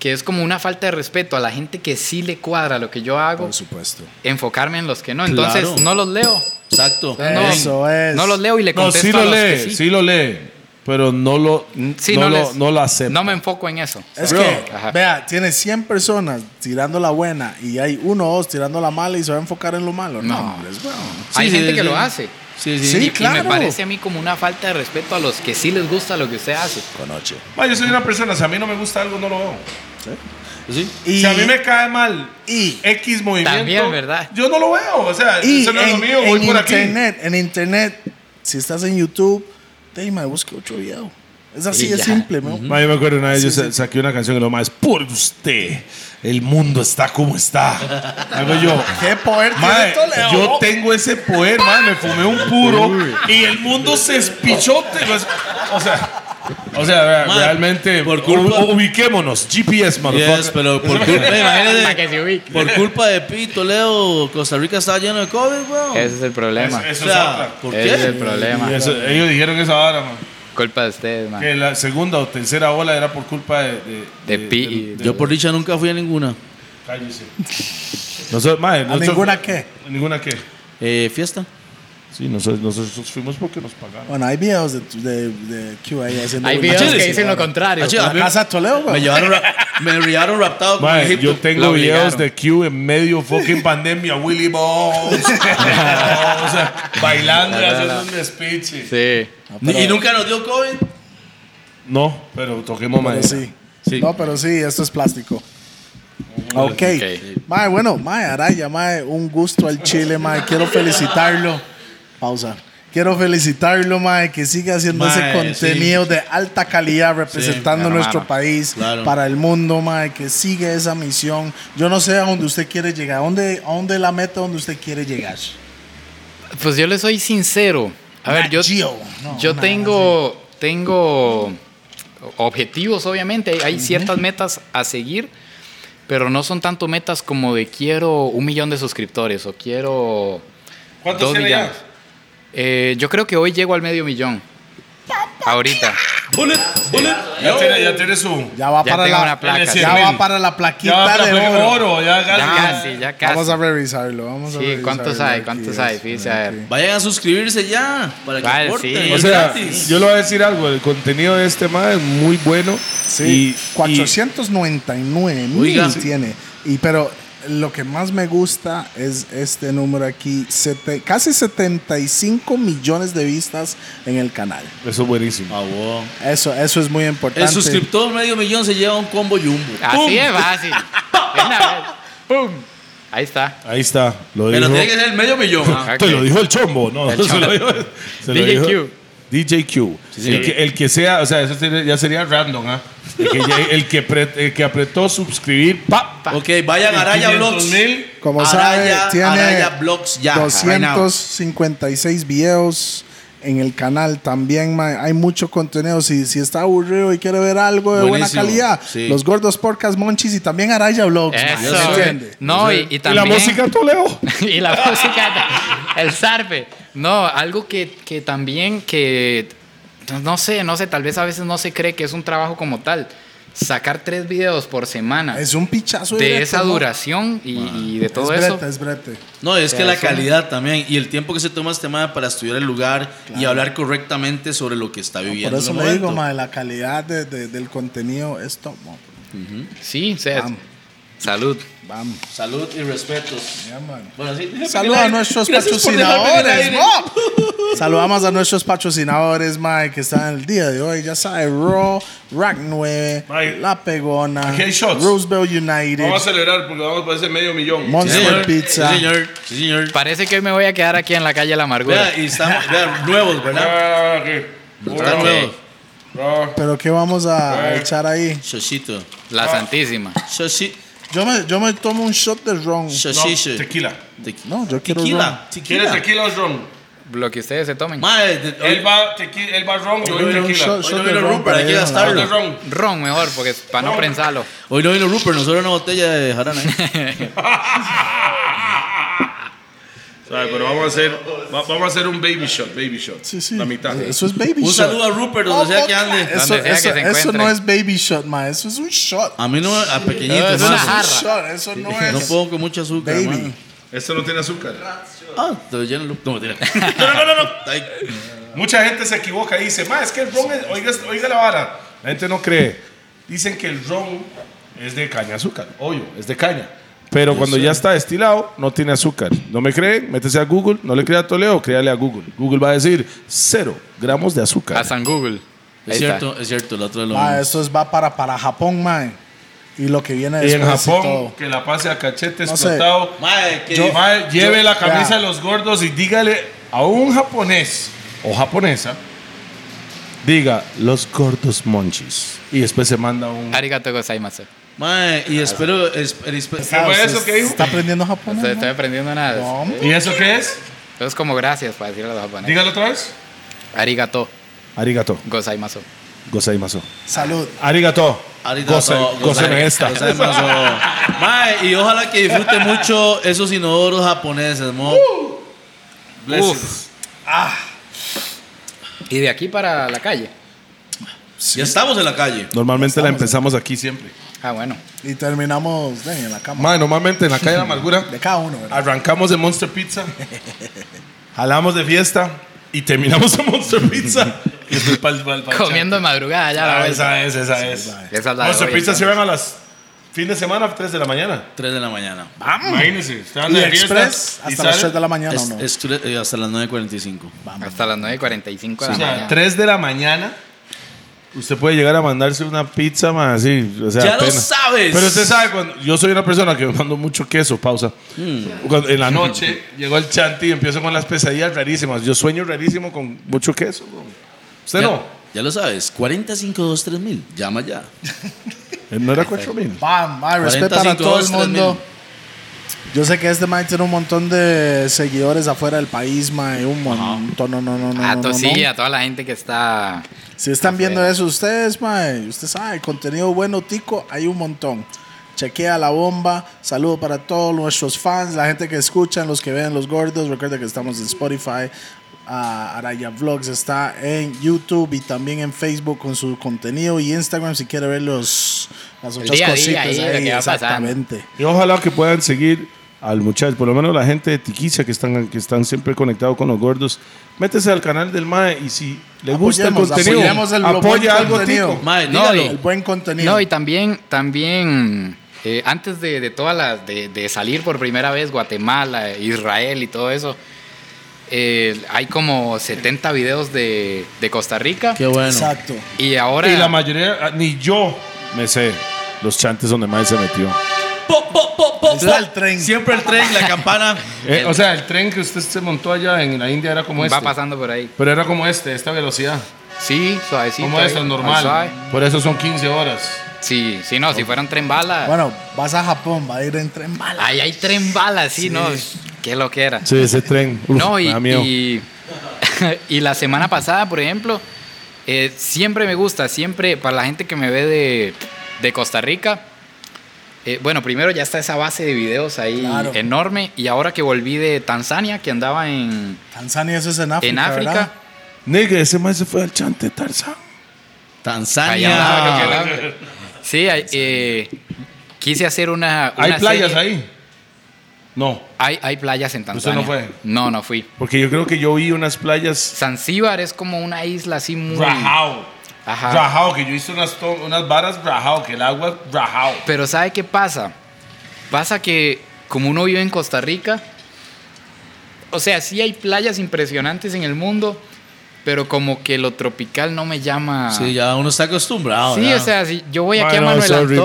[SPEAKER 4] que es como una falta de respeto a la gente que sí le cuadra lo que yo hago,
[SPEAKER 2] Por supuesto.
[SPEAKER 4] enfocarme en los que no.
[SPEAKER 3] Claro.
[SPEAKER 4] Entonces, no los leo.
[SPEAKER 3] Exacto.
[SPEAKER 4] No, no,
[SPEAKER 2] Eso es.
[SPEAKER 4] No los leo y le
[SPEAKER 1] No,
[SPEAKER 4] contesto
[SPEAKER 1] sí lo
[SPEAKER 4] a los que
[SPEAKER 1] lee,
[SPEAKER 4] sí.
[SPEAKER 1] sí. lo lee. Pero no lo,
[SPEAKER 4] Sí,
[SPEAKER 1] no, lo,
[SPEAKER 4] les-
[SPEAKER 1] no lo acepta.
[SPEAKER 4] No me enfoco en eso.
[SPEAKER 2] Es
[SPEAKER 1] Bro.
[SPEAKER 2] que,
[SPEAKER 4] Ajá.
[SPEAKER 2] vea, tiene 100 personas tirando la buena y hay uno o dos tirando la mala y se va a enfocar en lo malo. No,
[SPEAKER 4] No.
[SPEAKER 2] hombre, es bueno.
[SPEAKER 4] Hay
[SPEAKER 3] Sí, sí,
[SPEAKER 4] gente que
[SPEAKER 3] sí.
[SPEAKER 4] lo hace.
[SPEAKER 3] Sí, sí.
[SPEAKER 2] Sí,
[SPEAKER 4] Y- y,
[SPEAKER 2] claro.
[SPEAKER 4] me parece a mí como una falta de respeto a los que sí les gusta lo que usted hace.
[SPEAKER 1] Ma, Ah, yo soy una persona, si a mí no me gusta algo, no lo veo.
[SPEAKER 3] Sí.
[SPEAKER 2] Y,
[SPEAKER 1] Si a mí me cae mal
[SPEAKER 2] y,
[SPEAKER 1] X movimiento.
[SPEAKER 4] También, ¿verdad?
[SPEAKER 1] Yo no lo veo. O sea,
[SPEAKER 2] y
[SPEAKER 1] eso no es
[SPEAKER 2] en,
[SPEAKER 1] lo mío. Voy
[SPEAKER 2] en
[SPEAKER 1] por aquí.
[SPEAKER 2] internet, en internet, si estás en YouTube, te me busque otro video. Es así
[SPEAKER 4] Y
[SPEAKER 2] de
[SPEAKER 4] ya.
[SPEAKER 2] simple, ¿no?
[SPEAKER 1] Ma, yo me acuerdo una vez, yo
[SPEAKER 2] Sí,
[SPEAKER 1] sa- saqué una canción y lo más, por usted, el mundo está como está. Ah, Hago yo.
[SPEAKER 2] ¿Qué poder tiene
[SPEAKER 1] Mae,
[SPEAKER 2] Toledo?
[SPEAKER 1] yo tengo ese poder, mae, me fumé un puro y el mundo se espichote. pues, O sea, o sea, vea,
[SPEAKER 3] Mae,
[SPEAKER 1] realmente
[SPEAKER 3] por culpa-
[SPEAKER 1] u- ubiquémonos, GPS, motherfucker.
[SPEAKER 3] Yes, pero por culpa, imagínese, por culpa de Pito, Leo, Costa Rica estaba lleno de COVID, weón.
[SPEAKER 4] Ese es el problema.
[SPEAKER 1] Eso- eso
[SPEAKER 3] o sea,
[SPEAKER 1] es otra.
[SPEAKER 3] ¿por
[SPEAKER 4] Ese es el
[SPEAKER 3] qué?
[SPEAKER 4] problema.
[SPEAKER 1] Y eso- ellos dijeron esa hora, mae,
[SPEAKER 4] Culpa de ustedes, man.
[SPEAKER 1] que la segunda o tercera ola era por culpa de de, de-
[SPEAKER 4] De pi-
[SPEAKER 1] del-
[SPEAKER 3] Yo por dicha nunca fui a ninguna.
[SPEAKER 1] cállese. Nosotros, mae,
[SPEAKER 2] ¿A
[SPEAKER 1] nosotros-
[SPEAKER 2] ninguna qué?
[SPEAKER 1] ninguna qué.
[SPEAKER 3] Eh, fiesta.
[SPEAKER 1] Sí, nosotros, nosotros fuimos porque nos pagaron.
[SPEAKER 2] Bueno, hay videos de, de, de QA haciendo.
[SPEAKER 4] Hay
[SPEAKER 2] buena
[SPEAKER 4] videos
[SPEAKER 2] música,
[SPEAKER 4] que dicen lo
[SPEAKER 2] ¿no?
[SPEAKER 4] contrario.
[SPEAKER 3] Achille,
[SPEAKER 2] La casa de Toledo,
[SPEAKER 3] Me
[SPEAKER 2] güey.
[SPEAKER 3] llevaron, ra- me llevaron raptado con
[SPEAKER 1] Mae,
[SPEAKER 3] Egipto.
[SPEAKER 1] yo tengo
[SPEAKER 4] La
[SPEAKER 1] videos
[SPEAKER 4] obligaron.
[SPEAKER 1] de Q en medio fucking pandemia, Willy Bones, o sea, bailando y haciendo un despiche.
[SPEAKER 4] Sí.
[SPEAKER 3] Ni- y nunca nos dio COVID.
[SPEAKER 1] No, pero toquemos
[SPEAKER 2] Pero
[SPEAKER 1] madera.
[SPEAKER 2] sí. No, pero sí, esto es plástico. Ok. Mae, bueno, Mae Araya, Mae, un gusto al Chile, Mae. Quiero felicitarlo. Pausa. Quiero felicitarlo, Mae, que siga haciendo ese
[SPEAKER 3] Mae,
[SPEAKER 2] contenido de alta calidad representando
[SPEAKER 4] Sí,
[SPEAKER 2] nuestro
[SPEAKER 4] hermano.
[SPEAKER 2] país
[SPEAKER 3] Claro.
[SPEAKER 2] para el mundo, Mae, que sigue esa misión. Yo no sé a dónde usted quiere llegar, a dónde, a dónde la meta donde usted quiere llegar.
[SPEAKER 4] Pues yo le soy sincero. A ver,
[SPEAKER 2] Nat
[SPEAKER 4] yo,
[SPEAKER 2] Geo. No,
[SPEAKER 4] yo
[SPEAKER 2] una
[SPEAKER 4] tengo, tengo objetivos, obviamente. Hay, hay ciertas metas a seguir, pero no son tanto metas como de quiero un millón de suscriptores o quiero
[SPEAKER 1] ¿Cuántos
[SPEAKER 4] dos
[SPEAKER 1] tiene ya?
[SPEAKER 4] millones. Eh, yo creo que hoy llego al medio millón. Ahorita.
[SPEAKER 1] Bullet, bullet. Ya tiene, ya tiene su.
[SPEAKER 2] Ya va
[SPEAKER 4] Ya
[SPEAKER 2] para
[SPEAKER 4] tengo
[SPEAKER 2] la
[SPEAKER 4] una placa.
[SPEAKER 2] Ya
[SPEAKER 1] Cien
[SPEAKER 2] va
[SPEAKER 1] mil.
[SPEAKER 2] para la
[SPEAKER 1] Ya
[SPEAKER 2] plaquita
[SPEAKER 1] va para
[SPEAKER 2] de
[SPEAKER 1] el
[SPEAKER 2] oro.
[SPEAKER 1] oro, ya
[SPEAKER 4] Ya
[SPEAKER 1] casi.
[SPEAKER 4] casi, ya casi.
[SPEAKER 2] Vamos a revisarlo, vamos a
[SPEAKER 4] Sí,
[SPEAKER 2] revisarlo.
[SPEAKER 4] ¿cuántos hay?
[SPEAKER 2] aquí,
[SPEAKER 4] ¿Cuántos hay?
[SPEAKER 2] es-
[SPEAKER 4] Fíjese, a ver.
[SPEAKER 2] aquí.
[SPEAKER 3] Vayan a suscribirse ya para que
[SPEAKER 4] Vale,
[SPEAKER 3] aporten.
[SPEAKER 4] sí.
[SPEAKER 3] es
[SPEAKER 1] O sea,
[SPEAKER 3] gratis.
[SPEAKER 1] yo le voy a decir algo, el contenido de este mae es muy bueno.
[SPEAKER 2] Sí,
[SPEAKER 1] y-
[SPEAKER 2] 499
[SPEAKER 3] Oiga.
[SPEAKER 2] mil tiene. Y pero lo que más me gusta es este número aquí, sete- casi 75 millones de vistas en el canal.
[SPEAKER 1] y eso es buenísimo.
[SPEAKER 3] Ah, wow.
[SPEAKER 2] Eso, eso es muy importante.
[SPEAKER 3] El suscriptor medio millón se lleva un combo jumbo. ¡Pum!
[SPEAKER 4] Así es fácil. De una vez. ¡Pum! Ahí está.
[SPEAKER 1] Ahí está, lo
[SPEAKER 3] Pero
[SPEAKER 1] dijo.
[SPEAKER 3] tiene que ser el medio millón.
[SPEAKER 4] Ah,
[SPEAKER 1] Te
[SPEAKER 4] ok.
[SPEAKER 1] lo dijo el chombo, no,
[SPEAKER 4] El
[SPEAKER 1] se lo
[SPEAKER 4] chombo.
[SPEAKER 1] dijo. se lo
[SPEAKER 4] DJQ.
[SPEAKER 1] dijo DJQ. el, que, el que sea, o sea, eso sería- ya sería random, ¿ah? El que, ya- el que apre- el que apretó suscribir, pa,
[SPEAKER 4] Pa.
[SPEAKER 3] Ok, vayan a Araya
[SPEAKER 1] 500
[SPEAKER 3] Blogs.
[SPEAKER 1] mil.
[SPEAKER 2] Como
[SPEAKER 3] Araya,
[SPEAKER 2] sabe, tiene
[SPEAKER 3] Araya Blogs ya. right now.
[SPEAKER 2] 256 videos en el canal también. mae. Hay mucho contenido. Si, si está aburrido y quiere ver algo de
[SPEAKER 3] Buenísimo,
[SPEAKER 2] buena calidad,
[SPEAKER 3] sí.
[SPEAKER 2] los gordos porcas monchis y también Araya Vlogs. mae,
[SPEAKER 4] Eso.
[SPEAKER 3] Yo
[SPEAKER 2] ¿se
[SPEAKER 3] soy-
[SPEAKER 2] entiende?
[SPEAKER 4] No, y, y
[SPEAKER 1] y la
[SPEAKER 4] también.
[SPEAKER 1] música Toledo.
[SPEAKER 4] y la música, el zarpe. No, algo que, que también que no sé, no sé, tal vez a veces no se cree que es un trabajo como tal. Sacar tres videos por semana
[SPEAKER 2] Es un pichazo
[SPEAKER 4] de
[SPEAKER 2] directo,
[SPEAKER 4] esa
[SPEAKER 2] ¿no?
[SPEAKER 4] duración y, y de todo
[SPEAKER 2] es
[SPEAKER 4] eso.
[SPEAKER 2] brete, es brete.
[SPEAKER 3] No, es que
[SPEAKER 4] Ya,
[SPEAKER 3] la
[SPEAKER 4] eso-
[SPEAKER 3] calidad también y el tiempo que se toma este tema para estudiar el lugar y hablar correctamente sobre lo que está
[SPEAKER 2] Por
[SPEAKER 3] viviendo.
[SPEAKER 2] eso
[SPEAKER 3] en el
[SPEAKER 2] le digo,
[SPEAKER 3] momento.
[SPEAKER 2] mae, la calidad de- de- del contenido es top. mae.
[SPEAKER 4] Sí, o sea,
[SPEAKER 2] Vamos.
[SPEAKER 4] salud.
[SPEAKER 2] Vamos.
[SPEAKER 3] Salud y respetos.
[SPEAKER 2] Ya, man.
[SPEAKER 3] Bueno, sí.
[SPEAKER 2] Saludos a nuestros
[SPEAKER 3] Gracias por dejarme en el
[SPEAKER 2] patrocinadores.
[SPEAKER 3] aire.
[SPEAKER 2] Bob. Saludamos a nuestros patrocinadores, Mike, que están el día de hoy. Ya sabe, Raw, Rack 9,
[SPEAKER 1] Mae.
[SPEAKER 2] La Pegona,
[SPEAKER 1] Aquí hay shots.
[SPEAKER 2] Roosevelt United,
[SPEAKER 1] Vamos a celebrar porque vamos para ese medio millón.
[SPEAKER 3] Sí,
[SPEAKER 2] Monster
[SPEAKER 3] señor.
[SPEAKER 2] Pizza.
[SPEAKER 3] Sí, señor. Sí, señor.
[SPEAKER 4] Parece que hoy me voy a quedar aquí en la calle La Amargura.
[SPEAKER 3] Vea, y estamos, vea, nuevos, ¿verdad?
[SPEAKER 6] Ah, ok.
[SPEAKER 3] Están nuevos.
[SPEAKER 6] Ah,
[SPEAKER 2] Pero ¿qué vamos a
[SPEAKER 6] Mae.
[SPEAKER 2] echar ahí?
[SPEAKER 3] Shoshito.
[SPEAKER 4] La Santísima.
[SPEAKER 3] Shoshi.
[SPEAKER 2] Yo me, yo me tomo un shot de ron.
[SPEAKER 1] No,
[SPEAKER 3] Shoshisho.
[SPEAKER 1] tequila.
[SPEAKER 3] Tequi-
[SPEAKER 2] No, yo quiero
[SPEAKER 3] Tequila. Tequila.
[SPEAKER 1] ¿Quieres tequila o ron?
[SPEAKER 4] Lo que ustedes se tomen.
[SPEAKER 3] Mae, de- hoy-
[SPEAKER 6] Él va, tequi- él va ron, yo
[SPEAKER 2] Yo
[SPEAKER 6] voy
[SPEAKER 2] quiero un
[SPEAKER 6] tequila.
[SPEAKER 2] shot,
[SPEAKER 3] Hoy
[SPEAKER 2] shot
[SPEAKER 3] no
[SPEAKER 2] de
[SPEAKER 3] vino
[SPEAKER 2] ron
[SPEAKER 3] Rupert,
[SPEAKER 2] para
[SPEAKER 3] aquí
[SPEAKER 2] ir a
[SPEAKER 3] va a
[SPEAKER 2] la
[SPEAKER 3] estar.
[SPEAKER 2] hora.
[SPEAKER 6] Shot de ron.
[SPEAKER 4] Ron mejor, porque es para no prensarlo.
[SPEAKER 3] Hoy no vino Rupert, nosotros una botella de jarana. ¿eh?
[SPEAKER 6] Sabe, Pero vamos a hacer, va- vamos a hacer un baby shot, baby shot.
[SPEAKER 2] Sí, sí.
[SPEAKER 6] La mitad.
[SPEAKER 2] Eso es baby
[SPEAKER 3] Un
[SPEAKER 2] shot.
[SPEAKER 3] saludo a Rupert, donde sea que ande.
[SPEAKER 2] Eso,
[SPEAKER 4] Donde sea que
[SPEAKER 2] eso-
[SPEAKER 4] se
[SPEAKER 2] eso
[SPEAKER 4] encuentre.
[SPEAKER 2] no es baby shot, ma. Eso es un shot.
[SPEAKER 3] A mí no, a pequeñito,
[SPEAKER 4] Es una
[SPEAKER 3] hermano.
[SPEAKER 4] jarra.
[SPEAKER 2] Shot, eso no es.
[SPEAKER 3] No puedo con mucho azúcar,
[SPEAKER 2] Baby.
[SPEAKER 3] hermano.
[SPEAKER 6] Esto no tiene azúcar.
[SPEAKER 3] Ah, te lleno el No, mentira.
[SPEAKER 6] No, no, no, no.
[SPEAKER 3] Ay,
[SPEAKER 6] Mucha gente se equivoca y dice, ma, es que el ron es, oiga, oiga la vara. La gente no cree. Dicen que el ron es de caña azúcar, obvio, es de caña.
[SPEAKER 1] Pero cuando ya está destilado, no tiene azúcar. ¿No me creen? Métese a Google. No le crea a Toledo, créale a Google. Google va a decir cero gramos de azúcar.
[SPEAKER 4] A San Google.
[SPEAKER 3] Es
[SPEAKER 4] Ahí está.
[SPEAKER 3] cierto, es cierto, el otro de lo
[SPEAKER 2] Ma,
[SPEAKER 3] mismo.
[SPEAKER 2] eso es, va para, para Japón, ma. Y lo que viene
[SPEAKER 1] Y en
[SPEAKER 2] después y
[SPEAKER 1] Japón,
[SPEAKER 2] todo.
[SPEAKER 6] Que la pase a cachete
[SPEAKER 2] No sé.
[SPEAKER 6] explotado.
[SPEAKER 3] Mae, que
[SPEAKER 6] Yo- Mae, lleve
[SPEAKER 2] yo-
[SPEAKER 6] la camisa
[SPEAKER 2] ya.
[SPEAKER 6] de los gordos y dígale a un japonés o japonesa.
[SPEAKER 1] Diga, los gordos monchis. Y después se manda un...
[SPEAKER 4] Arigato gozaimasu.
[SPEAKER 3] Mae, y espero. es- el- espe-
[SPEAKER 2] Ah,
[SPEAKER 6] ¿Fue
[SPEAKER 2] usted
[SPEAKER 6] eso que dijo?
[SPEAKER 2] ¿Está aprendiendo japonés?
[SPEAKER 4] Estoy,
[SPEAKER 2] ma?
[SPEAKER 4] estoy aprendiendo nada.
[SPEAKER 2] No, hombre.
[SPEAKER 6] ¿Y eso qué es?
[SPEAKER 4] Eso es como gracias para decirle a los japoneses.
[SPEAKER 6] Dígalo otra vez.
[SPEAKER 4] Arigato
[SPEAKER 1] Arigato.
[SPEAKER 4] gozaimasu.
[SPEAKER 1] Gozaimasu.
[SPEAKER 2] Salud.
[SPEAKER 1] Arigato.
[SPEAKER 3] Arigato,
[SPEAKER 1] Goza- Gózame esta.
[SPEAKER 3] gozaimasu. Mae, y ojalá que disfrute mucho esos inodoros japoneses, mo.
[SPEAKER 2] Uh.
[SPEAKER 6] Blessings.
[SPEAKER 4] Y de aquí para la calle.
[SPEAKER 3] Ya estamos en la calle.
[SPEAKER 1] Normalmente la empezamos aquí siempre.
[SPEAKER 4] Ah, bueno.
[SPEAKER 2] Y terminamos de- en la cama.
[SPEAKER 1] Mae, normalmente en la calle de la amargura
[SPEAKER 2] De cada uno, ¿verdad?
[SPEAKER 1] arrancamos de Monster Pizza, jalamos de fiesta y terminamos en Monster Pizza. Y después pa'l- pa'l- pa'l
[SPEAKER 4] Comiendo de madrugada ya la
[SPEAKER 1] Ah,
[SPEAKER 4] vez.
[SPEAKER 1] esa es, esa es.
[SPEAKER 4] Esa es la de
[SPEAKER 1] Monster
[SPEAKER 4] hoy,
[SPEAKER 1] Pizza
[SPEAKER 4] entonces.
[SPEAKER 1] cierran a las fin de semana, 3 de la mañana.
[SPEAKER 3] 3 de la mañana.
[SPEAKER 6] Imagínense. Están
[SPEAKER 2] Y
[SPEAKER 6] de fiesta
[SPEAKER 2] Express hasta
[SPEAKER 6] y
[SPEAKER 2] las
[SPEAKER 6] salen-
[SPEAKER 2] 3 de la mañana, ¿o
[SPEAKER 3] Es-
[SPEAKER 2] no?
[SPEAKER 3] es tre- eh, hasta las 9.45.
[SPEAKER 4] Hasta las 9.45 de la
[SPEAKER 6] O sea,
[SPEAKER 4] mañana.
[SPEAKER 1] 3 de la mañana. Usted puede llegar a mandarse una pizza más así. O sea,
[SPEAKER 3] Ya lo
[SPEAKER 1] apenas.
[SPEAKER 3] sabes.
[SPEAKER 1] Pero usted sabe, cuando yo soy una persona que me mando mucho queso, pausa.
[SPEAKER 4] Hmm.
[SPEAKER 1] Cuando- en la noche llegó el chanti y empiezo con las pesadillas rarísimas. Yo sueño rarísimo con mucho queso. bro. ¿Usted
[SPEAKER 3] Ya-
[SPEAKER 1] no?
[SPEAKER 3] Ya lo sabes, 4523.000. Llama ya.
[SPEAKER 1] Eh, No era 4 mil.
[SPEAKER 2] Bam, ma,
[SPEAKER 3] 45
[SPEAKER 2] respeto para todo el
[SPEAKER 3] dos, tres
[SPEAKER 2] mundo.
[SPEAKER 3] mil.
[SPEAKER 2] Yo sé que este man tiene un montón de seguidores afuera del país, ma, y un montón. No, no, no, no.
[SPEAKER 4] A
[SPEAKER 2] no,
[SPEAKER 4] to-
[SPEAKER 2] no,
[SPEAKER 4] Ah, sí,
[SPEAKER 2] no.
[SPEAKER 4] a toda la gente que está.
[SPEAKER 2] Si están viendo eso ustedes, mae, usted sabe, contenido bueno, tico, hay un montón. Chequea la bomba. Saludo para todos nuestros fans, la gente que escuchan, los que ven, los gordos. Recuerda que estamos en Spotify. Ah, Araya Vlogs está en YouTube y también en Facebook con su contenido y Instagram si quiere ver los, las otras
[SPEAKER 4] día a día
[SPEAKER 2] cositas.
[SPEAKER 4] ahí, lo
[SPEAKER 2] ahí,
[SPEAKER 4] que va pasando.
[SPEAKER 2] exactamente.
[SPEAKER 1] Y ojalá que puedan seguir al muchacho, por lo menos la gente de Tiquicia que están, que están siempre conectados con los gordos. Métese al canal del MAE y si le gusta el
[SPEAKER 2] Apoyemos,
[SPEAKER 1] contenido,
[SPEAKER 2] apoyemos el- lo buen
[SPEAKER 1] apoya algo
[SPEAKER 2] contenido.
[SPEAKER 1] tico.
[SPEAKER 3] Mae,
[SPEAKER 4] No,
[SPEAKER 3] dígalo.
[SPEAKER 2] El buen contenido.
[SPEAKER 4] No, y también, también eh, antes de, de todas las. De, de salir por primera vez Guatemala, Israel y todo eso. eh, hay como 70 videos de, de Costa Rica.
[SPEAKER 3] Qué bueno.
[SPEAKER 2] Exacto.
[SPEAKER 4] Y ahora.
[SPEAKER 1] Y la mayoría, ah, ni yo me sé los chantes donde MAE se metió.
[SPEAKER 3] Po, po, po, po,
[SPEAKER 2] Está
[SPEAKER 3] po.
[SPEAKER 2] el tren.
[SPEAKER 3] Siempre el tren, la campana.
[SPEAKER 6] Eh, o sea, el tren que usted se montó allá en la India era como
[SPEAKER 4] va
[SPEAKER 6] este.
[SPEAKER 4] pasando por ahí.
[SPEAKER 6] Pero era como este, esta velocidad.
[SPEAKER 4] Sí, suavecito.
[SPEAKER 6] Como
[SPEAKER 4] ahí,
[SPEAKER 6] esto,
[SPEAKER 4] al suave.
[SPEAKER 6] normal. Por eso son 15 horas.
[SPEAKER 4] Sí, sí, no, si fueran tren bala.
[SPEAKER 2] Bueno, vas a Japón, va a ir en tren bala.
[SPEAKER 4] Ahí hay tren bala, sí, no. Qué lo que era.
[SPEAKER 1] Sí, ese tren. uf,
[SPEAKER 4] no, y,
[SPEAKER 1] me da miedo.
[SPEAKER 4] y, y la semana pasada, por ejemplo, eh, siempre me gusta, siempre para la gente que me ve de, de Costa Rica. eh, bueno, primero ya está esa base de videos ahí
[SPEAKER 2] Claro.
[SPEAKER 4] enorme. Y ahora que volví de Tanzania, que andaba en,
[SPEAKER 2] Tanzania, eso es en África.
[SPEAKER 4] en África.
[SPEAKER 2] ¿verdad?
[SPEAKER 1] Nigga, ese mae se fue al chante Tarzán.
[SPEAKER 4] ahí
[SPEAKER 3] Tanzania.
[SPEAKER 4] andaba, creo que era. Sí, ahí, eh, quise hacer una.
[SPEAKER 6] ¿Hay
[SPEAKER 4] una
[SPEAKER 6] playas
[SPEAKER 4] serie.
[SPEAKER 6] ahí? No.
[SPEAKER 4] Hay, hay playas en Tanzania.
[SPEAKER 6] no fue?
[SPEAKER 4] No, no fui.
[SPEAKER 1] Porque yo creo que yo vi unas playas.
[SPEAKER 4] Zanzíbar es como una isla así muy.
[SPEAKER 6] Rajao.
[SPEAKER 4] Ajá.
[SPEAKER 6] Rajao, que yo hice unas, to- unas varas rajao, que el agua rajao.
[SPEAKER 4] Pero ¿sabe qué pasa? Pasa que como uno vive en Costa Rica, o sea, sí hay playas impresionantes en el mundo, pero como que lo tropical no me llama.
[SPEAKER 3] Sí, ya uno está acostumbrado.
[SPEAKER 4] Sí,
[SPEAKER 3] ya.
[SPEAKER 4] o sea, si yo voy
[SPEAKER 1] Ma,
[SPEAKER 4] aquí a
[SPEAKER 1] no,
[SPEAKER 4] Manuel
[SPEAKER 1] sorry, ma,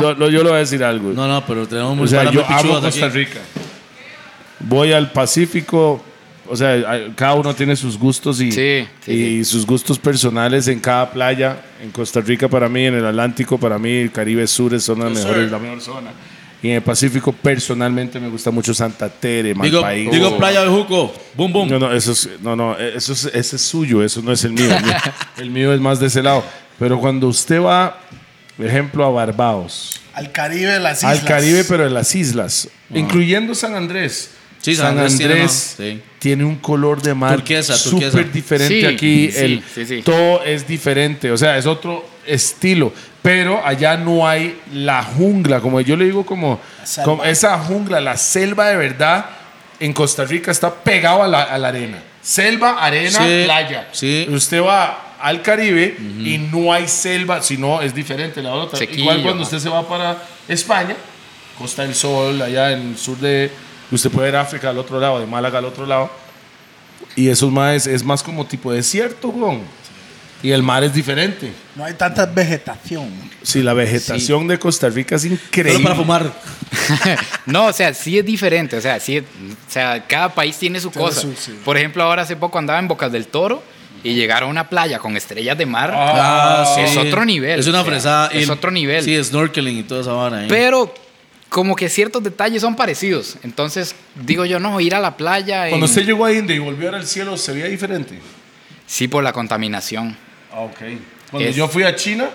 [SPEAKER 1] yo, yo- yo- yo le voy a decir algo.
[SPEAKER 3] No, no, pero tenemos
[SPEAKER 1] o
[SPEAKER 3] muy
[SPEAKER 1] sea,
[SPEAKER 3] para
[SPEAKER 1] yo amo
[SPEAKER 3] pichudos
[SPEAKER 1] Costa
[SPEAKER 3] aquí.
[SPEAKER 1] Rica. Voy al Pacífico. O sea, hay- cada uno tiene sus gustos y,
[SPEAKER 4] Sí, sí,
[SPEAKER 1] y sus gustos personales en cada playa. En Costa Rica para mí, en el Atlántico para mí, el Caribe Sur es zona
[SPEAKER 3] Yes,
[SPEAKER 1] mejor,
[SPEAKER 3] sir.
[SPEAKER 1] la mejor zona. Y en el Pacífico personalmente me gusta mucho Santa Tere,
[SPEAKER 3] Digo,
[SPEAKER 1] Malpaís. Oh.
[SPEAKER 3] digo Playa de Juco. Boom, boom.
[SPEAKER 1] No, no, eso es, no, no, e, eso es, ese es suyo, eso no es el mío. El mío, el mío es más de ese lado. Pero cuando usted va, por ejemplo, a Barbados,
[SPEAKER 2] Al Caribe, las
[SPEAKER 1] al
[SPEAKER 2] islas.
[SPEAKER 1] Caribe, pero en las Ah. islas, incluyendo San Andrés.
[SPEAKER 3] Sí, San Andrés tiene, ¿no? Sí.
[SPEAKER 1] tiene un color de mar
[SPEAKER 3] Turquesa, turquesa.
[SPEAKER 1] súper diferente
[SPEAKER 4] Sí,
[SPEAKER 1] aquí.
[SPEAKER 4] sí,
[SPEAKER 1] el,
[SPEAKER 4] sí, sí.
[SPEAKER 1] Todo es diferente, o sea, es otro estilo. Pero allá no hay la jungla, como yo le digo, como,
[SPEAKER 2] selva.
[SPEAKER 1] como esa jungla, la selva de verdad en Costa Rica está pegado a la, a la arena. Selva, arena,
[SPEAKER 3] Sí,
[SPEAKER 1] playa.
[SPEAKER 3] sí.
[SPEAKER 1] Usted va al Caribe y no hay selva, sino es diferente la otra.
[SPEAKER 4] Sequía,
[SPEAKER 1] Igual cuando
[SPEAKER 4] ajá.
[SPEAKER 1] usted se va para España, Costa del Sol, allá en el sur de. Usted puede ver África al otro lado, de Málaga al otro lado. Y esos mares es más como tipo desierto, weón. Y el mar es diferente.
[SPEAKER 2] No hay tanta vegetación.
[SPEAKER 1] Sí, la vegetación de Costa Rica es
[SPEAKER 3] Solo
[SPEAKER 1] increíble.
[SPEAKER 3] para fumar.
[SPEAKER 4] No, o sea, sí es diferente. O sea, sí es- o sea cada país tiene su cosa.
[SPEAKER 2] su- sí.
[SPEAKER 4] Por ejemplo, ahora hace poco andaba en Bocas del Toro y llegar a una playa con estrellas de mar.
[SPEAKER 2] Ah,
[SPEAKER 4] Ah, es otro nivel.
[SPEAKER 3] Ah, Es una
[SPEAKER 4] o sea,
[SPEAKER 3] fresada.
[SPEAKER 4] Es
[SPEAKER 3] ir-
[SPEAKER 4] otro nivel.
[SPEAKER 3] Sí, snorkeling y toda esa vara. ¿eh?
[SPEAKER 4] Pero como que ciertos detalles son parecidos. Entonces, digo yo, no, ir a la playa.
[SPEAKER 1] Cuando
[SPEAKER 4] en-
[SPEAKER 1] usted llegó a India y volvió a ver el cielo, ¿se veía diferente?
[SPEAKER 4] Sí, por la contaminación.
[SPEAKER 1] Ah, ok. Cuando
[SPEAKER 4] Es-
[SPEAKER 1] yo fui a China,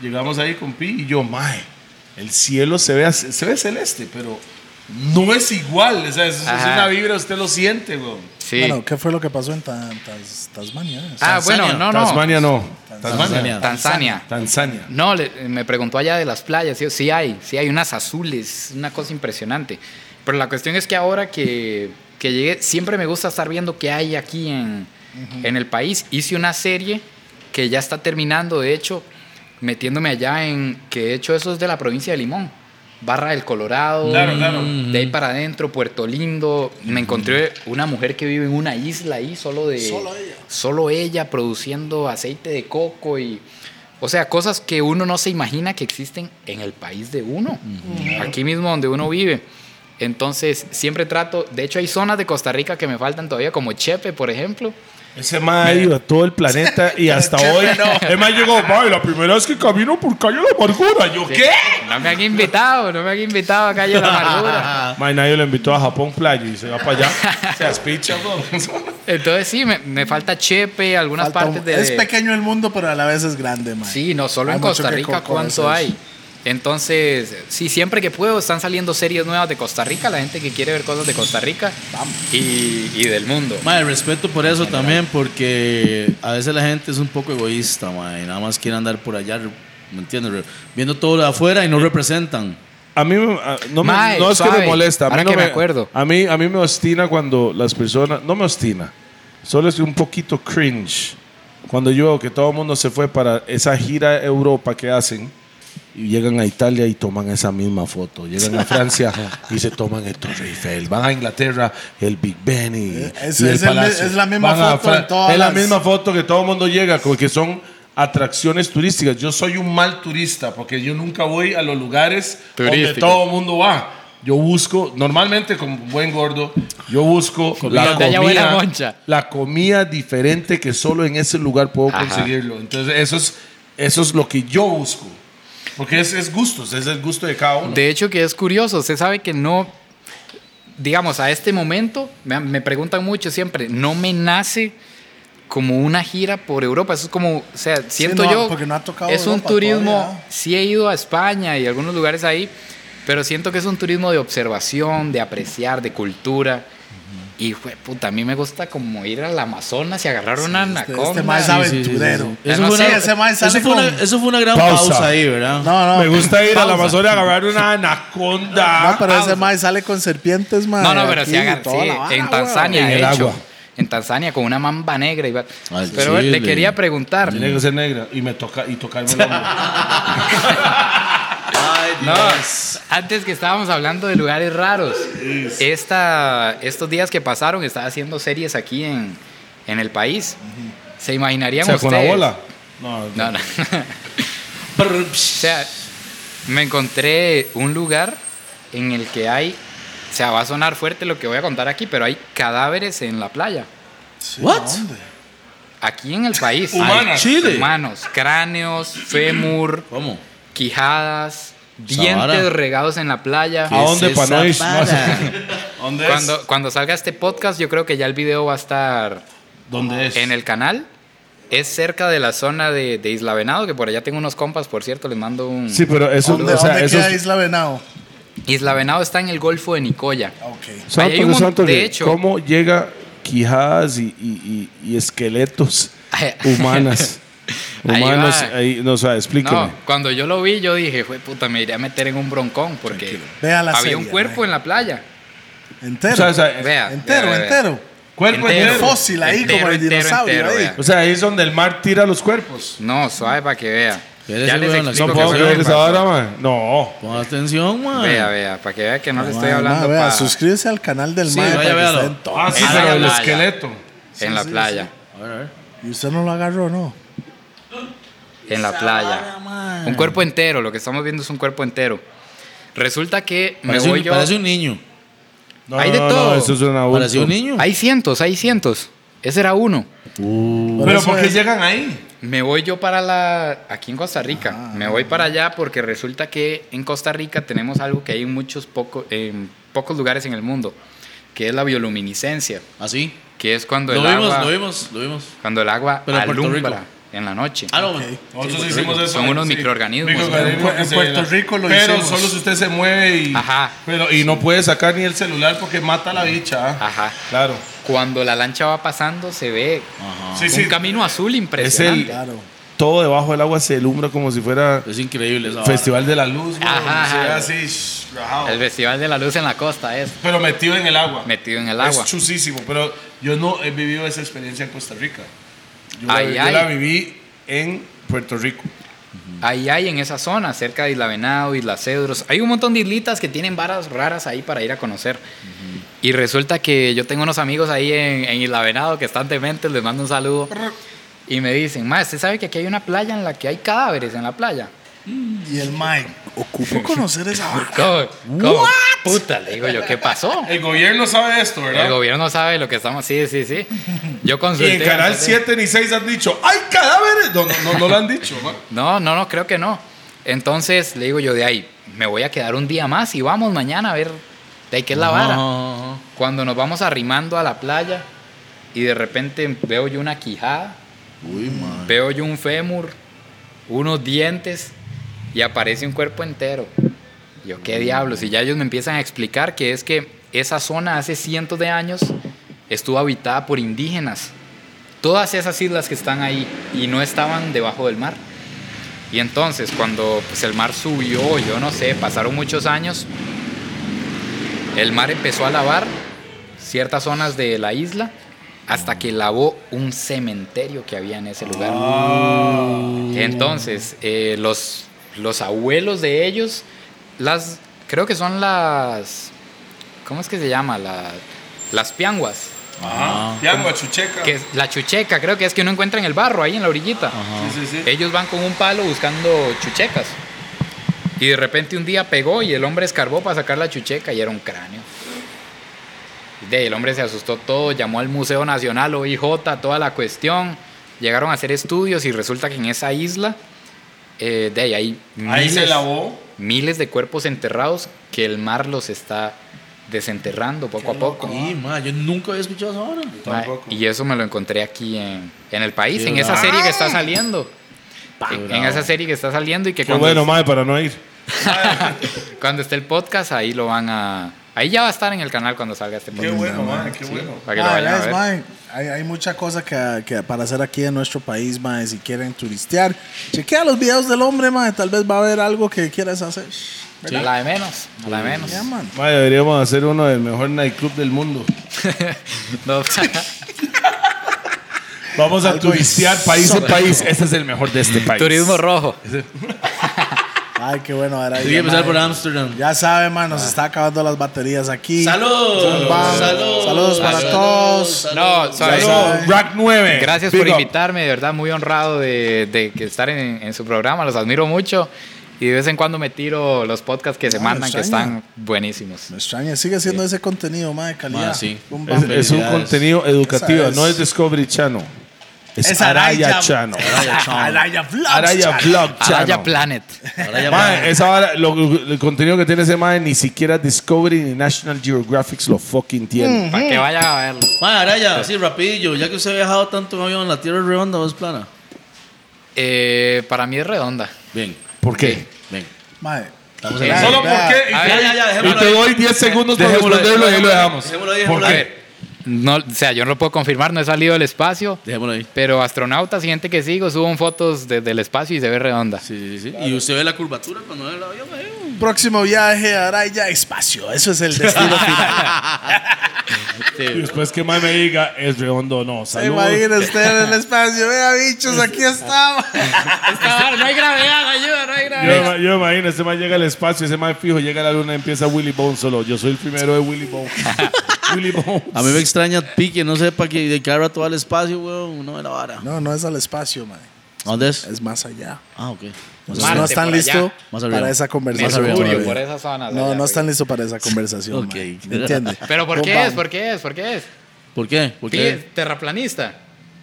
[SPEAKER 1] llegamos ahí con Pi y yo, mae, el cielo se ve, as- se ve celeste, pero no es igual. O sea, es, es
[SPEAKER 4] Ajá.
[SPEAKER 1] una vibra, usted lo siente, weón.
[SPEAKER 4] Sí.
[SPEAKER 2] Bueno, ¿qué fue lo que pasó en Ta- Tas- Tasmania?
[SPEAKER 4] ah,
[SPEAKER 3] Tanzania.
[SPEAKER 4] bueno, no, no.
[SPEAKER 1] Tasmania no.
[SPEAKER 3] Tanzania.
[SPEAKER 4] Tanzania.
[SPEAKER 1] Tanzania.
[SPEAKER 4] No, le- me preguntó allá de las playas. Sí, sí hay, sí hay unas azules, una cosa impresionante. Pero la cuestión es que ahora que, que llegué, siempre me gusta estar viendo qué hay aquí en, en el país. Hice una serie que ya está terminando, de hecho, metiéndome allá en, que de hecho eso es de la provincia de Limón. Barra del Colorado,
[SPEAKER 1] Claro, claro.
[SPEAKER 4] de ahí para adentro, Puerto Lindo. Me encontré una mujer que vive en una isla ahí, solo de...
[SPEAKER 2] Solo ella.
[SPEAKER 4] Solo ella produciendo aceite de coco y... O sea, cosas que uno no se imagina que existen en el país de uno, aquí mismo donde uno vive. Entonces, siempre trato, de hecho hay zonas de Costa Rica que me faltan todavía, como Chepe, por ejemplo.
[SPEAKER 1] Ese mae iba a todo el planeta y hasta hoy. El mae llegó, mae, la primera vez que camino por calle de la amargura. Yo, ¿qué?
[SPEAKER 4] No me han invitado, no me han invitado a Calle La Amargura.
[SPEAKER 1] Mae, nadie lo invitó a Japón Playa y se va para allá. se aspicha, weón.
[SPEAKER 4] Entonces, sí, me, me falta Chepe, algunas
[SPEAKER 2] Falta un-
[SPEAKER 4] partes de...
[SPEAKER 2] Es pequeño el mundo, pero a la vez es grande, man.
[SPEAKER 4] Sí, no solo
[SPEAKER 2] Hay
[SPEAKER 4] en
[SPEAKER 2] mucho
[SPEAKER 4] Costa
[SPEAKER 2] que
[SPEAKER 4] Rica,
[SPEAKER 2] co-
[SPEAKER 4] ¿cuánto
[SPEAKER 2] conocer.
[SPEAKER 4] hay? Entonces, sí, siempre que puedo están saliendo series nuevas de Costa Rica, la gente que quiere ver cosas de Costa Rica y, y del mundo.
[SPEAKER 3] Mae, respeto por eso también, porque a veces la gente es un poco egoísta, mae. Nada más quiere andar por allá, ¿me entiendes? Re- Viendo todo lo de afuera y no representan.
[SPEAKER 1] A mí me- a- no, me-
[SPEAKER 4] Mae,
[SPEAKER 1] no es que
[SPEAKER 4] suave.
[SPEAKER 1] me molesta. A mí
[SPEAKER 4] Ahora
[SPEAKER 1] no
[SPEAKER 4] que me acuerdo.
[SPEAKER 1] A mí, a mí me ostina cuando las personas. No me ostina. Solo es un poquito cringe. Cuando yo veo que todo el mundo se fue para esa gira a Europa que hacen y llegan a Italia y toman esa misma foto. Llegan a Francia y se toman el Torre Eiffel. Van a Inglaterra, el Big Ben y,
[SPEAKER 2] Es-
[SPEAKER 1] y el
[SPEAKER 2] Eh, es el mi-
[SPEAKER 1] Palacio.
[SPEAKER 2] es la misma
[SPEAKER 1] Van a
[SPEAKER 2] foto en todas
[SPEAKER 1] Es la
[SPEAKER 2] las-
[SPEAKER 1] misma foto que todo el mundo llega, porque son atracciones turísticas. Yo soy un mal turista, porque yo nunca voy a los lugares donde
[SPEAKER 4] Turísticos.
[SPEAKER 1] todo el mundo va. Yo busco, normalmente como buen gordo, yo busco la
[SPEAKER 4] Donde haya buena
[SPEAKER 1] comida,
[SPEAKER 4] moncha.
[SPEAKER 1] la comida diferente que solo en ese lugar puedo
[SPEAKER 4] Ajá.
[SPEAKER 1] conseguirlo. Entonces, eso es, eso es lo que yo busco. Porque es, es gustos, es el gusto de cada uno.
[SPEAKER 4] De hecho, que es curioso, usted sabe que no, digamos, a este momento, me, me preguntan mucho siempre, no me nace como una gira por Europa, eso es como, o sea, siento
[SPEAKER 2] no,
[SPEAKER 4] yo,
[SPEAKER 2] porque no ha tocado
[SPEAKER 4] es un
[SPEAKER 2] Europa
[SPEAKER 4] turismo,
[SPEAKER 2] todavía.
[SPEAKER 4] sí he ido a España y algunos lugares ahí, pero siento que es un turismo de observación, de apreciar, de cultura. Y jue- puta, a mí me gusta como ir al Amazonas y agarrar una
[SPEAKER 2] Este,
[SPEAKER 4] anaconda.
[SPEAKER 2] este mae es aventurero.
[SPEAKER 4] Eso no sé,
[SPEAKER 2] ese mae
[SPEAKER 3] eso
[SPEAKER 2] sale
[SPEAKER 3] fue una,
[SPEAKER 2] con-
[SPEAKER 3] eso fue una gran pausa.
[SPEAKER 1] Pausa.
[SPEAKER 3] ahí, ¿verdad?
[SPEAKER 2] No, no.
[SPEAKER 1] Me gusta ir a la
[SPEAKER 2] pausa.
[SPEAKER 1] Amazonia a agarrar una anaconda.
[SPEAKER 2] No, pero ese mae sale con serpientes, man.
[SPEAKER 1] Ah,
[SPEAKER 4] No, no, pero sí, agar- sí, en Tanzania,
[SPEAKER 1] En
[SPEAKER 4] de
[SPEAKER 1] el
[SPEAKER 4] hecho.
[SPEAKER 1] agua. Ah,
[SPEAKER 4] En Tanzania, con una mamba negra. y va-
[SPEAKER 3] Al
[SPEAKER 4] pero
[SPEAKER 3] chile.
[SPEAKER 4] le quería preguntar.
[SPEAKER 1] Tiene que ser negra y, me toca, y tocarme el hombro.
[SPEAKER 3] Ay,
[SPEAKER 4] No, antes que estábamos hablando de lugares raros, esta, estos días que pasaron estaba haciendo series aquí en, en el país. ¿Se imaginarían
[SPEAKER 1] O sea, con
[SPEAKER 4] ustedes?
[SPEAKER 1] la bola. No,
[SPEAKER 4] No, no. o sea, me encontré un lugar en el que hay, o sea, va a sonar fuerte lo que voy a contar aquí, pero hay cadáveres en la playa.
[SPEAKER 3] ¿What?
[SPEAKER 4] Aquí en el país.
[SPEAKER 3] Humanas.
[SPEAKER 4] Hay
[SPEAKER 3] Chile.
[SPEAKER 4] Humanos, cráneos, fémur,
[SPEAKER 3] ¿Cómo?
[SPEAKER 4] quijadas, dientes
[SPEAKER 3] Sabara.
[SPEAKER 4] regados en la playa.
[SPEAKER 1] ¿A dónde
[SPEAKER 3] es esa
[SPEAKER 1] para no ir?
[SPEAKER 3] vara?
[SPEAKER 1] No sé.
[SPEAKER 6] ¿Dónde
[SPEAKER 4] Cuando, cuando salga este podcast, yo creo que ya el video va a estar
[SPEAKER 6] ¿Dónde es?
[SPEAKER 4] en el canal. Es cerca de la zona de, de Isla Venado, que por allá tengo unos compas, por cierto, les mando un...
[SPEAKER 1] Sí, pero eso,
[SPEAKER 2] ¿Dónde,
[SPEAKER 1] o sea,
[SPEAKER 2] dónde
[SPEAKER 1] eso
[SPEAKER 2] queda
[SPEAKER 1] es-
[SPEAKER 2] Isla Venado?
[SPEAKER 4] Isla Venado está en el Golfo de Nicoya.
[SPEAKER 2] Ok.
[SPEAKER 4] Ahí hay
[SPEAKER 1] Santo,
[SPEAKER 4] un mon-
[SPEAKER 1] santo,
[SPEAKER 4] de
[SPEAKER 1] que
[SPEAKER 4] hecho-
[SPEAKER 1] ¿cómo llega quijadas y, y- y- y esqueletos humanas?
[SPEAKER 4] Ahí
[SPEAKER 1] Humanas,
[SPEAKER 4] va.
[SPEAKER 1] ahí, no, o sea, explíqueme.
[SPEAKER 4] No, cuando yo lo vi, yo dije, "Jue puta, me iré a meter en un broncón, porque
[SPEAKER 2] Vea la
[SPEAKER 4] había
[SPEAKER 2] serie,
[SPEAKER 4] un cuerpo
[SPEAKER 2] mae.
[SPEAKER 4] en la playa.
[SPEAKER 2] Entero.
[SPEAKER 1] O sea, o sea,
[SPEAKER 4] Vea,
[SPEAKER 2] entero,
[SPEAKER 4] vea, vea.
[SPEAKER 2] entero.
[SPEAKER 1] cuerpo
[SPEAKER 4] Entero,
[SPEAKER 2] El fósil ahí,
[SPEAKER 4] entero,
[SPEAKER 2] como el
[SPEAKER 4] entero,
[SPEAKER 2] dinosaurio
[SPEAKER 4] entero,
[SPEAKER 2] ahí.
[SPEAKER 4] vea.
[SPEAKER 1] O sea, ahí es donde el mar tira los cuerpos.
[SPEAKER 4] No, suave para que vea.
[SPEAKER 3] Pero
[SPEAKER 4] Ya
[SPEAKER 3] ese
[SPEAKER 4] les
[SPEAKER 3] weón la-
[SPEAKER 4] explico
[SPEAKER 1] No
[SPEAKER 4] qué
[SPEAKER 1] puedo
[SPEAKER 4] fue lo
[SPEAKER 1] creer
[SPEAKER 4] que
[SPEAKER 1] esa
[SPEAKER 4] pasó.
[SPEAKER 1] hora, man. No.
[SPEAKER 3] Pon atención, man.
[SPEAKER 4] Vea, vea, para que vea que no le estoy
[SPEAKER 2] Ah,
[SPEAKER 4] hablando
[SPEAKER 2] vea,
[SPEAKER 4] pa-
[SPEAKER 2] suscríbese al canal del mae
[SPEAKER 3] vaya,
[SPEAKER 2] para que
[SPEAKER 3] véalo.
[SPEAKER 2] esté en todo.
[SPEAKER 6] Ah, sí,
[SPEAKER 4] Ah,
[SPEAKER 6] pero
[SPEAKER 4] la
[SPEAKER 6] el
[SPEAKER 4] playa.
[SPEAKER 6] esqueleto.
[SPEAKER 4] en la
[SPEAKER 2] sí,
[SPEAKER 4] playa.
[SPEAKER 3] A ver, a ver.
[SPEAKER 2] Y usted no lo agarró, ¿no?
[SPEAKER 4] en la playa. Un cuerpo entero, lo que estamos viendo es un cuerpo entero. Resulta que me
[SPEAKER 3] Parece,
[SPEAKER 4] voy
[SPEAKER 3] un,
[SPEAKER 4] yo.
[SPEAKER 3] parece un niño.
[SPEAKER 1] No,
[SPEAKER 4] Hay de
[SPEAKER 1] no,
[SPEAKER 4] todo.
[SPEAKER 1] No, eso es una
[SPEAKER 3] Parece un niño.
[SPEAKER 4] Hay cientos, hay cientos. Ese era uno.
[SPEAKER 2] Por
[SPEAKER 6] Pero
[SPEAKER 2] eso
[SPEAKER 6] ¿por qué
[SPEAKER 2] es-
[SPEAKER 6] llegan ahí?
[SPEAKER 4] Me voy yo para la. Aquí en Costa Rica. me voy para allá porque resulta que en Costa Rica tenemos algo que hay en muchos poco, en pocos lugares en el mundo, que es la bioluminiscencia,
[SPEAKER 3] Así.
[SPEAKER 4] que es cuando
[SPEAKER 3] Lo
[SPEAKER 4] el
[SPEAKER 3] vimos,
[SPEAKER 4] agua.
[SPEAKER 3] lo vimos, lo vimos.
[SPEAKER 4] Cuando el agua
[SPEAKER 3] Pero en Puerto
[SPEAKER 4] alumbra
[SPEAKER 3] Rico.
[SPEAKER 4] en la noche.
[SPEAKER 3] Ah, no,
[SPEAKER 6] Nosotros
[SPEAKER 3] Sí,
[SPEAKER 6] hicimos eso.
[SPEAKER 4] Son unos
[SPEAKER 6] sí.
[SPEAKER 4] microorganismos.
[SPEAKER 6] Microorganismos
[SPEAKER 2] En
[SPEAKER 6] que se-
[SPEAKER 2] Puerto Rico lo
[SPEAKER 6] Pero
[SPEAKER 2] hicimos.
[SPEAKER 6] solo si usted se mueve y...
[SPEAKER 4] Ajá.
[SPEAKER 6] Pero, y no puede sacar ni el celular porque mata a la bicha. ¿ah?
[SPEAKER 4] Ajá.
[SPEAKER 6] Claro.
[SPEAKER 4] Cuando la lancha va pasando se ve
[SPEAKER 6] Sí,
[SPEAKER 4] un
[SPEAKER 6] sí.
[SPEAKER 4] camino azul impresionante.
[SPEAKER 2] Claro.
[SPEAKER 1] Todo debajo del agua se ilumbra como si fuera
[SPEAKER 3] Es increíble esa vara.
[SPEAKER 1] Festival de la Luz.
[SPEAKER 6] Bueno,
[SPEAKER 4] Ajá,
[SPEAKER 6] se ve
[SPEAKER 4] ajá.
[SPEAKER 6] así, shh, rajado.
[SPEAKER 4] El festival de la luz en la costa es
[SPEAKER 6] Pero metido en el agua.
[SPEAKER 4] metido en el agua.
[SPEAKER 6] Es chusísimo, pero yo no he vivido esa experiencia en Costa Rica. Yo, la,
[SPEAKER 4] Ay,
[SPEAKER 6] vi- yo
[SPEAKER 4] ay.
[SPEAKER 6] la viví en Puerto Rico.
[SPEAKER 4] Ahí hay en esa zona, cerca de Isla Venado, Isla Cedros. Hay un montón de islitas que tienen varas raras ahí para ir a conocer. Y resulta que yo tengo unos amigos ahí en, en Isla Venado que están dementes, les mando un saludo. Y me dicen, ma, ¿usted sabe que aquí hay una playa en la que hay cadáveres en la playa?
[SPEAKER 2] Y el mae, ocupo conocer esa vara.
[SPEAKER 4] ¿Cómo? ¿Cómo? Puta, le digo yo, ¿qué pasó?
[SPEAKER 6] El gobierno sabe esto,
[SPEAKER 4] El
[SPEAKER 6] ¿verdad?
[SPEAKER 4] gobierno sabe lo que estamos... Sí, sí, sí. Yo
[SPEAKER 6] Y
[SPEAKER 4] consulté...
[SPEAKER 6] en Canal
[SPEAKER 4] entonces-
[SPEAKER 6] 7 ni 6 han dicho, ¡hay cadáveres! No, no, no, no lo han dicho, ¿no?
[SPEAKER 4] No, no, no, creo que no. Entonces le digo yo de ahí, me voy a quedar un día más y vamos mañana a ver de ahí qué es la vara. Cuando nos vamos arrimando a la playa y de repente veo yo una quijada,
[SPEAKER 3] Uy, man.
[SPEAKER 4] veo yo un fémur, unos dientes y aparece un cuerpo entero. Yo, qué diablos. Y ya ellos me empiezan a explicar que es que esa zona hace cientos de años estuvo habitada por indígenas. Todas esas islas que están ahí y no estaban debajo del mar. Y entonces cuando pues, el mar subió, yo no sé, pasaron muchos años, el mar empezó a lavar ciertas zonas de la isla hasta que lavó un cementerio que había en ese lugar. Entonces, eh, los, los abuelos de ellos, las, creo que son las, ¿cómo es que se llama? La- las pianguas.
[SPEAKER 6] Ajá. Piangua, chucheca.
[SPEAKER 4] Que es la chucheca, creo que es que uno encuentra en el barro, ahí en la orillita.
[SPEAKER 6] Sí, sí, sí.
[SPEAKER 4] Ellos van con un palo buscando chuchecas. Y de repente un día pegó y el hombre escarbó para sacar la chucheca y era un cráneo. De, el hombre se asustó todo, llamó al Museo Nacional, OIJ, toda la cuestión. Llegaron a hacer estudios y resulta que en esa isla, eh, de ahí hay
[SPEAKER 6] Ahí se
[SPEAKER 4] miles-
[SPEAKER 6] lavó.
[SPEAKER 4] miles de cuerpos enterrados que el mar los está desenterrando poco a poco.
[SPEAKER 3] Uy, man, yo nunca había escuchado esa vara.
[SPEAKER 4] Ma,
[SPEAKER 6] Tampoco.
[SPEAKER 4] Y eso me lo encontré aquí en, en el país,
[SPEAKER 3] Qué
[SPEAKER 4] en esa
[SPEAKER 3] bravo.
[SPEAKER 4] serie que está saliendo.
[SPEAKER 3] Qué
[SPEAKER 4] En, en
[SPEAKER 3] bravo.
[SPEAKER 4] esa serie que está saliendo y que
[SPEAKER 1] Qué
[SPEAKER 4] cuando,
[SPEAKER 1] bueno, madre, para no ir.
[SPEAKER 4] cuando esté el podcast ahí lo van a... Ahí ya va a estar en el canal cuando salga este
[SPEAKER 6] Qué
[SPEAKER 4] podcast.
[SPEAKER 6] bueno, man, qué bueno.
[SPEAKER 4] Para que lo
[SPEAKER 2] Ah,
[SPEAKER 4] vayan a
[SPEAKER 2] ¿ves,
[SPEAKER 4] ver.
[SPEAKER 2] mae? Hay, hay mucha cosa que, que para hacer aquí en nuestro país, mae. Si quieren turistear, chequea los videos del hombre, mae. Tal vez va a haber algo que quieras hacer.
[SPEAKER 4] A la de menos, a la de menos.
[SPEAKER 2] Ya, man.
[SPEAKER 1] Madre, deberíamos hacer uno del mejor nightclub del mundo.
[SPEAKER 4] No,
[SPEAKER 1] Vamos a
[SPEAKER 2] Algo
[SPEAKER 1] turistear país en
[SPEAKER 2] exótico.
[SPEAKER 1] país. Este es el mejor de este país.
[SPEAKER 4] turismo rojo.
[SPEAKER 2] Ay, qué bueno. Ahora
[SPEAKER 3] Tuve que empezar por Amsterdam.
[SPEAKER 2] Ya sabe, man, nos está acabando las baterías aquí.
[SPEAKER 3] Salud.
[SPEAKER 2] Bam.
[SPEAKER 3] Salud.
[SPEAKER 2] Saludos para
[SPEAKER 3] Salud.
[SPEAKER 2] todos.
[SPEAKER 3] Salud.
[SPEAKER 4] No, suave,
[SPEAKER 2] Ya
[SPEAKER 4] suave.
[SPEAKER 2] sabe.
[SPEAKER 6] Rack 9.
[SPEAKER 4] Gracias
[SPEAKER 6] Big
[SPEAKER 4] por
[SPEAKER 6] up.
[SPEAKER 4] invitarme, de verdad, muy honrado de, de que estar en, en su programa, los admiro mucho. Y de vez en cuando me tiro los podcasts que se
[SPEAKER 2] Ah,
[SPEAKER 4] mandan, que
[SPEAKER 2] extraña.
[SPEAKER 4] están buenísimos.
[SPEAKER 2] Me extraña, sigue siendo ese contenido, más de calidad.
[SPEAKER 3] Ma, sí.
[SPEAKER 2] Un
[SPEAKER 1] Es,
[SPEAKER 2] bam.
[SPEAKER 1] es un
[SPEAKER 3] Felicidades.
[SPEAKER 1] contenido educativo,
[SPEAKER 2] Esa es-
[SPEAKER 1] no es Discovery Channel. Es,
[SPEAKER 2] Es
[SPEAKER 1] Araya,
[SPEAKER 2] Araya-
[SPEAKER 1] Channel.
[SPEAKER 2] Araya Vlogs,
[SPEAKER 1] Araya
[SPEAKER 2] chale.
[SPEAKER 1] Vlog
[SPEAKER 4] Araya
[SPEAKER 1] Channel.
[SPEAKER 4] Planet.
[SPEAKER 3] Ahora ya
[SPEAKER 1] Mae, esa vara, lo- el contenido que tiene ese mae ni siquiera Discovery ni National Geographic lo fucking tiene.
[SPEAKER 4] Para que vayan a verlo.
[SPEAKER 3] Mae, Araya, así rapidillo, ya que usted ha viajado tanto en avión, la tierra es redonda o es plana.
[SPEAKER 4] Eh, para mí es redonda.
[SPEAKER 3] Bien,
[SPEAKER 1] ¿Por qué?
[SPEAKER 3] bien.
[SPEAKER 2] Mae,
[SPEAKER 4] Eh,
[SPEAKER 2] Ay,
[SPEAKER 6] Solo
[SPEAKER 2] vea.
[SPEAKER 6] porque.
[SPEAKER 4] A
[SPEAKER 3] Ya,
[SPEAKER 4] ver,
[SPEAKER 3] ya, ya,
[SPEAKER 1] Yo
[SPEAKER 3] dejémoslo
[SPEAKER 1] te
[SPEAKER 3] ahí.
[SPEAKER 1] doy 10 segundos para
[SPEAKER 3] Dejémoslo ahí,
[SPEAKER 1] responderlo y ahí lo dejamos.
[SPEAKER 3] Dejémoslo ahí, dejémoslo
[SPEAKER 1] ¿Por
[SPEAKER 3] ahí.
[SPEAKER 1] qué?
[SPEAKER 4] no, o sea, yo no lo puedo confirmar, no he salido del espacio,
[SPEAKER 3] Dejémoslo ahí.
[SPEAKER 4] pero astronautas y gente que sigo suben fotos desde el espacio y se ve redonda.
[SPEAKER 3] Sí, sí, sí. Y usted ve la curvatura cuando ve el avión, mae.
[SPEAKER 2] Próximo viaje a Araya Espacio. Eso es el destino final.
[SPEAKER 1] Y después que mae me diga, es redondo o no.
[SPEAKER 2] Se
[SPEAKER 1] Saludos.
[SPEAKER 2] imagina usted en el espacio. Vea, bichos, aquí estamos.
[SPEAKER 4] Ah, no hay gravedad, ayuda, no hay
[SPEAKER 1] Yo, yo imagino, ese mae llega al espacio, ese mae fijo, llega a la luna y empieza Willy Bones solo. Yo soy el primero de Willy Bones. Willy Bones.
[SPEAKER 3] A mí me extraña Pique, no sepa que de cada rato va al espacio, weón, uno ve la vara.
[SPEAKER 2] No, no es al espacio, mae.
[SPEAKER 3] ¿A ¿Dónde es?
[SPEAKER 2] Es más allá.
[SPEAKER 3] Ah, ok.
[SPEAKER 2] Entonces,
[SPEAKER 4] Marte,
[SPEAKER 2] no están
[SPEAKER 4] por allá.
[SPEAKER 2] listos
[SPEAKER 3] Más arriba.
[SPEAKER 2] para esa
[SPEAKER 3] Más
[SPEAKER 2] conversación.
[SPEAKER 3] arriba.
[SPEAKER 2] todavía.
[SPEAKER 4] Mercurio, por esas zonas.
[SPEAKER 2] No,
[SPEAKER 4] allá,
[SPEAKER 2] no están
[SPEAKER 4] güey.
[SPEAKER 2] listos para esa conversación.
[SPEAKER 3] Ok.
[SPEAKER 2] mae. ¿Me entiende?
[SPEAKER 4] Pero ¿por
[SPEAKER 2] Un
[SPEAKER 4] qué
[SPEAKER 2] bam.
[SPEAKER 4] es? ¿Por qué es? ¿Por qué es?
[SPEAKER 3] ¿Por qué? ¿Por qué?
[SPEAKER 4] Pi- Terraplanista.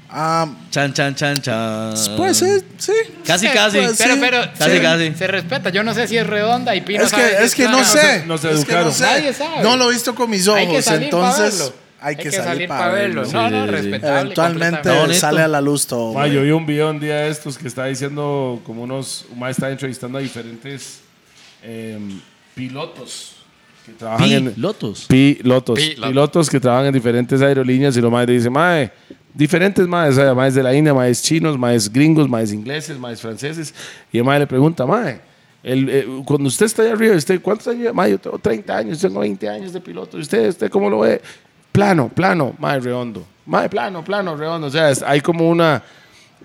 [SPEAKER 2] Ah,
[SPEAKER 3] Chan, chan, chan, chan.
[SPEAKER 2] puede
[SPEAKER 4] Ah.
[SPEAKER 2] ser, sí.
[SPEAKER 3] Casi,
[SPEAKER 4] Eh,
[SPEAKER 3] casi.
[SPEAKER 2] pues,
[SPEAKER 4] Pero,
[SPEAKER 2] Sí,
[SPEAKER 4] pero
[SPEAKER 3] casi,
[SPEAKER 4] se,
[SPEAKER 3] casi.
[SPEAKER 4] se respeta. Yo no sé si es redonda y Pino
[SPEAKER 2] Es que, es que no sé.
[SPEAKER 1] no se
[SPEAKER 2] Es que
[SPEAKER 1] educaron.
[SPEAKER 2] sé.
[SPEAKER 4] Nadie sabe.
[SPEAKER 2] No lo he visto con mis ojos,
[SPEAKER 4] Hay que salir para
[SPEAKER 2] entonces
[SPEAKER 4] verlo.
[SPEAKER 2] hay que salir
[SPEAKER 4] para verlo. No, no, respetable.
[SPEAKER 2] Eventualmente
[SPEAKER 4] completamente.
[SPEAKER 3] completamente.
[SPEAKER 2] sale a la luz todo.
[SPEAKER 1] Ma,
[SPEAKER 2] güey.
[SPEAKER 1] yo vi un video un día de estos que está diciendo como unos, un mae está entrevistando a diferentes em, pilotos que trabajan en
[SPEAKER 3] Pilotos.
[SPEAKER 1] pilotos,
[SPEAKER 4] Pilotos.
[SPEAKER 1] pilotos que trabajan en diferentes aerolíneas y los maes dicen, mae, diferentes maes, o sea, maes de la India, maes chinos, maes gringos, maes ingleses, maes franceses y el mae le pregunta, mae, el, eh, cuando usted está allá arriba, usted, ¿cuántos años? lleva? Mae, yo tengo 30 años, tengo 20 años de piloto. ¿Y usted, usted cómo lo ve? Plano, plano, mae, redondo. Mae, plano, plano, redondo. O sea, es- hay como una...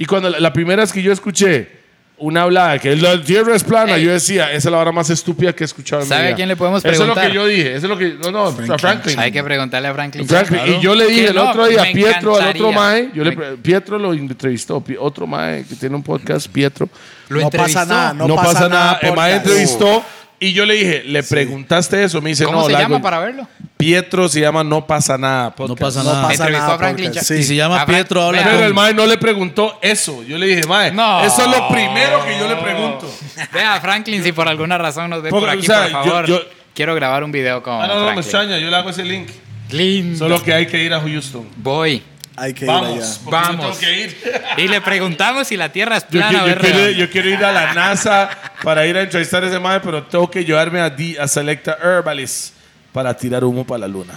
[SPEAKER 1] Y cuando la, la primera vez que yo escuché una hablada que la tierra es plana,
[SPEAKER 4] Ey.
[SPEAKER 1] yo decía, esa es la hora más estúpida que he escuchado en mi
[SPEAKER 4] Eh. ¿Sabe a
[SPEAKER 1] vida".
[SPEAKER 4] quién le podemos
[SPEAKER 1] Eso es lo
[SPEAKER 4] preguntar?
[SPEAKER 1] que yo dije, eso es lo que. No, no, a Franklin.
[SPEAKER 4] Hay que preguntarle a Franklin.
[SPEAKER 1] Franklin.
[SPEAKER 4] Claro.
[SPEAKER 1] Y yo le dije
[SPEAKER 4] Que
[SPEAKER 1] el
[SPEAKER 4] no,
[SPEAKER 1] otro día a
[SPEAKER 4] me
[SPEAKER 1] Pietro, al otro
[SPEAKER 4] encantaría.
[SPEAKER 1] Mae, yo le,
[SPEAKER 4] Me-
[SPEAKER 1] pre- Pietro lo entrevistó, Pi- otro Mae que tiene un podcast, Pietro.
[SPEAKER 4] Lo
[SPEAKER 2] No
[SPEAKER 4] entrevistó.
[SPEAKER 2] pasa nada,
[SPEAKER 1] No, pasa nada, el Mae
[SPEAKER 2] podcast.
[SPEAKER 1] entrevistó y yo le dije, ¿le preguntaste eso? Me dice,
[SPEAKER 4] ¿Cómo
[SPEAKER 1] no,
[SPEAKER 4] se
[SPEAKER 1] la
[SPEAKER 4] llama
[SPEAKER 1] hago-
[SPEAKER 4] para verlo?
[SPEAKER 1] Pietro se llama No pasa nada.
[SPEAKER 3] No
[SPEAKER 1] podcast.
[SPEAKER 3] pasa
[SPEAKER 2] No
[SPEAKER 3] nada.
[SPEAKER 2] pasa
[SPEAKER 4] Entrevistó
[SPEAKER 2] nada.
[SPEAKER 4] a Franklin
[SPEAKER 2] podcast.
[SPEAKER 4] Cha-
[SPEAKER 3] Y
[SPEAKER 2] Sí.
[SPEAKER 3] se llama
[SPEAKER 4] Ah, Frank,
[SPEAKER 3] Pietro, habla
[SPEAKER 4] vea.
[SPEAKER 1] Pero
[SPEAKER 3] con-
[SPEAKER 1] el Mae no le preguntó eso. Yo le dije, Mae,
[SPEAKER 4] No.
[SPEAKER 1] eso es lo primero que yo le pregunto.
[SPEAKER 4] Vea, Franklin, si por alguna razón nos ve
[SPEAKER 1] Porque,
[SPEAKER 4] por aquí,
[SPEAKER 1] o sea,
[SPEAKER 4] por favor.
[SPEAKER 1] yo- yo-
[SPEAKER 4] Quiero grabar un video con
[SPEAKER 1] Ah, no, no, me
[SPEAKER 4] Franklin.
[SPEAKER 1] extraña, yo le hago ese link.
[SPEAKER 4] Lindo.
[SPEAKER 1] Solo que hay que ir a Houston.
[SPEAKER 4] Voy.
[SPEAKER 2] Hay que ir allá.
[SPEAKER 1] Vamos, porque yo
[SPEAKER 4] Vamos.
[SPEAKER 1] tengo que ir.
[SPEAKER 4] Y le preguntamos si la Tierra es
[SPEAKER 1] Yo,
[SPEAKER 4] plana
[SPEAKER 1] yo-
[SPEAKER 4] o
[SPEAKER 1] yo
[SPEAKER 4] es
[SPEAKER 1] quiero,
[SPEAKER 4] redonda.
[SPEAKER 1] yo quiero ir a la NASA para ir a entrevistar a ese mae, pero tengo que llevarme a, D- a Selecta Herbalist para tirar humo para la luna.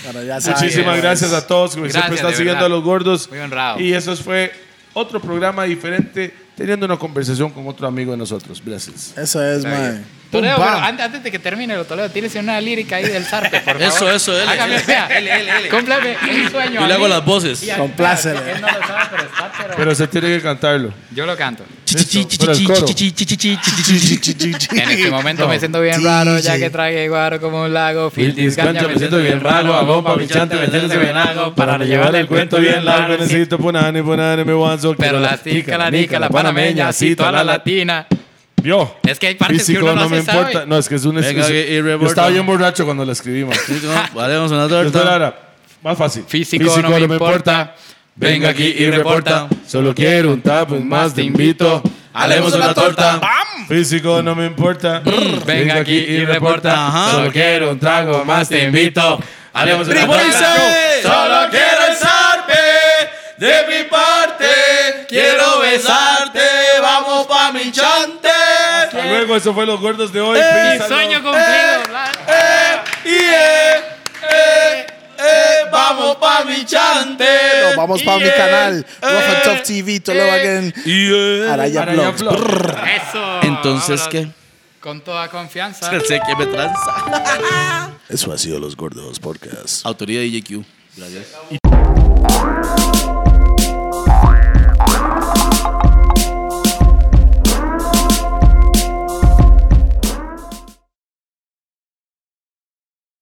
[SPEAKER 2] Para allá
[SPEAKER 1] Muchísimas
[SPEAKER 2] sabe.
[SPEAKER 1] gracias a todos que
[SPEAKER 4] Gracias,
[SPEAKER 1] siempre están
[SPEAKER 4] de
[SPEAKER 1] siguiendo
[SPEAKER 4] verdad.
[SPEAKER 1] a los gordos.
[SPEAKER 4] Muy honrado.
[SPEAKER 1] Y eso fue otro programa diferente, teniendo una conversación con otro amigo de nosotros. Gracias.
[SPEAKER 2] Eso es, mae.
[SPEAKER 4] Toledo,
[SPEAKER 2] Pum,
[SPEAKER 4] pero
[SPEAKER 2] bam.
[SPEAKER 4] an- antes de que termine, lo Toledo, tírese una lírica ahí del zarpe, por favor.
[SPEAKER 3] Eso, eso, él.
[SPEAKER 4] Hágame, vea, cúmplame un sueño.
[SPEAKER 3] Yo le
[SPEAKER 4] a
[SPEAKER 3] hago
[SPEAKER 4] mí.
[SPEAKER 3] las voces.
[SPEAKER 4] Y a-
[SPEAKER 2] Complácele.
[SPEAKER 4] Él no lo sabe, pero está, pero-
[SPEAKER 1] Pero se tiene que cantarlo.
[SPEAKER 4] Yo lo canto.
[SPEAKER 1] Pero el coro.
[SPEAKER 4] En este momento me siento bien
[SPEAKER 2] Sí,
[SPEAKER 4] raro, ya
[SPEAKER 2] sí.
[SPEAKER 4] que tragué guaro como un lago. Filtis,
[SPEAKER 1] Discancha,
[SPEAKER 4] cancha, me siento bien raro. Agompa, pichante, meterse venado. Para no llevar el cuento bien largo, necesito.
[SPEAKER 1] necesito punani, punani, me one soul,
[SPEAKER 4] Pero
[SPEAKER 1] quiero
[SPEAKER 4] la tica, la nica, la panameña, sí, toda la latina.
[SPEAKER 1] Vio.
[SPEAKER 4] Es que hay partes que
[SPEAKER 1] Físico,
[SPEAKER 4] uno no
[SPEAKER 1] me
[SPEAKER 4] se sabe.
[SPEAKER 1] importa. No, es que es un es-
[SPEAKER 3] Venga,
[SPEAKER 1] es-
[SPEAKER 3] y- y
[SPEAKER 1] Yo
[SPEAKER 3] rebordo.
[SPEAKER 1] estaba bien borracho cuando la escribimos.
[SPEAKER 3] Vale, vamos a una
[SPEAKER 1] Yo estoy
[SPEAKER 3] torta.
[SPEAKER 1] ahora, Más fácil.
[SPEAKER 4] Físico, no me importa.
[SPEAKER 1] Venga aquí y reporta. Solo quiero un tap, un más te invito.
[SPEAKER 3] Haremos una torta.
[SPEAKER 1] Físico no me importa.
[SPEAKER 4] Venga aquí y reporta.
[SPEAKER 3] Ajá.
[SPEAKER 4] Solo quiero un trago más, te invito. Haremos una torta.
[SPEAKER 3] Solo quiero el zarpe de mi parte. Quiero besarte. Vamos pa' mi chante.
[SPEAKER 1] Hasta luego, eso fue Los Gordos de hoy.
[SPEAKER 4] Mi
[SPEAKER 1] Peace out.
[SPEAKER 4] sueño cumplido. bla.
[SPEAKER 3] Y eh, eh, eh, vamos pa' mi chante.
[SPEAKER 2] Bueno, Vamos para mi canal. Rough and Tough TV, Toledo Again. Araya
[SPEAKER 1] Eh. Araya
[SPEAKER 2] Vlogs.
[SPEAKER 1] Vlog.
[SPEAKER 4] Eso.
[SPEAKER 3] Entonces,
[SPEAKER 4] vámonos.
[SPEAKER 3] ¿qué?
[SPEAKER 4] Con toda confianza.
[SPEAKER 3] Sé que me tranza.
[SPEAKER 2] Eso ha sido Los Gordos Podcast.
[SPEAKER 3] Autoría de IJQ. Gracias.